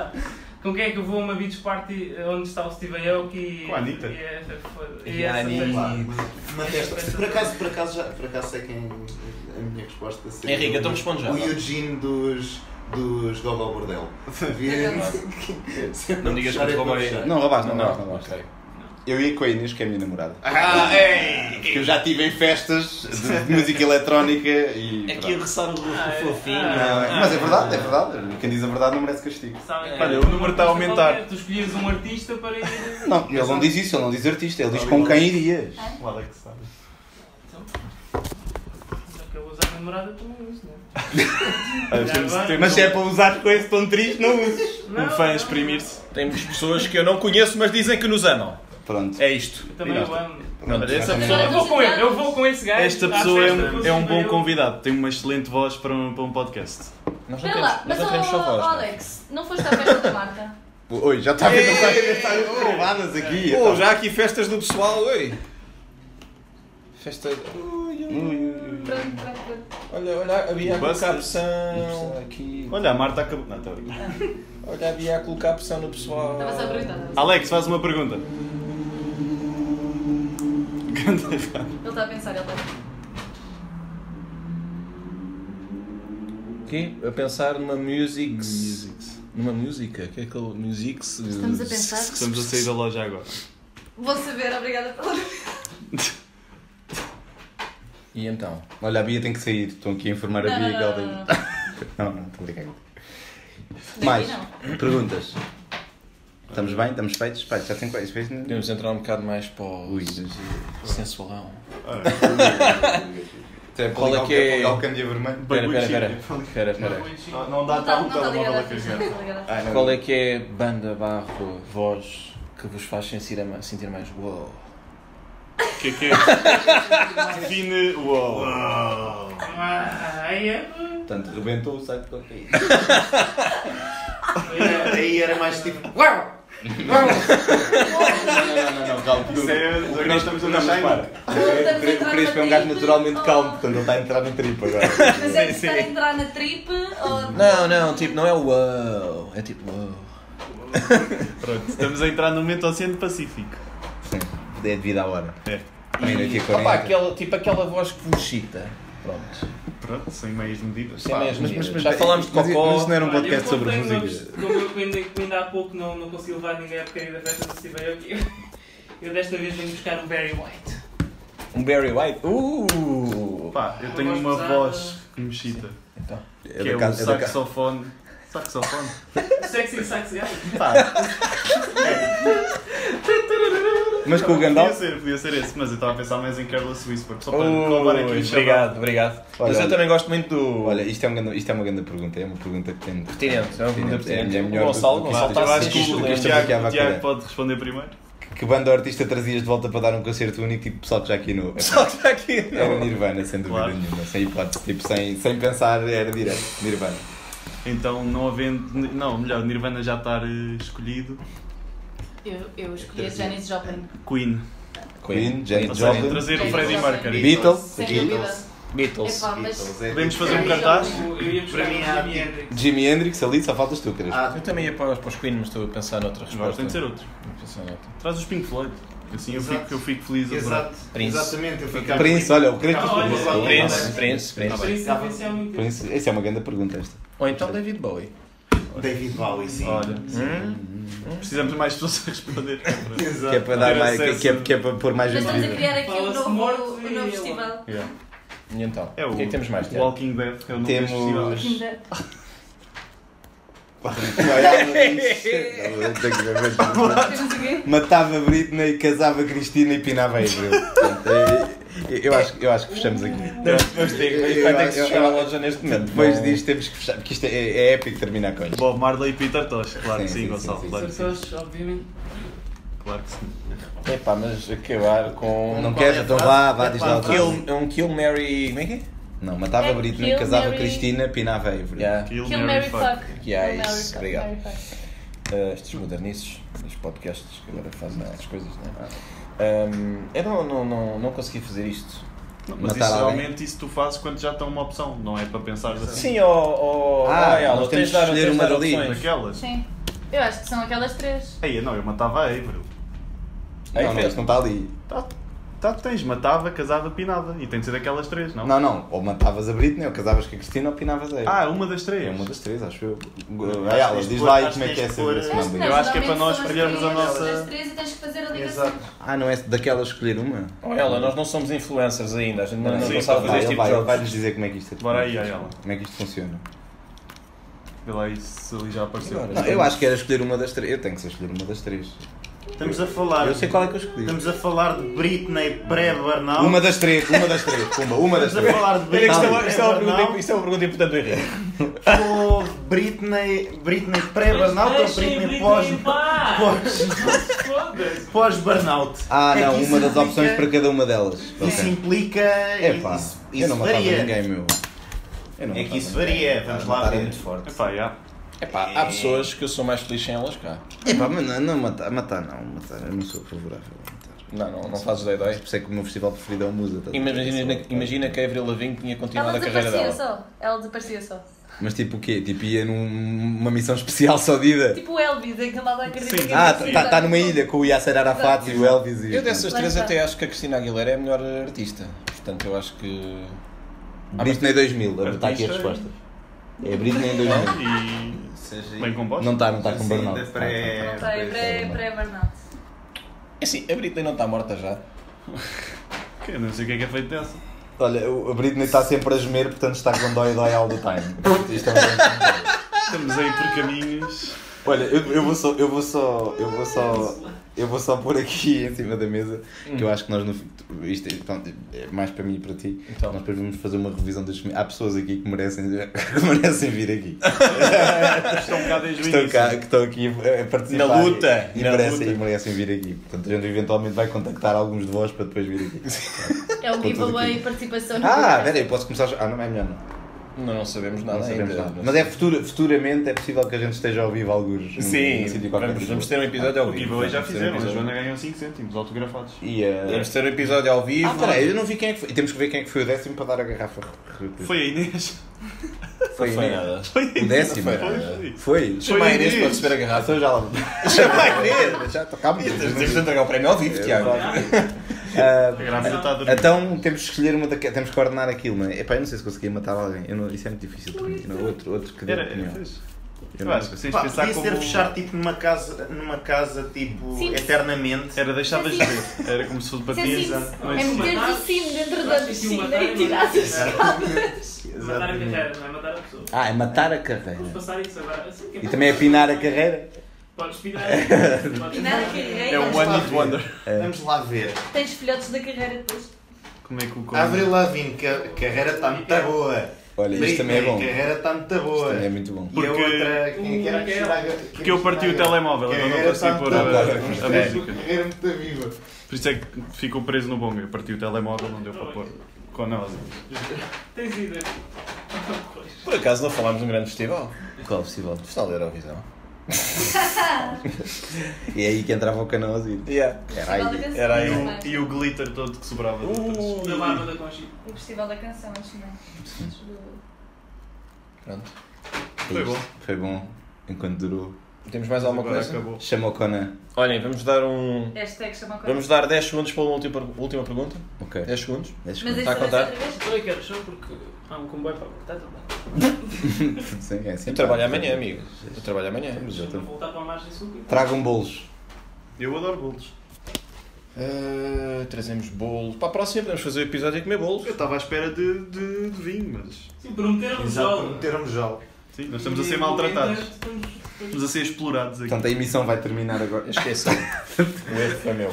[SPEAKER 3] Com quem é que eu vou a uma beach party onde está o Steve Aoki e...
[SPEAKER 5] Com a Anitta.
[SPEAKER 3] E, essa foi- e,
[SPEAKER 1] E a
[SPEAKER 3] essa foi-
[SPEAKER 6] Pá,
[SPEAKER 1] Anitta.
[SPEAKER 6] Manteste. Por acaso, por acaso, já, por acaso sei quem a minha resposta seria.
[SPEAKER 1] Henrique,
[SPEAKER 6] o-
[SPEAKER 1] então responde já,
[SPEAKER 6] O
[SPEAKER 1] vá.
[SPEAKER 6] Eugene dos. dos Gogol Bordel.
[SPEAKER 1] Não digas que roubou aí.
[SPEAKER 2] Não roubaste, não, não, não,
[SPEAKER 1] Ah, não. ok.
[SPEAKER 2] Eu ia com a Inês, que é a minha namorada.
[SPEAKER 6] Ah, ei!
[SPEAKER 2] Porque eu já estive em festas de, de música eletrónica e.
[SPEAKER 1] Aqui
[SPEAKER 2] pronto.
[SPEAKER 1] ressalo
[SPEAKER 3] Ah, é.
[SPEAKER 1] o fofinho.
[SPEAKER 2] Não,
[SPEAKER 3] Ah,
[SPEAKER 2] é- mas é verdade, é verdade. Quem diz a verdade não merece castigo.
[SPEAKER 3] Sabem que- é-
[SPEAKER 5] Olha, o número está a aumentar.
[SPEAKER 3] Tu escolhias um artista para ir...
[SPEAKER 2] Não, ele não diz isso, ele não diz artista, ele diz com quem irias.
[SPEAKER 5] O Alex sabe.
[SPEAKER 3] Só que eu vou usar a namorada como isso, não é?
[SPEAKER 5] Olha, temos-
[SPEAKER 3] vai.
[SPEAKER 5] temos
[SPEAKER 2] Mas se é para usar com esse tom triste, não uses.
[SPEAKER 5] um fã a exprimir-se.
[SPEAKER 1] Temos pessoas que eu não conheço, mas dizem que nos amam.
[SPEAKER 2] Pronto.
[SPEAKER 1] É isto.
[SPEAKER 3] Também eu amo.
[SPEAKER 1] Não, essa
[SPEAKER 4] Agora
[SPEAKER 3] Eu
[SPEAKER 1] pessoa...
[SPEAKER 3] vou com ele, eu vou com esse gajo.
[SPEAKER 5] Esta
[SPEAKER 3] à
[SPEAKER 5] pessoa é
[SPEAKER 3] festa
[SPEAKER 5] um,
[SPEAKER 3] com o
[SPEAKER 5] é um
[SPEAKER 3] Steve
[SPEAKER 5] bom
[SPEAKER 3] Aoki.
[SPEAKER 5] convidado, tem uma excelente voz para um, para um podcast.
[SPEAKER 1] Nós não
[SPEAKER 4] Espera
[SPEAKER 1] temos,
[SPEAKER 4] lá,
[SPEAKER 1] nós
[SPEAKER 4] mas oh,
[SPEAKER 1] não temos
[SPEAKER 4] ó,
[SPEAKER 1] só voz. não. é?
[SPEAKER 4] Alex, não foste à festa da Marta?
[SPEAKER 2] Oi, já estava a pensar que estava roubadas aqui. então.
[SPEAKER 1] Pô, já há aqui festas do pessoal, oi. Festa. Ui, ui.
[SPEAKER 4] Pronto, pronto, pronto.
[SPEAKER 1] Olha, olha, havia a
[SPEAKER 5] Buster.
[SPEAKER 1] colocar pressão. Aqui.
[SPEAKER 5] Olha, a Marta acabou. Não, estou a brincar.
[SPEAKER 1] Olha, havia a colocar pressão no pessoal.
[SPEAKER 4] Estava só a perguntar.
[SPEAKER 5] Alex, faz uma pergunta.
[SPEAKER 4] Ele está a pensar, ele está.
[SPEAKER 1] Aqui, a pensar numa musics. Numa música? que é aquele musics?
[SPEAKER 4] Estamos a pensar.
[SPEAKER 5] Estamos a sair da loja agora.
[SPEAKER 4] Vou saber, obrigada pela.
[SPEAKER 1] E então?
[SPEAKER 2] Olha, a Bia tem que sair, estão aqui a informar a
[SPEAKER 4] Não,
[SPEAKER 2] Bia que
[SPEAKER 4] não,
[SPEAKER 2] ela
[SPEAKER 4] não,
[SPEAKER 2] tem.
[SPEAKER 4] não, não.
[SPEAKER 2] Não, não, estou ligado.
[SPEAKER 4] Daqui
[SPEAKER 2] Mais
[SPEAKER 4] não.
[SPEAKER 2] perguntas? Estamos bem? Estamos feitos? Pai, já tem quais? Fez?
[SPEAKER 1] Podemos entrar um bocado mais para o
[SPEAKER 2] Ui.
[SPEAKER 1] sensualão.
[SPEAKER 2] Até
[SPEAKER 1] Qual é que é-
[SPEAKER 2] o candeeiro vermelho?
[SPEAKER 1] Espera, espera, espera. Espera, espera.
[SPEAKER 5] Não, não
[SPEAKER 4] Não
[SPEAKER 5] dá
[SPEAKER 4] está
[SPEAKER 5] tá o
[SPEAKER 4] não tá ligado
[SPEAKER 5] telemóvel
[SPEAKER 4] à
[SPEAKER 5] a carregar.
[SPEAKER 4] festa.
[SPEAKER 2] Ah, não.
[SPEAKER 1] Qual é que é banda barro voz que vos faz sentir, a- sentir mais uou?
[SPEAKER 5] O que é que é? Define. Uou!
[SPEAKER 3] Ah, aí é.
[SPEAKER 2] Portanto, rebentou o site de cocaína.
[SPEAKER 3] Aí é.
[SPEAKER 6] Aí era mais tipo.
[SPEAKER 2] Não, não, não, calmo.
[SPEAKER 5] Isso é- agora estamos a deixar em-
[SPEAKER 4] Voltamos a entrar
[SPEAKER 2] O Crespo é um
[SPEAKER 4] na
[SPEAKER 2] gajo
[SPEAKER 4] tripa. Oh.
[SPEAKER 2] naturalmente calmo, portanto ele está a entrar na tripa agora.
[SPEAKER 4] Mas é que estar a entrar na trip ou.
[SPEAKER 1] Não, não, tipo, não é uou. É tipo uou.
[SPEAKER 5] Pronto, estamos a entrar no momento Oceano Pacífico.
[SPEAKER 2] É devido à hora.
[SPEAKER 5] É.
[SPEAKER 2] Meia-noite e
[SPEAKER 1] Opa,
[SPEAKER 2] quarenta.
[SPEAKER 1] aquela, tipo aquela voz que vos chita. Pronto.
[SPEAKER 5] Pronto, sem meias medidas.
[SPEAKER 1] Sem
[SPEAKER 5] Pá,
[SPEAKER 1] meias
[SPEAKER 5] mas-
[SPEAKER 1] medidas.
[SPEAKER 2] mas- é-
[SPEAKER 1] Já falámos de
[SPEAKER 2] mas-
[SPEAKER 1] cocó.
[SPEAKER 2] mas isso não era um
[SPEAKER 3] Olha,
[SPEAKER 2] podcast
[SPEAKER 3] eu
[SPEAKER 2] sobre
[SPEAKER 3] comprei uma
[SPEAKER 2] música.
[SPEAKER 3] vest- Como eu que ainda, que ainda há pouco não, não consegui levar ninguém à pequena da festa do Cibeio aqui. Eu desta vez venho buscar um Barry White.
[SPEAKER 1] Um Barry White. Uh!
[SPEAKER 5] Pá, eu tenho
[SPEAKER 3] Uma
[SPEAKER 5] uma
[SPEAKER 3] voz pesada.
[SPEAKER 5] voz que me excita,
[SPEAKER 1] Então,
[SPEAKER 2] É
[SPEAKER 5] que é
[SPEAKER 2] da
[SPEAKER 5] o
[SPEAKER 2] casa- é da ca-
[SPEAKER 5] saxofone. Saxofone?
[SPEAKER 3] Sexy Sax Guy.
[SPEAKER 5] Pá,
[SPEAKER 2] Mas com o
[SPEAKER 5] podia
[SPEAKER 2] Gandalf.
[SPEAKER 5] ser, podia ser esse, mas eu estava a pensar mais em Careless Whisper, só para roubar aqui
[SPEAKER 1] Ui,
[SPEAKER 5] o
[SPEAKER 1] obrigado, obrigado.
[SPEAKER 2] Olha,
[SPEAKER 1] Mas eu
[SPEAKER 2] olha.
[SPEAKER 1] também gosto muito do.
[SPEAKER 2] Olha, isto é, um grande, isto é uma grande pergunta, é uma pergunta que tem.
[SPEAKER 1] pertinente, é uma pergunta
[SPEAKER 2] É, é
[SPEAKER 1] pertinente.
[SPEAKER 2] melhor
[SPEAKER 1] o Gonçalo,
[SPEAKER 2] do que
[SPEAKER 1] Gonçalo
[SPEAKER 2] isto.
[SPEAKER 5] Eu
[SPEAKER 1] está a
[SPEAKER 5] acho
[SPEAKER 1] ser
[SPEAKER 5] que o,
[SPEAKER 2] Isto
[SPEAKER 5] o
[SPEAKER 1] excelente.
[SPEAKER 2] é bloqueava
[SPEAKER 5] Tiago,
[SPEAKER 2] a
[SPEAKER 5] o Tiago
[SPEAKER 2] colher.
[SPEAKER 5] pode responder primeiro.
[SPEAKER 2] Que banda ou artista trazias de volta para dar um concerto único, tipo pessoal que já aqui no.
[SPEAKER 1] Só está aqui.
[SPEAKER 2] Era Nirvana, sem dúvida
[SPEAKER 5] Claro.
[SPEAKER 2] nenhuma, sem hipótese, tipo, sem, sem pensar, era direto, Nirvana.
[SPEAKER 5] Então, não havendo. Não, melhor, Nirvana já estar eh, escolhido.
[SPEAKER 4] Eu, eu escolhi a Janis Joplin.
[SPEAKER 5] Queen.
[SPEAKER 2] Queen, Janis
[SPEAKER 5] Ou seja,
[SPEAKER 2] Joplin,
[SPEAKER 5] trazer o
[SPEAKER 4] Janis
[SPEAKER 5] Freddie
[SPEAKER 4] Joplin.
[SPEAKER 5] Mercury.
[SPEAKER 2] Beatles,
[SPEAKER 4] Sem
[SPEAKER 6] Beatles. é
[SPEAKER 4] dúvida.
[SPEAKER 1] Beatles.
[SPEAKER 4] Epá, mas
[SPEAKER 6] Beatles, é
[SPEAKER 5] Podemos fazer um
[SPEAKER 4] Janis
[SPEAKER 5] cartaz?
[SPEAKER 4] Joplin.
[SPEAKER 3] Eu ia buscar
[SPEAKER 6] Para
[SPEAKER 3] um
[SPEAKER 6] mim há
[SPEAKER 3] Jimi
[SPEAKER 6] tipo-
[SPEAKER 3] Hendrix.
[SPEAKER 2] Jimi Hendrix ali, só faltas tu, queres?
[SPEAKER 6] Ah,
[SPEAKER 1] Eu também ia para os, para os Queen, mas estou a pensar noutra
[SPEAKER 5] Agora
[SPEAKER 1] resposta.
[SPEAKER 5] tem de ser outro.
[SPEAKER 1] Estou a pensar noutra.
[SPEAKER 5] Traz os Pink Floyd. Assim eu
[SPEAKER 6] Exato.
[SPEAKER 5] fico, eu fico feliz. adorado.
[SPEAKER 6] Exato,
[SPEAKER 1] Prince.
[SPEAKER 6] exatamente. Eu ficava
[SPEAKER 2] Prince, olha, o Creto
[SPEAKER 3] Ah, olha,
[SPEAKER 2] Prince.
[SPEAKER 1] Prince, Prince, Prince.
[SPEAKER 3] Por isso,
[SPEAKER 6] Tá bom.
[SPEAKER 3] eu pensei há muito tempo.
[SPEAKER 2] Prince, essa é uma grande pergunta esta.
[SPEAKER 1] Ou então David Bowie.
[SPEAKER 6] tipo, David Bowie, sim.
[SPEAKER 5] Olha,
[SPEAKER 1] Hum?
[SPEAKER 5] precisamos de mais pessoas a responder.
[SPEAKER 2] Que é
[SPEAKER 6] Exato.
[SPEAKER 2] para dar
[SPEAKER 5] Eu
[SPEAKER 2] mais, que,
[SPEAKER 5] sei
[SPEAKER 2] que é,
[SPEAKER 5] se-
[SPEAKER 2] que é para pôr mais
[SPEAKER 4] Mas estamos a
[SPEAKER 2] gente
[SPEAKER 4] criar aqui um
[SPEAKER 3] Fala-se
[SPEAKER 4] novo,
[SPEAKER 3] morto
[SPEAKER 4] um
[SPEAKER 3] e
[SPEAKER 4] novo
[SPEAKER 3] eu-
[SPEAKER 4] festival.
[SPEAKER 5] Yeah.
[SPEAKER 1] E então?
[SPEAKER 5] É o,
[SPEAKER 1] o que é que temos mais? Tiago?
[SPEAKER 5] Walking Dead, que é o nome
[SPEAKER 2] Temos-
[SPEAKER 5] deste festival.
[SPEAKER 4] Ainda- Temos o quê?
[SPEAKER 2] Matava Britney, casava Cristina e pinava a Abril. Portanto, é- Eu acho, eu acho que fechamos aqui.
[SPEAKER 1] Vamos ter vai ter que se
[SPEAKER 2] Eu- eu-
[SPEAKER 1] chegar à loja neste momento.
[SPEAKER 2] Depois
[SPEAKER 1] Não-
[SPEAKER 2] disto temos que fechar, porque isto é, é épico terminar com isto.
[SPEAKER 5] Bob Marley e Peter Tosh, claro que
[SPEAKER 2] Sim,
[SPEAKER 5] sim,
[SPEAKER 2] sim,
[SPEAKER 5] Gonçalo,
[SPEAKER 2] sim, sim,
[SPEAKER 5] claro que sim.
[SPEAKER 3] Pessoas, obviamente.
[SPEAKER 5] Claro que sim.
[SPEAKER 1] Epá, mas acabar com.
[SPEAKER 2] Não
[SPEAKER 6] qual
[SPEAKER 2] queres?
[SPEAKER 6] é a
[SPEAKER 2] Então
[SPEAKER 6] frase?
[SPEAKER 2] vá, vá, diz lá.
[SPEAKER 1] Um kill, um kill Mary. Como é que é?
[SPEAKER 2] Não, matava
[SPEAKER 4] É
[SPEAKER 2] Britney,
[SPEAKER 4] Kill
[SPEAKER 2] casava
[SPEAKER 4] Mary-
[SPEAKER 2] Cristina, pinava a Avril.
[SPEAKER 1] Yeah.
[SPEAKER 5] Kill,
[SPEAKER 4] Kill
[SPEAKER 5] Mary,
[SPEAKER 4] Mary
[SPEAKER 5] Fuck.
[SPEAKER 4] Fuck.
[SPEAKER 1] Que é
[SPEAKER 4] Kill Mary
[SPEAKER 1] isso,
[SPEAKER 4] Fuck,
[SPEAKER 1] obrigado.
[SPEAKER 4] Mary Fuck.
[SPEAKER 1] Uh, estes modernices, os podcasts que agora fazem estas coisas, não é? Um, eu não, não, não, não consegui fazer isto.
[SPEAKER 5] Não, mas
[SPEAKER 1] tá
[SPEAKER 2] Matar
[SPEAKER 5] isso
[SPEAKER 2] alguém.
[SPEAKER 5] realmente isso tu fazes quando já estão uma opção, não é para pensar assim.
[SPEAKER 1] né? Sim, ó. Oh,
[SPEAKER 2] Ah, nós
[SPEAKER 1] ela,
[SPEAKER 2] temos
[SPEAKER 1] tens
[SPEAKER 2] de
[SPEAKER 1] de dar,
[SPEAKER 2] escolher
[SPEAKER 1] tens de
[SPEAKER 2] uma
[SPEAKER 1] dar
[SPEAKER 2] dali.
[SPEAKER 1] opções.
[SPEAKER 5] Aquelas.
[SPEAKER 4] Sim. Eu acho que são aquelas três.
[SPEAKER 5] Aí, não, eu matava a Avril.
[SPEAKER 2] Não, não,
[SPEAKER 1] Enfim.
[SPEAKER 2] isto não está ali.
[SPEAKER 5] Tá, tá, tens, matava, casava, pinava. E tem de ser daquelas três, não?
[SPEAKER 2] Não, não. Ou matavas a Britney, ou casavas com a Cristina, ou pinavas a Avril.
[SPEAKER 5] Ah, uma das três.
[SPEAKER 2] É uma das três, acho eu.
[SPEAKER 6] Acho
[SPEAKER 2] Ai, ela,
[SPEAKER 6] que
[SPEAKER 2] diz
[SPEAKER 6] isto
[SPEAKER 2] lá aí
[SPEAKER 6] acho
[SPEAKER 2] como é que
[SPEAKER 6] que
[SPEAKER 2] é
[SPEAKER 6] isto
[SPEAKER 2] essa
[SPEAKER 6] foi-
[SPEAKER 2] versão dela.
[SPEAKER 5] Eu acho que é
[SPEAKER 4] Geralmente
[SPEAKER 5] para nós
[SPEAKER 4] são as
[SPEAKER 5] escolhermos a
[SPEAKER 4] três,
[SPEAKER 5] nossa-
[SPEAKER 4] são as três e tens que fazer a ligação.
[SPEAKER 6] Exato.
[SPEAKER 2] Ah, não é daquela escolher uma?
[SPEAKER 1] Ó ela, nós não somos influencers ainda, a gente não, não,
[SPEAKER 5] Sim,
[SPEAKER 1] não sabe fazer
[SPEAKER 2] Vai, ele
[SPEAKER 1] este tipo
[SPEAKER 2] vai,
[SPEAKER 1] de
[SPEAKER 2] ele
[SPEAKER 1] jogos.
[SPEAKER 2] vai-nos dizer como é que isto é.
[SPEAKER 5] Bora aí, aí, ela.
[SPEAKER 2] Como é que isto funciona?
[SPEAKER 5] Vê lá aí se ali já apareceu.
[SPEAKER 1] Agora.
[SPEAKER 2] Não, eu acho que era escolher uma das três. Eu tenho que ser escolher uma das três.
[SPEAKER 6] Estamos a falar.
[SPEAKER 2] Eu sei qual é que eu escolhi.
[SPEAKER 6] Estamos a falar de Britney pré-burnout.
[SPEAKER 2] Uma das três, uma das três, pumba, uma das
[SPEAKER 6] Estamos a
[SPEAKER 2] três.
[SPEAKER 6] falar de
[SPEAKER 1] Olha que isto
[SPEAKER 6] Britney
[SPEAKER 1] é uma- isto é uma pergunta imp- isto é
[SPEAKER 6] pré-burnout.
[SPEAKER 1] uma pergunta importante do Henrique.
[SPEAKER 6] ou Britney, Britney pré-burnout ou
[SPEAKER 3] Mas deixem
[SPEAKER 6] Britney
[SPEAKER 3] Britney em
[SPEAKER 6] pós-
[SPEAKER 3] paz.
[SPEAKER 6] pós-
[SPEAKER 3] Foda-se.
[SPEAKER 6] pós-burnout?
[SPEAKER 2] Ah,
[SPEAKER 6] É
[SPEAKER 2] não,
[SPEAKER 6] que isso
[SPEAKER 2] uma das
[SPEAKER 6] implica-
[SPEAKER 2] opções para cada uma delas.
[SPEAKER 6] Isso
[SPEAKER 2] Ok.
[SPEAKER 6] implica.
[SPEAKER 2] Epá,
[SPEAKER 6] isso, isso
[SPEAKER 2] eu não matava
[SPEAKER 6] varia.
[SPEAKER 2] ninguém, meu. Eu não
[SPEAKER 6] É que
[SPEAKER 2] matava
[SPEAKER 6] isso varia, vamos lá
[SPEAKER 2] Matar é
[SPEAKER 6] ver.
[SPEAKER 2] muito forte.
[SPEAKER 5] Epá, já.
[SPEAKER 1] Epá, há pessoas que eu sou mais feliz sem elas cá.
[SPEAKER 2] Epá, mas não, não matar, matar não, matar, eu não sou favorável a matar.
[SPEAKER 1] Não, não, não fazes da
[SPEAKER 2] Mas
[SPEAKER 1] ideia.
[SPEAKER 2] Por isso é que o meu festival preferido é o Musa. estás a ver?
[SPEAKER 1] Imagina, imagina que a Avril Lavigne tinha
[SPEAKER 4] Ela
[SPEAKER 1] continuado a carreira
[SPEAKER 4] desaparecia
[SPEAKER 1] dela.
[SPEAKER 4] só. Ela desaparecia só.
[SPEAKER 2] Mas tipo o quê? Tipo ia numa missão especial só de ida?
[SPEAKER 4] Tipo o Elvis, aquele lá da acredita que
[SPEAKER 2] Ah,
[SPEAKER 4] ele
[SPEAKER 2] está tá numa ilha com o Yasser Arafat e o Elvis e...
[SPEAKER 1] Eu dessas
[SPEAKER 4] Lá
[SPEAKER 1] três
[SPEAKER 4] está.
[SPEAKER 1] até acho que a Cristina Aguilera é a melhor artista. Portanto, eu acho que.
[SPEAKER 2] Britney
[SPEAKER 6] Ah,
[SPEAKER 2] 2000, está aqui a
[SPEAKER 5] Artista.
[SPEAKER 2] resposta. É Britney 2000.
[SPEAKER 5] E bem composto.
[SPEAKER 2] Não está, não está com
[SPEAKER 6] Assim,
[SPEAKER 2] burnout.
[SPEAKER 6] da
[SPEAKER 2] Tá, tá,
[SPEAKER 6] pré-
[SPEAKER 4] Tá, é pré- pré-burnout.
[SPEAKER 1] É assim, a Britney não está morta já.
[SPEAKER 5] Que eu não sei o que é que é feito dessa.
[SPEAKER 2] tá. Olha, o- a Britney está sempre a gemer, portanto está com dói dói all the time. Isto é um grande-
[SPEAKER 5] Estamos aí por caminhos.
[SPEAKER 2] Olha, eu, eu vou só, eu vou só, eu vou só, eu vou só pôr aqui em cima da mesa que
[SPEAKER 1] Hum.
[SPEAKER 2] eu acho que nós no fim- isto é, pronto, é mais para mim e para ti.
[SPEAKER 1] Então.
[SPEAKER 2] Nós depois vamos fazer uma revisão das há pessoas aqui que merecem, que merecem vir aqui.
[SPEAKER 5] Estão um cá desde
[SPEAKER 2] Que
[SPEAKER 5] o
[SPEAKER 2] estão
[SPEAKER 5] início.
[SPEAKER 2] cá, que estão aqui a participar.
[SPEAKER 1] Na luta,
[SPEAKER 2] E, e
[SPEAKER 1] na
[SPEAKER 2] merecem,
[SPEAKER 1] luta.
[SPEAKER 2] e merecem vir aqui. Portanto, a gente eventualmente vai contactar alguns de vós para depois vir aqui.
[SPEAKER 4] É o
[SPEAKER 2] Com tudo
[SPEAKER 4] giveaway
[SPEAKER 2] aquilo.
[SPEAKER 4] participação no
[SPEAKER 2] ah,
[SPEAKER 4] podcast.
[SPEAKER 2] peraí, posso começar já? Ah, não é melhor não.
[SPEAKER 1] Não, não sabemos nada
[SPEAKER 2] Não sabemos
[SPEAKER 1] ainda.
[SPEAKER 2] nada. Mas é futura- futuramente é possível que a gente esteja ao vivo alguns. num-
[SPEAKER 1] Sim,
[SPEAKER 2] num sítio qualquer
[SPEAKER 1] vamos,
[SPEAKER 2] do
[SPEAKER 1] vamos
[SPEAKER 2] Porto.
[SPEAKER 1] ter um episódio ao
[SPEAKER 5] O
[SPEAKER 1] vivo.
[SPEAKER 5] giveaway já
[SPEAKER 1] Vamos ter um
[SPEAKER 5] fizeram, a
[SPEAKER 1] episódio.
[SPEAKER 5] Joana ganhou 5 cêntimos autografados.
[SPEAKER 2] E, eh,
[SPEAKER 1] Vamos ter um episódio ao vivo.
[SPEAKER 2] Ah, peraí, eu não vi quem é que foi. E temos que ver quem é que foi o décimo para dar a garrafa.
[SPEAKER 5] Foi a Inês.
[SPEAKER 1] Foi,
[SPEAKER 2] Foi, né?
[SPEAKER 1] nada.
[SPEAKER 2] o décimo?
[SPEAKER 1] Foi.
[SPEAKER 2] eh, Foi.
[SPEAKER 1] Chama a Inês para receber a garrafa.
[SPEAKER 2] Então já lá.
[SPEAKER 1] Chama a Inês!
[SPEAKER 2] Já tocámos.
[SPEAKER 1] Temos de entregar o prémio ao vivo, Tiago.
[SPEAKER 2] Ah,
[SPEAKER 5] A grávida está a dormir.
[SPEAKER 2] então temos que escolher uma daquela. Temos que ordenar aquilo, não é? Epá, eu não sei se conseguia matar alguém. Eu não- isso é muito difícil para mim. Não, outro, outro que dê
[SPEAKER 5] Era,
[SPEAKER 2] opinião.
[SPEAKER 5] pois.
[SPEAKER 2] Eu
[SPEAKER 5] Eu
[SPEAKER 2] não-
[SPEAKER 5] acho que sem
[SPEAKER 6] Pá,
[SPEAKER 5] pensar
[SPEAKER 6] podia
[SPEAKER 5] como...
[SPEAKER 6] ser fechar tipo numa casa, numa casa tipo
[SPEAKER 4] Sim.
[SPEAKER 6] eternamente.
[SPEAKER 5] Era deixavas de
[SPEAKER 4] Sim.
[SPEAKER 5] ver. Era como se fosse
[SPEAKER 4] Isso é
[SPEAKER 5] batismo.
[SPEAKER 4] Sims.
[SPEAKER 5] Não
[SPEAKER 4] É
[SPEAKER 5] é isso?
[SPEAKER 4] meter o Sim dentro da piscina e tirar
[SPEAKER 5] É
[SPEAKER 4] as
[SPEAKER 3] Matar a
[SPEAKER 6] Exatamente.
[SPEAKER 3] carreira, não é matar a pessoa.
[SPEAKER 2] Ah, é matar a carreira.
[SPEAKER 3] Vamos passar isso agora. Assim, que
[SPEAKER 2] E também é pinar a carreira.
[SPEAKER 3] Podes pinar.
[SPEAKER 4] Pinar a
[SPEAKER 5] É um
[SPEAKER 4] carreira.
[SPEAKER 5] one hit wonder.
[SPEAKER 2] É.
[SPEAKER 6] Vamos lá ver.
[SPEAKER 4] Tens filhotes da carreira depois.
[SPEAKER 5] Como é que o como...
[SPEAKER 6] Avril Lavigne, que a carreira está muito
[SPEAKER 5] É.
[SPEAKER 6] boa.
[SPEAKER 2] Olha, isto também é bom.
[SPEAKER 6] A carreira está muito boa.
[SPEAKER 2] Também é muito bom.
[SPEAKER 6] E a
[SPEAKER 5] Porque-
[SPEAKER 6] outra, quem é que era que
[SPEAKER 3] Porque-
[SPEAKER 6] estraga-
[SPEAKER 5] Porque eu parti o
[SPEAKER 6] estraga-
[SPEAKER 5] telemóvel, então não
[SPEAKER 6] Carreira
[SPEAKER 5] consegui
[SPEAKER 6] tá
[SPEAKER 5] pôr
[SPEAKER 6] muito
[SPEAKER 5] a,
[SPEAKER 6] boa.
[SPEAKER 5] a música.
[SPEAKER 6] Carreira muito viva.
[SPEAKER 5] Por isso é que ficou preso no bongo. Eu parti o telemóvel, não deu para pôr. Com a nós.
[SPEAKER 3] Tens ido.
[SPEAKER 1] Por acaso não falámos de um grande festival?
[SPEAKER 2] Qual festival?
[SPEAKER 1] Festival da Eurovisão.
[SPEAKER 2] E é aí que entrava o canal Azir.
[SPEAKER 1] Yeah.
[SPEAKER 2] Era aí.
[SPEAKER 5] Era aí o, e o glitter todo que sobrava de outras.
[SPEAKER 3] Da barba da Conchita.
[SPEAKER 4] O Festival da Canção, antes não. Antes do-
[SPEAKER 5] Foi bom.
[SPEAKER 2] Foi bom. Enquanto durou.
[SPEAKER 1] Temos mais alguma
[SPEAKER 5] Agora
[SPEAKER 1] coisa?
[SPEAKER 5] acabou.
[SPEAKER 2] Chama o Conan.
[SPEAKER 1] Olhem, vamos dar um.
[SPEAKER 4] Hashtag chama a coisa.
[SPEAKER 1] Vamos dar 10 segundos para uma última, última pergunta.
[SPEAKER 2] Ok.
[SPEAKER 1] 10 segundos.
[SPEAKER 2] Deixa
[SPEAKER 4] Mas é-
[SPEAKER 2] eu-
[SPEAKER 4] isso
[SPEAKER 1] a contar?
[SPEAKER 4] outra vez?
[SPEAKER 3] Eu quero show porque há um comboio para voltar também.
[SPEAKER 2] Sim, é assim.
[SPEAKER 1] Eu trabalho amanhã, amigo. Eu trabalho amanhã.
[SPEAKER 3] Vou voltar para a margem sul. e-
[SPEAKER 2] Tragam bolos.
[SPEAKER 5] Eu adoro bolos.
[SPEAKER 1] Ah, trazemos bolos. Para a próxima podemos fazer o episódio e comer bolos.
[SPEAKER 5] Eu estava à espera de, de, de vinho, mas.
[SPEAKER 3] Sim, prometeram um
[SPEAKER 6] Exato,
[SPEAKER 3] jogo.
[SPEAKER 6] meter um jalo.
[SPEAKER 5] Sim, nós estamos a ser maltratados. Estamos a ser explorados aqui.
[SPEAKER 2] Portanto, a emissão vai terminar agora.
[SPEAKER 1] Esqueci. o erro foi meu.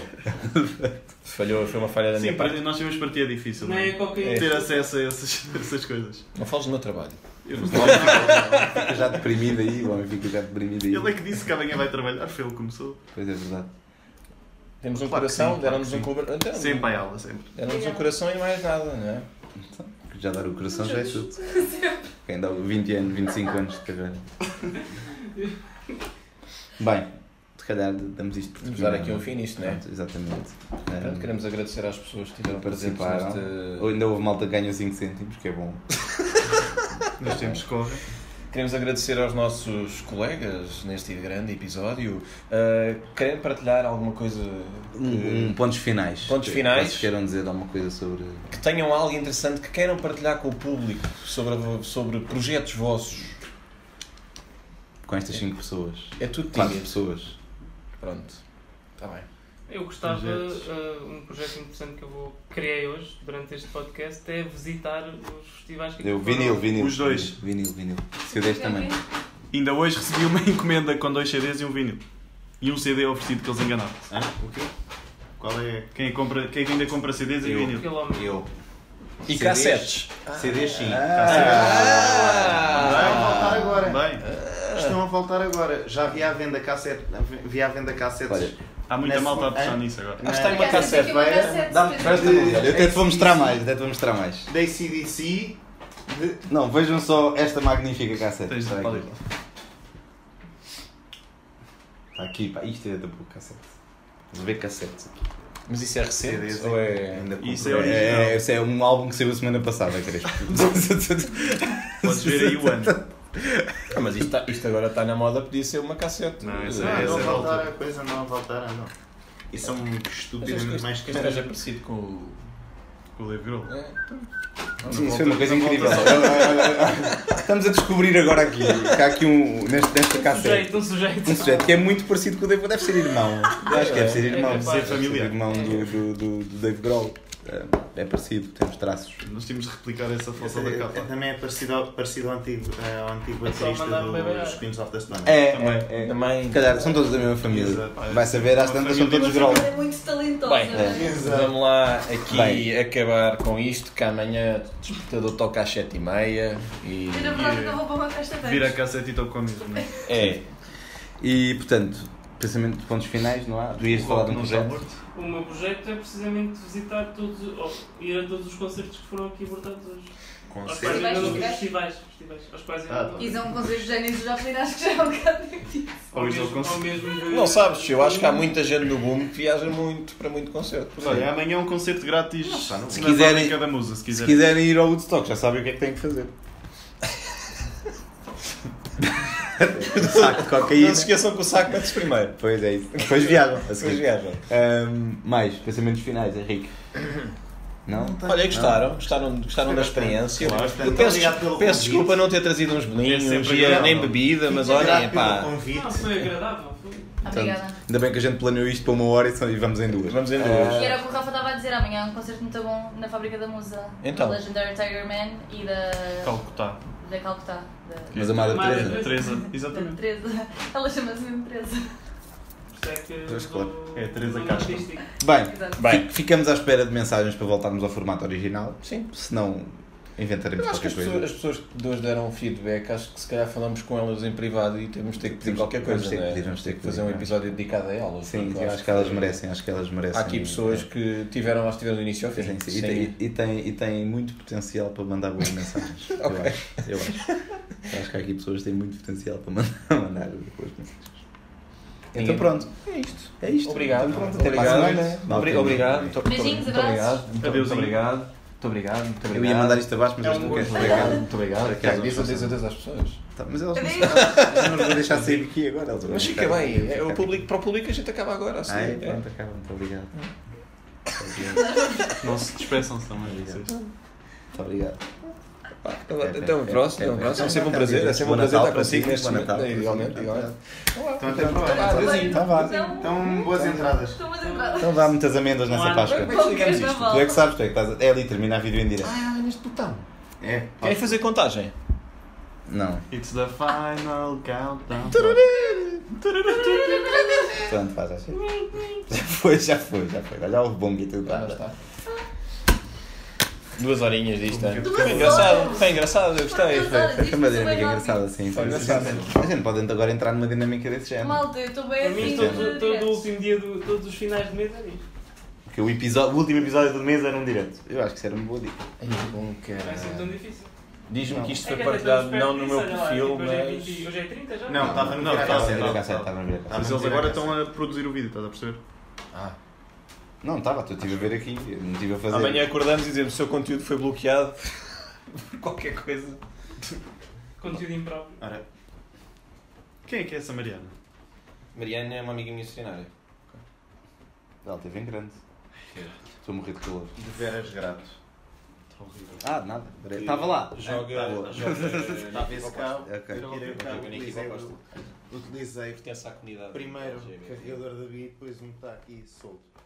[SPEAKER 1] Falhou, foi uma falha da
[SPEAKER 5] Sim,
[SPEAKER 1] minha parte.
[SPEAKER 5] para- nós tivemos partida difícil.
[SPEAKER 3] Não é
[SPEAKER 5] não é?
[SPEAKER 3] qualquer.
[SPEAKER 5] Ter acesso a essas, a essas coisas.
[SPEAKER 1] Não fales do meu trabalho.
[SPEAKER 5] Eu não
[SPEAKER 2] Fica já deprimido aí. O homem fica já deprimido aí.
[SPEAKER 5] Ele é que disse que amanhã vai trabalhar, foi ele que começou.
[SPEAKER 2] Pois é, verdade.
[SPEAKER 1] Temos um
[SPEAKER 5] Claro que
[SPEAKER 1] coração,
[SPEAKER 5] sim, claro
[SPEAKER 1] deram-nos
[SPEAKER 5] que
[SPEAKER 1] um
[SPEAKER 5] sim.
[SPEAKER 1] coração.
[SPEAKER 5] Sempre a aula, sempre.
[SPEAKER 1] Deram-nos um coração e mais nada, não é?
[SPEAKER 2] Já dar o coração já é tudo. Quem dá 20 anos, 25 anos de carreira. Bem, se calhar damos isto por
[SPEAKER 1] Vamos dar
[SPEAKER 2] terminado.
[SPEAKER 1] aqui um fim nisto, não é?
[SPEAKER 2] Pronto, Exatamente.
[SPEAKER 1] Portanto,
[SPEAKER 2] Ah,
[SPEAKER 1] queremos agradecer às pessoas que tiveram presentes
[SPEAKER 2] Participaram.
[SPEAKER 1] neste...
[SPEAKER 2] Ou ainda houve malta que ganhou 5 cêntimos, que é bom.
[SPEAKER 5] Nós temos corre.
[SPEAKER 1] Queremos agradecer aos nossos colegas neste grande episódio. Uh, querem partilhar alguma coisa que,
[SPEAKER 2] Um, um,
[SPEAKER 5] Uhum.
[SPEAKER 2] pontos finais.
[SPEAKER 1] Pontos
[SPEAKER 2] Que
[SPEAKER 1] finais.
[SPEAKER 2] Vocês queiram dizer alguma coisa sobre.
[SPEAKER 1] que tenham algo interessante que queiram partilhar com o público sobre, sobre projetos vossos?
[SPEAKER 2] com estas 5 pessoas?
[SPEAKER 1] É tudo
[SPEAKER 2] 4
[SPEAKER 1] tímido.
[SPEAKER 2] pessoas.
[SPEAKER 1] Pronto. Está bem.
[SPEAKER 3] Eu gostava,
[SPEAKER 5] Projetos.
[SPEAKER 3] ah, um projeto interessante que eu vou, criei hoje, durante este podcast, é visitar os festivais que aqui
[SPEAKER 2] Eu,
[SPEAKER 3] foram-
[SPEAKER 2] vinil, vinil.
[SPEAKER 5] Os dois.
[SPEAKER 2] Vinil, vinil. CDs também.
[SPEAKER 5] Ainda hoje recebi uma encomenda com dois CDs e um vinil. E um CD oferecido que eles enganaram.
[SPEAKER 6] Hã? O quê? Qual é?
[SPEAKER 5] Quem, compra, quem ainda compra CDs e
[SPEAKER 2] Eu.
[SPEAKER 5] vinil?
[SPEAKER 3] Aquele homem.
[SPEAKER 2] Eu.
[SPEAKER 1] E cassetes.
[SPEAKER 2] CDs sim. Tá
[SPEAKER 6] Estão a
[SPEAKER 1] Ah. Ah!
[SPEAKER 6] voltar agora.
[SPEAKER 5] Bem,
[SPEAKER 6] Estão a voltar agora. Já vi à venda cassete. Vi à venda cassetes.
[SPEAKER 5] há muita
[SPEAKER 6] Nessa-
[SPEAKER 5] malta a puxar
[SPEAKER 6] Hã?
[SPEAKER 5] nisso agora.
[SPEAKER 1] Mas tem uma
[SPEAKER 4] Quer dizer,
[SPEAKER 1] cassete.
[SPEAKER 4] fica uma
[SPEAKER 6] vai-
[SPEAKER 4] cassete,
[SPEAKER 2] Dá-me
[SPEAKER 4] se um
[SPEAKER 2] presta
[SPEAKER 4] quiser.
[SPEAKER 2] Eu até te vou mostrar mais, até te vou mostrar mais.
[SPEAKER 6] Da ACDC. De...
[SPEAKER 2] Não, vejam só esta magnífica cassete.
[SPEAKER 5] Tens de
[SPEAKER 2] Está aqui.
[SPEAKER 5] falar.
[SPEAKER 2] Está aqui, pá. Isto é da boa cassete. Vamos ver cassetes aqui.
[SPEAKER 1] Mas isso é
[SPEAKER 6] CDs,
[SPEAKER 1] recente? Ou é...
[SPEAKER 6] ainda
[SPEAKER 5] Isso é
[SPEAKER 6] comprei.
[SPEAKER 5] original.
[SPEAKER 2] É, esse é um álbum que saiu a semana passada, Crespo.
[SPEAKER 5] Podes ver aí o ano.
[SPEAKER 1] Ah, mas isto, tá- isto agora está na moda, podia ser uma cassete.
[SPEAKER 5] Não, isso
[SPEAKER 6] Ah,
[SPEAKER 5] é-
[SPEAKER 6] não
[SPEAKER 5] Essa
[SPEAKER 6] voltar
[SPEAKER 5] altura.
[SPEAKER 6] a coisa, não voltar a não. Isso é um
[SPEAKER 1] Mas acho que
[SPEAKER 6] estupidamente
[SPEAKER 1] este-
[SPEAKER 6] mais que
[SPEAKER 1] este gajo é parecido com o...
[SPEAKER 5] Com o Dave Grohl.
[SPEAKER 1] É.
[SPEAKER 2] Sim, isso foi uma coisa incrível. Estamos a descobrir agora aqui. Que há aqui um. Neste, nesta
[SPEAKER 3] Um
[SPEAKER 2] cassete.
[SPEAKER 3] sujeito, um sujeito.
[SPEAKER 2] Um sujeito que é muito parecido com o Dave. Deve ser irmão. Eu acho que deve ser irmão.
[SPEAKER 3] É capaz.
[SPEAKER 2] Deve ser
[SPEAKER 5] Familiar.
[SPEAKER 2] irmão do, do, do, do Dave Grohl. É, é parecido, temos traços.
[SPEAKER 5] Nós tínhamos de replicar essa foto da
[SPEAKER 6] É,
[SPEAKER 5] capa.
[SPEAKER 6] também é parecido ao, parecido ao antigo, eh, ao antigo
[SPEAKER 3] É só
[SPEAKER 6] baterista
[SPEAKER 3] mandar beber.
[SPEAKER 6] dos Queens of the Stone Age.
[SPEAKER 2] É,
[SPEAKER 5] Também.
[SPEAKER 2] é, é.
[SPEAKER 1] Também...
[SPEAKER 2] Se calhar são todos da mesma família.
[SPEAKER 5] Exato.
[SPEAKER 2] Vai saber, às
[SPEAKER 5] Uma
[SPEAKER 2] tantas são todos
[SPEAKER 5] família
[SPEAKER 2] Grohl.
[SPEAKER 4] Ela é muito talentosa.
[SPEAKER 1] Bem,
[SPEAKER 4] não é?
[SPEAKER 1] Vamos lá aqui
[SPEAKER 2] Bem.
[SPEAKER 1] acabar com isto, que amanhã o despertador toca às 7h30 e...
[SPEAKER 4] Eu na verdade ainda vou para uma festa de
[SPEAKER 5] Vira a
[SPEAKER 4] anos.
[SPEAKER 5] cassete e toca a mesmo, não é?
[SPEAKER 1] É.
[SPEAKER 2] E, portanto, pensamento de pontos finais, não há? Tu ias falar de um
[SPEAKER 5] Não está
[SPEAKER 2] projeto?
[SPEAKER 5] morto.
[SPEAKER 3] O meu projeto é precisamente visitar todos, ou ir a todos os concertos que foram aqui abordados hoje. Aos quais
[SPEAKER 4] Festivais,
[SPEAKER 3] ainda não-
[SPEAKER 4] festivais?
[SPEAKER 3] festivais, festivais, aos quais
[SPEAKER 6] Ah,
[SPEAKER 3] ainda não-
[SPEAKER 4] E são um concerto de Janis Joplin, acho que já é um bocado difícil.
[SPEAKER 3] ao
[SPEAKER 5] Ou isso
[SPEAKER 3] mesmo-
[SPEAKER 5] ao concerto.
[SPEAKER 3] ao mesmo de-
[SPEAKER 1] Não sabes, eu acho que há muita gente no boom que viaja muito para muito concerto.
[SPEAKER 5] Mas olha, amanhã é um concerto grátis.
[SPEAKER 6] não
[SPEAKER 5] Se
[SPEAKER 2] vou.
[SPEAKER 5] quiserem.
[SPEAKER 2] quiserem-
[SPEAKER 5] Cada musa, se
[SPEAKER 2] Se
[SPEAKER 5] quiserem.
[SPEAKER 2] quiserem ir ao Woodstock, já sabem o que é que têm que fazer. Um saco de cocaína.
[SPEAKER 1] Não se esqueçam que o saco metes primeiro.
[SPEAKER 2] Pois é isso. Depois viajam. a seguir.
[SPEAKER 1] Depois viajam.
[SPEAKER 2] Ahm, mais, pensamentos finais, Henrique. Não?
[SPEAKER 1] Olha, gostaram, gostaram, gostaram da experiência.
[SPEAKER 6] Claro, bastante.
[SPEAKER 1] Eu peço,
[SPEAKER 6] Obrigado pelo
[SPEAKER 1] peço
[SPEAKER 6] convite.
[SPEAKER 1] desculpa não ter trazido uns bolinhos
[SPEAKER 5] É sempre
[SPEAKER 1] e a-
[SPEAKER 5] agradável.
[SPEAKER 1] nem bebida, mas
[SPEAKER 6] Obrigado
[SPEAKER 1] olhem,
[SPEAKER 6] pelo
[SPEAKER 1] pá.
[SPEAKER 6] convite.
[SPEAKER 3] Não, foi agradável. Foi.
[SPEAKER 4] Obrigada.
[SPEAKER 2] Ainda bem que a gente planeou isto para uma hora e só- e vamos em duas.
[SPEAKER 1] Vamos em
[SPEAKER 2] Ah,
[SPEAKER 1] duas.
[SPEAKER 4] E era o que o Rafa estava a dizer, amanhã há um concerto muito bom na Fábrica da Musa.
[SPEAKER 1] Então.
[SPEAKER 4] Da Legendary Tiger Man e da.
[SPEAKER 5] Calcutá.
[SPEAKER 4] da Calcutá. Da,
[SPEAKER 2] Mas a Madre
[SPEAKER 3] Madre
[SPEAKER 2] Teresa.
[SPEAKER 5] Teresa,
[SPEAKER 3] é
[SPEAKER 1] é.
[SPEAKER 4] da
[SPEAKER 5] exatamente.
[SPEAKER 4] Teresa. Ela chama-se mesmo Teresa.
[SPEAKER 3] Por isso é que
[SPEAKER 2] Pois, claro.
[SPEAKER 3] do-
[SPEAKER 5] É a Teresa
[SPEAKER 3] do
[SPEAKER 5] Castro.
[SPEAKER 3] artístico.
[SPEAKER 2] Bem,
[SPEAKER 4] Exato.
[SPEAKER 1] Bem,
[SPEAKER 2] fi- ficamos à espera de mensagens para voltarmos ao formato original.
[SPEAKER 1] sim.
[SPEAKER 2] Se não, inventaremos
[SPEAKER 1] Eu acho que
[SPEAKER 2] qualquer
[SPEAKER 1] as
[SPEAKER 2] coisa.
[SPEAKER 1] pessoas, as pessoas que nos deram feedback, acho que se calhar falamos com elas em privado e temos de ter que pedir
[SPEAKER 2] Temos-
[SPEAKER 1] qualquer
[SPEAKER 2] vamos
[SPEAKER 1] coisa,
[SPEAKER 2] ter que
[SPEAKER 1] não é?
[SPEAKER 2] pedir,
[SPEAKER 1] Temos
[SPEAKER 2] vamos ter
[SPEAKER 1] de ter
[SPEAKER 2] que
[SPEAKER 1] que fazer um
[SPEAKER 2] pedir,
[SPEAKER 1] episódio dedicado a elas.
[SPEAKER 2] Sim,
[SPEAKER 1] porque
[SPEAKER 2] eu acho que elas merecem, acho que elas merecem. é.
[SPEAKER 1] Há aqui pessoas que tiveram, elas tiveram do início ao fim.
[SPEAKER 2] Sim, sim.
[SPEAKER 1] Sim.
[SPEAKER 2] E, tem, e, tem, e tem muito potencial para mandar boas mensagens. eu,
[SPEAKER 1] Ok.
[SPEAKER 2] acho, eu acho. Eu acho que há aqui pessoas que têm muito potencial para mandar, mandar boas mensagens. Então
[SPEAKER 1] Ninguém-
[SPEAKER 2] pronto,
[SPEAKER 1] É isto.
[SPEAKER 2] é isto.
[SPEAKER 1] Obrigado.
[SPEAKER 2] Então pronto, até para a semana.
[SPEAKER 1] Obrigado. né? Obri- Obrigado. Muito- muito
[SPEAKER 4] Beijinhos,
[SPEAKER 1] muito
[SPEAKER 4] abraços.
[SPEAKER 1] obrigado. Muito
[SPEAKER 5] Adeusinho.
[SPEAKER 1] obrigado. Muito obrigado. Muito
[SPEAKER 2] Eu
[SPEAKER 1] obrigado.
[SPEAKER 2] ia mandar isto abaixo, mas
[SPEAKER 5] É
[SPEAKER 2] eles
[SPEAKER 5] um
[SPEAKER 2] não
[SPEAKER 5] gosto.
[SPEAKER 2] querem.
[SPEAKER 1] Muito obrigado. Muito obrigado.
[SPEAKER 2] Tiago, diz
[SPEAKER 1] Diz
[SPEAKER 2] adeus,
[SPEAKER 1] adeus, adeus às pessoas.
[SPEAKER 2] Tá, mas eles não,
[SPEAKER 4] Adeus.
[SPEAKER 2] eles não nos vão deixar sair daqui agora. eles vão
[SPEAKER 1] Mas fica
[SPEAKER 2] ficar-
[SPEAKER 1] bem. É,
[SPEAKER 2] ficar
[SPEAKER 1] o
[SPEAKER 2] aqui.
[SPEAKER 1] público, para o público a gente acaba agora. Assim,
[SPEAKER 2] Ah, é?
[SPEAKER 1] é.
[SPEAKER 2] Pronto, acaba. Muito obrigado.
[SPEAKER 5] Não é se despeçam-se também. vocês.
[SPEAKER 2] Muito obrigado.
[SPEAKER 1] Pá,
[SPEAKER 2] É, é,
[SPEAKER 1] Então,
[SPEAKER 2] é,
[SPEAKER 1] próximo.
[SPEAKER 2] é,
[SPEAKER 1] Então,
[SPEAKER 2] é.
[SPEAKER 1] próximo. É sempre um
[SPEAKER 2] Bom
[SPEAKER 1] prazer. É sempre um
[SPEAKER 2] Natal
[SPEAKER 1] prazer estar
[SPEAKER 2] para ti,
[SPEAKER 1] consigo neste
[SPEAKER 2] bom
[SPEAKER 1] momento.
[SPEAKER 2] Natal para ti.
[SPEAKER 1] Igualmente, igualmente.
[SPEAKER 6] Então, até para
[SPEAKER 1] Então, vá,
[SPEAKER 6] a
[SPEAKER 1] adeusinho.
[SPEAKER 2] Então vá.
[SPEAKER 4] Então,
[SPEAKER 6] Então, boas entradas.
[SPEAKER 4] estão a entrar.
[SPEAKER 2] Então dá muitas amêndoas
[SPEAKER 3] Não
[SPEAKER 2] nessa
[SPEAKER 3] há-
[SPEAKER 2] Páscoa.
[SPEAKER 1] Como é que chegamos a isto?
[SPEAKER 2] Tu é que sabes, tu é que estás. a- É ali, termina a vídeo em direto.
[SPEAKER 1] Ah, neste botão.
[SPEAKER 6] É.
[SPEAKER 1] Querem fazer contagem?
[SPEAKER 2] Não,
[SPEAKER 5] It's the final countdown.
[SPEAKER 2] pronto, faz assim. Já foi, já foi, já foi. Olha o bom e tudo.
[SPEAKER 1] Já
[SPEAKER 2] lá.
[SPEAKER 1] está. Duas horinhas disto. hein?
[SPEAKER 4] Duas
[SPEAKER 1] Foi engraçado.
[SPEAKER 4] horas.
[SPEAKER 1] Foi engraçado. Eu gostei.
[SPEAKER 4] Duas
[SPEAKER 1] Foi.
[SPEAKER 4] horas.
[SPEAKER 2] Foi uma dinâmica é engraçada, sim. sim, sim,
[SPEAKER 1] engraçado.
[SPEAKER 2] sim. A gente pode então agora entrar numa dinâmica desse género.
[SPEAKER 4] Malta, eu estou bem
[SPEAKER 3] Para mim,
[SPEAKER 4] assim.
[SPEAKER 3] todo, todo o último dia, do, todos os finais de mês é isto.
[SPEAKER 2] Porque o, episódio, o último episódio do mês era um direto. Eu acho que isso era uma boa dica.
[SPEAKER 1] Ai, que bom,
[SPEAKER 3] Não é assim tão
[SPEAKER 1] cara.
[SPEAKER 3] difícil.
[SPEAKER 1] Diz-me que
[SPEAKER 3] É
[SPEAKER 1] isto foi
[SPEAKER 3] que até
[SPEAKER 1] partilhado
[SPEAKER 3] estamos perto
[SPEAKER 1] não no meu
[SPEAKER 3] disso, olha lá, tipo,
[SPEAKER 1] perfil,
[SPEAKER 3] Hoje é,
[SPEAKER 1] mas.
[SPEAKER 3] 20, hoje é 30 já?
[SPEAKER 6] Não, estava no
[SPEAKER 5] Não, tá-
[SPEAKER 6] Viracaça.
[SPEAKER 5] estava,
[SPEAKER 2] Era
[SPEAKER 5] estava.
[SPEAKER 2] cassete, estava a ver a cassete.
[SPEAKER 5] Mas eles agora estão a produzir o vídeo, estás a perceber?
[SPEAKER 1] Ah.
[SPEAKER 2] Não, estava, tu estive a ver aqui, eu não estive a fazer.
[SPEAKER 1] Amanhã acordamos e dizemos o seu conteúdo foi bloqueado. Qualquer coisa.
[SPEAKER 3] Conteúdo impróprio.
[SPEAKER 6] Ora,
[SPEAKER 5] Quem é que é essa Mariana?
[SPEAKER 1] Mariana é uma amiga minha cenária.
[SPEAKER 2] Ela esteve em grande. Estou a morrer de calor.
[SPEAKER 6] de veras grato.
[SPEAKER 2] Ah, nada. Estava lá.
[SPEAKER 1] Joga.
[SPEAKER 3] Ah, tá.
[SPEAKER 2] Boa.
[SPEAKER 1] joga-
[SPEAKER 5] Ah,
[SPEAKER 6] Talvez cá,
[SPEAKER 2] Ok.
[SPEAKER 6] eu cá
[SPEAKER 1] Joga na equipa
[SPEAKER 6] utilizei,
[SPEAKER 1] oposta.
[SPEAKER 6] utilizei
[SPEAKER 1] Pertence à comunidade.
[SPEAKER 6] primeiro
[SPEAKER 1] LGBT.
[SPEAKER 6] carregador da Bia e depois um que está aqui solto.